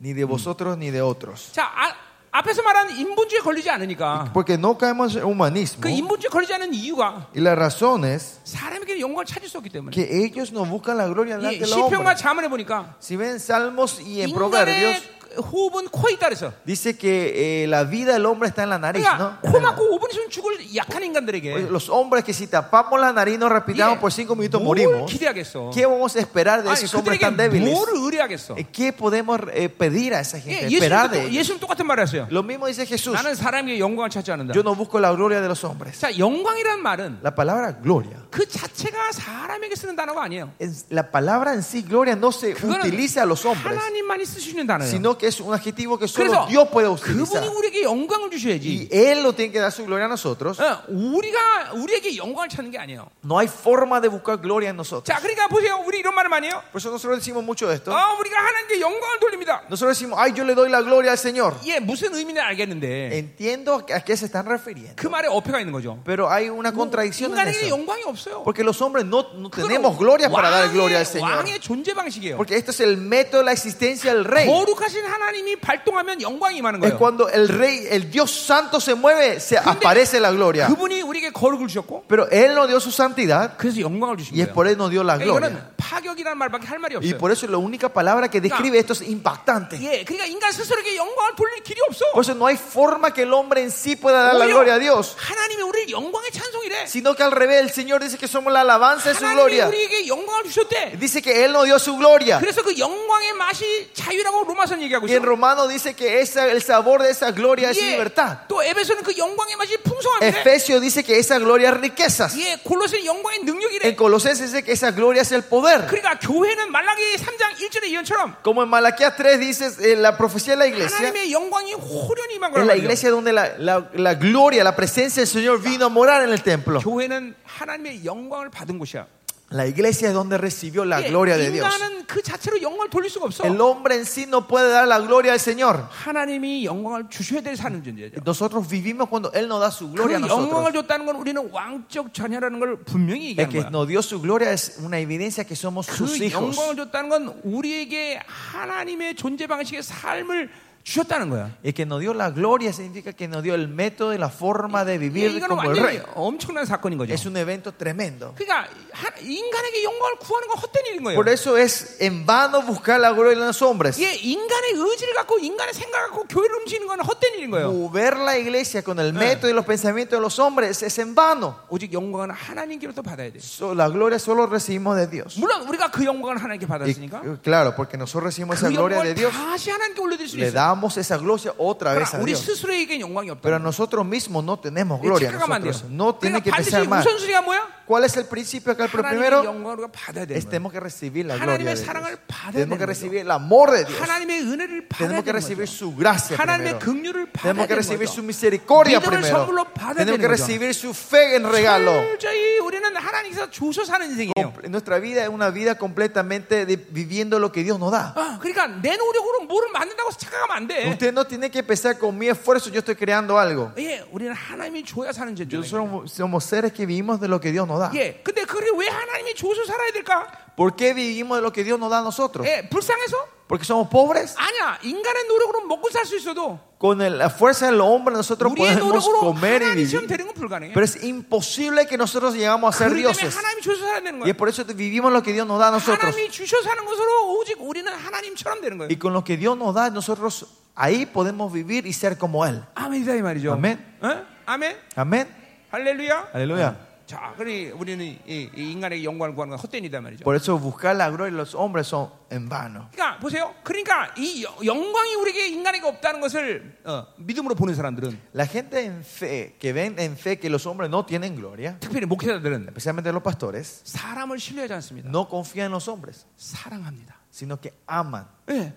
[SPEAKER 2] ni de vosotros, ni de otros.
[SPEAKER 1] 자 아, 앞에서 말한 인본주의에 걸리지 않으니까
[SPEAKER 2] Porque no caemos en humanismo.
[SPEAKER 1] 그 인본주의에 걸리지 않은 이유가
[SPEAKER 2] Y la razón es
[SPEAKER 1] 사람에게 영광을 찾을 수 없기 때문에
[SPEAKER 2] que ellos no buscan la gloria
[SPEAKER 1] 이
[SPEAKER 2] delante de los
[SPEAKER 1] 시편과
[SPEAKER 2] hombres.
[SPEAKER 1] 자문해 보니까
[SPEAKER 2] Si ven Salmos
[SPEAKER 1] 예,
[SPEAKER 2] y en Proverbios,
[SPEAKER 1] 인간의 호흡은 코에 따라서
[SPEAKER 2] dice que eh, la vida del hombre está en la nariz,
[SPEAKER 1] 그러니까
[SPEAKER 2] ¿no?
[SPEAKER 1] 어, 코 막고 5분 있으면 죽을 약한
[SPEAKER 2] Oye,
[SPEAKER 1] 인간들에게 예.
[SPEAKER 2] Los hombres que si tapamos la nariz nos respiramos por cinco minutos
[SPEAKER 1] 뭘
[SPEAKER 2] morimos.
[SPEAKER 1] 뭐? 기대하겠어
[SPEAKER 2] ¿Qué vamos a esperar de
[SPEAKER 1] 아니
[SPEAKER 2] esos hombres tan
[SPEAKER 1] 그들에게
[SPEAKER 2] débiles?
[SPEAKER 1] 뭘 의뢰하겠어
[SPEAKER 2] Eh, ¿Qué podemos eh, pedir a esa gente?
[SPEAKER 1] 예,
[SPEAKER 2] Esperar
[SPEAKER 1] 예수님도, 똑-
[SPEAKER 2] de ellos.
[SPEAKER 1] 예수님 똑같은 말을 하세요
[SPEAKER 2] Lo mismo dice Jesús.
[SPEAKER 1] 나는 사람에게 영광을 찾지 않는다
[SPEAKER 2] Yo no busco la gloria de los hombres.
[SPEAKER 1] 자 영광이란 말은
[SPEAKER 2] La palabra gloria.
[SPEAKER 1] 그 자체가 사람에게 쓰는 단어가 아니에요
[SPEAKER 2] es- La palabra en sí, gloria, no se
[SPEAKER 1] 그거는
[SPEAKER 2] utiliza a los hombres,
[SPEAKER 1] 하나님만이 쓰시는 단어예요
[SPEAKER 2] sino que es un adjetivo que solo
[SPEAKER 1] 그래서
[SPEAKER 2] Dios puede utilizar.
[SPEAKER 1] 그분이 우리에게 영광을
[SPEAKER 2] Y
[SPEAKER 1] 주셔야지
[SPEAKER 2] Él no tiene que dar su gloria a nosotros.
[SPEAKER 1] 어, 우리가 우리에게 영광을 찾는 게 아니에요
[SPEAKER 2] No hay forma de buscar gloria en nosotros.
[SPEAKER 1] 자 그러니까 보세요 우리 이런 말을 많이 해요
[SPEAKER 2] Por eso nosotros decimos mucho esto.
[SPEAKER 1] 아, 우리가 하나님께 영광을 돌립니다.
[SPEAKER 2] Nosotros decimos, ay, yo le doy la gloria al Señor.
[SPEAKER 1] 예, 무슨 의미는 알겠는데
[SPEAKER 2] Entiendo a qué se están refiriendo.
[SPEAKER 1] 그 말에 어폐가 있는 거죠.
[SPEAKER 2] Pero hay una contradicción en
[SPEAKER 1] 인간에게
[SPEAKER 2] eso.
[SPEAKER 1] 영광이 없어요.
[SPEAKER 2] Porque los hombres no, no
[SPEAKER 1] 그건
[SPEAKER 2] tenemos gloria para dar
[SPEAKER 1] 왕의-
[SPEAKER 2] gloria al Señor.
[SPEAKER 1] 왕의 존재 방식이에요.
[SPEAKER 2] Porque este es el método de la existencia del rey.
[SPEAKER 1] 거룩하신 하나님이 발동하면 영광이 임하는
[SPEAKER 2] Es
[SPEAKER 1] 거예요.
[SPEAKER 2] cuando el rey, el Dios santo se mueve, se
[SPEAKER 1] 근데
[SPEAKER 2] aparece la gloria.
[SPEAKER 1] 그분이 우리에게 거룩을 주셨고
[SPEAKER 2] Pero él no dio su santidad
[SPEAKER 1] 그래서 영광을 주신
[SPEAKER 2] y es
[SPEAKER 1] 거예요.
[SPEAKER 2] por él no dio la
[SPEAKER 1] 그러니까
[SPEAKER 2] gloria.
[SPEAKER 1] 이거는 파격이라는 말밖에 할 말이
[SPEAKER 2] Y
[SPEAKER 1] 없어요.
[SPEAKER 2] por eso la única palabra que describe esto es impactante.
[SPEAKER 1] 예, 그러니까 인간 스스로에게 영광을 돌릴 길이 없어.
[SPEAKER 2] Por eso no hay forma que el hombre en sí pueda dar la
[SPEAKER 1] 오히려
[SPEAKER 2] gloria a Dios.
[SPEAKER 1] 하나님이 우리를 영광의 찬송이래.
[SPEAKER 2] Sino que al revés, el Señor dice que somos la alabanza de su
[SPEAKER 1] 하나님이
[SPEAKER 2] gloria. 예.
[SPEAKER 1] 우리에게 영광을 주셨대.
[SPEAKER 2] Dice que él no dio su gloria.
[SPEAKER 1] 그래서 그 영광의 맛이 자유라고 로마서는 얘기하고
[SPEAKER 2] Y en
[SPEAKER 1] 있어.
[SPEAKER 2] Romano dice que esa- el sabor de esa gloria es
[SPEAKER 1] 예,
[SPEAKER 2] libertad.
[SPEAKER 1] 또 에베소는 그 영광의 맛이 풍성한데
[SPEAKER 2] Efesio dice que esa gloria es riquezas.
[SPEAKER 1] 예, 골로새는 영광의 능력이래.
[SPEAKER 2] En Colosenses dice que esa gloria es el poder.
[SPEAKER 1] 그러니까 교회는 말라기 3장 1절의 예언처럼
[SPEAKER 2] Como en Malaquías 3 dice eh, la profecía de la iglesia,
[SPEAKER 1] 하나님의 영광이 호련히 임한
[SPEAKER 2] es
[SPEAKER 1] 거라고.
[SPEAKER 2] la
[SPEAKER 1] 하죠.
[SPEAKER 2] iglesia donde la, la- la gloria, la presencia del Señor vino a morar en el templo.
[SPEAKER 1] 교회는 하나님의 영광을 받은 곳이야.
[SPEAKER 2] La iglesia es donde recibió la
[SPEAKER 1] 예,
[SPEAKER 2] gloria de Dios.
[SPEAKER 1] 인간은 그 자체로 영광을 돌릴 수가 없어.
[SPEAKER 2] El hombre en sí no puede dar la gloria al Señor.
[SPEAKER 1] 하나님이 영광을 주셔야 될 사는 존재죠.
[SPEAKER 2] Nosotros vivimos cuando Él nos da su
[SPEAKER 1] 그
[SPEAKER 2] gloria a
[SPEAKER 1] 영광을
[SPEAKER 2] nosotros.
[SPEAKER 1] 줬다는 건 우리는 왕적 자녀라는 걸 분명히
[SPEAKER 2] El
[SPEAKER 1] 얘기하는
[SPEAKER 2] que
[SPEAKER 1] 거야.
[SPEAKER 2] nos dio su gloria es una evidencia que somos sus
[SPEAKER 1] 그
[SPEAKER 2] hijos.
[SPEAKER 1] 영광을 줬다는 건 우리에게 하나님의 존재 방식의 삶을 주셨다는 거야.
[SPEAKER 2] El que nos dio la gloria significa que nos dio el método y la forma de
[SPEAKER 1] 예,
[SPEAKER 2] vivir
[SPEAKER 1] 이거는
[SPEAKER 2] como el
[SPEAKER 1] 완전히
[SPEAKER 2] rey.
[SPEAKER 1] 엄청난 사건인 거죠.
[SPEAKER 2] Es un evento tremendo.
[SPEAKER 1] 그러니까 하- 인간에게 영광을 구하는 건 헛된 일인 거예요.
[SPEAKER 2] Por eso es en vano buscar la gloria de los hombres.
[SPEAKER 1] 예, 인간의 의지를 갖고 인간의 생각을 갖고 교회를 움직이는 건 헛된 일인 거예요.
[SPEAKER 2] Mover la iglesia con el método y los pensamientos de los hombres es en vano.
[SPEAKER 1] 오직 영광은 하나님께로부터 받아야 돼.
[SPEAKER 2] So- La gloria solo recibimos de Dios.
[SPEAKER 1] 물론 우리가 그 영광을 하나님께
[SPEAKER 2] Y-
[SPEAKER 1] 받았으니까
[SPEAKER 2] claro, porque nosotros recibimos esa
[SPEAKER 1] 그
[SPEAKER 2] gloria de
[SPEAKER 1] 영광을
[SPEAKER 2] Dios.
[SPEAKER 1] 다시 그 네, 하나님께 올려드릴 수
[SPEAKER 2] Le
[SPEAKER 1] 있어요.
[SPEAKER 2] damos esa gloria otra vez
[SPEAKER 1] 그러나
[SPEAKER 2] a
[SPEAKER 1] 우리
[SPEAKER 2] Dios.
[SPEAKER 1] 스스로에게 영광이
[SPEAKER 2] Pero
[SPEAKER 1] 없다.
[SPEAKER 2] nosotros mismos no tenemos
[SPEAKER 1] 이거
[SPEAKER 2] gloria.
[SPEAKER 1] 착각하면 안 돼요.
[SPEAKER 2] Nosotros no tiene que
[SPEAKER 1] 그러니까 반드시
[SPEAKER 2] pensar mal.
[SPEAKER 1] 우선순위가 뭐야?
[SPEAKER 2] ¿Cuál es el principio acá? El
[SPEAKER 1] 하나님의
[SPEAKER 2] primero
[SPEAKER 1] 영광을 우리가 받아야 되는
[SPEAKER 2] es
[SPEAKER 1] 거예요.
[SPEAKER 2] tenemos que recibir la gloria
[SPEAKER 1] 하나님의
[SPEAKER 2] de Dios.
[SPEAKER 1] 사랑을 받아야
[SPEAKER 2] Tenemos que
[SPEAKER 1] 되는
[SPEAKER 2] recibir
[SPEAKER 1] 거죠.
[SPEAKER 2] el amor de Dios.
[SPEAKER 1] 하나님의 은혜를 받아야
[SPEAKER 2] Tenemos que
[SPEAKER 1] 되는
[SPEAKER 2] recibir
[SPEAKER 1] 거죠.
[SPEAKER 2] su gracia
[SPEAKER 1] 하나님의
[SPEAKER 2] primero.
[SPEAKER 1] 긍휼을 받아야
[SPEAKER 2] Tenemos que
[SPEAKER 1] 되는
[SPEAKER 2] recibir su
[SPEAKER 1] 거죠.
[SPEAKER 2] misericordia
[SPEAKER 1] 믿음을
[SPEAKER 2] primero.
[SPEAKER 1] 선물로 받아야
[SPEAKER 2] Tenemos que
[SPEAKER 1] 되는 거죠.
[SPEAKER 2] recibir su fe en regalo.
[SPEAKER 1] 철저히 우리는 하나님께서 주셔 사는 인생이에요.
[SPEAKER 2] Comple- Nuestra vida es una vida completamente de- viviendo lo que Dios nos da.
[SPEAKER 1] 아, 그러니까 내 노력으로 뭐를 만든다고 착각하면 안 돼.
[SPEAKER 2] Usted no tiene que pensar con mi esfuerzo yo estoy creando algo.
[SPEAKER 1] 예, 우리는 하나님이 줘야 사는 존재예요.
[SPEAKER 2] Nosotros somos, somos seres que vivimos de lo que Dios nos da.
[SPEAKER 1] 예, 근데 그게 왜 하나님이 줘서 살아야 될까?
[SPEAKER 2] ¿Por qué vivimos de lo que Dios nos da a nosotros?
[SPEAKER 1] 예, 불쌍해서?
[SPEAKER 2] Porque somos pobres.
[SPEAKER 1] 아니야, 인간의 노력으로 먹고 살 수 있어도
[SPEAKER 2] Con el- la fuerza del hombre nosotros
[SPEAKER 1] 우리의
[SPEAKER 2] podemos
[SPEAKER 1] 노력으로
[SPEAKER 2] comer y
[SPEAKER 1] 하나님 시험
[SPEAKER 2] vivir.
[SPEAKER 1] 되는 건 불가능해.
[SPEAKER 2] Pero es imposible que nosotros llegamos a ser
[SPEAKER 1] 그렇기 때문에
[SPEAKER 2] dioses.
[SPEAKER 1] 하나님이 예, 줘서 살아야 되는
[SPEAKER 2] Y
[SPEAKER 1] 거야.
[SPEAKER 2] es por eso que vivimos lo que Dios nos da a nosotros.
[SPEAKER 1] 하나님이 주셔 사는 것으로 오직 우리는 하나님처럼 되는 거예요.
[SPEAKER 2] Y con lo que Dios nos da, nosotros ahí podemos vivir y ser como Él.
[SPEAKER 1] 아멘이다 이 말이죠.
[SPEAKER 2] 아멘.
[SPEAKER 1] 어? 아멘.
[SPEAKER 2] Amén.
[SPEAKER 1] 할렐루야.
[SPEAKER 2] Aleluya.
[SPEAKER 1] 아, 자, 그러니 우리는 이, 이 인간에게 영광을 구하는 건 헛된 일이다 말이죠.
[SPEAKER 2] Por eso buscar la gloria de los hombres son en vano.
[SPEAKER 1] 그러니까 보세요. 그러니까 이 여- 영광이 우리에게 인간에게 없다는 것을 어, 믿음으로 보는 사람들은
[SPEAKER 2] La gente en fe, que ven en fe que los hombres no tienen gloria,
[SPEAKER 1] 특별히 목회자들은
[SPEAKER 2] especialmente los pastores,
[SPEAKER 1] 사람을 신뢰하지 않습니다.
[SPEAKER 2] no confían en los hombres,
[SPEAKER 1] 사랑합니다.
[SPEAKER 2] sino que aman.
[SPEAKER 1] 예.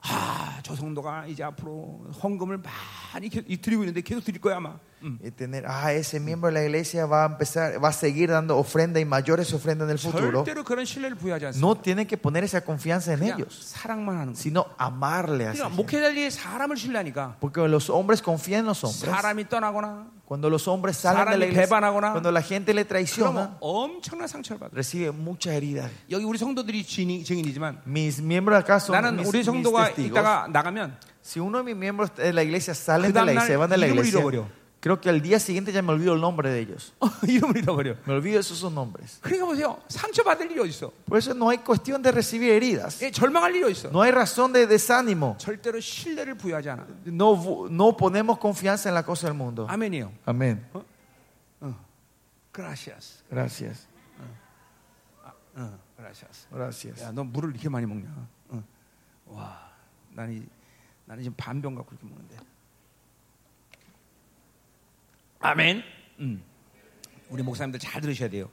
[SPEAKER 1] 아, 저 성도가 이제 앞으로 헌금을 많이 개- 이- 드리고 있는데 계속 드릴 거야 아마. 음.
[SPEAKER 2] Y tener, ah, ese miembro de la iglesia va a empezar, va a seguir dando ofrenda y mayores ofrendas en el futuro.
[SPEAKER 1] 절대로 그런 신뢰를 부여하지 않습니다.
[SPEAKER 2] No tienen que poner esa confianza en
[SPEAKER 1] 그냥
[SPEAKER 2] ellos,
[SPEAKER 1] 사랑만 하는 거예요.
[SPEAKER 2] sino amarle a
[SPEAKER 1] 그러니까
[SPEAKER 2] esa gente.
[SPEAKER 1] 목회자들이 사람을 신뢰하니까
[SPEAKER 2] Porque los hombres confían en los hombres.
[SPEAKER 1] 사람이 떠나거나
[SPEAKER 2] Cuando los hombres salen de la
[SPEAKER 1] 사람이
[SPEAKER 2] iglesia,
[SPEAKER 1] 배반하거나
[SPEAKER 2] cuando la gente le
[SPEAKER 1] 그러면
[SPEAKER 2] traiciona,
[SPEAKER 1] 엄청난 상처를 받아요.
[SPEAKER 2] recibe muchas heridas.
[SPEAKER 1] 여기 우리 성도들이 증인, 증인이지만
[SPEAKER 2] Mis miembros acá son
[SPEAKER 1] 나는
[SPEAKER 2] mis,
[SPEAKER 1] 우리
[SPEAKER 2] mis
[SPEAKER 1] 성도가
[SPEAKER 2] testigos.
[SPEAKER 1] 이따가 나가면 (laughs)
[SPEAKER 2] Si uno de mis miembros de la iglesia salen
[SPEAKER 1] 그
[SPEAKER 2] de la
[SPEAKER 1] 다음날
[SPEAKER 2] iglesia, se van de la
[SPEAKER 1] 이름을
[SPEAKER 2] iglesia,
[SPEAKER 1] 잃어버려.
[SPEAKER 2] creo que al día siguiente ya me olvido el nombre de ellos.
[SPEAKER 1] 이름을 잃어버려.
[SPEAKER 2] Me olvido esos son nombres.
[SPEAKER 1] 그러니까 보세요. 상처받을 일이 어딨어.
[SPEAKER 2] Por eso no hay cuestión de recibir heridas.
[SPEAKER 1] 예, 절망할 일이 어딨어.
[SPEAKER 2] No hay razón de desánimo.
[SPEAKER 1] 절대로 신뢰를 부여하지 않아.
[SPEAKER 2] No, bu- no ponemos confianza en la cosa del mundo.
[SPEAKER 1] 아멘이요.
[SPEAKER 2] Amén.
[SPEAKER 1] 그라시아스.
[SPEAKER 2] Gracias.
[SPEAKER 1] 응, 그라시아스.
[SPEAKER 2] Gracias.
[SPEAKER 1] 어, 야, 너 물을 이렇게 많이 먹냐? 응. 와, 나는 이- 나는 지금 반병 갖고 이렇게 먹는데. 아멘. 음. 우리 목사님들 잘 들으셔야 돼요.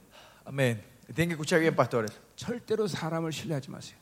[SPEAKER 2] Amén. Tienen que escuchar bien, pastores.
[SPEAKER 1] 절대로 사람을 신뢰하지 마세요.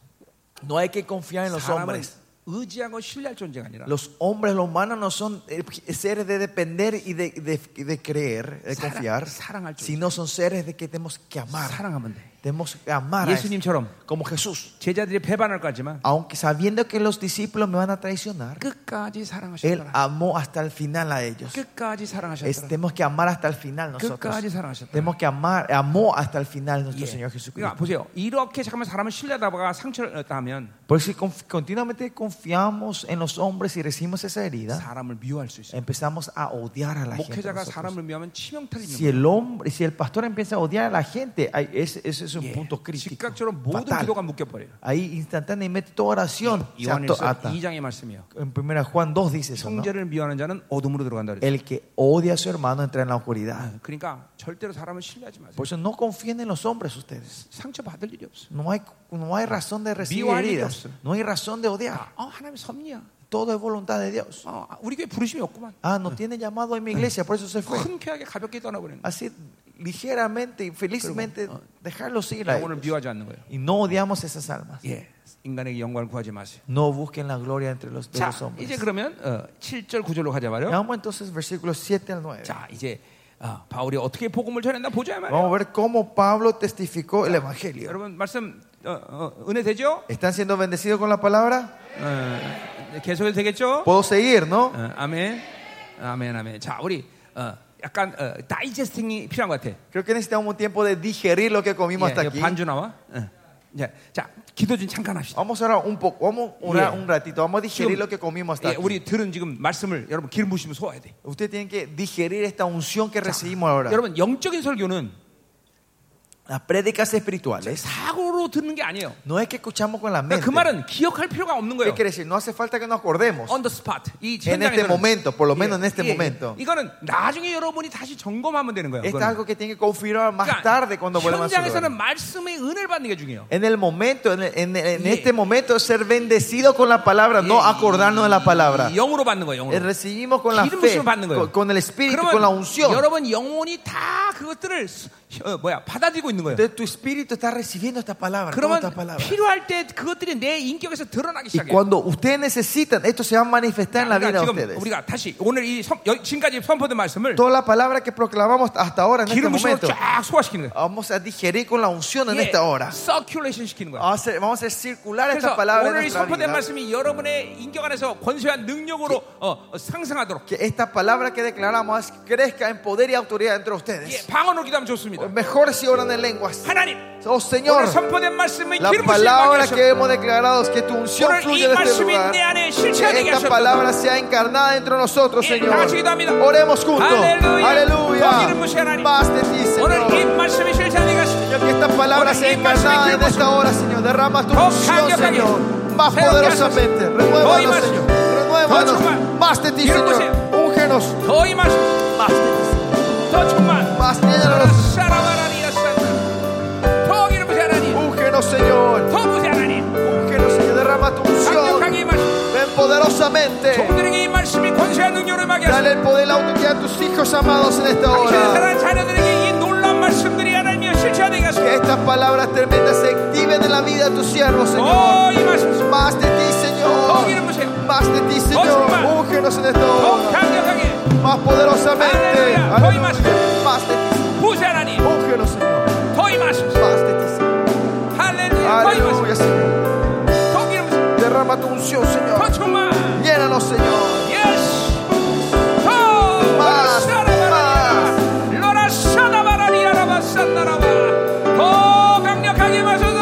[SPEAKER 2] No hay que confiar en los
[SPEAKER 1] 사람은
[SPEAKER 2] hombres.
[SPEAKER 1] 의지하고 신뢰할 존재가 아니라
[SPEAKER 2] Los hombres, los humanos, no son eh, seres de depender y de, de- de creer, de
[SPEAKER 1] Sara-
[SPEAKER 2] confiar,
[SPEAKER 1] 사랑할 줄.
[SPEAKER 2] sino son seres de que tenemos que amar.
[SPEAKER 1] 사랑하면 돼.
[SPEAKER 2] Tenemos que amar a este,
[SPEAKER 1] 예수님처럼
[SPEAKER 2] como Jesús.
[SPEAKER 1] 제자들이 배반할 것 같지만
[SPEAKER 2] Aunque sabiendo que los discípulos me van a traicionar,
[SPEAKER 1] 아, 끝까지
[SPEAKER 2] Él
[SPEAKER 1] 사랑하셨더라.
[SPEAKER 2] amó hasta el final a ellos.
[SPEAKER 1] 끝까지
[SPEAKER 2] Es-
[SPEAKER 1] 사랑하셨더라.
[SPEAKER 2] tenemos que amar hasta el final nosotros.
[SPEAKER 1] 끝까지 사랑하셨더라.
[SPEAKER 2] Tenemos que amar, amó hasta el final nuestro
[SPEAKER 1] 예.
[SPEAKER 2] Señor
[SPEAKER 1] 그러니까
[SPEAKER 2] Jesucristo. Pues,
[SPEAKER 1] 보세요. 이렇게 잠깐만 사람을 신뢰하다가 상처를 얻다면
[SPEAKER 2] Por eso si conf- continuamente confiamos en los hombres y recibimos esa herida,
[SPEAKER 1] 사람을 미워할 수 있어요.
[SPEAKER 2] empezamos a odiar a la gente.
[SPEAKER 1] 목회자가
[SPEAKER 2] nosotros.
[SPEAKER 1] 사람을 미워하면 치명타를
[SPEAKER 2] Si el hombre, si el pastor empieza a odiar a la gente, ahí ese, ese es un punto crítico.
[SPEAKER 1] 즉각적으로 모든
[SPEAKER 2] fatal.
[SPEAKER 1] 기도가 묶여버려요.
[SPEAKER 2] Ahí instantáneamente toda oración se ato-
[SPEAKER 1] 요한일서
[SPEAKER 2] ata.
[SPEAKER 1] 2장의 말씀이에요.
[SPEAKER 2] En 1 Juan 2 dice eso, ¿no?
[SPEAKER 1] 형제를 미워하는 자는 어둠으로 들어간다 그랬어요.
[SPEAKER 2] El que odia a su hermano entra en la oscuridad.
[SPEAKER 1] Ah. 그러니까 절대로 사람을 신뢰하지 마세요.
[SPEAKER 2] Por eso no confíen en los hombres ustedes.
[SPEAKER 1] 상처 받을 일이 없어.
[SPEAKER 2] No hay, no hay razón de recibir
[SPEAKER 1] Vivo al
[SPEAKER 2] heridas.
[SPEAKER 1] Dios.
[SPEAKER 2] No hay razón de odiar.
[SPEAKER 1] 어, 하나님 섭리야.
[SPEAKER 2] Todo es voluntad de Dios.
[SPEAKER 1] 어, 우리 교회 부르심이 없구만.
[SPEAKER 2] Ah, no tiene llamado en mi iglesia, por eso se
[SPEAKER 1] 네. (laughs)
[SPEAKER 2] fue.
[SPEAKER 1] 흔쾌하게 가볍게 떠나버리는 거예요.
[SPEAKER 2] Así ligeramente y felizmente dejarlos ir a
[SPEAKER 1] 영혼을
[SPEAKER 2] ellos.
[SPEAKER 1] 미워하지 않는 거예요.
[SPEAKER 2] Y no odiamos esas almas.
[SPEAKER 1] 예, 인간에게 영광을 구하지 마세요.
[SPEAKER 2] No busquen la gloria entre los, de
[SPEAKER 1] 자,
[SPEAKER 2] los
[SPEAKER 1] 이제
[SPEAKER 2] hombres.
[SPEAKER 1] 그러면 어, 7절 9절로 가자 말이요.
[SPEAKER 2] Veamos entonces versículos 7 al 9.
[SPEAKER 1] 자, 이제 어, 아, 바울이 어떻게 복음을 전했나 보자 말이에요.
[SPEAKER 2] Vamos a ver cómo Pablo testificó el Evangelio.
[SPEAKER 1] 여러분 말씀 어, 어, 은혜 되죠?
[SPEAKER 2] ¿Están siendo bendecidos con la palabra?
[SPEAKER 1] 어, 계속해도 되겠죠?
[SPEAKER 2] Puedo seguir, ¿no?
[SPEAKER 1] 어, 아멘, 아멘, 아멘. 자, 우리 어, 약간 어, 다이제스팅이 필요한 것 같아.
[SPEAKER 2] Creo que necesitamos un tiempo de digerir lo que comimos hasta
[SPEAKER 1] 예,
[SPEAKER 2] aquí.
[SPEAKER 1] 이거 반주 나와. 어. 자, 자, 기도 좀 잠깐 합시다.
[SPEAKER 2] Vamos a orar un poco, vamos a orar
[SPEAKER 1] Yeah.
[SPEAKER 2] un ratito, vamos a digerir
[SPEAKER 1] Sure.
[SPEAKER 2] lo que comimos hasta
[SPEAKER 1] 예,
[SPEAKER 2] aquí.
[SPEAKER 1] 우리 들은 지금 말씀을 여러분 기름 부으시면 소화해야 돼.
[SPEAKER 2] Usted tiene que digerir esta unción que recibimos ahora.
[SPEAKER 1] 여러분 영적인 설교는
[SPEAKER 2] Las prédicas espirituales
[SPEAKER 1] 사고로 듣는 게 아니에요.
[SPEAKER 2] no es que escuchamos con la
[SPEAKER 1] 그러니까
[SPEAKER 2] mente.
[SPEAKER 1] 그 말은 기억할 필요가 없는
[SPEAKER 2] ¿Qué
[SPEAKER 1] 거예요.
[SPEAKER 2] quiere decir? No hace falta que nos acordemos.
[SPEAKER 1] On the spot. 이
[SPEAKER 2] En este
[SPEAKER 1] 현장에서는. 예.
[SPEAKER 2] momento, por lo menos en este momento.
[SPEAKER 1] 이거는 나중에 여러분이 다시 점검하면 되는 거예요.
[SPEAKER 2] Esto
[SPEAKER 1] 그거는.
[SPEAKER 2] es
[SPEAKER 1] 그러니까
[SPEAKER 2] algo que tiene que confirmar más tarde cuando vuelvan a su
[SPEAKER 1] 현장에서는
[SPEAKER 2] lugar.
[SPEAKER 1] 말씀의 은혜를 받는 게 중요해요.
[SPEAKER 2] En el momento, en, en- en
[SPEAKER 1] Yeah.
[SPEAKER 2] este momento, ser bendecido con la palabra, no
[SPEAKER 1] 예,
[SPEAKER 2] acordarnos de la palabra.
[SPEAKER 1] 이 영으로 받는 거예요.
[SPEAKER 2] Eh,
[SPEAKER 1] 영으로.
[SPEAKER 2] Recibimos con la
[SPEAKER 1] 기름
[SPEAKER 2] fe,
[SPEAKER 1] 부심을 받는 거예요.
[SPEAKER 2] con, con el espíritu,
[SPEAKER 1] 그러면
[SPEAKER 2] con la unción.
[SPEAKER 1] 여러분 영혼이 다 그것들을 수- 어, 뭐야 받아들이고 있는 거예요.
[SPEAKER 2] Entonces tu espíritu está recibiendo esta palabra, toda esta
[SPEAKER 1] 그러면
[SPEAKER 2] palabra.
[SPEAKER 1] 필요할 때 그것들이 내 인격에서 드러나기
[SPEAKER 2] Y
[SPEAKER 1] 시작해요.
[SPEAKER 2] cuando ustedes necesitan, esto se va a manifestar en la vida
[SPEAKER 1] 그러니까
[SPEAKER 2] de
[SPEAKER 1] 지금
[SPEAKER 2] ustedes.
[SPEAKER 1] 우리가 다시 오늘 이 선- 여- 지금까지 선포된 말씀을
[SPEAKER 2] Toda la palabra que proclamamos hasta ahora, en este
[SPEAKER 1] 기름 부심으로
[SPEAKER 2] momento,
[SPEAKER 1] 쫙 소화시키는 거예요.
[SPEAKER 2] vamos a digerir con la unción en
[SPEAKER 1] 이게
[SPEAKER 2] esta hora.
[SPEAKER 1] 서큘레이션 시키는 거예요.
[SPEAKER 2] Vamos a hacer, vamos a hacer circular
[SPEAKER 1] 그래서
[SPEAKER 2] esta palabra en
[SPEAKER 1] 오늘 이
[SPEAKER 2] nuestra
[SPEAKER 1] 선포된
[SPEAKER 2] vida.
[SPEAKER 1] 말씀이 여러분의 인격 안에서 권세한 능력으로 어, 어, 상승하도록
[SPEAKER 2] Que esta palabra que declaramos crezca en poder y autoridad entre ustedes.
[SPEAKER 1] 예, 방언으로 기도하면 좋습니다.
[SPEAKER 2] Mejor si oran en lenguas.
[SPEAKER 1] 하나님 오늘
[SPEAKER 2] Oh Señor,
[SPEAKER 1] 선포된 말씀의
[SPEAKER 2] la
[SPEAKER 1] 기름 부심을
[SPEAKER 2] palabra
[SPEAKER 1] 받으셔서
[SPEAKER 2] que hemos declarado es que tu unción
[SPEAKER 1] 오늘 이
[SPEAKER 2] fluye de este
[SPEAKER 1] 말씀이
[SPEAKER 2] lugar.
[SPEAKER 1] 내 안에
[SPEAKER 2] Que
[SPEAKER 1] 실체되게 하셨도록
[SPEAKER 2] esta palabra sea encarnada dentro de nosotros,
[SPEAKER 1] 예,
[SPEAKER 2] Señor.
[SPEAKER 1] 다 같이 기도합니다.
[SPEAKER 2] Oremos juntos.
[SPEAKER 1] 할렐루야. 더 기름 부신
[SPEAKER 2] Aleluya.
[SPEAKER 1] 하나님.
[SPEAKER 2] Más de ti,
[SPEAKER 1] 오늘 이
[SPEAKER 2] Señor.
[SPEAKER 1] 말씀이 실체되게 하시고
[SPEAKER 2] Señor, que esta palabra
[SPEAKER 1] 오늘
[SPEAKER 2] sea
[SPEAKER 1] 이 말씀이
[SPEAKER 2] encarnada en
[SPEAKER 1] 기름
[SPEAKER 2] esta hora, Señor. Derrama tu
[SPEAKER 1] 더
[SPEAKER 2] unción,
[SPEAKER 1] 강력하게
[SPEAKER 2] Oh, Señor. Más
[SPEAKER 1] 새롭게
[SPEAKER 2] poderosamente.
[SPEAKER 1] 하소서. 더
[SPEAKER 2] Renuévanos,
[SPEAKER 1] 임하시오.
[SPEAKER 2] Señor.
[SPEAKER 1] 더
[SPEAKER 2] Renuévanos.
[SPEAKER 1] 충만.
[SPEAKER 2] Más de ti,
[SPEAKER 1] 기름
[SPEAKER 2] Señor.
[SPEAKER 1] 부신.
[SPEAKER 2] Úngenos.
[SPEAKER 1] 더 임하시고
[SPEAKER 2] Más de ti, Señor.
[SPEAKER 1] 더 충만
[SPEAKER 2] Más llénanos.
[SPEAKER 1] 사라바라니아 산다. 더 기름 부신 하나님
[SPEAKER 2] Úngenos, Señor.
[SPEAKER 1] 더 부신 하나님
[SPEAKER 2] Úngenos, Señor. Derrama tu unción.
[SPEAKER 1] 강력하게 임하시고
[SPEAKER 2] Ven poderosamente.
[SPEAKER 1] 종들에게 이 말씀이 권세한 능력을 막게 하시고
[SPEAKER 2] Dale el poder y la autoridad a tus hijos amados en esta
[SPEAKER 1] 당신의
[SPEAKER 2] hora.
[SPEAKER 1] 사랑하는 자녀들에게 이 놀라운 말씀들이 하나님이여 실체되게 하소서
[SPEAKER 2] Que estas palabras tremendas se activen en la vida de tus siervos, Señor.
[SPEAKER 1] 더 임하소서
[SPEAKER 2] Más de ti,
[SPEAKER 1] 더
[SPEAKER 2] Señor.
[SPEAKER 1] 기름 부신
[SPEAKER 2] Oh, Más Oh, de ti, Señor. Úngenos en esta
[SPEAKER 1] 더
[SPEAKER 2] hora.
[SPEAKER 1] 강력하게
[SPEAKER 2] Más poderosamente.
[SPEAKER 1] Aleluya.
[SPEAKER 2] Aleluya.
[SPEAKER 1] Más de
[SPEAKER 2] Más de ti, Señor.
[SPEAKER 1] 부신 하나님
[SPEAKER 2] Úngenos, Señor.
[SPEAKER 1] 더 임하소서
[SPEAKER 2] Más de ti, Señor.
[SPEAKER 1] 할렐루야 더 임하소서
[SPEAKER 2] Aleluya, Señor.
[SPEAKER 1] 더 기름 부신
[SPEAKER 2] Derrama tu unción,
[SPEAKER 1] 더
[SPEAKER 2] Señor.
[SPEAKER 1] 충만
[SPEAKER 2] Llénanos, Señor.
[SPEAKER 1] 예스 더
[SPEAKER 2] Más,
[SPEAKER 1] 사라바라니아 로라 사나바라니아 라바 산나라바 더 강력하게 마소서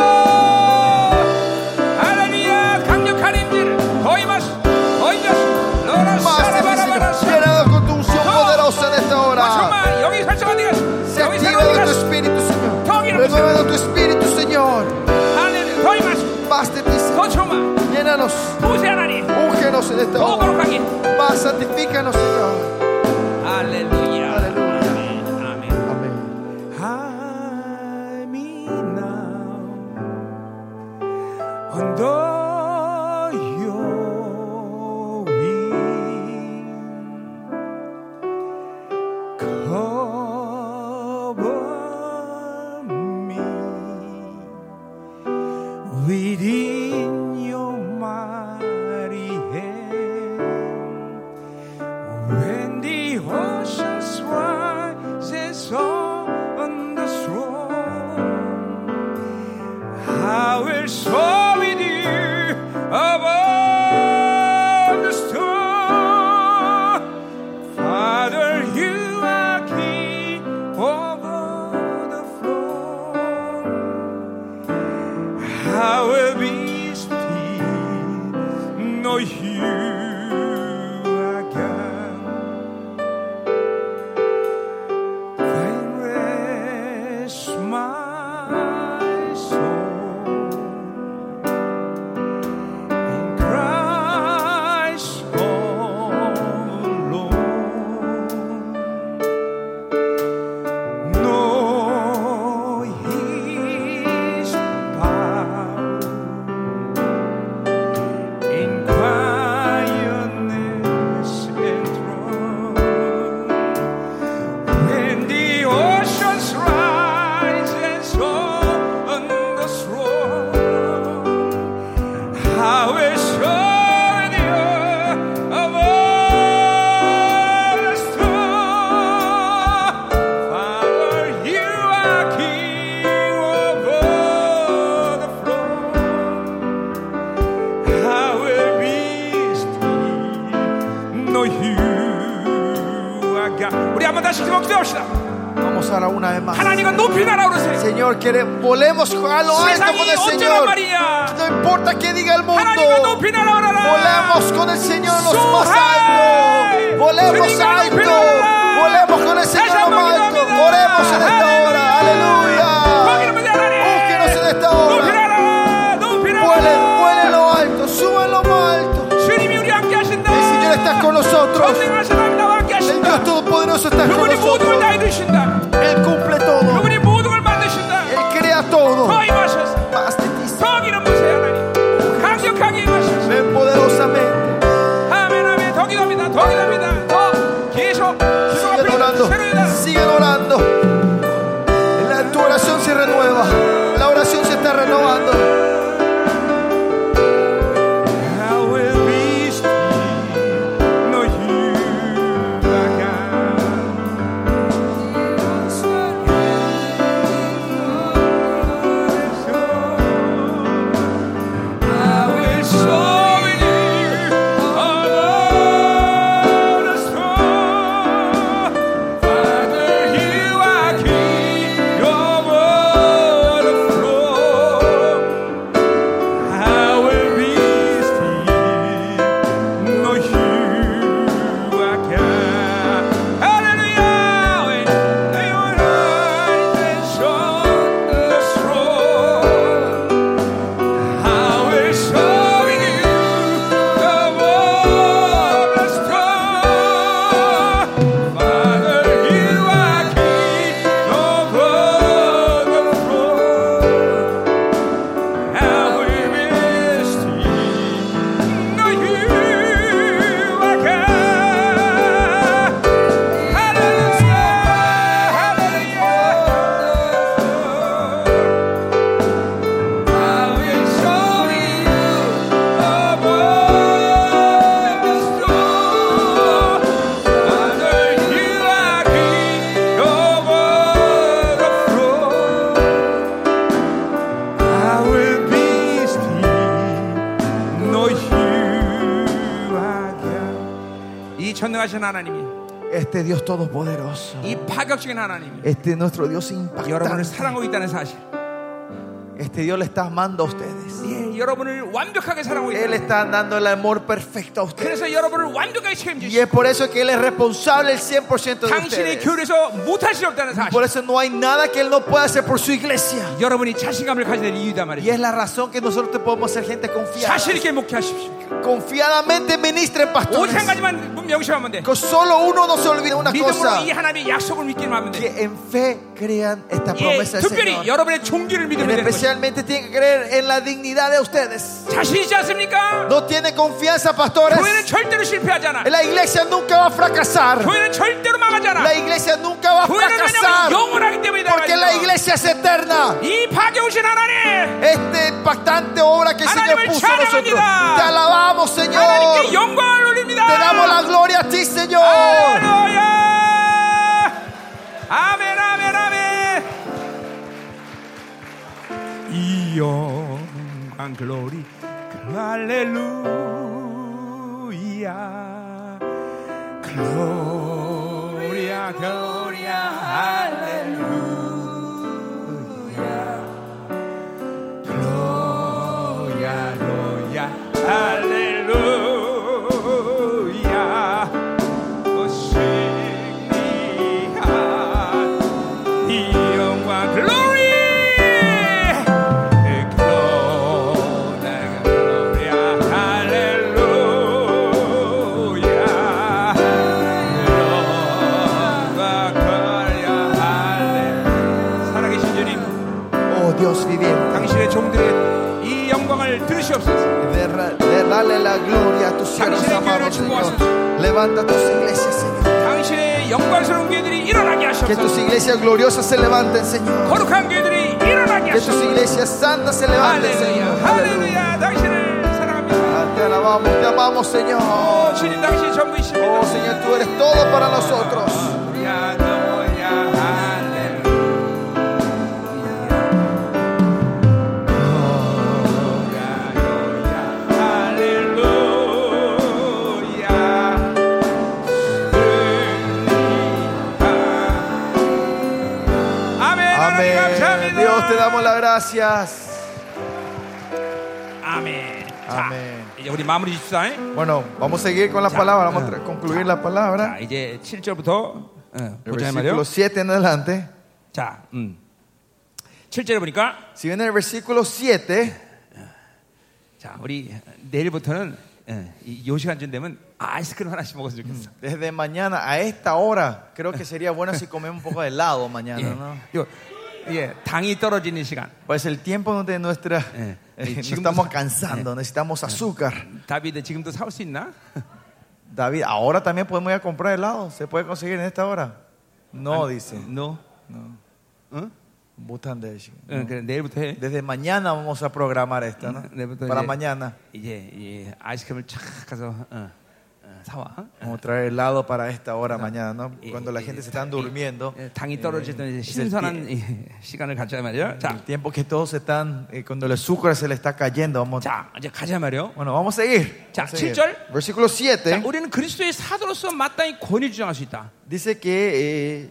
[SPEAKER 1] 할렐루야 강력한 힘들 더 임하소서 더 임하소서 로라
[SPEAKER 2] Más de ti,
[SPEAKER 1] 사라바라바라
[SPEAKER 2] Señor.
[SPEAKER 1] 산나라바
[SPEAKER 2] Llénanos con tu unción poderosa en esta hora.
[SPEAKER 1] 정말 여기 설정한 데가 있어.
[SPEAKER 2] Se
[SPEAKER 1] 여기
[SPEAKER 2] activa
[SPEAKER 1] 설정한 데가
[SPEAKER 2] de tu
[SPEAKER 1] 있어.
[SPEAKER 2] espíritu,
[SPEAKER 1] Toma,
[SPEAKER 2] Señor.
[SPEAKER 1] Señor.
[SPEAKER 2] Renueva de tu espíritu, Señor.
[SPEAKER 1] 할렐루야 더 임하소
[SPEAKER 2] Más de ti, Señor.
[SPEAKER 1] 더 충만
[SPEAKER 2] Llénanos.
[SPEAKER 1] 부세 하나님
[SPEAKER 2] Úngenos en esta
[SPEAKER 1] 더
[SPEAKER 2] hora.
[SPEAKER 1] 거룩하게
[SPEAKER 2] Más santifícanos, Señor.
[SPEAKER 1] 할렐루야
[SPEAKER 2] 할렐루야.
[SPEAKER 1] 아멘 아멘
[SPEAKER 2] Amén.
[SPEAKER 1] Hide me now under your wing. Cover me within your mighty hand. When the oceans rises on the storm, I will soar with you above the storm. Father, you are king over the flood. I will be still, know you are God. Then rest my soul in Christ oh, alone. No, His power in Christ
[SPEAKER 2] usará una vez más.
[SPEAKER 1] 하나님은 높이 가라 그러세요.
[SPEAKER 2] Señor, quiere, volemos a lo alto
[SPEAKER 1] 세상이
[SPEAKER 2] con el
[SPEAKER 1] 어쩌란
[SPEAKER 2] Señor.
[SPEAKER 1] 말이야.
[SPEAKER 2] No importa que diga el
[SPEAKER 1] 하나님은
[SPEAKER 2] mundo.
[SPEAKER 1] 높이 날아오라.
[SPEAKER 2] Volemos con el Señor los más
[SPEAKER 1] Suhai.
[SPEAKER 2] alto. Volemos
[SPEAKER 1] Señor,
[SPEAKER 2] alto.
[SPEAKER 1] pilar.
[SPEAKER 2] Volemos con el Señor
[SPEAKER 1] Señor,
[SPEAKER 2] lo más alto.
[SPEAKER 1] pilar.
[SPEAKER 2] Oremos en esta hora.
[SPEAKER 1] 거기
[SPEAKER 2] Aleluya.
[SPEAKER 1] 이름을 대하니.
[SPEAKER 2] Búsquenos en esta
[SPEAKER 1] 높이
[SPEAKER 2] hora.
[SPEAKER 1] 날아. 높이
[SPEAKER 2] Vuelen,
[SPEAKER 1] 날아.
[SPEAKER 2] vuelen lo alto. Suban lo más alto.
[SPEAKER 1] 주님이 우리 함께 하신다.
[SPEAKER 2] El Señor está con nosotros.
[SPEAKER 1] 전능하신 하나님 나와 함께
[SPEAKER 2] El
[SPEAKER 1] 하신다.
[SPEAKER 2] Dios Todopoderoso está con
[SPEAKER 1] 그분이 모든 걸
[SPEAKER 2] nosotros.
[SPEAKER 1] 다 이루신다.
[SPEAKER 2] Él cumple todo.
[SPEAKER 1] 그분이 모든 걸 만드신다.
[SPEAKER 2] Él crea todo.
[SPEAKER 1] 더 임하셔서
[SPEAKER 2] Más de ti, Señor.
[SPEAKER 1] 더 이름 보세요 하나님. 강력하게 임하셔서.
[SPEAKER 2] Ven poderosamente.
[SPEAKER 1] 아멘 아멘 더 기도합니다. 더 기도합니다. 더 계속 기도가
[SPEAKER 2] Sigan
[SPEAKER 1] 필요합니다.
[SPEAKER 2] orando.
[SPEAKER 1] 새로 일어나.
[SPEAKER 2] Sigan orando. La, tu oración se renueva. La oración se está renovando.
[SPEAKER 1] I will be still, know you are God. I will show you all the storm. Father, you are King, your word of law. I will be still, know you are God. Hallelujah! When they were high and strong, the strong, I will show you the marvelous God. Father, you are King of all the world. How we wish to know you again. Hallelujah, hallelujah. I will show you above the storm. Under you I keep over the floor. I will be still, know you are God. 이 전능하신 하나님이
[SPEAKER 2] Este Dios todopoderoso.
[SPEAKER 1] 이 파격적인 하나님이
[SPEAKER 2] Este nuestro Dios
[SPEAKER 1] 여러분을
[SPEAKER 2] impactante.
[SPEAKER 1] 사랑하고 있다는 사실
[SPEAKER 2] Este Dios le está amando a ustedes.
[SPEAKER 1] 예, 여러분을 완벽하게 사랑하고
[SPEAKER 2] Él
[SPEAKER 1] 있다
[SPEAKER 2] está dando el amor perfecto a ustedes.
[SPEAKER 1] 그래서 여러분을 완벽하게
[SPEAKER 2] Y
[SPEAKER 1] 책임지시고
[SPEAKER 2] es por eso que Él es responsable el 100% de
[SPEAKER 1] 당신의
[SPEAKER 2] ustedes.
[SPEAKER 1] 교회에서 못할 수 없다는 사실
[SPEAKER 2] Por eso no hay nada que Él no pueda hacer por su iglesia.
[SPEAKER 1] 여러분이 자신감을 가져야 될 이유다
[SPEAKER 2] Y
[SPEAKER 1] 말이죠
[SPEAKER 2] es la razón que nosotros te podemos ser gente confiada.
[SPEAKER 1] 자신 있게 목회하십시오
[SPEAKER 2] Confiadamente ministren,
[SPEAKER 1] 오직
[SPEAKER 2] pastores.
[SPEAKER 1] 한 가지만 명심하면 돼
[SPEAKER 2] Que solo uno no se olvide una cosa:
[SPEAKER 1] 믿음으로 이 하나님의 약속을 믿기만 하면 돼
[SPEAKER 2] que en fe crean esta
[SPEAKER 1] 예,
[SPEAKER 2] promesa del
[SPEAKER 1] 특별히
[SPEAKER 2] Señor.
[SPEAKER 1] 여러분의 종기를 믿으면 되는 거죠
[SPEAKER 2] Especialmente tienen que creer en la dignidad de ustedes.
[SPEAKER 1] 자신 있지 않습니까?
[SPEAKER 2] No tienen confianza, pastores.
[SPEAKER 1] 교회는 절대로 실패하지 않아
[SPEAKER 2] La iglesia nunca va a fracasar.
[SPEAKER 1] 교회는 절대로 망하지 않아
[SPEAKER 2] La iglesia nunca va a
[SPEAKER 1] 교회는
[SPEAKER 2] fracasar.
[SPEAKER 1] 왜냐면 영원하기 때문이다
[SPEAKER 2] Porque la
[SPEAKER 1] 말이죠.
[SPEAKER 2] iglesia es eterna.
[SPEAKER 1] 이 박영신 하나님
[SPEAKER 2] Esta impactante obra que el Señor
[SPEAKER 1] Haná님을
[SPEAKER 2] puso en nosotros. Te
[SPEAKER 1] 찬양합니다.
[SPEAKER 2] alabamos, Señor.
[SPEAKER 1] 하나님께
[SPEAKER 2] Te
[SPEAKER 1] 영광을 올립니다
[SPEAKER 2] damos la gloria a ti, Señor.
[SPEAKER 1] 할렐루야 아멘 아멘 아멘 이 영광 글로리 할렐루야 글로리아 글로리아 할렐루야 Gloria, gloria, aleluya. 너 승리한 이 영광, glory, 그 gloria, gloria, aleluya. 영광, gloria, hallelujah. 살아계신 주님.
[SPEAKER 2] Oh Dios viviente,
[SPEAKER 1] 당신의 종들의 이 영광을 들으시옵소서.
[SPEAKER 2] derra- derrale la gloria a tus cielos
[SPEAKER 1] 당신의
[SPEAKER 2] amados,
[SPEAKER 1] 교회를
[SPEAKER 2] Señor.
[SPEAKER 1] 축복하소서.
[SPEAKER 2] Levanta tus iglesias, Señor.
[SPEAKER 1] 당신의 영광스러운 교회들이 일어나게
[SPEAKER 2] Que
[SPEAKER 1] 하시옵소서.
[SPEAKER 2] tus iglesias gloriosas se levanten, Señor.
[SPEAKER 1] 거룩한 교회들이 일어나게
[SPEAKER 2] Que tus
[SPEAKER 1] 하시옵소서.
[SPEAKER 2] iglesias santas se levanten,
[SPEAKER 1] 할렐루야,
[SPEAKER 2] Señor. Aleluya.
[SPEAKER 1] 할렐루야. 당신을 사랑합니다.
[SPEAKER 2] Te alabamos, te amamos, Señor.
[SPEAKER 1] 오, 주님 당신이 전부이십니다.
[SPEAKER 2] Oh Señor, tú eres todo para nosotros.
[SPEAKER 1] 야, 너야, 할렐루야. 할렐루야, 할렐루야. 승리한
[SPEAKER 2] gracias.
[SPEAKER 1] 아멘. 자,
[SPEAKER 2] 아멘.
[SPEAKER 1] 이제 우리 마무리 짓시다.
[SPEAKER 2] Bueno, vamos a seguir con la
[SPEAKER 1] Ya.
[SPEAKER 2] palabra, vamos a tra- concluir la
[SPEAKER 1] 자,
[SPEAKER 2] palabra.
[SPEAKER 1] 이제 7절부터
[SPEAKER 2] El
[SPEAKER 1] 보자 이 말이요.
[SPEAKER 2] versículo 7 en adelante.
[SPEAKER 1] 자, 음. 7절에 보니까
[SPEAKER 2] Si ven el versículo 7,
[SPEAKER 1] 자, 우리 내일부터는 예, 이요 시간쯤 되면 아이스크림 하나씩 먹었으면 좋겠어.
[SPEAKER 2] desde mañana a esta hora, creo que sería bueno si comemos un poco de helado
[SPEAKER 1] 예.
[SPEAKER 2] mañana, ¿no?
[SPEAKER 1] 요, 예, 당이 떨어지는 시간.
[SPEAKER 2] Pues el tiempo donde nuestra,
[SPEAKER 1] Eh.
[SPEAKER 2] eh, nos estamos cansando, necesitamos azúcar.
[SPEAKER 1] 다비드 지금도 사올 수 있나?
[SPEAKER 2] David, ahora también podemos ir a comprar helado, se puede conseguir en esta hora. No, dice.
[SPEAKER 1] No.
[SPEAKER 2] No.
[SPEAKER 1] 응?
[SPEAKER 2] Bután de ellos.
[SPEAKER 1] 응, 그래 내일부터 해.
[SPEAKER 2] Desde mañana vamos a programar esta, ¿no?
[SPEAKER 1] Desde-
[SPEAKER 2] Para mañana.
[SPEAKER 1] 이제 이 아이스크림을 착 가서 어, 어, 사와.
[SPEAKER 2] Vamos a traer helado para esta hora mañana, ¿no?
[SPEAKER 1] 예,
[SPEAKER 2] Cuando la
[SPEAKER 1] 예,
[SPEAKER 2] gente se
[SPEAKER 1] 다-
[SPEAKER 2] están durmiendo.
[SPEAKER 1] 예, 당이 떨어지던 이제 신선한 이 시간을 갖자 말이야.
[SPEAKER 2] El
[SPEAKER 1] 자,
[SPEAKER 2] tiempo que todos se están, eh, cuando el azúcar se le está cayendo, vamos.
[SPEAKER 1] 자 이제 가자 말이요.
[SPEAKER 2] Bueno, vamos a seguir.
[SPEAKER 1] Ya,
[SPEAKER 2] Vamos a seguir.
[SPEAKER 1] ¿7?
[SPEAKER 2] Versículo
[SPEAKER 1] 자,
[SPEAKER 2] 7
[SPEAKER 1] 우리는 그리스도의 사도로서 마땅히 권위 주장할 수 있다.
[SPEAKER 2] dice que eh,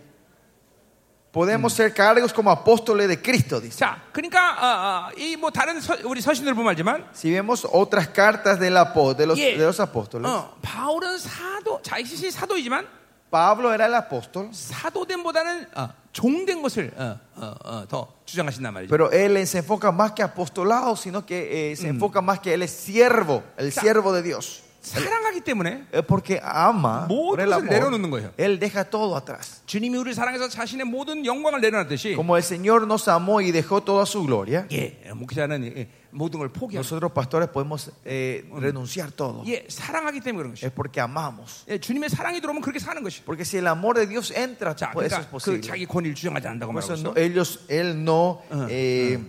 [SPEAKER 2] podemos ser cargos como apóstoles de Cristo, dice.
[SPEAKER 1] 자, 그러니까 이 뭐 다른 서- 우리 서신들 보면 알지만,
[SPEAKER 2] Si vemos otras cartas del apó- de, los,
[SPEAKER 1] 예,
[SPEAKER 2] de los apóstoles,
[SPEAKER 1] 어, 바울은 사도, 자신이 사도이지만
[SPEAKER 2] Pablo era el apóstol,
[SPEAKER 1] 사도됨보다는 어, 종된 것을 어, 어, 어, 더 주장하신단 말이죠.
[SPEAKER 2] pero él se enfoca más que apostolado, sino que eh, se enfoca más que él es siervo, el
[SPEAKER 1] Sa-
[SPEAKER 2] siervo de Dios.
[SPEAKER 1] 사랑하기 때문에
[SPEAKER 2] Eh, Porque ama,
[SPEAKER 1] 모든
[SPEAKER 2] por el
[SPEAKER 1] 것을 내려놓는 거예요.
[SPEAKER 2] amor, él deja todo atrás.
[SPEAKER 1] 주님이 우리를 사랑해서 자신의 모든 영광을 내려놨듯이,
[SPEAKER 2] Como el Señor nos amó y dejó toda su gloria,
[SPEAKER 1] 예, 목회자는 예, 모든 걸 포기하고,
[SPEAKER 2] nosotros pastores podemos eh, renunciar todo.
[SPEAKER 1] 예, 사랑하기 때문에 그런 것이.
[SPEAKER 2] Es porque amamos.
[SPEAKER 1] 예, 주님의 사랑이 들어오면 그렇게 사는 것이.
[SPEAKER 2] Porque si el amor de Dios entra,
[SPEAKER 1] 자,
[SPEAKER 2] pues eso es
[SPEAKER 1] 그러니까 그
[SPEAKER 2] posible.
[SPEAKER 1] 자기 권위를 주장하지 않는다고
[SPEAKER 2] Por eso
[SPEAKER 1] 말하고
[SPEAKER 2] no-
[SPEAKER 1] 있어.
[SPEAKER 2] ellos, él no eh,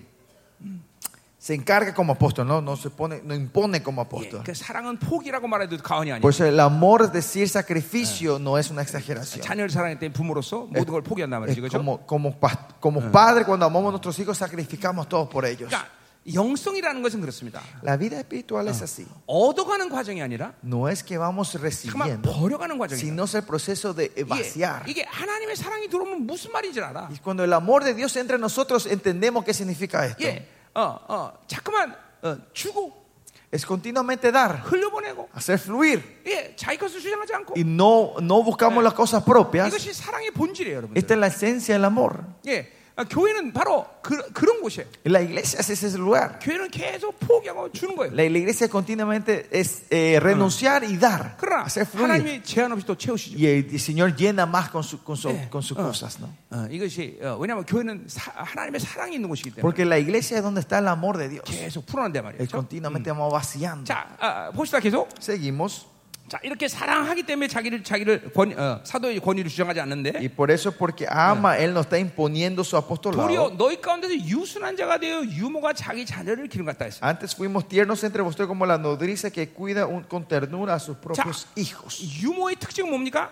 [SPEAKER 2] se encarga como apóstol, no, no se pone, no impone como
[SPEAKER 1] 예,
[SPEAKER 2] apóstol.
[SPEAKER 1] 그 사랑은 포기라고 말해도 과언이 아니야.
[SPEAKER 2] Por eso el amor es decir 사crificio, no es una exageración.
[SPEAKER 1] 자녀를 사랑할 때 부모로서 모든 걸 포기한단
[SPEAKER 2] Es
[SPEAKER 1] 말이죠. 그렇죠?
[SPEAKER 2] como, como, pa- como padre, cuando amamos a nuestros hijos, sacrificamos todos por ellos.
[SPEAKER 1] 그러니까 영성이라는 것은 그렇습니다.
[SPEAKER 2] La vida espiritual es así.
[SPEAKER 1] 얻어가는 과정이 아니라
[SPEAKER 2] No es que vamos
[SPEAKER 1] 잠깐만
[SPEAKER 2] recibiendo,
[SPEAKER 1] 버려가는 과정이에요.
[SPEAKER 2] sino es el proceso de eh, vaciar.
[SPEAKER 1] 이게, 이게 하나님의 사랑이 들어오면 무슨 말인지 알아.
[SPEAKER 2] Y cuando el amor de Dios entra en nosotros, entendemos qué significa esto.
[SPEAKER 1] 예, 어, 어, 잠깐만 어, 주고
[SPEAKER 2] Es continuamente dar,
[SPEAKER 1] 흘려보내고
[SPEAKER 2] hacer fluir.
[SPEAKER 1] 예, 자기 것을 주장하지 않고
[SPEAKER 2] Y no, no buscamos las cosas propias.
[SPEAKER 1] 이것이 사랑의 본질이에요, 여러분들.
[SPEAKER 2] Esta es la esencia del amor.
[SPEAKER 1] 예, 아, 교회는 바로 그, 그런 곳이에요.
[SPEAKER 2] Y La iglesia es ese lugar.
[SPEAKER 1] 교회는 계속 포기하고 주는 거예요.
[SPEAKER 2] La, la iglesia continuamente es eh, renunciar y dar,
[SPEAKER 1] 그러나
[SPEAKER 2] hacer fluir.
[SPEAKER 1] 하나님이 제한 아, 없이 또 채우시죠.
[SPEAKER 2] Y el, el Señor llena más con, su- con, su-
[SPEAKER 1] Eh,
[SPEAKER 2] con sus
[SPEAKER 1] ah.
[SPEAKER 2] cosas, ¿no?
[SPEAKER 1] 어, 이것이 어, 왜냐하면 교회는 사- 하나님의 사랑이 있는 곳이기 때문에
[SPEAKER 2] Porque la iglesia es donde está el amor de Dios.
[SPEAKER 1] 계속 풀어난단 말이에요.
[SPEAKER 2] Eh,
[SPEAKER 1] 그렇죠?
[SPEAKER 2] continuamente vamos vaciando.
[SPEAKER 1] 자, 아, 봅시다 계속.
[SPEAKER 2] Seguimos.
[SPEAKER 1] 자, 이렇게 사랑하기 때문에 자기를 자기를 권- 어, 사도의 권위를 주장하지 않는데
[SPEAKER 2] Y por eso, porque ama,
[SPEAKER 1] Eh.
[SPEAKER 2] Él nos está imponiendo su
[SPEAKER 1] 도리어
[SPEAKER 2] apostolado.
[SPEAKER 1] 너희 가운데서 유순한 자가 되어 유모가 자기 자녀를 기름 같다 했어.
[SPEAKER 2] Antes fuimos tiernos entre vosotros como la nodriza que cuida un- con ternura a sus propios hijos.
[SPEAKER 1] 유모의 특징은 뭡니ca?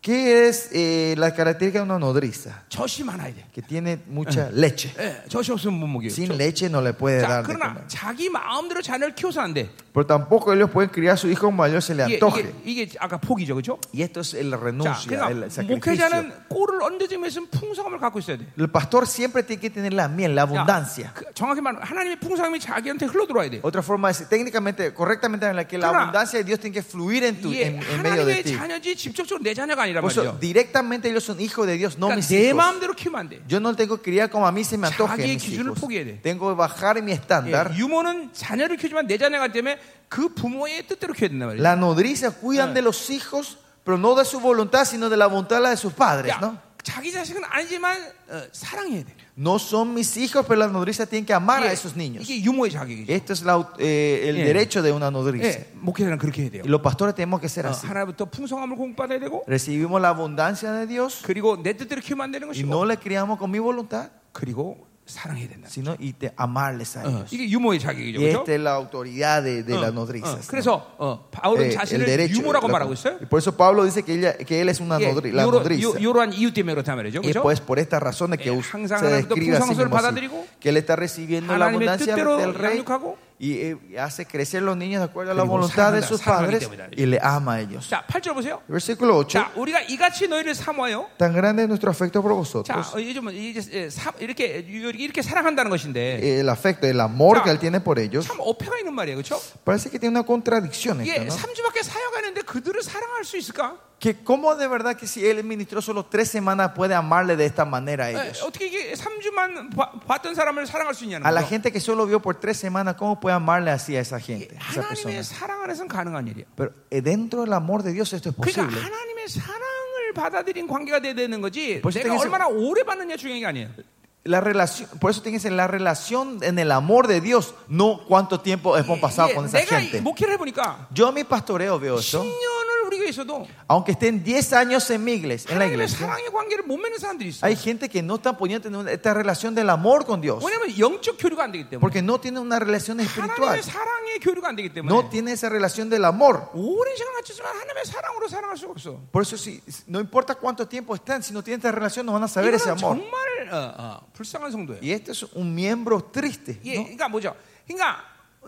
[SPEAKER 2] ¿Qué es eh, la característica de una nodriza?
[SPEAKER 1] 젖이 많아야 돼.
[SPEAKER 2] Que tiene
[SPEAKER 1] Eh.
[SPEAKER 2] mucha leche.
[SPEAKER 1] 예, 젖이 없으면 못 먹여요.
[SPEAKER 2] Sin leche no le puede
[SPEAKER 1] 자,
[SPEAKER 2] dar de
[SPEAKER 1] 그러나
[SPEAKER 2] comer.
[SPEAKER 1] 자기 마음대로 자녀를 키워서 안 돼.
[SPEAKER 2] Pero tampoco ellos pueden criar a su hijo mayor se le
[SPEAKER 1] 이게,
[SPEAKER 2] antoje.
[SPEAKER 1] 이게, 이게 아까 포기죠, 그렇죠?
[SPEAKER 2] Y esto es el
[SPEAKER 1] 자,
[SPEAKER 2] renuncia, el
[SPEAKER 1] 그러니까
[SPEAKER 2] sacrificio.
[SPEAKER 1] 목회자는 꼴을 언제쯤에서는 풍성함을 갖고 있어야 돼.
[SPEAKER 2] El pastor siempre tiene que tener la miel, la
[SPEAKER 1] 야,
[SPEAKER 2] abundancia.
[SPEAKER 1] 그 정확히 말하면 하나님의 풍성함이 자기한테 흘러 들어와야 돼.
[SPEAKER 2] Otra forma es técnicamente, correctamente, en la que la
[SPEAKER 1] Claro.
[SPEAKER 2] abundancia de Dios tiene que fluir en, tu,
[SPEAKER 1] 이게
[SPEAKER 2] en, en medio de
[SPEAKER 1] 하나님의
[SPEAKER 2] ti.
[SPEAKER 1] 자녀지 직접적으로 내 자녀가 아니란
[SPEAKER 2] Por eso,
[SPEAKER 1] 말이죠.
[SPEAKER 2] directamente ellos son hijos de Dios, no
[SPEAKER 1] 그러니까
[SPEAKER 2] mis
[SPEAKER 1] 내
[SPEAKER 2] hijos.
[SPEAKER 1] 마음대로 키우면 안 돼.
[SPEAKER 2] Yo no tengo que criar como a mí se me antoje.
[SPEAKER 1] 자기의
[SPEAKER 2] mis
[SPEAKER 1] 기준을
[SPEAKER 2] hijos.
[SPEAKER 1] 포기해야 돼.
[SPEAKER 2] Tengo que bajar mi
[SPEAKER 1] 예,
[SPEAKER 2] estándar.
[SPEAKER 1] 유모는 자녀를 키우지만 내 자녀가 때문에 그 부모의 뜻대로 키워야 된단 말이야.
[SPEAKER 2] La nodriza cuidan de los hijos, pero no de su voluntad, sino de la voluntad de la de sus padres, ¿no?
[SPEAKER 1] 야, 그러니까 자기 자식은 아니지만 어, 사랑해야 돼.
[SPEAKER 2] No son mis hijos, pero la nodriza tiene que amar a esos
[SPEAKER 1] 이게,
[SPEAKER 2] niños.
[SPEAKER 1] 이게 유모의 자격이죠.
[SPEAKER 2] Esto es la au- eh, el
[SPEAKER 1] Yeah.
[SPEAKER 2] derecho de una nodriza.
[SPEAKER 1] 예, 목회자는 그렇게 해야 돼요.
[SPEAKER 2] Y los pastores tenemos que ser
[SPEAKER 1] 어,
[SPEAKER 2] así.
[SPEAKER 1] 하나부터 풍성함을 공급받아야 되고
[SPEAKER 2] Recibimos la abundancia de Dios
[SPEAKER 1] 그리고 내 뜻대로 키우면 안 되는
[SPEAKER 2] y
[SPEAKER 1] 것이고 뭐,
[SPEAKER 2] no le criamos con mi voluntad,
[SPEAKER 1] 그리고 사랑해야 된다.
[SPEAKER 2] sino y te- amarles a
[SPEAKER 1] 어,
[SPEAKER 2] ellos.
[SPEAKER 1] 이게 유모의 자격이죠.
[SPEAKER 2] Y Ah,
[SPEAKER 1] 그렇죠?
[SPEAKER 2] esta es la autoridad de, de las
[SPEAKER 1] 어,
[SPEAKER 2] nodrizas. ¿no?
[SPEAKER 1] 그래서 어,
[SPEAKER 2] Eh,
[SPEAKER 1] 바울은
[SPEAKER 2] el
[SPEAKER 1] 자신을
[SPEAKER 2] derecho.
[SPEAKER 1] 유모라고
[SPEAKER 2] la-
[SPEAKER 1] 말하고 있어요.
[SPEAKER 2] y por eso Pablo dice que, ella, que él es una
[SPEAKER 1] 예,
[SPEAKER 2] nodri- la
[SPEAKER 1] 요러-
[SPEAKER 2] nodriza.
[SPEAKER 1] 요- 요러한 이유 때문에 그렇단 말이죠.
[SPEAKER 2] Y
[SPEAKER 1] 그렇죠?
[SPEAKER 2] pues por estas razones que
[SPEAKER 1] Eh,
[SPEAKER 2] us-
[SPEAKER 1] 항상
[SPEAKER 2] se
[SPEAKER 1] 하나님부터
[SPEAKER 2] describe a sí
[SPEAKER 1] 풍성함을
[SPEAKER 2] mismo así,
[SPEAKER 1] 받아들이고
[SPEAKER 2] que él está recibiendo la
[SPEAKER 1] 하나님의
[SPEAKER 2] abundancia
[SPEAKER 1] 뜻대로
[SPEAKER 2] del rey
[SPEAKER 1] 양육하고
[SPEAKER 2] y eh, hace crecer los niños de acuerdo a la
[SPEAKER 1] 그리고
[SPEAKER 2] voluntad de
[SPEAKER 1] 사랑한다,
[SPEAKER 2] sus
[SPEAKER 1] 사랑하기
[SPEAKER 2] padres
[SPEAKER 1] 때문이다.
[SPEAKER 2] y le ama a ellos.
[SPEAKER 1] 자, 8절 보세요.
[SPEAKER 2] Versículo 8.
[SPEAKER 1] 자, 우리가 이같이 너희를 사모하여
[SPEAKER 2] Tan grande es nuestro afecto por
[SPEAKER 1] 자,
[SPEAKER 2] vosotros.
[SPEAKER 1] 어, 이제 좀 이제, 예, 사- 이렇게 이렇게 사랑한다는 것인데
[SPEAKER 2] El afecto, el amor
[SPEAKER 1] 자,
[SPEAKER 2] que él tiene por ellos.
[SPEAKER 1] 참 어폐가 있는 말이에요. 그렇죠?
[SPEAKER 2] Parece que tiene una contradicción esto,
[SPEAKER 1] 이게
[SPEAKER 2] ¿no?
[SPEAKER 1] 3주밖에 사역하는데 그들을 사랑할 수 있을까?
[SPEAKER 2] Que cómo de verdad que si él ministró solo tres semanas puede amarle de esta manera a
[SPEAKER 1] 예,
[SPEAKER 2] ellos.
[SPEAKER 1] 어떻게 이게 3주만 봐- 봤던 사람을 사랑할 수 있냐는
[SPEAKER 2] A la
[SPEAKER 1] 거죠. 예,
[SPEAKER 2] gente que solo vio por tres semanas, ¿cómo puede amarle así a esa gente? A esa persona?
[SPEAKER 1] 하나님의 그 사랑 안에서는 가능한 일이에요.
[SPEAKER 2] Pero eh, dentro del amor de Dios esto es
[SPEAKER 1] 그러니까
[SPEAKER 2] posible.
[SPEAKER 1] 하나님의 사랑을 받아들인 관계가 돼야 되는 거지.
[SPEAKER 2] 벌써
[SPEAKER 1] 내가
[SPEAKER 2] 되겠어.
[SPEAKER 1] 얼마나 오래 받느냐 중요한 게 아니에요.
[SPEAKER 2] La relación, por eso tienes la relación en el amor de Dios, no cuánto tiempo hemos pasado
[SPEAKER 1] 이게
[SPEAKER 2] con esa
[SPEAKER 1] 내가 이
[SPEAKER 2] gente.
[SPEAKER 1] 목회를 해보니까
[SPEAKER 2] Yo en mi pastoreo veo
[SPEAKER 1] 그렇죠?
[SPEAKER 2] eso.
[SPEAKER 1] 10년을 우리가 있어도
[SPEAKER 2] Aunque estén 10 años en mi iglesia, en la
[SPEAKER 1] 하나님의
[SPEAKER 2] iglesia,
[SPEAKER 1] 사랑의 관계를 못 맺는 사람들이 있어요.
[SPEAKER 2] hay gente que no está poniendo en una- esta relación del amor con Dios,
[SPEAKER 1] 왜냐하면 영적 교류가 안 되기 때문에
[SPEAKER 2] porque no tiene una relación espiritual,
[SPEAKER 1] 하나님의 사랑의 교류가 안 되기 때문에
[SPEAKER 2] no tiene esa relación del amor.
[SPEAKER 1] 오랜 시간 갖췄지만 하나님의 사랑으로 사랑할 수가 없어.
[SPEAKER 2] Por eso, si, no importa cuánto tiempo están, si no tienen esta relación, no van a saber
[SPEAKER 1] 이거는
[SPEAKER 2] ese amor.
[SPEAKER 1] 정말 어, 어, 불쌍한 성도예요.
[SPEAKER 2] Y este es un miembro triste.
[SPEAKER 1] 예,
[SPEAKER 2] ¿no?
[SPEAKER 1] 그러니까 뭐죠? 그러니까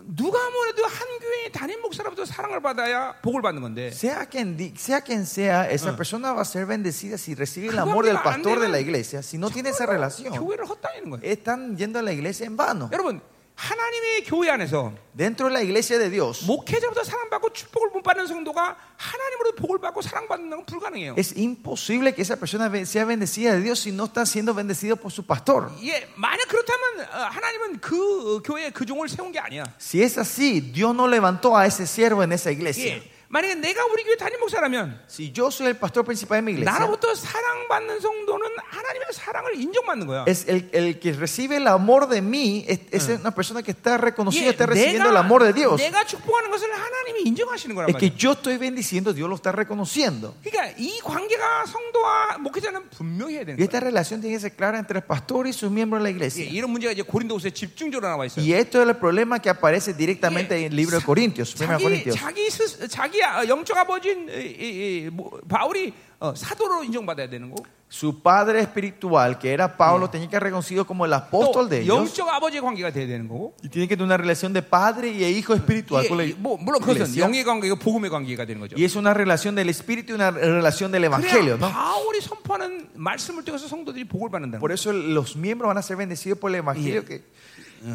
[SPEAKER 1] 누가 뭐래도 한 교회 단임 목사로부터 사랑을 받아야 복을 받는 건데
[SPEAKER 2] Sea quien, di- sea quien sea, esa persona va a ser bendecida si recibe el
[SPEAKER 1] 그거
[SPEAKER 2] amor del
[SPEAKER 1] 안 되면
[SPEAKER 2] pastor de la iglesia. Si no tiene esa relación,
[SPEAKER 1] 교회를 헛다니는 거예요.
[SPEAKER 2] están yendo a la iglesia en vano.
[SPEAKER 1] 여러분 하나님의 교회 안에서
[SPEAKER 2] Dentro de la iglesia de Dios,
[SPEAKER 1] 목회자부터 사랑받고 축복을 못 받는 성도가 하나님으로 복을 받고 사랑받는 건 불가능해요.
[SPEAKER 2] es imposible que esa persona be- sea bendecida de Dios si no está siendo bendecido por su pastor.
[SPEAKER 1] 예, 만약 그렇다면 어, 하나님은 그 어, 교회 그 종을 세운 게 아니야.
[SPEAKER 2] Si es así, Dios no levantó a ese siervo en esa iglesia.
[SPEAKER 1] 예, 만약에 내가 우리 교회 단임 목사라면
[SPEAKER 2] Si yo soy el pastor principal de mi iglesia,
[SPEAKER 1] 나로부터 사랑받는 성도는 하나님의 사랑을 인정받는 거야.
[SPEAKER 2] es el, el que recibe el amor de mí es, es una persona que está reconocida,
[SPEAKER 1] 예,
[SPEAKER 2] está recibiendo el amor Ah. de Dios.
[SPEAKER 1] 내가 축복하는 것을 하나님이 인정하시는 거란
[SPEAKER 2] Es que
[SPEAKER 1] 말이야.
[SPEAKER 2] yo estoy bendiciendo, Dios lo está reconociendo.
[SPEAKER 1] 그러니까 이 관계가 성도와 목회자는 분명히 해야
[SPEAKER 2] Y
[SPEAKER 1] 되는 거야.
[SPEAKER 2] esta relación tiene que ser clara entre el pastor y sus miembros de la
[SPEAKER 1] 예,
[SPEAKER 2] iglesia.
[SPEAKER 1] 이런 문제가 이제 고린도후서에 집중적으로 나와 있어요.
[SPEAKER 2] Y esto es el problema que aparece directamente en el libro de Corintios, 1
[SPEAKER 1] 자기
[SPEAKER 2] Corintios.
[SPEAKER 1] 자기 스, 자기 아, 영적 아버지인 이- 이- 이 모- 바울이 어, 사도로 인정받아야 되는 거.
[SPEAKER 2] Su padre espiritual, que era Pablo, tenía que ser reconocido como el apóstol de
[SPEAKER 1] 또
[SPEAKER 2] ellos.
[SPEAKER 1] 영적 아버지의 관계가 돼야 되는 거고.
[SPEAKER 2] Y tiene que tener una relación de padre y de hijo espiritual con la
[SPEAKER 1] 이게, 뭐, 물론 그것은
[SPEAKER 2] iglesia.
[SPEAKER 1] 영의 관계가 복음의 관계가 되는 거죠.
[SPEAKER 2] Y es una relación del espíritu y una relación del evangelio,
[SPEAKER 1] 그래야
[SPEAKER 2] ¿no?
[SPEAKER 1] 바울이 선포하는 말씀을 통해서 성도들이 복을 받는다는
[SPEAKER 2] Por
[SPEAKER 1] 거예요.
[SPEAKER 2] eso los miembros van a ser bendecidos por el evangelio que. eh,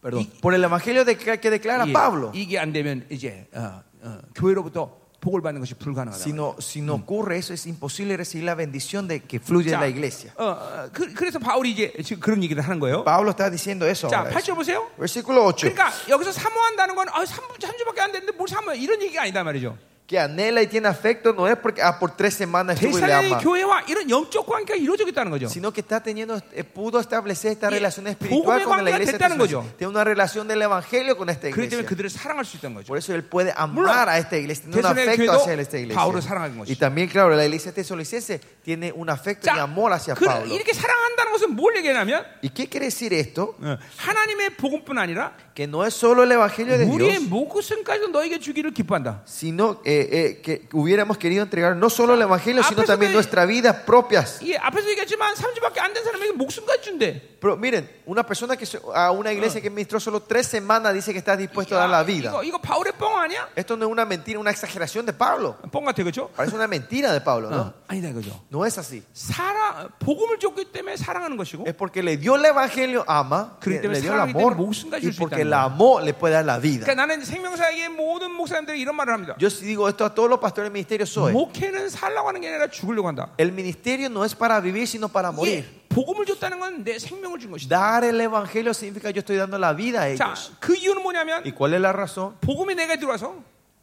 [SPEAKER 2] Perdón.
[SPEAKER 1] Y-
[SPEAKER 2] Por el evangelio de- que declara Pablo.
[SPEAKER 1] 이게 안 되면 이제 어, 어, 교회로부터 복을 받는 것이 불가능하다.
[SPEAKER 2] Si no, si no ocurre eso, es imposible recibir la bendición de que fluye en la iglesia.
[SPEAKER 1] 어, 어, 그, 그래서 바울이 이제 지금 그런 얘기를 하는 거예요.
[SPEAKER 2] Pablo está diciendo eso.
[SPEAKER 1] 자,
[SPEAKER 2] ahora.
[SPEAKER 1] 8절 보세요.
[SPEAKER 2] Versículo 8.
[SPEAKER 1] 그러니까 여기서 사모한다는 건 아, 3, 한 주밖에 안 됐는데 뭘 사모? 이런 얘기가 아니다 말이죠.
[SPEAKER 2] Que anhela y tiene afecto no es porque ah, por tres
[SPEAKER 1] 아,
[SPEAKER 2] semanas estuvo y le
[SPEAKER 1] 대사의
[SPEAKER 2] ama,
[SPEAKER 1] 교회와 이런 영적 관계가 이루어지겠다는 거죠.
[SPEAKER 2] sino que está teniendo, eh, pudo establecer esta
[SPEAKER 1] Y-
[SPEAKER 2] relación
[SPEAKER 1] 복음의
[SPEAKER 2] espiritual con la
[SPEAKER 1] 관계가
[SPEAKER 2] iglesia.
[SPEAKER 1] 됐다는
[SPEAKER 2] entonces,
[SPEAKER 1] 거죠.
[SPEAKER 2] Tiene una relación del evangelio con esta
[SPEAKER 1] 그렇기 때문에
[SPEAKER 2] iglesia.
[SPEAKER 1] 그들을 사랑할 수 있다는 거죠.
[SPEAKER 2] Por eso él puede amar
[SPEAKER 1] 물론,
[SPEAKER 2] a esta iglesia, tiene un
[SPEAKER 1] 대선의
[SPEAKER 2] afecto
[SPEAKER 1] 교회도
[SPEAKER 2] hacia esta
[SPEAKER 1] 바울을
[SPEAKER 2] iglesia.
[SPEAKER 1] 사랑하는 것이죠.
[SPEAKER 2] Y también, claro, la iglesia tesalonicense tiene un afecto y amor hacia
[SPEAKER 1] 그-
[SPEAKER 2] Pablo.
[SPEAKER 1] 이렇게 사랑한다는 것은 뭘 얘기하냐면 어,
[SPEAKER 2] ¿Y qué quiere decir esto?
[SPEAKER 1] 하나님의 복음뿐 아니라
[SPEAKER 2] Que no es solo el evangelio de Dios.
[SPEAKER 1] 우리의 목숨까지도 너에게 주기를 기뻐한다.
[SPEAKER 2] sino eh, eh, que hubiéramos querido entregar no solo el Evangelio, sino
[SPEAKER 1] Aparte
[SPEAKER 2] también
[SPEAKER 1] de-
[SPEAKER 2] nuestras vidas propias.
[SPEAKER 1] 이 앞에서 얘기했지만 3주밖에 안 된 사람에게 목숨까지 준대.
[SPEAKER 2] Pero miren, una persona que se- a una iglesia que ministró solo tres semanas dice que está dispuesto a dar la
[SPEAKER 1] 야,
[SPEAKER 2] vida.
[SPEAKER 1] 이거 이거 바울의 뻥 아니야?
[SPEAKER 2] Esto no es una mentira, una exageración de Pablo.
[SPEAKER 1] 뻥 같아 그죠?
[SPEAKER 2] Parece una mentira de Pablo, ¿no?
[SPEAKER 1] 어, 아니다 이거죠.
[SPEAKER 2] No es así.
[SPEAKER 1] 사랑 복음을 줬기 때문에 사랑하는 것이고
[SPEAKER 2] Es porque le dio el Evangelio, ama,
[SPEAKER 1] 그렇기
[SPEAKER 2] le,
[SPEAKER 1] 때문에
[SPEAKER 2] le dio el
[SPEAKER 1] 사랑하기
[SPEAKER 2] amor,
[SPEAKER 1] 때문에 목숨까지
[SPEAKER 2] y
[SPEAKER 1] 줄수
[SPEAKER 2] porque el
[SPEAKER 1] 있다는
[SPEAKER 2] amor le puede dar la vida.
[SPEAKER 1] 그러니까 나는 생명사의 모든 목사님들이 이런 말을 합니다.
[SPEAKER 2] Yo sí digo esto a todos los pastores del ministerio,
[SPEAKER 1] 어, 예.
[SPEAKER 2] soy.
[SPEAKER 1] 목회는 살라고 하는 게 아니라 죽으려고 한다.
[SPEAKER 2] El ministerio no es para vivir, sino para
[SPEAKER 1] 이게
[SPEAKER 2] morir.
[SPEAKER 1] 복음을 줬다는 건 내 생명을 준 것이다.
[SPEAKER 2] Dar el Evangelio significa yo estoy dando la vida a
[SPEAKER 1] 자,
[SPEAKER 2] ellos.
[SPEAKER 1] 그 이유는 뭐냐면
[SPEAKER 2] ¿Y cuál es la razón?
[SPEAKER 1] 복음이 내가 들어와서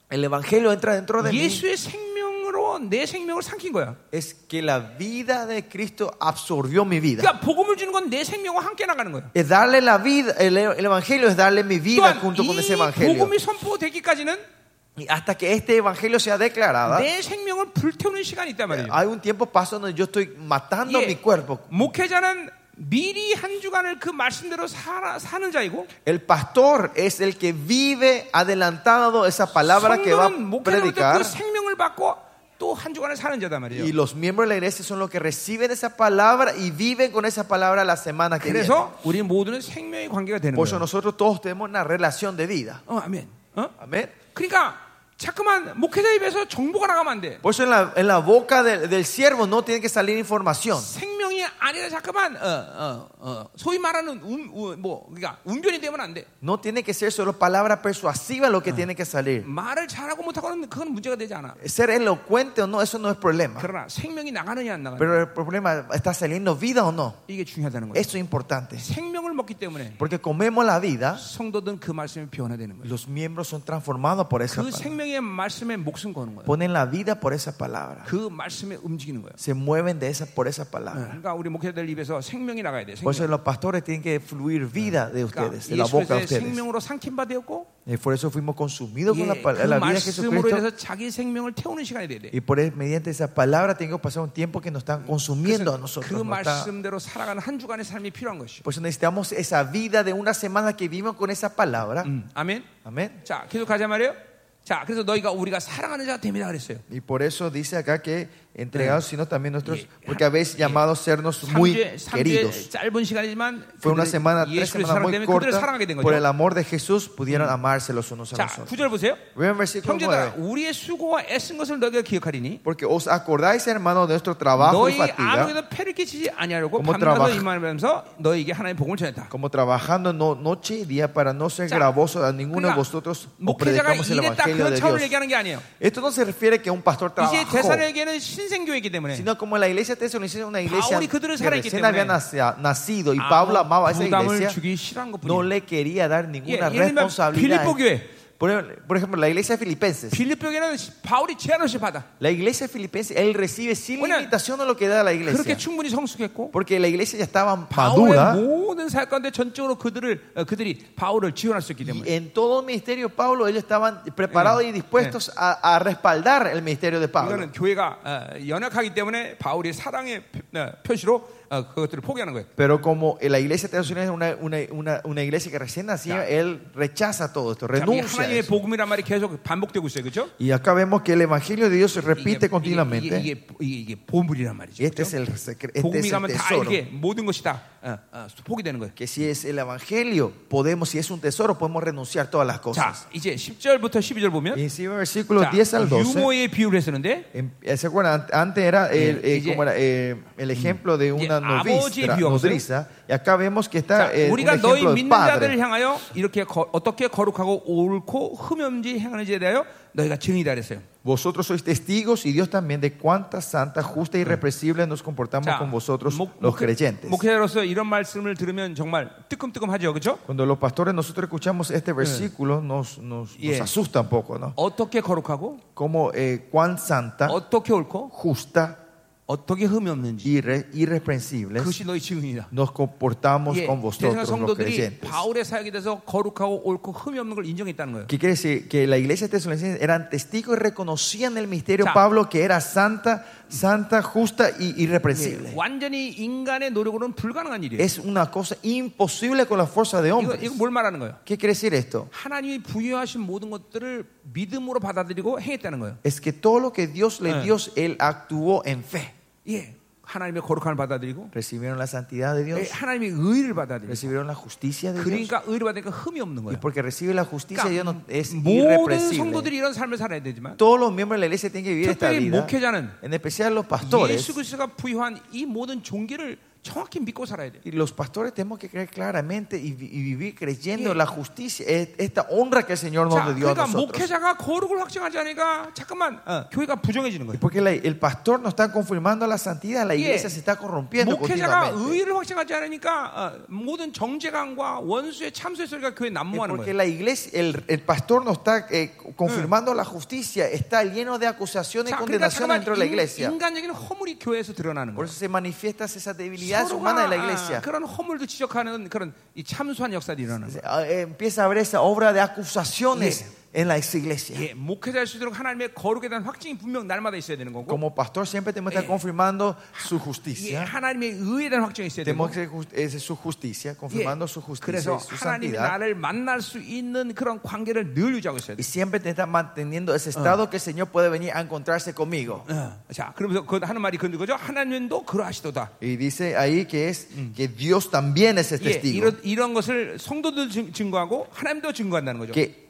[SPEAKER 2] El evangelio entra dentro de mí.
[SPEAKER 1] 예수의 생명으로 내 생명을 삼킨 거야.
[SPEAKER 2] Es que la vida de Cristo absorbió mi vida.
[SPEAKER 1] 그러니까 복음을 주는 건 내 생명과 함께 나가는 거야.
[SPEAKER 2] Es darle la vida, el, el evangelio es darle mi vida
[SPEAKER 1] 또한
[SPEAKER 2] junto con ese
[SPEAKER 1] 이
[SPEAKER 2] evangelio.
[SPEAKER 1] 복음이 선포되기까지는
[SPEAKER 2] Y hasta que este evangelio sea declarado,
[SPEAKER 1] 내 생명을 불태우는 시간이 있단 말이에요.
[SPEAKER 2] hay un tiempo paso donde yo estoy matando
[SPEAKER 1] 예,
[SPEAKER 2] mi cuerpo.
[SPEAKER 1] 목회자는 미리 한 주간을 그 말씀대로 살아, 사는 자이고
[SPEAKER 2] El pastor es el que vive adelantado esa palabra que va
[SPEAKER 1] 성도는
[SPEAKER 2] a
[SPEAKER 1] 목회로부터 그
[SPEAKER 2] predicar.
[SPEAKER 1] 생명을 받고 또 한 주간을 사는 자단 말이에요.
[SPEAKER 2] Y los miembros de la iglesia son los que reciben esa palabra y viven con esa palabra la semana que viene.
[SPEAKER 1] 그래서 우리 모두는 생명의 관계가 되는
[SPEAKER 2] Por eso
[SPEAKER 1] 거예요.
[SPEAKER 2] nosotros todos tenemos una relación de vida.
[SPEAKER 1] 어, 아멘. 어?
[SPEAKER 2] Amén.
[SPEAKER 1] 그러니까 자꾸만 목회자 입에서 정보가 나가면 안 돼.
[SPEAKER 2] Por eso en la, en la boca del, del siervo no tiene que salir información.
[SPEAKER 1] 생명이 아니라 자꾸만 어, 어, 어, 소위 말하는 운, 우- 뭐 그러니까 운변이 되면 안 돼.
[SPEAKER 2] No tiene que ser solo palabra persuasiva lo que tiene que salir.
[SPEAKER 1] 말을 잘하고 못하고는 그건 문제가 되지 않아.
[SPEAKER 2] Ser elocuente o no, eso no es problema.
[SPEAKER 1] 그러나 생명이 나가느냐 안 나가느냐
[SPEAKER 2] Pero el problema, ¿está saliendo vida o no?
[SPEAKER 1] 이게 중요하다는 거예요.
[SPEAKER 2] Eso es importante.
[SPEAKER 1] 생명을 먹기 때문에
[SPEAKER 2] Porque comemos la vida,
[SPEAKER 1] 성도들은 그 말씀에 변화되는 거예요.
[SPEAKER 2] los miembros son transformados por esa
[SPEAKER 1] 그
[SPEAKER 2] palabra.
[SPEAKER 1] 생명의 말씀에 목숨 거는 거예요.
[SPEAKER 2] Ponen la vida por esa palabra.
[SPEAKER 1] 그 말씀에 움직이는 거예요.
[SPEAKER 2] Se mueven de esa, por esa palabra.
[SPEAKER 1] 그러니까 우리 목회자들 입에서 생명이 나가야 돼.
[SPEAKER 2] Por
[SPEAKER 1] 생명.
[SPEAKER 2] eso los pastores tienen que fluir vida de
[SPEAKER 1] 그러니까
[SPEAKER 2] ustedes, de la boca
[SPEAKER 1] 예수의
[SPEAKER 2] de ustedes.
[SPEAKER 1] 생명으로 상킴 받았고
[SPEAKER 2] Y por eso fuimos consumidos con
[SPEAKER 1] 예,
[SPEAKER 2] la, pal-
[SPEAKER 1] 그
[SPEAKER 2] la vida de
[SPEAKER 1] 말씀으로
[SPEAKER 2] Jesucristo.
[SPEAKER 1] 인해서 자기 생명을 태우는 시간이 돼야 돼.
[SPEAKER 2] Y por eso, mediante esa palabra, tengo que pasar un tiempo que nos están consumiendo a
[SPEAKER 1] 그
[SPEAKER 2] nosotros. nos está-
[SPEAKER 1] 말씀대로 살아가는 한 주간의 삶이 필요한 것이죠.
[SPEAKER 2] Por eso necesitamos esa vida de una semana que vivimos con esa palabra.
[SPEAKER 1] 음, 아멘.
[SPEAKER 2] Amén.
[SPEAKER 1] 자, 계속 가자 말이에요. 자, 그래서 너희가 우리가 사랑하는 자가 됩니다 그랬어요.
[SPEAKER 2] Y por eso dice acá que entregados, sino también nosotros,
[SPEAKER 1] Yeah.
[SPEAKER 2] porque habéis llamado sernos muy
[SPEAKER 1] 3주의, 3주의
[SPEAKER 2] queridos.
[SPEAKER 1] 짧은 시간이지만
[SPEAKER 2] Fue una
[SPEAKER 1] 그들의
[SPEAKER 2] semana, tres
[SPEAKER 1] 예수를
[SPEAKER 2] semanas muy
[SPEAKER 1] 사랑되면 그들을
[SPEAKER 2] corta.
[SPEAKER 1] 사랑하게 된
[SPEAKER 2] Por el
[SPEAKER 1] 거죠.
[SPEAKER 2] amor de Jesús pudieron amarse los unos a
[SPEAKER 1] 자,
[SPEAKER 2] los otros.
[SPEAKER 1] 9절 보세요.
[SPEAKER 2] Vean el versículo
[SPEAKER 1] 형제들아
[SPEAKER 2] 9.
[SPEAKER 1] 우리의 수고와 애쓴 것을 너희가 기억하리니
[SPEAKER 2] Porque os acordáis, hermanos, de nuestro trabajo y
[SPEAKER 1] 너희
[SPEAKER 2] fatiga,
[SPEAKER 1] 아무에도 패를 끼치지 아니하려고
[SPEAKER 2] Como
[SPEAKER 1] 밤낮으로
[SPEAKER 2] trabaja-
[SPEAKER 1] 임하면서 너희에게 하나님의 복음을 전했다.
[SPEAKER 2] como trabajando no- noche y día para no ser
[SPEAKER 1] 자,
[SPEAKER 2] gravoso a ninguno de
[SPEAKER 1] 그러니까
[SPEAKER 2] vosotros, os
[SPEAKER 1] 목회자가
[SPEAKER 2] predicamos el
[SPEAKER 1] 이랬다
[SPEAKER 2] evangelio
[SPEAKER 1] 그런
[SPEAKER 2] de
[SPEAKER 1] 차원을
[SPEAKER 2] Dios.
[SPEAKER 1] 얘기하는 게 아니에요.
[SPEAKER 2] Esto no se refiere que un pastor
[SPEAKER 1] 이제
[SPEAKER 2] trabajó.
[SPEAKER 1] 대사에게는 아, 신생교회이기 때문에
[SPEAKER 2] sino como la iglesia tesalonicense es una iglesia
[SPEAKER 1] 바울이 그들을
[SPEAKER 2] que Ah,
[SPEAKER 1] 살아있기
[SPEAKER 2] recién
[SPEAKER 1] 때문에
[SPEAKER 2] había nacia- nacido y Pablo amaba a esa
[SPEAKER 1] 아무 부담을
[SPEAKER 2] iglesia
[SPEAKER 1] 주기 싫어한
[SPEAKER 2] no
[SPEAKER 1] 것뿐이에요.
[SPEAKER 2] le quería dar
[SPEAKER 1] 예,
[SPEAKER 2] ninguna
[SPEAKER 1] 예를 들면
[SPEAKER 2] responsabilidad
[SPEAKER 1] 빌립보 교회,
[SPEAKER 2] por, ejemplo- por ejemplo la iglesia de filipenses
[SPEAKER 1] 빌립보 교회는 바울이 제한 없이 받아.
[SPEAKER 2] la iglesia de filipenses él recibe sin
[SPEAKER 1] Bueno,
[SPEAKER 2] limitación a lo que da la
[SPEAKER 1] 그렇게
[SPEAKER 2] iglesia
[SPEAKER 1] 충분히 성숙했고
[SPEAKER 2] porque la iglesia ya
[SPEAKER 1] 아,
[SPEAKER 2] estaba
[SPEAKER 1] 바울의
[SPEAKER 2] madura
[SPEAKER 1] 모든 사역 가운데 전적으로 그들을 어, 그들이 바울을 지원할 수 있기 때문에
[SPEAKER 2] y en todo el ministerio de Pablo ellos estaban preparados y dispuestos a, a respaldar el ministerio de Pablo
[SPEAKER 1] 이거는 교회가 어, 연약하기 때문에 바울이 사랑의 표- 어, 표시로 어, 그것들을 포기하는 거예요.
[SPEAKER 2] pero como la iglesia tesalonicense es una, una, una, una iglesia que recién nacía él rechaza todo esto
[SPEAKER 1] 자, 이
[SPEAKER 2] renuncia a
[SPEAKER 1] 하나님의
[SPEAKER 2] eso.
[SPEAKER 1] 복음이란 말이 계속 반복되고 있어요, 그렇죠?
[SPEAKER 2] Y acá vemos que el Evangelio de Dios se repite continuamente.
[SPEAKER 1] 이게, 이게, 이게, 이게 보물이란 말이죠.
[SPEAKER 2] y este es
[SPEAKER 1] 그렇죠?
[SPEAKER 2] el, secre- este
[SPEAKER 1] 복음이
[SPEAKER 2] es el
[SPEAKER 1] 가면 다
[SPEAKER 2] tesoro.
[SPEAKER 1] 이렇게 모든 것이 다 어, 어, 포기되는 거예요.
[SPEAKER 2] Que si es el Evangelio, podemos, si es un tesoro, podemos renunciar todas las
[SPEAKER 1] 자,
[SPEAKER 2] cosas.
[SPEAKER 1] 이제 10절부터 12절 보면
[SPEAKER 2] Y encima en versículos
[SPEAKER 1] 자,
[SPEAKER 2] 10 al 12.
[SPEAKER 1] 유모의 비유를 했었는데
[SPEAKER 2] em- eh, ¿Se acuerdan? Ant- Antes era,
[SPEAKER 1] Yeah,
[SPEAKER 2] el, Ah, eh,
[SPEAKER 1] yeah.
[SPEAKER 2] como era, eh, el ejemplo de
[SPEAKER 1] Yeah,
[SPEAKER 2] una
[SPEAKER 1] 아버지의
[SPEAKER 2] novistra-
[SPEAKER 1] 비유하고
[SPEAKER 2] nodriza. Y acá vemos que
[SPEAKER 1] 자, 예,
[SPEAKER 2] está eh, un
[SPEAKER 1] 우리가 너희
[SPEAKER 2] ejemplo de
[SPEAKER 1] 믿는 자들을
[SPEAKER 2] padre.
[SPEAKER 1] 향하여 이렇게 거- 어떻게 거룩하고 옳고 흠없지 행하는지에 대하여 너희가 증이다 그랬어요.
[SPEAKER 2] Vosotros sois testigos y Dios también de cuántas santas, justas y irrepresibles e nos comportamos con vosotros los creyentes.
[SPEAKER 1] 목회자로서 이런 말씀을 들으면 정말 뜨끔뜨끔하죠, 그렇죠?
[SPEAKER 2] Cuando los pastores nosotros escuchamos este versículo, nos, nos, nos
[SPEAKER 1] Yeah.
[SPEAKER 2] asusta un poco, ¿no?
[SPEAKER 1] 어떻게 거룩하고
[SPEAKER 2] Como eh, cuán santa,
[SPEAKER 1] 어떻게 옳고
[SPEAKER 2] justa
[SPEAKER 1] 어떻게 흠이 없는지
[SPEAKER 2] y irre- irreprensibles
[SPEAKER 1] 그것이 너희 증인이다.
[SPEAKER 2] nos comportamos
[SPEAKER 1] 예,
[SPEAKER 2] con
[SPEAKER 1] 세상
[SPEAKER 2] vosotros los
[SPEAKER 1] 성도들이
[SPEAKER 2] creyentes.
[SPEAKER 1] 바울의 사역에 대해서 거룩하고 옳고 흠이 없는 걸 인정했다는 거예요.
[SPEAKER 2] ¿Qué quiere decir? Que la iglesia tesalonicense eran testigos y reconocían el misterio
[SPEAKER 1] 자.
[SPEAKER 2] Pablo que era santa, santa, justa y irreprensible.
[SPEAKER 1] 예. 완전히 인간의 노력으로는 불가능한 일이에요.
[SPEAKER 2] Es una cosa imposible con la fuerza de
[SPEAKER 1] 이거,
[SPEAKER 2] hombres.
[SPEAKER 1] 이거 뭘 말하는 거예요?
[SPEAKER 2] ¿Qué quiere decir esto?
[SPEAKER 1] 하나님이 부여하신 모든 것들을 믿음으로 받아들이고 행했다는 거예요.
[SPEAKER 2] Es que todo lo que Dios le
[SPEAKER 1] Eh.
[SPEAKER 2] dio, él actuó en fe.
[SPEAKER 1] 예, 하나님의 거룩함을 받아들이고
[SPEAKER 2] Recibieron la santidad de Dios.
[SPEAKER 1] 예, 하나님의 의를 받아들이고
[SPEAKER 2] recibieron la justicia de Dios.
[SPEAKER 1] 그러니까 의를 받으니까 흠이 없는
[SPEAKER 2] Y
[SPEAKER 1] 거예요.
[SPEAKER 2] porque recibe la justicia de Dios no- es
[SPEAKER 1] 그러니까 모든
[SPEAKER 2] irrepresible.
[SPEAKER 1] 성도들이 이런 삶을 살아야 되지만
[SPEAKER 2] Todos los miembros de la iglesia tienen que vivir esta
[SPEAKER 1] 특별히
[SPEAKER 2] vida.
[SPEAKER 1] 목회자는
[SPEAKER 2] En especial los
[SPEAKER 1] 예수
[SPEAKER 2] pastores.
[SPEAKER 1] 그리스도가 부여한 이 모든 종기를 정확히 믿고 살아야 돼요.
[SPEAKER 2] Y los pastores tenemos que creer claramente y, vi- y vivir creyendo
[SPEAKER 1] Yeah.
[SPEAKER 2] la justicia, e- esta honra que el Señor
[SPEAKER 1] 자,
[SPEAKER 2] nos dio a
[SPEAKER 1] 그러니까
[SPEAKER 2] nosotros.
[SPEAKER 1] 목회자가 거룩을 확증하지 않으니까 잠깐만 어, 교회가 부정해지는
[SPEAKER 2] Y
[SPEAKER 1] 거예요.
[SPEAKER 2] porque la- el pastor no está confirmando la santidad, la
[SPEAKER 1] Yeah.
[SPEAKER 2] iglesia se está corrompiendo
[SPEAKER 1] 목회자가
[SPEAKER 2] continuamente.
[SPEAKER 1] 의를 확증하지 않으니까 어, 모든 정죄감과 원수의 참수의 소리가 교회에
[SPEAKER 2] Y
[SPEAKER 1] 난무하는
[SPEAKER 2] Porque
[SPEAKER 1] 거예요.
[SPEAKER 2] la iglesia, el, el pastor no está eh, confirmando la justicia, está lleno de acusaciones y
[SPEAKER 1] 자, 그러니까
[SPEAKER 2] condenaciones
[SPEAKER 1] 잠깐만
[SPEAKER 2] dentro de la
[SPEAKER 1] 인,
[SPEAKER 2] iglesia.
[SPEAKER 1] 인간적인 허물이 교회에서 드러나는 거예요.
[SPEAKER 2] Por eso se manifiesta esa debilidad humana de la
[SPEAKER 1] 서로가 아,
[SPEAKER 2] iglesia.
[SPEAKER 1] 그런 허물도 지적하는 그런 이 참수한 역사들이 일어나는 거예요.
[SPEAKER 2] Eh, Empieza a haber esa obra de acusaciones
[SPEAKER 1] Yeah.
[SPEAKER 2] en la iglesia.
[SPEAKER 1] 예, 목회자일수록 하나님의 거룩에 대한 확증이 분명 날마다 있어야 되는 거고
[SPEAKER 2] Como pastor siempre tenemos que estar confirmando su
[SPEAKER 1] 예,
[SPEAKER 2] justicia.
[SPEAKER 1] 하나님의 의에 대한 확증이 있어야 되고
[SPEAKER 2] Tenemos que ju- es su justicia,
[SPEAKER 1] 예,
[SPEAKER 2] confirmando su justicia
[SPEAKER 1] 그 그래서
[SPEAKER 2] y su
[SPEAKER 1] 하나님이
[SPEAKER 2] santidad.
[SPEAKER 1] 나를 만날 수 있는 그런 관계를 늘 유지하고 있어야
[SPEAKER 2] Y
[SPEAKER 1] 돼.
[SPEAKER 2] siempre te está manteniendo ese estado que el Señor puede venir a encontrarse conmigo.
[SPEAKER 1] 어. 자, 그러면서 그 하는 말이 그 거죠. 하나님도 그러하시도다.
[SPEAKER 2] Y dice ahí que es que Dios también es el
[SPEAKER 1] 예,
[SPEAKER 2] testigo.
[SPEAKER 1] 이런, 이런 것을 성도들 증- 증거하고 하나님도 증거한다는 거죠.
[SPEAKER 2] Que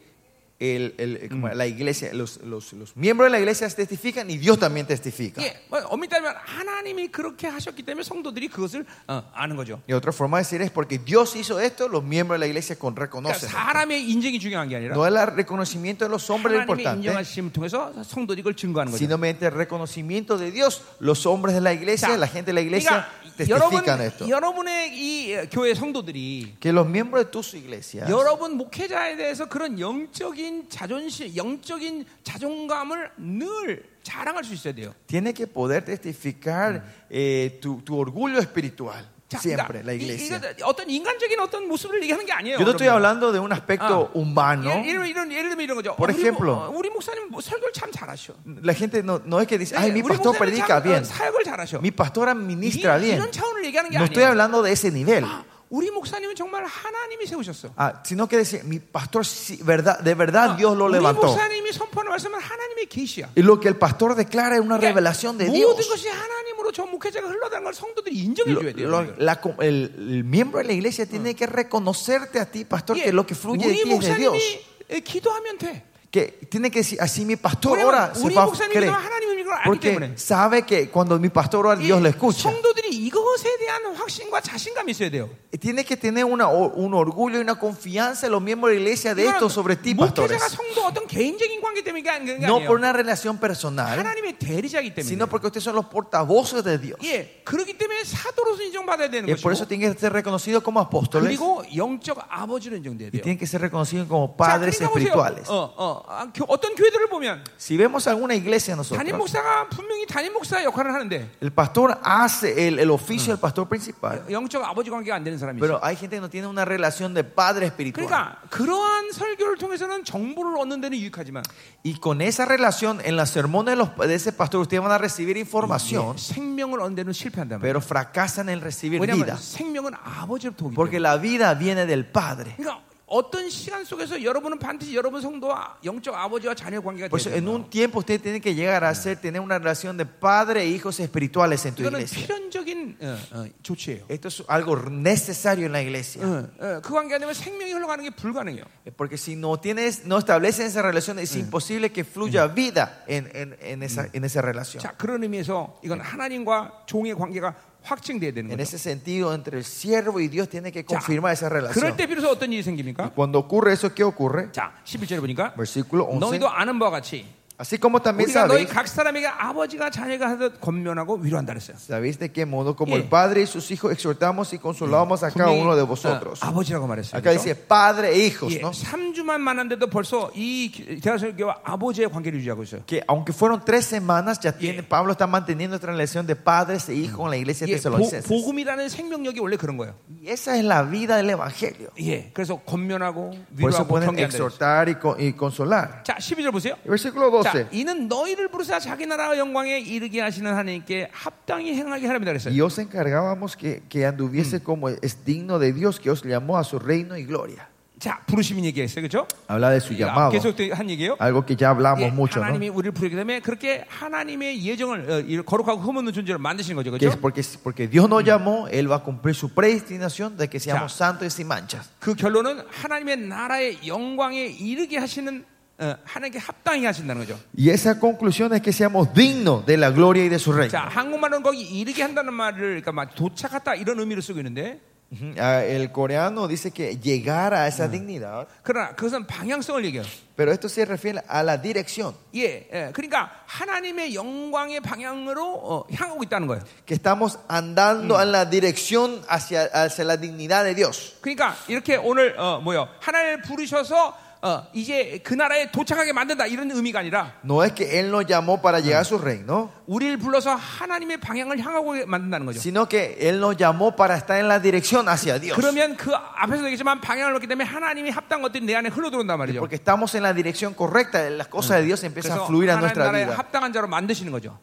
[SPEAKER 2] el- el- como la iglesia, los, los- los miembros de la iglesia testifican y Dios también testifica.
[SPEAKER 1] 예, 뭐, 엄밀히 따지면 하나님이 그렇게 하셨기 때문에 성도들이 그것을 어, 아는 거죠.
[SPEAKER 2] Y otra forma de decir es porque Dios hizo esto, los miembros de la iglesia con-
[SPEAKER 1] 그러니까
[SPEAKER 2] reconocen.
[SPEAKER 1] 사람의 인정이 중요한 게 아니라
[SPEAKER 2] No es el reconocimiento de los hombres lo
[SPEAKER 1] 하나님의
[SPEAKER 2] importante,
[SPEAKER 1] 인정하심을 통해서 성도들이 그걸 증거하는 거죠.
[SPEAKER 2] sino mediante el reconocimiento de Dios, los hombres de la iglesia, la gente de la iglesia
[SPEAKER 1] 여러분,
[SPEAKER 2] testifican esto.
[SPEAKER 1] 여러분의 이 어, 교회 성도들이
[SPEAKER 2] Que los miembros de tus iglesias
[SPEAKER 1] 여러분 목회자에 대해서 그런 영적인 자존심, 영적인 자존감을 늘 자랑할 수 있어야 돼요.
[SPEAKER 2] tiene que poder testificar eh, tu, tu orgullo espiritual.
[SPEAKER 1] 자, 그러니까
[SPEAKER 2] Siempre, la
[SPEAKER 1] 이-
[SPEAKER 2] iglesia.
[SPEAKER 1] 이거 어떤 인간적인 어떤 모습을 얘기하는 게 아니에요.
[SPEAKER 2] Yo no estoy
[SPEAKER 1] 여러분.
[SPEAKER 2] hablando de un aspecto
[SPEAKER 1] Ah.
[SPEAKER 2] humano.
[SPEAKER 1] 예, 예를, 예를, 예를 들면 이런 거죠.
[SPEAKER 2] Por
[SPEAKER 1] 우리,
[SPEAKER 2] ejemplo.
[SPEAKER 1] 목- 어, 우리 목사님 뭐 설교를 참 잘하셔. 예,
[SPEAKER 2] La gente no, no es que dice, ay, mi
[SPEAKER 1] 우리
[SPEAKER 2] pastor
[SPEAKER 1] 목사님 참,
[SPEAKER 2] predica
[SPEAKER 1] 어,
[SPEAKER 2] bien,
[SPEAKER 1] 사역을 잘하셔.
[SPEAKER 2] mi pastora ministra
[SPEAKER 1] 이-
[SPEAKER 2] bien.
[SPEAKER 1] 이런 차원을 얘기하는 게
[SPEAKER 2] No estoy
[SPEAKER 1] 아니에요.
[SPEAKER 2] hablando de ese nivel,
[SPEAKER 1] 아, 우리 목사님은 정말 하나님이 세우셨어.
[SPEAKER 2] Ah, sino que decir, mi pastor sí, verdad, de
[SPEAKER 1] Ah,
[SPEAKER 2] verdad Dios lo
[SPEAKER 1] 아, 우리
[SPEAKER 2] levantó.
[SPEAKER 1] 목사님이 선포하는 말씀은 하나님의 계시야. 그러니까
[SPEAKER 2] Y lo que el pastor declara es una revelación de Dios.
[SPEAKER 1] 모든 것이 하나님으로 저 목회자가 흘러가는 걸 성도들이 인정해
[SPEAKER 2] Lo-
[SPEAKER 1] 줘야 돼요.
[SPEAKER 2] lo-
[SPEAKER 1] 여러분들.
[SPEAKER 2] la co- el, el miembro de la iglesia tiene que reconocerte a ti, pastor,
[SPEAKER 1] 예,
[SPEAKER 2] que lo que fluye de
[SPEAKER 1] 우리
[SPEAKER 2] ti es de Dios.
[SPEAKER 1] 목사님이 예, 기도하면 돼.
[SPEAKER 2] Que tiene que decir, así mi pastor
[SPEAKER 1] 왜냐면
[SPEAKER 2] ora se
[SPEAKER 1] 우리
[SPEAKER 2] va a
[SPEAKER 1] 목사님이
[SPEAKER 2] creer.
[SPEAKER 1] 그동안 하나님의 이걸 알기
[SPEAKER 2] Porque
[SPEAKER 1] 때문에.
[SPEAKER 2] sabe que cuando mi pastor ora,
[SPEAKER 1] 이
[SPEAKER 2] Dios le escucha.
[SPEAKER 1] 예, 성도들이 이것에 대한 확신과 자신감이 있어야 돼요.
[SPEAKER 2] Tiene que tener una, o- un orgullo y una confianza en los miembros de la iglesia de esto
[SPEAKER 1] 이거는
[SPEAKER 2] 네, sobre ti, pastores.
[SPEAKER 1] 목회자가 성도 어떤 개인적인 관계 때문에 그게 아니- 그게
[SPEAKER 2] No
[SPEAKER 1] 아니에요.
[SPEAKER 2] por una relación personal,
[SPEAKER 1] 하나님의 대리자이기 때문에.
[SPEAKER 2] sino porque ustedes son los portavoces de Dios.
[SPEAKER 1] 예, 그렇기 때문에 사도로서 인정받아야 되는
[SPEAKER 2] Y 예, por eso
[SPEAKER 1] 것이고,
[SPEAKER 2] tienen que ser reconocidos como apóstoles
[SPEAKER 1] 그리고 영적 아버지로 인정돼야
[SPEAKER 2] y
[SPEAKER 1] 돼요.
[SPEAKER 2] tienen que ser reconocidos como
[SPEAKER 1] 자,
[SPEAKER 2] padres
[SPEAKER 1] 그러니까 보세요.
[SPEAKER 2] espirituales.
[SPEAKER 1] 어, 어, 아, 교- 어떤 교회들을 보면
[SPEAKER 2] Si vemos alguna iglesia
[SPEAKER 1] 담임
[SPEAKER 2] nosotros,
[SPEAKER 1] 목사가 분명히 담임 목사 역할을 하는데
[SPEAKER 2] el pastor hace el, el oficio del pastor principal,
[SPEAKER 1] 영적 아버지 관계가 안 되는 사람이 있어요.
[SPEAKER 2] pero hay gente que no tiene una relación de padre espiritual.
[SPEAKER 1] 그러니까 그러한 설교를 통해서는 정보를 얻는 데는 유익하지만
[SPEAKER 2] Y con esa relación, en las sermones de, los- de ese pastor, ustedes van a recibir información,
[SPEAKER 1] 예, 생명을 얻는 데는 실패한단 말이에요.
[SPEAKER 2] pero fracasan en recibir
[SPEAKER 1] 왜냐하면
[SPEAKER 2] vida.
[SPEAKER 1] 생명은 아버지로부터 오기 때문에.
[SPEAKER 2] Porque la vida viene del Padre.
[SPEAKER 1] 그러니까 어떤 시간 속에서 여러분은 반드시 여러분 성도와 영적 아버지와 자녀 관계가
[SPEAKER 2] Por eso,
[SPEAKER 1] 돼야
[SPEAKER 2] en
[SPEAKER 1] 돼요.
[SPEAKER 2] un tiempo ustedes tienen que llegar a ser, tener una relación de padre e hijos espirituales en tu
[SPEAKER 1] 이거는
[SPEAKER 2] iglesia.
[SPEAKER 1] 필연적인 어, 어, 조치예요.
[SPEAKER 2] Esto es algo necesario en la
[SPEAKER 1] 어,
[SPEAKER 2] iglesia.
[SPEAKER 1] 어, 그 관계 안 되면 생명이 흘러가는 게 불가능해요.
[SPEAKER 2] Porque si no tienes, no estableces esa relación, es imposible que fluya vida en, en- en esa, en esa relación.
[SPEAKER 1] 자 그런 의미에서 이건 하나님과 종의 관계가 확증돼야 되는
[SPEAKER 2] En
[SPEAKER 1] 거죠.
[SPEAKER 2] ese sentido, entre el siervo y Dios tiene que
[SPEAKER 1] 자,
[SPEAKER 2] confirmar esa relación.
[SPEAKER 1] 그럴 때 비로소 어떤 일이 생깁니까?
[SPEAKER 2] Cuando ocurre eso, ¿qué ocurre?
[SPEAKER 1] 자 11절에 보니까
[SPEAKER 2] Versículo 11.
[SPEAKER 1] 너희도 아는 바와 같이
[SPEAKER 2] Así como también
[SPEAKER 1] 우리가 너희
[SPEAKER 2] sabéis,
[SPEAKER 1] 각 사람에게 아버지가 자녀가 하듯 권면하고 위로한다 그랬어요.
[SPEAKER 2] sabéis de qué modo, como
[SPEAKER 1] 예.
[SPEAKER 2] el Padre y sus hijos exhortamos y consolamos a cada
[SPEAKER 1] 분명히,
[SPEAKER 2] uno de vosotros.
[SPEAKER 1] 아, 아버지라고 말했어요.
[SPEAKER 2] Acá dice padre e hijos,
[SPEAKER 1] 예,
[SPEAKER 2] ¿no?
[SPEAKER 1] 3주만 만났는데도 벌써 이 대화설교와 아버지의 관계를 유지하고 있어요.
[SPEAKER 2] Que aunque fueron tres semanas, ya tiene, Pablo está manteniendo esta relación de padres e hijos en la iglesia de
[SPEAKER 1] 예, 보,
[SPEAKER 2] Tesalonicenses.
[SPEAKER 1] 복음이라는 생명력이 원래 그런 거예요.
[SPEAKER 2] Y esa es la vida del evangelio.
[SPEAKER 1] 예, 그래서 권면하고
[SPEAKER 2] Por eso
[SPEAKER 1] 위로하고
[SPEAKER 2] pueden
[SPEAKER 1] 경계한다. 그랬어요.
[SPEAKER 2] exhortar y, co- y consolar.
[SPEAKER 1] 자, 12절 보세요.
[SPEAKER 2] Versículo
[SPEAKER 1] 자,
[SPEAKER 2] 12.
[SPEAKER 1] 이는 너희를 부르사 자기 나라와 영광에 이르게 하시는 하나님께 합당히 행하게 하랍니다
[SPEAKER 2] Y
[SPEAKER 1] 그랬어요.
[SPEAKER 2] os encargábamos que, que anduviese como es digno de Dios que os llamó a su reino y gloria.
[SPEAKER 1] 자, 부르심인 얘기했어요. 그렇죠?
[SPEAKER 2] Habla de su llamado.
[SPEAKER 1] 계속 한 얘기예요.
[SPEAKER 2] Algo que ya
[SPEAKER 1] 예,
[SPEAKER 2] hablamos mucho, ¿no?
[SPEAKER 1] 하나님이 우리를 부르기 때문에 그렇게 하나님의 예정을 어, 이 거룩하고 흠없는 존재로 만드신 거죠.
[SPEAKER 2] Que es
[SPEAKER 1] 그렇죠?
[SPEAKER 2] porque, porque Dios nos llamó, Él va a cumplir su predestinación de que seamos santos y sin manchas.
[SPEAKER 1] 그 결론은 하나님의 나라의 영광에 이르게 하시는 어, 하나님께 합당히 하신다는 거죠.
[SPEAKER 2] Y esa conclusión es que seamos dignos de la gloria y de su reino.
[SPEAKER 1] 자, 한국말은 거기 이르게 한다는 말을 그러니까 막 도착하다 이런 의미로 쓰고 있는데
[SPEAKER 2] Ujú. Ah, El coreano dice que llegar a esa dignidad,
[SPEAKER 1] 그러나 그것은 방향성을 얘기해요.
[SPEAKER 2] pero esto se refiere a la dirección,
[SPEAKER 1] 예, 예, 그러니까 하나님의 영광의 방향으로 어, 향하고 있다는 거예요.
[SPEAKER 2] que estamos andando en la dirección hacia, hacia la dignidad de Dios.
[SPEAKER 1] 그러니까 이렇게 오늘 어, 뭐요? 하나님을 부르셔서 어, 어, 이제 그 나라에 도착하게 만든다 이런 의미가 아니라
[SPEAKER 2] No es que Él nos llamó para llegar a su reino,
[SPEAKER 1] 우리를 불러서 하나님의 방향을 향하고 만든다는 거죠.
[SPEAKER 2] sino que Él nos llamó para estar en la dirección hacia Dios.
[SPEAKER 1] 그러면 그 앞에서 얘기했지만 방향을 놓기 때문에 하나님이 합당 것들이 내 안에 흘러들어온단 말이죠.
[SPEAKER 2] Porque estamos en la dirección correcta, las cosas de Dios empiezan
[SPEAKER 1] 그래서
[SPEAKER 2] a fluir a
[SPEAKER 1] 하나님
[SPEAKER 2] nuestra
[SPEAKER 1] 나라에
[SPEAKER 2] vida.
[SPEAKER 1] 합당한 자로 만드시는 거죠.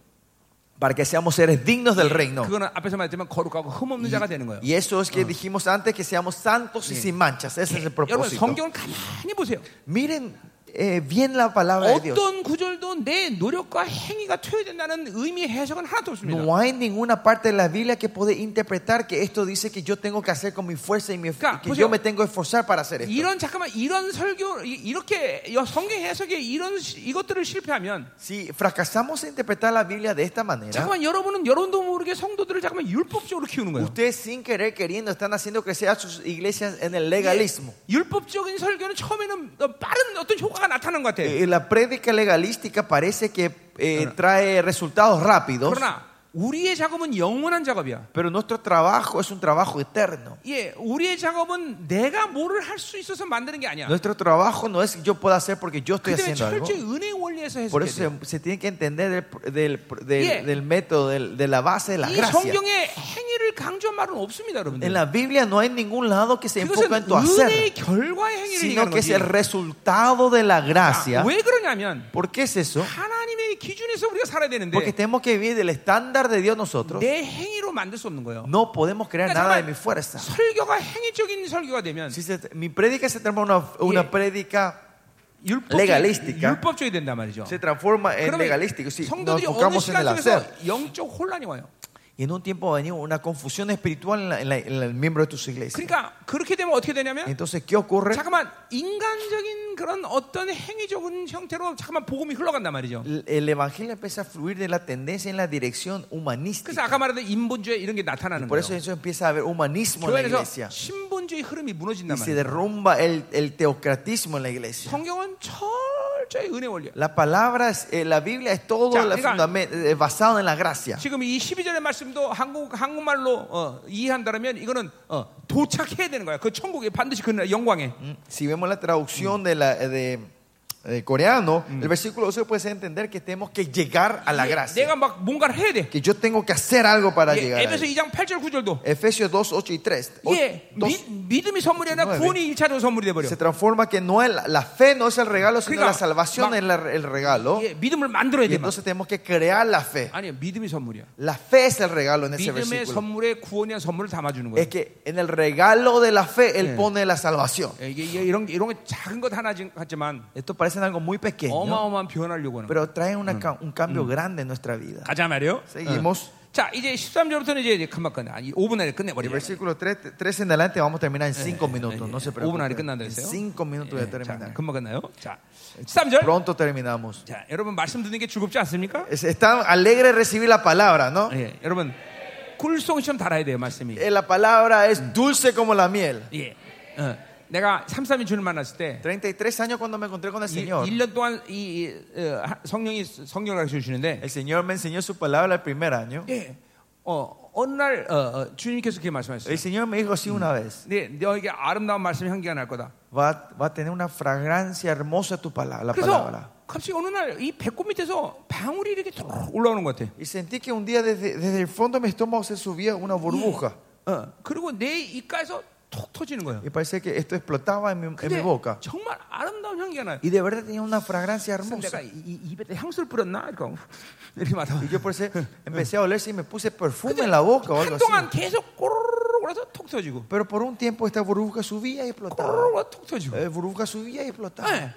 [SPEAKER 2] Para que seamos seres dignos del reino.
[SPEAKER 1] 그거는 앞에서 말했지만 거룩하고 흠없는 자가 되는 거예요.
[SPEAKER 2] Y eso es que dijimos antes, que seamos santos y sin manchas. Ese es el
[SPEAKER 1] 여러분
[SPEAKER 2] propósito.
[SPEAKER 1] 성경을 가만히 보세요.
[SPEAKER 2] Miren eh, bien la palabra de Dios.
[SPEAKER 1] 어떤 구절도 내 노력과 행위가 투여된다는 의미의 해석은 하나도 없습니다.
[SPEAKER 2] No hay ninguna parte de la Biblia que puede interpretar que esto dice que yo tengo que hacer con mi fuerza y mi-
[SPEAKER 1] Claro,
[SPEAKER 2] que
[SPEAKER 1] pues
[SPEAKER 2] yo
[SPEAKER 1] yo-
[SPEAKER 2] me tengo que esforzar para hacer esto.
[SPEAKER 1] 이런 잠깐만 이런 설교 이- 이렇게 여- 성경 해석에 이런 시- 이것들을 실패하면
[SPEAKER 2] Si fracasamos en interpretar la Biblia de esta manera,
[SPEAKER 1] 잠깐만 여러분은 여러분도 모르게 성도들을 잠깐만 율법적으로 키우는 거예요.
[SPEAKER 2] ustedes sin querer queriendo están haciendo crecer a sus iglesias en el legalismo.
[SPEAKER 1] 율법적인 설교는 처음에는 어, 빠른 어떤 효과가 나타나는 것 같아. 요
[SPEAKER 2] Eh, la prédica legalística parece que eh, trae resultados rápidos,
[SPEAKER 1] 그러나 우리의 작업은 영원한 작업이야.
[SPEAKER 2] pero nuestro trabajo es un trabajo eterno.
[SPEAKER 1] 예, 우리의 작업은 내가 뭐를 할 수 있어서 만드는 게 아니야.
[SPEAKER 2] Nuestro trabajo no es que yo pueda hacer porque yo
[SPEAKER 1] 그
[SPEAKER 2] estoy
[SPEAKER 1] 때문에
[SPEAKER 2] haciendo algo.
[SPEAKER 1] 철저히 은혜 원리에서
[SPEAKER 2] Por
[SPEAKER 1] 해석해야 돼.
[SPEAKER 2] eso se, se tiene que entender del, del- del-
[SPEAKER 1] Yeah.
[SPEAKER 2] del método, del- de la base de la
[SPEAKER 1] 이
[SPEAKER 2] gracia.
[SPEAKER 1] 성경에 행위를 강조한 말은 없습니다,
[SPEAKER 2] En
[SPEAKER 1] 여러분들.
[SPEAKER 2] la Biblia no hay ningún lado que se
[SPEAKER 1] 그것은
[SPEAKER 2] enfoca en tu hacer,
[SPEAKER 1] 은혜의 결과의 행위를
[SPEAKER 2] sino
[SPEAKER 1] 얘기하는
[SPEAKER 2] que es
[SPEAKER 1] 거지.
[SPEAKER 2] el resultado de la
[SPEAKER 1] 아,
[SPEAKER 2] gracia.
[SPEAKER 1] 왜 그러냐면
[SPEAKER 2] ¿Por qué es eso?
[SPEAKER 1] 하나님의 기준에서 우리가 살아야
[SPEAKER 2] Porque
[SPEAKER 1] 되는데
[SPEAKER 2] tenemos que vivir del estándar de Dios nosotros.
[SPEAKER 1] 내 행위로 만들 수 없는 거예요.
[SPEAKER 2] No podemos crear
[SPEAKER 1] 그러니까
[SPEAKER 2] nada de
[SPEAKER 1] 정말
[SPEAKER 2] mi fuerza.
[SPEAKER 1] 설교가 행위적인 설교가 되면
[SPEAKER 2] Si se- mi prédica se transforma en una, una
[SPEAKER 1] Yeah.
[SPEAKER 2] prédica,
[SPEAKER 1] 율법적이,
[SPEAKER 2] 레갈리스tica.
[SPEAKER 1] 율법적이 된단 말이죠.
[SPEAKER 2] se transforma en
[SPEAKER 1] 그러면
[SPEAKER 2] legalístico. Si nos
[SPEAKER 1] 성도들이 어느
[SPEAKER 2] enfocamos en el
[SPEAKER 1] 시간
[SPEAKER 2] hacer.
[SPEAKER 1] 속에서 영적 혼란이 와요.
[SPEAKER 2] Y en un tiempo va a venir una confusión espiritual en, la- en la- en el miembro de tus iglesias.
[SPEAKER 1] 그러니까 그렇게 되면 어떻게 되냐면
[SPEAKER 2] Entonces, ¿qué ocurre?
[SPEAKER 1] 잠깐만 인간적인 그런 어떤 행위적인 형태로 잠깐만 복음이 흘러간단 말이죠.
[SPEAKER 2] El- El evangelio empieza a fluir de la tendencia en la dirección
[SPEAKER 1] 그래서
[SPEAKER 2] humanística.
[SPEAKER 1] 아까 말했던 인본주의 이런 게 나타나는
[SPEAKER 2] Por eso
[SPEAKER 1] 거예요.
[SPEAKER 2] eso empieza a haber humanismo en la
[SPEAKER 1] 교회에서
[SPEAKER 2] iglesia.
[SPEAKER 1] 신본주의 흐름이 무너진단
[SPEAKER 2] Y se
[SPEAKER 1] 말이에요.
[SPEAKER 2] derrumba el, el teocratismo en la iglesia.
[SPEAKER 1] 성경은 철저히 은혜 원리.
[SPEAKER 2] La palabra, es- eh, la Biblia es todo
[SPEAKER 1] Ya,
[SPEAKER 2] la
[SPEAKER 1] digan.
[SPEAKER 2] fundamen- eh, basado en la gracia.
[SPEAKER 1] 지금 이 12절의 말씀도 한국 한국말로 어, 이해한다면 이거는 어, 도착해야 되는 거야. 그 천국에 반드시 그 날 영광에.
[SPEAKER 2] Mm. Si vemos la traducción de la, eh, de, de coreano, el versículo 12 puede entender que tenemos que llegar a la
[SPEAKER 1] 내가
[SPEAKER 2] gracia.
[SPEAKER 1] 막 뭔가를 해야 돼.
[SPEAKER 2] Que yo tengo que hacer algo para
[SPEAKER 1] 예,
[SPEAKER 2] llegar a
[SPEAKER 1] 에베소
[SPEAKER 2] él.
[SPEAKER 1] 2장 8절 9절도
[SPEAKER 2] Efesios 2, 8 y 3. O-
[SPEAKER 1] 예,
[SPEAKER 2] dos-
[SPEAKER 1] 미, 믿음이 선물이 아니라 구원이 1차로 선물이 돼 버려.
[SPEAKER 2] se transforma que no es la, la fe no es el regalo, sino
[SPEAKER 1] Diga.
[SPEAKER 2] la salvación
[SPEAKER 1] Ma-
[SPEAKER 2] es la- el regalo.
[SPEAKER 1] 예, 믿음을 만들어야
[SPEAKER 2] Y
[SPEAKER 1] 돼. 막.
[SPEAKER 2] entonces tenemos que crear la fe.
[SPEAKER 1] 아니요, 믿음이 선물이야.
[SPEAKER 2] La fe es el regalo en ese
[SPEAKER 1] 믿음의
[SPEAKER 2] versículo.
[SPEAKER 1] 선물에 구원이란 선물을 담아 주는 거야.
[SPEAKER 2] Es que en el regalo de la fe
[SPEAKER 1] Sí.
[SPEAKER 2] Él pone la salvación.
[SPEAKER 1] 예, 이게, 이게 이런 이런 게 작은 것 하나 지- 같지만
[SPEAKER 2] Esto parece algo muy
[SPEAKER 1] 예,
[SPEAKER 2] pequeño,
[SPEAKER 1] 어마어마한 변화려고 하는 거.
[SPEAKER 2] pero trae una ca- un cambio grande en nuestra vida.
[SPEAKER 1] 가자 말이요. 뭐. 예.
[SPEAKER 2] Seguimos.
[SPEAKER 1] 자, 이제 13절부터는 이제 이제 금방 끝내. 5분 안에 끝내
[SPEAKER 2] El
[SPEAKER 1] 버려.
[SPEAKER 2] versículo 3, en adelante vamos a terminar en 5
[SPEAKER 1] 예. eh,
[SPEAKER 2] minutos. No se
[SPEAKER 1] 오분 안에
[SPEAKER 2] preocupen.
[SPEAKER 1] 끝난다
[SPEAKER 2] En
[SPEAKER 1] 했어요. 예,
[SPEAKER 2] 5 minutos ya
[SPEAKER 1] 자,
[SPEAKER 2] terminar.
[SPEAKER 1] 금방 끝나요. 자, 13절.
[SPEAKER 2] Pronto terminamos.
[SPEAKER 1] 자, 여러분 말씀 듣는 게 즐겁지 않습니까?
[SPEAKER 2] Es- Están alegres de recibir la palabra, ¿no?
[SPEAKER 1] 예, 여러분 꿀송이처럼 달아야 돼요 말씀이.
[SPEAKER 2] Eh, La palabra es dulce como la miel.
[SPEAKER 1] 예, 어, 내가 33인 주를 만났을 때
[SPEAKER 2] 33 años cuando me encontré con el
[SPEAKER 1] 일
[SPEAKER 2] Señor.
[SPEAKER 1] 1년 동안 이, 이, 어, 하- 성령이 성경을 가르쳐 주시는데
[SPEAKER 2] El Señor me enseñó su palabra el primer año.
[SPEAKER 1] 예, 어, 어느 날 어, 어, 주님께서 그렇게 말씀하셨어요.
[SPEAKER 2] El Señor me dijo así una vez.
[SPEAKER 1] 네, 너에게 아름다운 말씀 향기가 날 거다.
[SPEAKER 2] Va, va a tener una fragancia hermosa tu palabra, la palabra.
[SPEAKER 1] 그래서 갑자기 어느 날 이 배꼽 밑에서 방울이 이렇게 쏙 올라오는 것 같아.
[SPEAKER 2] Y sentí que un día desde, desde el fondo de mi estómago se subía una burbuja.
[SPEAKER 1] 어, 그리고 내 입가에서 톡 터지는 거예요.
[SPEAKER 2] Y parecía que esto explotaba en mi, en mi
[SPEAKER 1] 근데
[SPEAKER 2] boca.
[SPEAKER 1] 정말 아름다운 향기가 나요.
[SPEAKER 2] Y de verdad tenía una fragancia
[SPEAKER 1] 그래서
[SPEAKER 2] hermosa.
[SPEAKER 1] 내가 이, 이- 입에 향수를 뿌렸나? 이렇게, (laughs) 이렇게 맡아.
[SPEAKER 2] Y yo por eso empecé a oler si me puse perfume
[SPEAKER 1] 근데
[SPEAKER 2] en la boca o algo así.
[SPEAKER 1] 한동안 계속 꼬르륵 올라서 톡 터지고
[SPEAKER 2] Pero por un tiempo esta burbuja subía y explotaba.
[SPEAKER 1] 꼬르륵 올라서 톡 터지고.
[SPEAKER 2] Eh, burbuja subía y explotaba.
[SPEAKER 1] 예.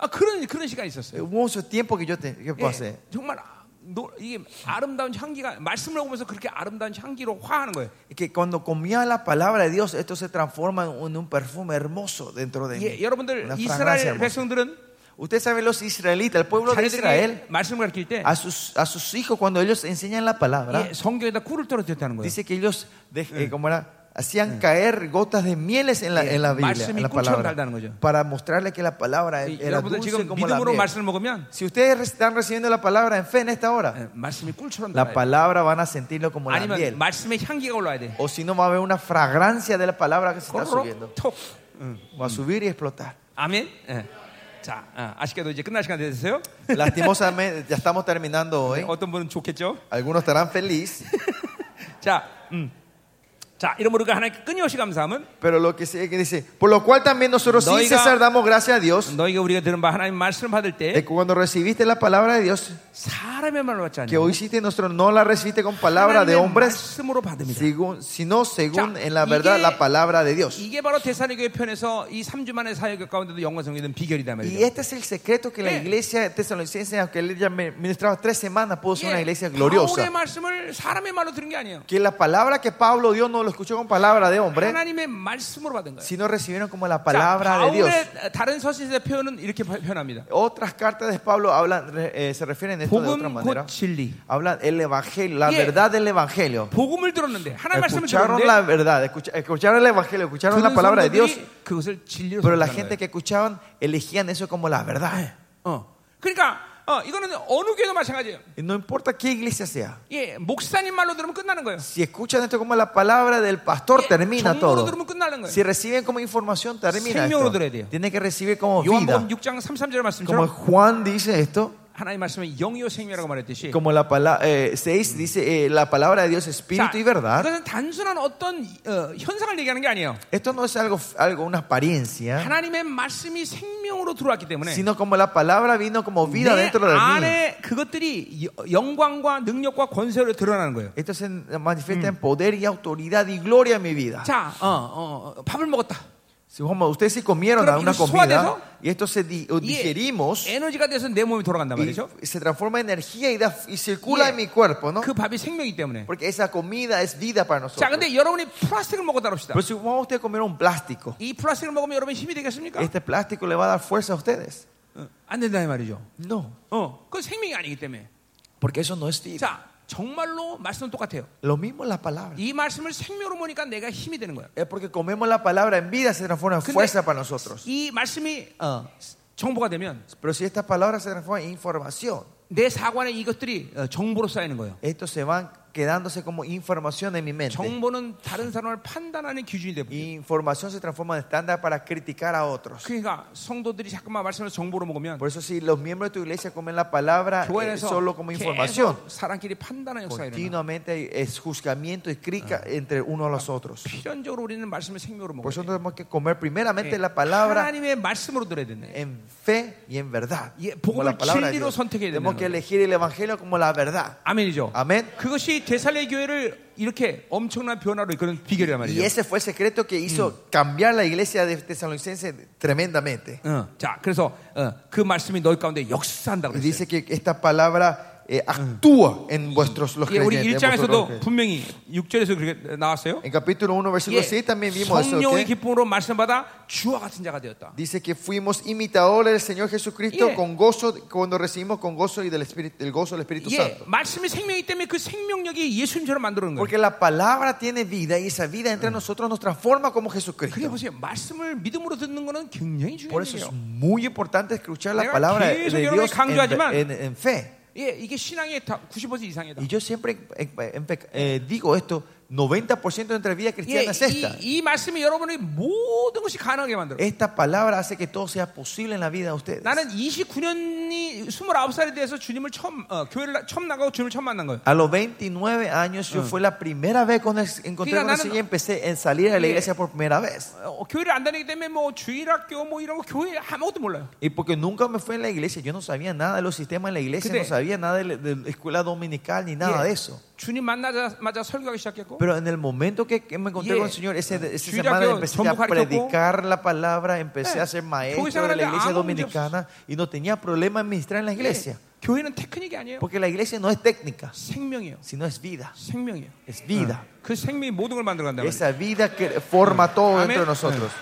[SPEAKER 1] 아 그런 그런 시간이 있었어요.
[SPEAKER 2] Eh, Hubo mucho tiempo que yo te- que
[SPEAKER 1] 예,
[SPEAKER 2] pasé.
[SPEAKER 1] 정말 아, 노- 이게 아름다운 향기가 말씀을 보면서 그렇게 아름다운 향기로 화하는 거예요.
[SPEAKER 2] Que cuando comía la palabra de Dios, esto se transforma en un perfume hermoso dentro de mí.
[SPEAKER 1] 예, 여러분들
[SPEAKER 2] Una fragancia
[SPEAKER 1] 이스라엘
[SPEAKER 2] hermosa.
[SPEAKER 1] 백성들은
[SPEAKER 2] Ustedes saben, los israelitas, el pueblo de Israel,
[SPEAKER 1] 자기들이 말씀을 가르칠 때
[SPEAKER 2] a sus, a sus hijos, cuando ellos enseñan la palabra,
[SPEAKER 1] 예, 성경에다 꿀을 떨어뜨렸다는 거예요.
[SPEAKER 2] dice que ellos de- eh, como era, hacían caer gotas de mieles en la,
[SPEAKER 1] Sí.
[SPEAKER 2] en la Biblia,
[SPEAKER 1] Marcelo
[SPEAKER 2] en la
[SPEAKER 1] y Cucho
[SPEAKER 2] palabra,
[SPEAKER 1] andan, ¿no?
[SPEAKER 2] para mostrarle que la palabra
[SPEAKER 1] 이-
[SPEAKER 2] era
[SPEAKER 1] 예, 여러분들
[SPEAKER 2] dulce
[SPEAKER 1] 지금
[SPEAKER 2] como la
[SPEAKER 1] 믿음으로
[SPEAKER 2] miel.
[SPEAKER 1] 말씀을 먹으면
[SPEAKER 2] Si ustedes están recibiendo la palabra en fe en esta hora,
[SPEAKER 1] 예, 말씀이 꿀처럼
[SPEAKER 2] la
[SPEAKER 1] 달아요.
[SPEAKER 2] palabra van a sentirlo como la
[SPEAKER 1] 아니면
[SPEAKER 2] miel.
[SPEAKER 1] 말씀의 향기가 올라야 돼.
[SPEAKER 2] O si no, va a haber una fragancia de la palabra que se está subiendo.
[SPEAKER 1] 꼬르륵 톡.
[SPEAKER 2] Va a subir y explotar.
[SPEAKER 1] 아멘. 예. 자, 아, 아쉽게도 이제 끝날 시간 되셨어요.
[SPEAKER 2] Lastimosamente, ya estamos terminando hoy.
[SPEAKER 1] 어떤 분은 좋겠죠.
[SPEAKER 2] Algunos estarán felices,
[SPEAKER 1] 자, 음. 자, 이런 우리가 하나님께 끊임없이 감사함은
[SPEAKER 2] pero lo que sigue que dice, por lo cual también nosotros
[SPEAKER 1] No,
[SPEAKER 2] sin
[SPEAKER 1] oiga.
[SPEAKER 2] cesar damos gracias a Dios.
[SPEAKER 1] 너희가 우리가 들은 바 하나님 말씀을 받을
[SPEAKER 2] de
[SPEAKER 1] 때
[SPEAKER 2] que cuando recibiste la palabra de Dios,
[SPEAKER 1] 사람의 말로 받지
[SPEAKER 2] que
[SPEAKER 1] 않냐.
[SPEAKER 2] hoy hiciste nosotros, no la recibiste con palabra de
[SPEAKER 1] 하나님의
[SPEAKER 2] hombres,
[SPEAKER 1] 말씀으로 받음이다.
[SPEAKER 2] según- sino según
[SPEAKER 1] Ya,
[SPEAKER 2] en la
[SPEAKER 1] y
[SPEAKER 2] verdad
[SPEAKER 1] que-
[SPEAKER 2] la palabra de Dios.
[SPEAKER 1] 이게 바로 대사리교회 편에서 이 3주 만의 사역 가운데도 영광성이 된 비결이다
[SPEAKER 2] Y
[SPEAKER 1] 말이죠.
[SPEAKER 2] este es el secreto que la
[SPEAKER 1] ¿Qué?
[SPEAKER 2] iglesia tesalonicense, aunque él ya me- ministraba tres semanas, pudo ser una iglesia
[SPEAKER 1] 예, 바울의
[SPEAKER 2] gloriosa.
[SPEAKER 1] 말씀을 사람의 말로 들은 게 아니에요.
[SPEAKER 2] Que la palabra que Pablo dio no lo escuchó con palabra de hombre,
[SPEAKER 1] 하나님의 말씀으로 받은 거예요.
[SPEAKER 2] sino recibieron como la
[SPEAKER 1] 자,
[SPEAKER 2] palabra de Dios.
[SPEAKER 1] 바울의 다른 서신의 표현은 이렇게 표- 표현합니다.
[SPEAKER 2] Otras cartas de Pablo hablan, re- eh, se refieren a esto de otra
[SPEAKER 1] 복음
[SPEAKER 2] manera.
[SPEAKER 1] 곧 진리.
[SPEAKER 2] Hablan el evangelio, la
[SPEAKER 1] ¿Qué?
[SPEAKER 2] verdad del evangelio.
[SPEAKER 1] 복음을 들었는데 하나님 말씀을
[SPEAKER 2] Escucharon la
[SPEAKER 1] 들었는데
[SPEAKER 2] verdad, escucha- escucharon el evangelio, escucharon la
[SPEAKER 1] 들은
[SPEAKER 2] palabra de Dios.
[SPEAKER 1] 사람들이 그것을 진리로
[SPEAKER 2] Pero la
[SPEAKER 1] 생각하는
[SPEAKER 2] gente que escuchaban elegían eso como la verdad.
[SPEAKER 1] 거예요. 어. 그러니까 어, 이거는 어느 교회도 마찬가지예요.
[SPEAKER 2] Y no importa qué iglesia sea.
[SPEAKER 1] 예, 목사님 말로 들으면 끝나는 거예요.
[SPEAKER 2] Si escuchan esto como la palabra del pastor,
[SPEAKER 1] 예,
[SPEAKER 2] termina
[SPEAKER 1] 정보로
[SPEAKER 2] todo.
[SPEAKER 1] 들으면 끝나는 거예요.
[SPEAKER 2] Si reciben como información, termina
[SPEAKER 1] 생명으로
[SPEAKER 2] esto.
[SPEAKER 1] 들어야 돼요.
[SPEAKER 2] Tienen que recibir como vida.
[SPEAKER 1] 요한복음 6장 33절
[SPEAKER 2] Como
[SPEAKER 1] 말씀처럼
[SPEAKER 2] Juan dice esto,
[SPEAKER 1] 하나님 말씀은 영이요 생명이라고 말했듯이
[SPEAKER 2] como la palabra 6
[SPEAKER 1] Mm.
[SPEAKER 2] dice, eh, la palabra de Dios,
[SPEAKER 1] 자,
[SPEAKER 2] espíritu y verdad.
[SPEAKER 1] 이것은 단순한 어떤 어, 현상을 얘기하는 게 아니에요.
[SPEAKER 2] Esto no es algo, algo una apariencia,
[SPEAKER 1] 하나님의 말씀이 생명으로 들어왔기 때문에
[SPEAKER 2] sino como la palabra vino como vida
[SPEAKER 1] 내
[SPEAKER 2] dentro de mí.
[SPEAKER 1] 안에 그것들이 여- 영광과 능력과 권세로 드러나는 거예요.
[SPEAKER 2] Esto se
[SPEAKER 1] Mm.
[SPEAKER 2] manifiesta en poder y autoridad y gloria en mi vida.
[SPEAKER 1] 자, 어, 어, 어, 밥을 먹었다.
[SPEAKER 2] Si vamos, ustedes si comieron
[SPEAKER 1] Pero,
[SPEAKER 2] alguna
[SPEAKER 1] ¿y suave,
[SPEAKER 2] comida
[SPEAKER 1] no? ¿eh?
[SPEAKER 2] y esto se di- o
[SPEAKER 1] 이게
[SPEAKER 2] digerimos
[SPEAKER 1] 에너지가 돼서 내 몸이 돌아간단
[SPEAKER 2] y
[SPEAKER 1] 말이죠.
[SPEAKER 2] se transforma en energía y, da- y circula
[SPEAKER 1] Yeah.
[SPEAKER 2] en mi cuerpo, ¿no?
[SPEAKER 1] 그 밥이 생명이기 때문에.
[SPEAKER 2] Porque esa comida es vida para
[SPEAKER 1] 자,
[SPEAKER 2] nosotros.
[SPEAKER 1] 근데 여러분이 플라스틱을 먹었다 합시다.
[SPEAKER 2] Pero si vamos ustedes comieron un plástico,
[SPEAKER 1] 이 플라스틱을 먹으면 여러분 힘이 되겠습니까?
[SPEAKER 2] este plástico le va a dar fuerza a ustedes.
[SPEAKER 1] 어, 예, 안 된다 이 말이죠.
[SPEAKER 2] No,
[SPEAKER 1] 어, 그건 생명이 아니기 때문에.
[SPEAKER 2] porque eso no es vida.
[SPEAKER 1] 자, 정말로 말씀은 똑같아요.
[SPEAKER 2] Lo mismo la palabra.
[SPEAKER 1] 이 말씀을 생명으로 보니까 내가 힘이 되는 거야.
[SPEAKER 2] Es porque comemos la palabra en vida se transforma en
[SPEAKER 1] Pero-
[SPEAKER 2] fuerza para nosotros.
[SPEAKER 1] 이 말씀이 어, 정보가 되면
[SPEAKER 2] Pero si esta palabra se transforma en información,
[SPEAKER 1] 내 사관에 이것들이 어, 정보로 쌓이는 거예요.
[SPEAKER 2] estos se van quedándose como información en mi mente.
[SPEAKER 1] 정보는 다른 사람을 판단하는 네. 기준이 되고
[SPEAKER 2] Información se transforma en estándar para criticar a otros.
[SPEAKER 1] 그러니까 성도들이 자꾸만 말씀을 정보로 먹으면
[SPEAKER 2] Por eso si los miembros de tu iglesia comen la palabra eh,
[SPEAKER 1] 교회에서
[SPEAKER 2] solo como información,
[SPEAKER 1] 계속 사람끼리 판단하는 역사가 일어나.
[SPEAKER 2] continuamente es juzgamiento y crica entre uno a los otros.
[SPEAKER 1] 필연적으로 우리는 말씀을 생명으로
[SPEAKER 2] Por
[SPEAKER 1] 먹어야
[SPEAKER 2] eso
[SPEAKER 1] 돼.
[SPEAKER 2] tenemos que comer
[SPEAKER 1] 예,
[SPEAKER 2] primeramente la palabra
[SPEAKER 1] 하나님의 말씀으로 들어야 되네.
[SPEAKER 2] en fe y eh, en verdad.
[SPEAKER 1] 예, 복음을
[SPEAKER 2] Como la palabra de
[SPEAKER 1] 진리로
[SPEAKER 2] Dios.
[SPEAKER 1] 선택해야
[SPEAKER 2] Tenemos
[SPEAKER 1] 되는
[SPEAKER 2] que elegir el evangelio como la verdad.
[SPEAKER 1] 아멘이죠.
[SPEAKER 2] Amén.
[SPEAKER 1] 그것이 데살레 교회를 이렇게 엄청난 변화로 이끄는 비결이란
[SPEAKER 2] Y
[SPEAKER 1] 말이죠.
[SPEAKER 2] ese fue el secreto que hizo cambiar la iglesia de tesalonicense tremendamente.
[SPEAKER 1] 어, 자, 그래서 어, 그 말씀이 너희 가운데 역사한다고
[SPEAKER 2] Y
[SPEAKER 1] 그랬어요.
[SPEAKER 2] dice que esta palabra eh, actúa en vuestros los
[SPEAKER 1] 예, 우리
[SPEAKER 2] creyentes. en vosotros los
[SPEAKER 1] 일장에서도
[SPEAKER 2] creyentes.
[SPEAKER 1] 분명히 6절에서 그렇게 나왔어요.
[SPEAKER 2] En capítulo 1, versículo
[SPEAKER 1] 예,
[SPEAKER 2] 6 también vimos eso.
[SPEAKER 1] 성령의
[SPEAKER 2] ¿ok?
[SPEAKER 1] 기쁨으로 말씀 받아 주와 같은 자가 되었다.
[SPEAKER 2] Dice que fuimos imitadores del Señor Jesucristo
[SPEAKER 1] Yeah.
[SPEAKER 2] con gozo cuando recibimos con gozo y del Espíritu, el gozo del Espíritu
[SPEAKER 1] 예,
[SPEAKER 2] Santo.
[SPEAKER 1] 말씀이 생명이기 때문에 그 생명력이 예수님처럼 만드는 거예요.
[SPEAKER 2] Porque la palabra tiene vida y esa vida entre nosotros nos transforma como
[SPEAKER 1] 그래
[SPEAKER 2] Jesucristo.
[SPEAKER 1] 보세요. 말씀을 믿음으로 듣는 거는 굉장히 중요한
[SPEAKER 2] Por eso es
[SPEAKER 1] 일이에요.
[SPEAKER 2] muy importante escuchar la
[SPEAKER 1] 내가
[SPEAKER 2] palabra de
[SPEAKER 1] 계속
[SPEAKER 2] de
[SPEAKER 1] 여러분에게
[SPEAKER 2] Dios
[SPEAKER 1] 강조하지만
[SPEAKER 2] en, en- en fe.
[SPEAKER 1] 예, 이게 신앙의 다- 90% 이상이다.
[SPEAKER 2] Y yo siempre eh, eh, eh, digo esto, 90% de nuestra vida
[SPEAKER 1] 예,
[SPEAKER 2] cristiana es esta.
[SPEAKER 1] 이, 이 말씀이 여러분의 모든 것이 가능하게 만들어.
[SPEAKER 2] Esta palabra hace que todo sea posible en la vida de ustedes.
[SPEAKER 1] 나는 29년이 29살에 대해서 주님을 처음 어, 교회를 나- 처음 나가고 주님을 처음 만난 거예요.
[SPEAKER 2] A los 29 años
[SPEAKER 1] Ah.
[SPEAKER 2] yo fue la primera vez cuando encontré
[SPEAKER 1] Diga,
[SPEAKER 2] con
[SPEAKER 1] 나는-
[SPEAKER 2] el Señor y empecé a salir a la
[SPEAKER 1] Yeah.
[SPEAKER 2] iglesia por primera vez.
[SPEAKER 1] 어, 교회를 안 다니기 때문에 뭐 주일학교 뭐 이런 거 교회 아무것도 몰라요.
[SPEAKER 2] Y porque nunca me fui en la iglesia, yo no sabía nada de los sistemas en la iglesia,
[SPEAKER 1] 근데-
[SPEAKER 2] no sabía nada de la, de la escuela dominical ni nada
[SPEAKER 1] Yeah.
[SPEAKER 2] de eso.
[SPEAKER 1] 주님 만나자마자 설교하기 시작했고
[SPEAKER 2] Pero en el momento que, que me encontré
[SPEAKER 1] Yeah.
[SPEAKER 2] con el Señor, ese, esa
[SPEAKER 1] 주일학교
[SPEAKER 2] semana empecé a
[SPEAKER 1] 전부 가르쳤고,
[SPEAKER 2] predicar la palabra, empecé
[SPEAKER 1] 예,
[SPEAKER 2] a ser
[SPEAKER 1] 교회
[SPEAKER 2] maestro de
[SPEAKER 1] 생활에
[SPEAKER 2] la iglesia
[SPEAKER 1] 아무 문제
[SPEAKER 2] dominicana y no tenía problema en ministrar en la iglesia.
[SPEAKER 1] 예, 교회는 테크닉이 아니에요.
[SPEAKER 2] Porque la iglesia no es técnica,
[SPEAKER 1] 생명이에요.
[SPEAKER 2] sino es vida.
[SPEAKER 1] 생명이에요.
[SPEAKER 2] Es vida.
[SPEAKER 1] 그 생명이 모든 걸 만들어 간다 말이에요.
[SPEAKER 2] Esa vida que forma todo
[SPEAKER 1] Ah. Amén.
[SPEAKER 2] dentro de nosotros.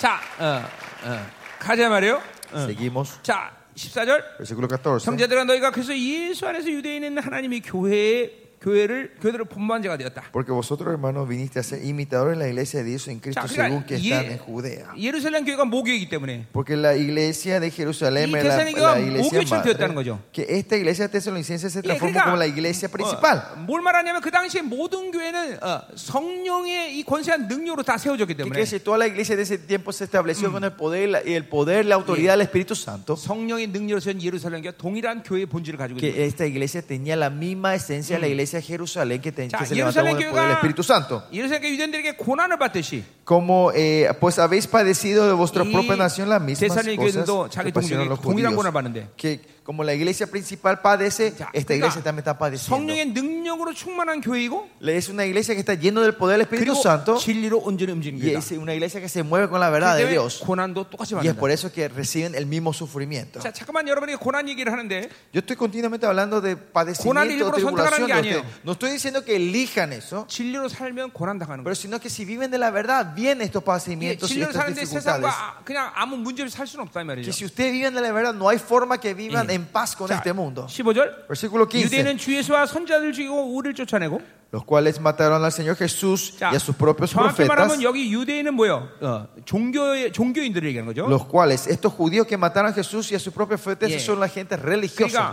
[SPEAKER 1] 자, 어, 어, 가자 말이에요. 어.
[SPEAKER 2] Seguimos.
[SPEAKER 1] 자, 14절.
[SPEAKER 2] Versículo 14.
[SPEAKER 1] 형제들아 너희가 그래서 예수 안에서 유대인은 하나님이 교회의 교회를 교회대로 본반 제가 되었다.
[SPEAKER 2] Porque vosotros, hermanos, viniste a ser imitadores de la iglesia de Dios en
[SPEAKER 1] 자,
[SPEAKER 2] Cristo
[SPEAKER 1] 그러니까
[SPEAKER 2] según que están en Judea.
[SPEAKER 1] 예, 예루살렘 교회가 모교이기 때문에
[SPEAKER 2] Porque la iglesia de Jerusalén
[SPEAKER 1] Y
[SPEAKER 2] es la,
[SPEAKER 1] tesalónica
[SPEAKER 2] la iglesia
[SPEAKER 1] 목교처럼 되었다는
[SPEAKER 2] madre.
[SPEAKER 1] 거죠.
[SPEAKER 2] Que esta iglesia tesalonicense se
[SPEAKER 1] 예,
[SPEAKER 2] transforma como la iglesia
[SPEAKER 1] 어,
[SPEAKER 2] principal.
[SPEAKER 1] 뭘 말하냐면 그 당시에 모든 교회는 어, 성령의 이 권세한 능력으로 다 세워졌기
[SPEAKER 2] Y
[SPEAKER 1] 때문에
[SPEAKER 2] que si toda la iglesia de ese tiempo se estableció con el poder la- y el poder, la autoridad del Espíritu Santo,
[SPEAKER 1] 성령의 능력으로 세운 예루살렘과 동일한 교회의 본질을 가지고 있는
[SPEAKER 2] que esta iglesia tenía la misma esencia de la iglesia de Jerusalén que, ten-
[SPEAKER 1] Ya,
[SPEAKER 2] que se levantó con
[SPEAKER 1] Jerusalén
[SPEAKER 2] el poder del
[SPEAKER 1] 교회가-
[SPEAKER 2] Espíritu Santo.
[SPEAKER 1] 예루살렘 교회 유대인들에게 고난을 받듯이
[SPEAKER 2] Como eh, pues habéis padecido de vuestra
[SPEAKER 1] Y
[SPEAKER 2] propia nación las mismas
[SPEAKER 1] Tesalónica
[SPEAKER 2] cosas
[SPEAKER 1] 교회들도
[SPEAKER 2] que
[SPEAKER 1] 자기
[SPEAKER 2] padecieron
[SPEAKER 1] 동족이
[SPEAKER 2] los
[SPEAKER 1] 동일한
[SPEAKER 2] judíos.
[SPEAKER 1] 고난을 받는데.
[SPEAKER 2] Que como la iglesia principal padece,
[SPEAKER 1] 자,
[SPEAKER 2] esta iglesia también está padeciendo.
[SPEAKER 1] 성령의 능력으로 충만한 교회이고
[SPEAKER 2] Es una iglesia que está lleno del poder del Espíritu
[SPEAKER 1] 그리고
[SPEAKER 2] Santo
[SPEAKER 1] 진리로 온전히 움직이는
[SPEAKER 2] y
[SPEAKER 1] 교회다.
[SPEAKER 2] es una iglesia que se mueve con la verdad de
[SPEAKER 1] 그때
[SPEAKER 2] Dios.
[SPEAKER 1] 고난도 똑같이
[SPEAKER 2] Y es por
[SPEAKER 1] 받는다.
[SPEAKER 2] eso que reciben el mismo sufrimiento.
[SPEAKER 1] 자, 잠깐만 여러분에게 고난 얘기를 하는데
[SPEAKER 2] Yo estoy continuamente hablando de
[SPEAKER 1] 고난을
[SPEAKER 2] padecimiento,
[SPEAKER 1] 일부러
[SPEAKER 2] tribulación.
[SPEAKER 1] 선택하라는 게
[SPEAKER 2] de ustedes.
[SPEAKER 1] 아니에요.
[SPEAKER 2] No estoy diciendo que elijan eso,
[SPEAKER 1] 진리로 살면 고난 당하는
[SPEAKER 2] pero
[SPEAKER 1] 거예요.
[SPEAKER 2] sino que si viven de la verdad, vienen estos
[SPEAKER 1] 이게
[SPEAKER 2] padecimientos y
[SPEAKER 1] 진리로
[SPEAKER 2] estas
[SPEAKER 1] 사는데
[SPEAKER 2] dificultades.
[SPEAKER 1] 세상과 아- 그냥 아무 문제 없이 살 수는 없다 이 말이죠.
[SPEAKER 2] Que si ustedes viven de la verdad, no hay forma que vivan en paz con
[SPEAKER 1] 자,
[SPEAKER 2] este mundo.
[SPEAKER 1] 15절.
[SPEAKER 2] Versículo 15.
[SPEAKER 1] 유대는 주 예수와 선자들 죽이고 우리를 쫓아내고
[SPEAKER 2] Los cuales mataron al Señor Jesús
[SPEAKER 1] 자,
[SPEAKER 2] y a sus propios
[SPEAKER 1] 정확히
[SPEAKER 2] profetas.
[SPEAKER 1] 말하면 여기 유대인은 뭐예요? 어, 종교의 종교인들을 얘기하는 거죠.
[SPEAKER 2] Los cuales, estos judíos que mataron a Jesús y a sus propios profetas,
[SPEAKER 1] Yeah.
[SPEAKER 2] son la gente religiosa,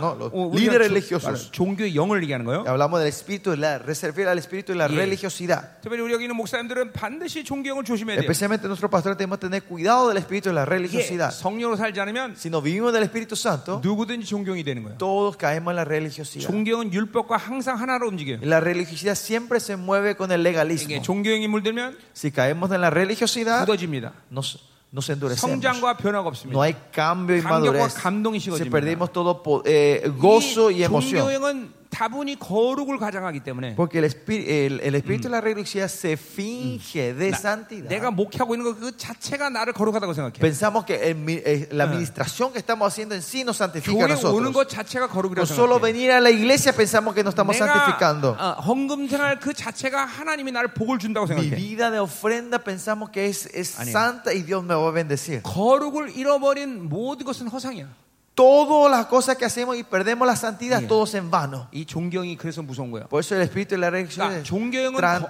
[SPEAKER 1] 그러니까
[SPEAKER 2] ¿no? Los
[SPEAKER 1] 어, 우리가
[SPEAKER 2] líderes
[SPEAKER 1] 조-
[SPEAKER 2] religiosos.
[SPEAKER 1] 바로 종교의 영을 얘기하는 거예요.
[SPEAKER 2] Hablamos del espíritu, de la, se refiere al espíritu y la
[SPEAKER 1] Yeah.
[SPEAKER 2] religiosidad.
[SPEAKER 1] 특별히 우리 여기 있는 목사님들은 반드시 종교형을 조심해야 돼요.
[SPEAKER 2] Especialmente nuestro pastor tenemos que tener cuidado del espíritu y
[SPEAKER 1] 예,
[SPEAKER 2] la religiosidad.
[SPEAKER 1] 성령으로 살지 않으면
[SPEAKER 2] Si no vivimos del Espíritu
[SPEAKER 1] 어?
[SPEAKER 2] Santo,
[SPEAKER 1] 누구든지 종교형이 되는 거예요.
[SPEAKER 2] todos caemos en la religiosidad.
[SPEAKER 1] 종교형은 율법과 항상 하나로 움직여요.
[SPEAKER 2] Y La religiosidad siempre se mueve con el legalismo.
[SPEAKER 1] 이게 종교형이 물들면
[SPEAKER 2] Si caemos en la religiosidad,
[SPEAKER 1] 굳어집니다.
[SPEAKER 2] nos, nos endurecemos.
[SPEAKER 1] 성장과 변화가
[SPEAKER 2] No
[SPEAKER 1] 없습니다.
[SPEAKER 2] hay cambio y
[SPEAKER 1] 감격과
[SPEAKER 2] madurez.
[SPEAKER 1] 감동이
[SPEAKER 2] Si
[SPEAKER 1] 식어집니다.
[SPEAKER 2] perdimos todo po- eh, gozo y
[SPEAKER 1] 이
[SPEAKER 2] emoción.
[SPEAKER 1] 종교형은 다분히 거룩을 가장하기 때문에
[SPEAKER 2] Porque el, espí- el- el espíritu de la religiosidad se finge de
[SPEAKER 1] 내가
[SPEAKER 2] santidad.
[SPEAKER 1] 목회하고 있는 것 그 자체가 나를 거룩하다고 생각해.
[SPEAKER 2] Pensamos que el mi- eh, la administración que estamos haciendo en sí nos santifica a
[SPEAKER 1] 교회 오는
[SPEAKER 2] nosotros.
[SPEAKER 1] 것 자체가 거룩이라고
[SPEAKER 2] Con solo
[SPEAKER 1] 생각해.
[SPEAKER 2] venir a la iglesia pensamos que nos estamos santificando.
[SPEAKER 1] 내가 어, 헌금 생활 그 자체가 하나님이 나를 복을 준다고
[SPEAKER 2] Mi
[SPEAKER 1] 생각해.
[SPEAKER 2] vida de ofrenda pensamos que es, es
[SPEAKER 1] Aníbal.
[SPEAKER 2] santa y Dios me va a bendecir.
[SPEAKER 1] 거룩을 잃어버린 모든 것은 허상이야.
[SPEAKER 2] Todas las cosas que hacemos y perdemos la santidad,
[SPEAKER 1] Bien.
[SPEAKER 2] todos en vano.
[SPEAKER 1] 이 존경이 그래서 무서운 거야.
[SPEAKER 2] Por eso el espíritu y la religión
[SPEAKER 1] 그러니까
[SPEAKER 2] es
[SPEAKER 1] 존경은
[SPEAKER 2] tran-
[SPEAKER 1] 거,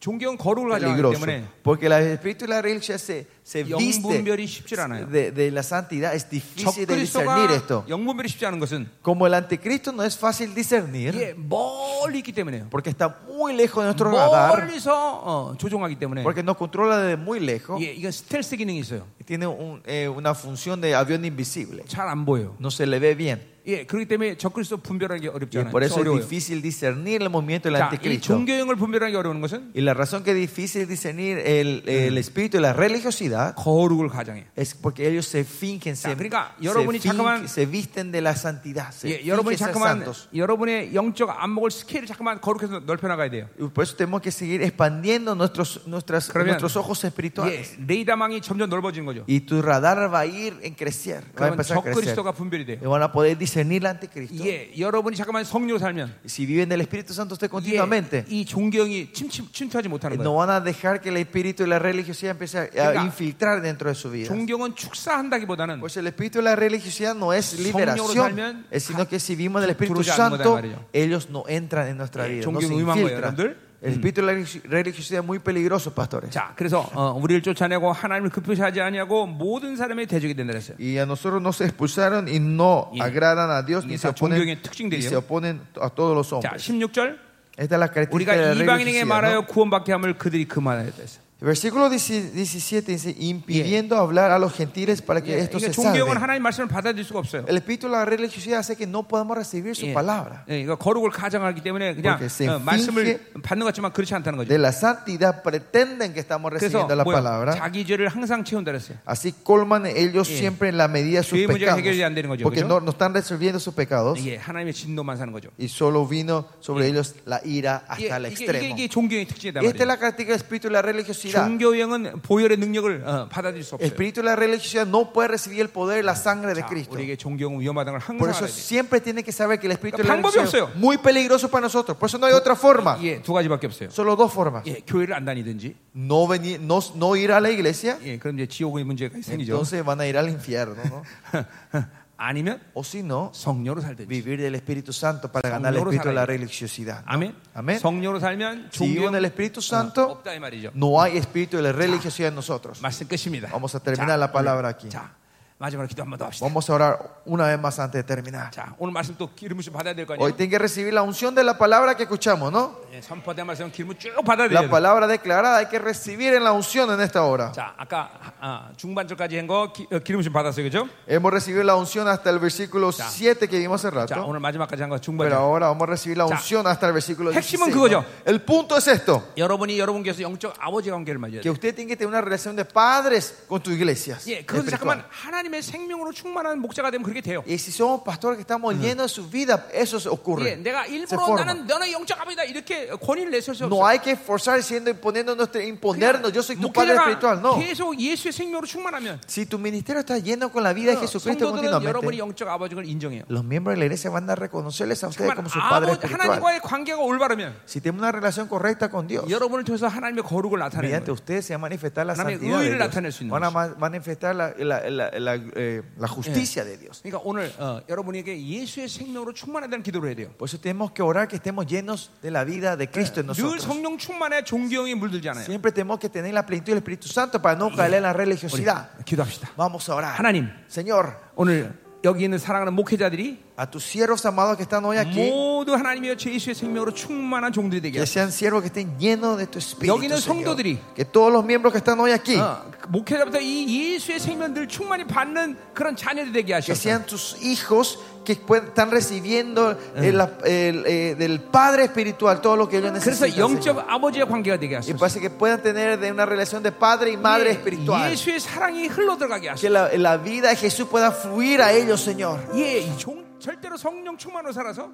[SPEAKER 1] 존경은 거룩을 가지기
[SPEAKER 2] peligroso.
[SPEAKER 1] 때문에
[SPEAKER 2] Porque el espíritu y la religión se, se viste
[SPEAKER 1] 영분별이 쉽지 않아요.
[SPEAKER 2] de, de la santidad. Es difícil de discernir
[SPEAKER 1] 적그리스도가
[SPEAKER 2] esto.
[SPEAKER 1] 영분별이 쉽지 않은 것은
[SPEAKER 2] Como el anticristo no es fácil discernir,
[SPEAKER 1] 이게 멀리 있기 때문에요.
[SPEAKER 2] porque está muy lejos de nuestro radar,
[SPEAKER 1] 멀리서 어, 조종하기 때문에
[SPEAKER 2] porque nos controla desde muy lejos,
[SPEAKER 1] 예, 이건 스텔스 기능이 있어요.
[SPEAKER 2] y tiene un, eh, una función de avión invisible.
[SPEAKER 1] 잘 안 보여.
[SPEAKER 2] No se le ve bien.
[SPEAKER 1] 예, 그렇기 때문에 적그리스도 분별하기 게
[SPEAKER 2] Y
[SPEAKER 1] 어렵잖아요.
[SPEAKER 2] por eso es
[SPEAKER 1] 어려워요.
[SPEAKER 2] difícil discernir el movimiento del
[SPEAKER 1] 자, 이
[SPEAKER 2] anticristo.
[SPEAKER 1] 종교형을 분별하기 어려운 것은
[SPEAKER 2] Y la razón que es difícil discernir el, el espíritu y la religiosidad
[SPEAKER 1] 거룩을 가장해.
[SPEAKER 2] es porque ellos se fingen, se,
[SPEAKER 1] Ya, 그러니까
[SPEAKER 2] se
[SPEAKER 1] 여러분이
[SPEAKER 2] fingen,
[SPEAKER 1] 잠깐만-
[SPEAKER 2] se visten de la santidad. Se
[SPEAKER 1] 예,
[SPEAKER 2] fingen
[SPEAKER 1] 여러분이
[SPEAKER 2] ser
[SPEAKER 1] 잠깐만
[SPEAKER 2] santos.
[SPEAKER 1] 여러분의 영적 안목을 스케일을 잠깐만 거룩해서 넓혀 나가야 돼요.
[SPEAKER 2] Y por eso tenemos que seguir expandiendo nuestros, nuestras,
[SPEAKER 1] 그러면-
[SPEAKER 2] nuestros ojos
[SPEAKER 1] 예,
[SPEAKER 2] espirituales.
[SPEAKER 1] 레이다망이 점점 넓어지는 거죠.
[SPEAKER 2] Y tu radar va a ir en crecer, va a
[SPEAKER 1] 그러면
[SPEAKER 2] empezar a crecer.
[SPEAKER 1] 적그리스도가 분별이 돼요.
[SPEAKER 2] Y van a poder discernir el anticristo.
[SPEAKER 1] 예, 여러분이 잠깐만 성령으로 살면
[SPEAKER 2] Y Si viven del Espíritu Santo usted
[SPEAKER 1] 예,
[SPEAKER 2] continuamente,
[SPEAKER 1] 이 존경이 침침, 침투하지 못하는
[SPEAKER 2] no
[SPEAKER 1] 거예요.
[SPEAKER 2] van a dejar que el espíritu y la religiosidad empiece a- a
[SPEAKER 1] 그러니까
[SPEAKER 2] infiltrar dentro de su vida.
[SPEAKER 1] 존경은 축사한다기보다는
[SPEAKER 2] Pues el espíritu de la religiosidad no es liberación,
[SPEAKER 1] 살면
[SPEAKER 2] es sino que si vivimos del Espíritu
[SPEAKER 1] 들어오지 않는 거다,
[SPEAKER 2] Santo,
[SPEAKER 1] 말이죠.
[SPEAKER 2] ellos no entran en nuestra
[SPEAKER 1] 예,
[SPEAKER 2] vida, no
[SPEAKER 1] 종교는
[SPEAKER 2] se
[SPEAKER 1] 위험한 거예요,
[SPEAKER 2] infiltran.
[SPEAKER 1] 여러분들.
[SPEAKER 2] El espíritu de la religio- religiosidad es muy peligroso, pastores.
[SPEAKER 1] 자, 그래서 어, 우리를 쫓아내고 하나님을 급표시하지 아니하고 모든 사람의 대적이 된다 그랬어요.
[SPEAKER 2] Y a nosotros nos expulsaron y no
[SPEAKER 1] 예.
[SPEAKER 2] agradan a Dios
[SPEAKER 1] 이게
[SPEAKER 2] ni se
[SPEAKER 1] 다
[SPEAKER 2] oponen,
[SPEAKER 1] 존경의 특징들이에요.
[SPEAKER 2] y se oponen a todos los
[SPEAKER 1] 자,
[SPEAKER 2] hombres.
[SPEAKER 1] 16절.
[SPEAKER 2] Esta es la
[SPEAKER 1] 우리가
[SPEAKER 2] característica de la
[SPEAKER 1] 이방인에게
[SPEAKER 2] religiosidad.
[SPEAKER 1] 말하여
[SPEAKER 2] ¿no?
[SPEAKER 1] 구원받게 함을 그들이 그만하였다 그랬어요.
[SPEAKER 2] Versículo 10 17 dice, impidiendo hablar a los gentiles para que estos
[SPEAKER 1] 그러니까
[SPEAKER 2] se
[SPEAKER 1] 존경은
[SPEAKER 2] salven.
[SPEAKER 1] 하나님 말씀을 받아들일 수가 없어요.
[SPEAKER 2] El espíritu de la religiosidad hace que no podamos recibir su
[SPEAKER 1] 예.
[SPEAKER 2] palabra.
[SPEAKER 1] 예, 이거 거룩을 가장하기 때문에 그냥
[SPEAKER 2] Porque se
[SPEAKER 1] 어, 말씀을
[SPEAKER 2] finge-
[SPEAKER 1] 받는 것 같지만 그렇지 않다는 거죠.
[SPEAKER 2] De la santidad pretenden que estamos
[SPEAKER 1] 그래서
[SPEAKER 2] recibiendo la
[SPEAKER 1] 뭐야,
[SPEAKER 2] palabra.
[SPEAKER 1] 자기 죄를 항상 채운다 그랬어요.
[SPEAKER 2] Así colman ellos
[SPEAKER 1] Sí.
[SPEAKER 2] siempre en la medida de sus
[SPEAKER 1] Sí, 문제가
[SPEAKER 2] pecados.
[SPEAKER 1] 해결이 안 되는 거죠,
[SPEAKER 2] Porque
[SPEAKER 1] 그죠?
[SPEAKER 2] no, no están resolviendo sus pecados.
[SPEAKER 1] 이게 하나님의 진노만 사는 거죠.
[SPEAKER 2] Y solo vino sobre ellos la ira
[SPEAKER 1] 이게,
[SPEAKER 2] hasta el
[SPEAKER 1] 이게, 이게,
[SPEAKER 2] extremo.
[SPEAKER 1] 이게 종교의 아, 특징이다
[SPEAKER 2] Esta es
[SPEAKER 1] 말이에요.
[SPEAKER 2] la característica del espíritu de la religiosidad.
[SPEAKER 1] 종교형은 보혈의 능력을 어, 받아들일 수
[SPEAKER 2] El
[SPEAKER 1] 없어요.
[SPEAKER 2] espíritu de la religiosidad no puede recibir el poder de la sangre de
[SPEAKER 1] 자,
[SPEAKER 2] Cristo.
[SPEAKER 1] 아, 우리에게 종교형은 위험하다는 걸
[SPEAKER 2] Por
[SPEAKER 1] 항상
[SPEAKER 2] eso
[SPEAKER 1] 알아야 돼요.
[SPEAKER 2] siempre tiene que saber que el espíritu de la
[SPEAKER 1] 방법이
[SPEAKER 2] religiosidad
[SPEAKER 1] 없어요.
[SPEAKER 2] es muy peligroso para nosotros. Por eso no hay otra forma.
[SPEAKER 1] 예, 두 가지밖에 없어요.
[SPEAKER 2] Solo dos formas.
[SPEAKER 1] 예, 교회를 안 다니든지,
[SPEAKER 2] No, venir, no, no ir a la iglesia,
[SPEAKER 1] 예, 그럼 이제 지옥의 문제가 생기죠. 네,
[SPEAKER 2] entonces van a ir al infierno. ¿no?
[SPEAKER 1] 안 (laughs) 아니면
[SPEAKER 2] O si no,
[SPEAKER 1] 성령으로 살든지.
[SPEAKER 2] vivir del Espíritu Santo para ganar el
[SPEAKER 1] Señor
[SPEAKER 2] espíritu de la
[SPEAKER 1] sabe.
[SPEAKER 2] religiosidad.
[SPEAKER 1] 아멘.
[SPEAKER 2] 아멘.
[SPEAKER 1] 성령으로 살면
[SPEAKER 2] Si
[SPEAKER 1] 종교
[SPEAKER 2] vivo en el Espíritu Santo,
[SPEAKER 1] 없다 이 말이죠.
[SPEAKER 2] no hay espíritu de la religiosidad en nosotros.
[SPEAKER 1] 말씀 끝입니다.
[SPEAKER 2] Vamos a terminar la palabra aquí.
[SPEAKER 1] 자, 마지막으로 기도 한 번 더 합시다.
[SPEAKER 2] Vamos a orar una vez más antes de terminar.
[SPEAKER 1] 자, 오늘 말씀 또 기름을 좀 받아야 될 거
[SPEAKER 2] Hoy
[SPEAKER 1] 아니에요?
[SPEAKER 2] tienen que recibir la unción de la palabra que escuchamos, ¿no?
[SPEAKER 1] 예, 선포된 말씀 기름을 쭉 받아야
[SPEAKER 2] La
[SPEAKER 1] 돼요.
[SPEAKER 2] palabra declarada hay que recibir en la unción en esta hora.
[SPEAKER 1] 자, 아까 아, 중반절까지 한 거 기름 좀 받았어요. 그죠?
[SPEAKER 2] Hemos recibido la unción hasta el versículo
[SPEAKER 1] Ya.
[SPEAKER 2] 7 que vimos hace
[SPEAKER 1] 자,
[SPEAKER 2] rato.
[SPEAKER 1] 오늘 마지막까지 한 거
[SPEAKER 2] 그렇죠? Pero
[SPEAKER 1] 중반절.
[SPEAKER 2] ahora vamos a recibir la
[SPEAKER 1] Ya.
[SPEAKER 2] unción hasta el versículo
[SPEAKER 1] 핵심은
[SPEAKER 2] 16.
[SPEAKER 1] 그거죠.
[SPEAKER 2] ¿no? El punto es esto:
[SPEAKER 1] 여러분이 여러분께서 영적 아버지 관계를 맞아야
[SPEAKER 2] que
[SPEAKER 1] 돼요.
[SPEAKER 2] usted tiene que tener una relación de padres con tus iglesias.
[SPEAKER 1] 예, 그것은 잠깐만
[SPEAKER 2] espiritual.
[SPEAKER 1] 하나님의 생명으로 충만한 목자가 되면 그렇게 돼요.
[SPEAKER 2] Y si somos pastores que estamos llenos de su vida, eso se
[SPEAKER 1] 예,
[SPEAKER 2] ocurre.
[SPEAKER 1] 내가
[SPEAKER 2] Se
[SPEAKER 1] 일부러
[SPEAKER 2] forma.
[SPEAKER 1] 나는 너는 영적 아버지다 이렇게 권위를 내설 수
[SPEAKER 2] No
[SPEAKER 1] 없어.
[SPEAKER 2] hay que forzar siendo imponiendo nuestro, imponernos. Yo soy tu padre espiritual.
[SPEAKER 1] 목회자가
[SPEAKER 2] No.
[SPEAKER 1] 계속 예수의 생명으로 충만하면
[SPEAKER 2] Si tu ministerio está lleno con la vida de Jesucristo
[SPEAKER 1] 성도들은 여러분이
[SPEAKER 2] continuamente,
[SPEAKER 1] 영적 아버지를 인정해요.
[SPEAKER 2] los miembros de la iglesia van a reconocerles a ustedes
[SPEAKER 1] 정말
[SPEAKER 2] como su padre
[SPEAKER 1] 아버,
[SPEAKER 2] espiritual.
[SPEAKER 1] 하나님과의 관계가 올바르면
[SPEAKER 2] Si tienen una relación correcta con Dios,
[SPEAKER 1] 여러분을 통해서 하나님의 거룩을 나타내는
[SPEAKER 2] mediante
[SPEAKER 1] 거예요.
[SPEAKER 2] ustedes se va a manifestar la
[SPEAKER 1] 하나님의
[SPEAKER 2] santidad de
[SPEAKER 1] 의의를
[SPEAKER 2] Dios.
[SPEAKER 1] 나타낼 수 있는
[SPEAKER 2] van a ma- manifestar la, la- la- la- eh, la justicia de Dios.
[SPEAKER 1] 그러니까 오늘 어, 여러분에게 예수의 생명으로 충만하다는 기도를 해야 돼요.
[SPEAKER 2] Por eso tenemos que orar que estemos llenos de la vida de Cristo en
[SPEAKER 1] 늘
[SPEAKER 2] nosotros.
[SPEAKER 1] 성령 충만에 종교형이 물들지 않아요.
[SPEAKER 2] Siempre tenemos que tener la plenitud del Espíritu Santo para no caer en la
[SPEAKER 1] 우리
[SPEAKER 2] religiosidad.
[SPEAKER 1] 네, 기도합시다.
[SPEAKER 2] Vamos a orar.
[SPEAKER 1] 하나님,
[SPEAKER 2] Señor,
[SPEAKER 1] 오늘 여기 있는 사랑하는 목회자들이
[SPEAKER 2] a tus siervos amados que están hoy aquí,
[SPEAKER 1] 모두 하나님의 예수의 생명으로 충만한 종들이 되게
[SPEAKER 2] que
[SPEAKER 1] 하소서.
[SPEAKER 2] sean siervos que estén llenos de tu Espíritu.
[SPEAKER 1] 여기 있는
[SPEAKER 2] Señor.
[SPEAKER 1] 성도들이
[SPEAKER 2] Que todos los miembros que están hoy aquí,
[SPEAKER 1] 어, 목회자부터 이 예수의 생명들 충만히 받는 그런 자녀들이 되게
[SPEAKER 2] que
[SPEAKER 1] 하셔서.
[SPEAKER 2] sean tus hijos que pueden- están recibiendo el- la- el- eh, del Padre Espiritual todo lo que ellos necesitan.
[SPEAKER 1] 그래서
[SPEAKER 2] Señor.
[SPEAKER 1] 영적 아버지의 관계가 되게
[SPEAKER 2] Y
[SPEAKER 1] 하소서.
[SPEAKER 2] parece que puedan tener de una relación de padre y madre
[SPEAKER 1] 예,
[SPEAKER 2] espiritual.
[SPEAKER 1] 예수의 사랑이 흘러 들어가게 하소서.
[SPEAKER 2] Que la, la vida de Jesús pueda fluir a ellos, Señor.
[SPEAKER 1] 예, 이 종, 절대로 성령 충만으로 살아서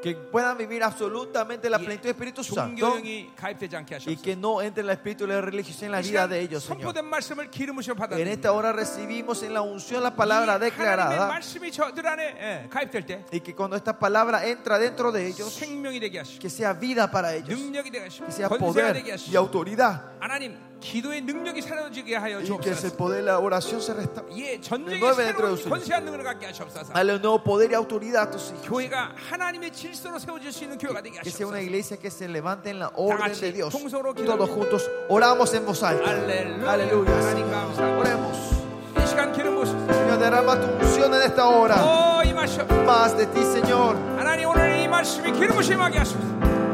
[SPEAKER 2] Que puedan vivir absolutamente la plenitud del Espíritu Santo.
[SPEAKER 1] 종교형이 가입되지 않게
[SPEAKER 2] Y
[SPEAKER 1] 하소서.
[SPEAKER 2] que no entre la espíritu de la religión en la
[SPEAKER 1] 이
[SPEAKER 2] vida
[SPEAKER 1] 시간
[SPEAKER 2] de ellos, Señor.
[SPEAKER 1] 선포된 말씀을 기름으로 받아.
[SPEAKER 2] En esta hora recibimos en la unción la palabra
[SPEAKER 1] 하나님의
[SPEAKER 2] declarada.
[SPEAKER 1] 말씀이 저들 안에 예, 가입될 때
[SPEAKER 2] Y que cuando esta palabra entra dentro de ellos,
[SPEAKER 1] 생명이 되게 하시고
[SPEAKER 2] que sea vida para ellos.
[SPEAKER 1] 능력이 되게
[SPEAKER 2] Que sea
[SPEAKER 1] 하시고 권세가
[SPEAKER 2] poder
[SPEAKER 1] 되게
[SPEAKER 2] y
[SPEAKER 1] 하시고
[SPEAKER 2] autoridad.
[SPEAKER 1] 하나님 기도의 능력이 사라지게 하여
[SPEAKER 2] Y que ese
[SPEAKER 1] 주옵소서.
[SPEAKER 2] poder de la oración se restaure.
[SPEAKER 1] 예, 전쟁의
[SPEAKER 2] 능력을 내려
[SPEAKER 1] 새로운
[SPEAKER 2] 주옵소서.
[SPEAKER 1] 권세한 능력을 갖게 하시옵소서.
[SPEAKER 2] Dale un nuevo poder y autoridad a tus hijos.
[SPEAKER 1] 교회가 하나님의 질서로 세워질 수 있는 교회가 되게
[SPEAKER 2] Que sea una
[SPEAKER 1] 하시옵소서.
[SPEAKER 2] iglesia que se levante en la orden de Dios.
[SPEAKER 1] 통성으로 기도합니다.
[SPEAKER 2] Todos juntos oramos en voz alta.
[SPEAKER 1] Aleluya.
[SPEAKER 2] Aleluya.
[SPEAKER 1] Hanim
[SPEAKER 2] Señor.
[SPEAKER 1] 감사합니다.
[SPEAKER 2] Oremos.
[SPEAKER 1] 그러니까 이 시간 기름 부으소서.
[SPEAKER 2] Señor, derrama tu unción en esta hora.
[SPEAKER 1] 오, 임하시옵소서.
[SPEAKER 2] Más de ti, Señor.
[SPEAKER 1] 하나님 오늘 이 말씀이 기름 부으심하게 하소서.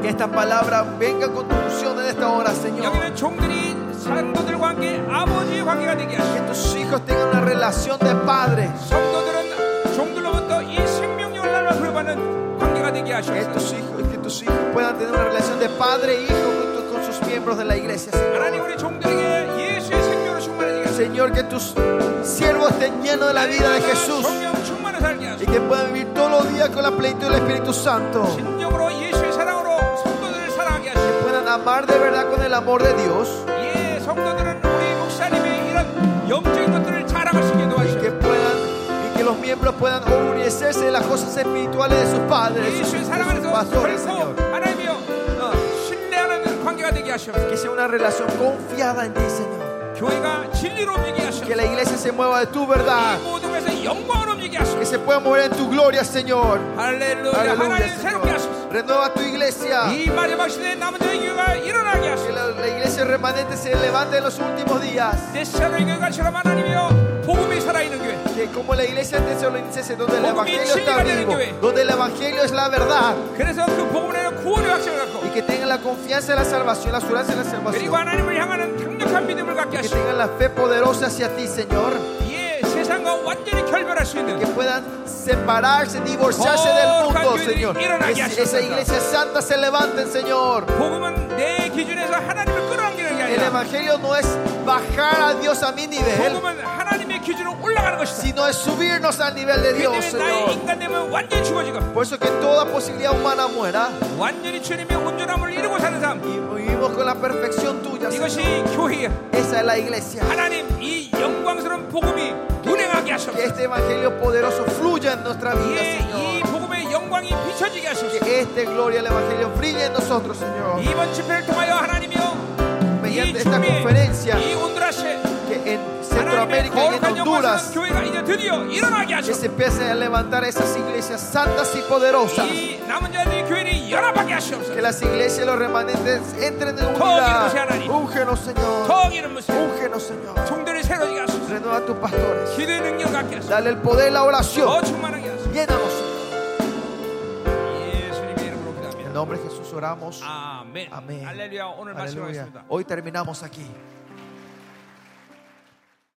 [SPEAKER 2] Que esta palabra venga con tu unción en esta hora, Señor.
[SPEAKER 1] 여기는 종들이 사람들과 함께 아버지의 관계가 되게 하시고
[SPEAKER 2] Que tus hijos tengan una relación de padre.
[SPEAKER 1] 성도들은 종들로부터 이 생명력을 날라 부여받는 관계가 되게
[SPEAKER 2] Que
[SPEAKER 1] 하시옵소서
[SPEAKER 2] tus hijos, que tus hijos puedan tener una relación de padre e hijo con, tu- con sus miembros de la iglesia,
[SPEAKER 1] 하나님
[SPEAKER 2] Señor.
[SPEAKER 1] 우리 종들에게 예수의 생명으로 충만하게 하소서
[SPEAKER 2] Señor, que tus siervos estén llenos de la vida de Jesús.
[SPEAKER 1] 성령 충만을 살게
[SPEAKER 2] Y
[SPEAKER 1] 하소서
[SPEAKER 2] que puedan vivir todos los días con la plenitud del Espíritu Santo.
[SPEAKER 1] 진정으로 예수의 사랑으로 성도들을 사랑하게 하시고
[SPEAKER 2] puedan amar de verdad con el amor de Dios,
[SPEAKER 1] 예 성도들은 우리 목사님의 이런 영적인 것들을 자랑할 수 있게
[SPEAKER 2] que
[SPEAKER 1] 도와주시고
[SPEAKER 2] puedan y que los miembros puedan obedecerse de las cosas espirituales de sus padres, de sus,
[SPEAKER 1] 예수의 사랑
[SPEAKER 2] de sus
[SPEAKER 1] 안에서
[SPEAKER 2] pastores,
[SPEAKER 1] 결코
[SPEAKER 2] Señor.
[SPEAKER 1] 하나님이여 어, 신뢰하는 관계가 되게 하시옵소서
[SPEAKER 2] Que sea una relación confiada en ti, Señor.
[SPEAKER 1] 교회가 진리로 움직이게 하시옵소서
[SPEAKER 2] Que la iglesia se mueva de tu verdad,
[SPEAKER 1] 이 모든 것에 영광을 움직이게 하소서
[SPEAKER 2] que se pueda mover en tu gloria, Señor.
[SPEAKER 1] 예. 할렐루야 아.
[SPEAKER 2] Aleluya,
[SPEAKER 1] 하나님 새롭게 하소서
[SPEAKER 2] Señor. Renueva tu iglesia.
[SPEAKER 1] 이 마지막 시대에 남은 자의 교회가 일어나게
[SPEAKER 2] Que
[SPEAKER 1] 하소서
[SPEAKER 2] la, la iglesia remanente se levante en los últimos días.
[SPEAKER 1] 예. 데스샤노의 교회가처럼 하나님이여 복음이 살아있는 교회
[SPEAKER 2] Que como la iglesia de Tesalonicenses, donde el
[SPEAKER 1] Como
[SPEAKER 2] evangelio
[SPEAKER 1] mi
[SPEAKER 2] está
[SPEAKER 1] chile,
[SPEAKER 2] vivo,
[SPEAKER 1] que-
[SPEAKER 2] donde el evangelio es la verdad,
[SPEAKER 1] 그래서 그 복음에 대한 구원의 확신을
[SPEAKER 2] y
[SPEAKER 1] 갖고
[SPEAKER 2] que tengan la confianza en la salvación, la seguridad en la salvación.
[SPEAKER 1] 그리고 하나님을 향하는 강력한 믿음을 갖게
[SPEAKER 2] que
[SPEAKER 1] 하시고
[SPEAKER 2] tengan la fe poderosa hacia ti, Señor,
[SPEAKER 1] 예 세상과 완전히 결별할 수 있는
[SPEAKER 2] que puedan separarse, divorciarse del mundo, Señor. Que si- esa iglesia santa se levanten, Señor.
[SPEAKER 1] 복음은 내 기준에서 하나님을 끌어당기는 게
[SPEAKER 2] El
[SPEAKER 1] 아니라
[SPEAKER 2] evangelio no es bajar a Dios a mi nivel,
[SPEAKER 1] 복음은 하나님의 기준으로 올라가는 것이다
[SPEAKER 2] sino es subirnos al nivel de
[SPEAKER 1] 그
[SPEAKER 2] Dios,
[SPEAKER 1] 때문에 나의
[SPEAKER 2] Señor.
[SPEAKER 1] 인간됨은 완전히 죽어지고
[SPEAKER 2] Por eso que toda posibilidad humana muera
[SPEAKER 1] 완전히 주님의 온전함을 이루고 사는 삶
[SPEAKER 2] y vivimos con la perfección tuya. Señor.
[SPEAKER 1] 이것이 교회야
[SPEAKER 2] Esa es la iglesia.
[SPEAKER 1] 하나님 이 영광스러운 복음이 운행하게
[SPEAKER 2] Que
[SPEAKER 1] 하소서
[SPEAKER 2] este evangelio poderoso fluya en nuestra vida,
[SPEAKER 1] 예, 이
[SPEAKER 2] Señor.
[SPEAKER 1] 복음의 영광이 비춰지게 하소서
[SPEAKER 2] Que este gloria del evangelio brille en nosotros, Señor.
[SPEAKER 1] 이번 집회를 통하여 하나님이여
[SPEAKER 2] Mediante
[SPEAKER 1] 이
[SPEAKER 2] esta
[SPEAKER 1] 주의
[SPEAKER 2] conferencia.
[SPEAKER 1] 이 온드라시에
[SPEAKER 2] que en
[SPEAKER 1] 하나님의
[SPEAKER 2] Centroamérica y
[SPEAKER 1] 거룩한
[SPEAKER 2] en
[SPEAKER 1] 말씀한
[SPEAKER 2] duras,
[SPEAKER 1] 교회가 이제 드디어 일어나게
[SPEAKER 2] que
[SPEAKER 1] 하시옵소서.
[SPEAKER 2] se empiecen a levantar esas iglesias santas y poderosas.
[SPEAKER 1] 이 남은 자들이 교회를 연합하게
[SPEAKER 2] Que
[SPEAKER 1] 하시옵소서.
[SPEAKER 2] las iglesias y los remanentes entren en
[SPEAKER 1] Todos,
[SPEAKER 2] unidad.
[SPEAKER 1] Señor.
[SPEAKER 2] Úngenos, Señor.
[SPEAKER 1] 더기는 무슨
[SPEAKER 2] Úngenos, Señor.
[SPEAKER 1] 종들이 새로지게 하소서.
[SPEAKER 2] Renueva a tus pastores.
[SPEAKER 1] 기도의 능력 갖게 하소서.
[SPEAKER 2] Dale el poder a la
[SPEAKER 1] 더
[SPEAKER 2] oración.
[SPEAKER 1] 충만하게 하소서.
[SPEAKER 2] Llénanos, Señor.
[SPEAKER 1] 예수님의 이름으로
[SPEAKER 2] En
[SPEAKER 1] 기도합니다.
[SPEAKER 2] nombre de Jesús oramos.
[SPEAKER 1] 아멘.
[SPEAKER 2] Amén.
[SPEAKER 1] 할렐루야. 오늘
[SPEAKER 2] Aleluya.
[SPEAKER 1] 마치겠습니다.
[SPEAKER 2] Hoy terminamos aquí.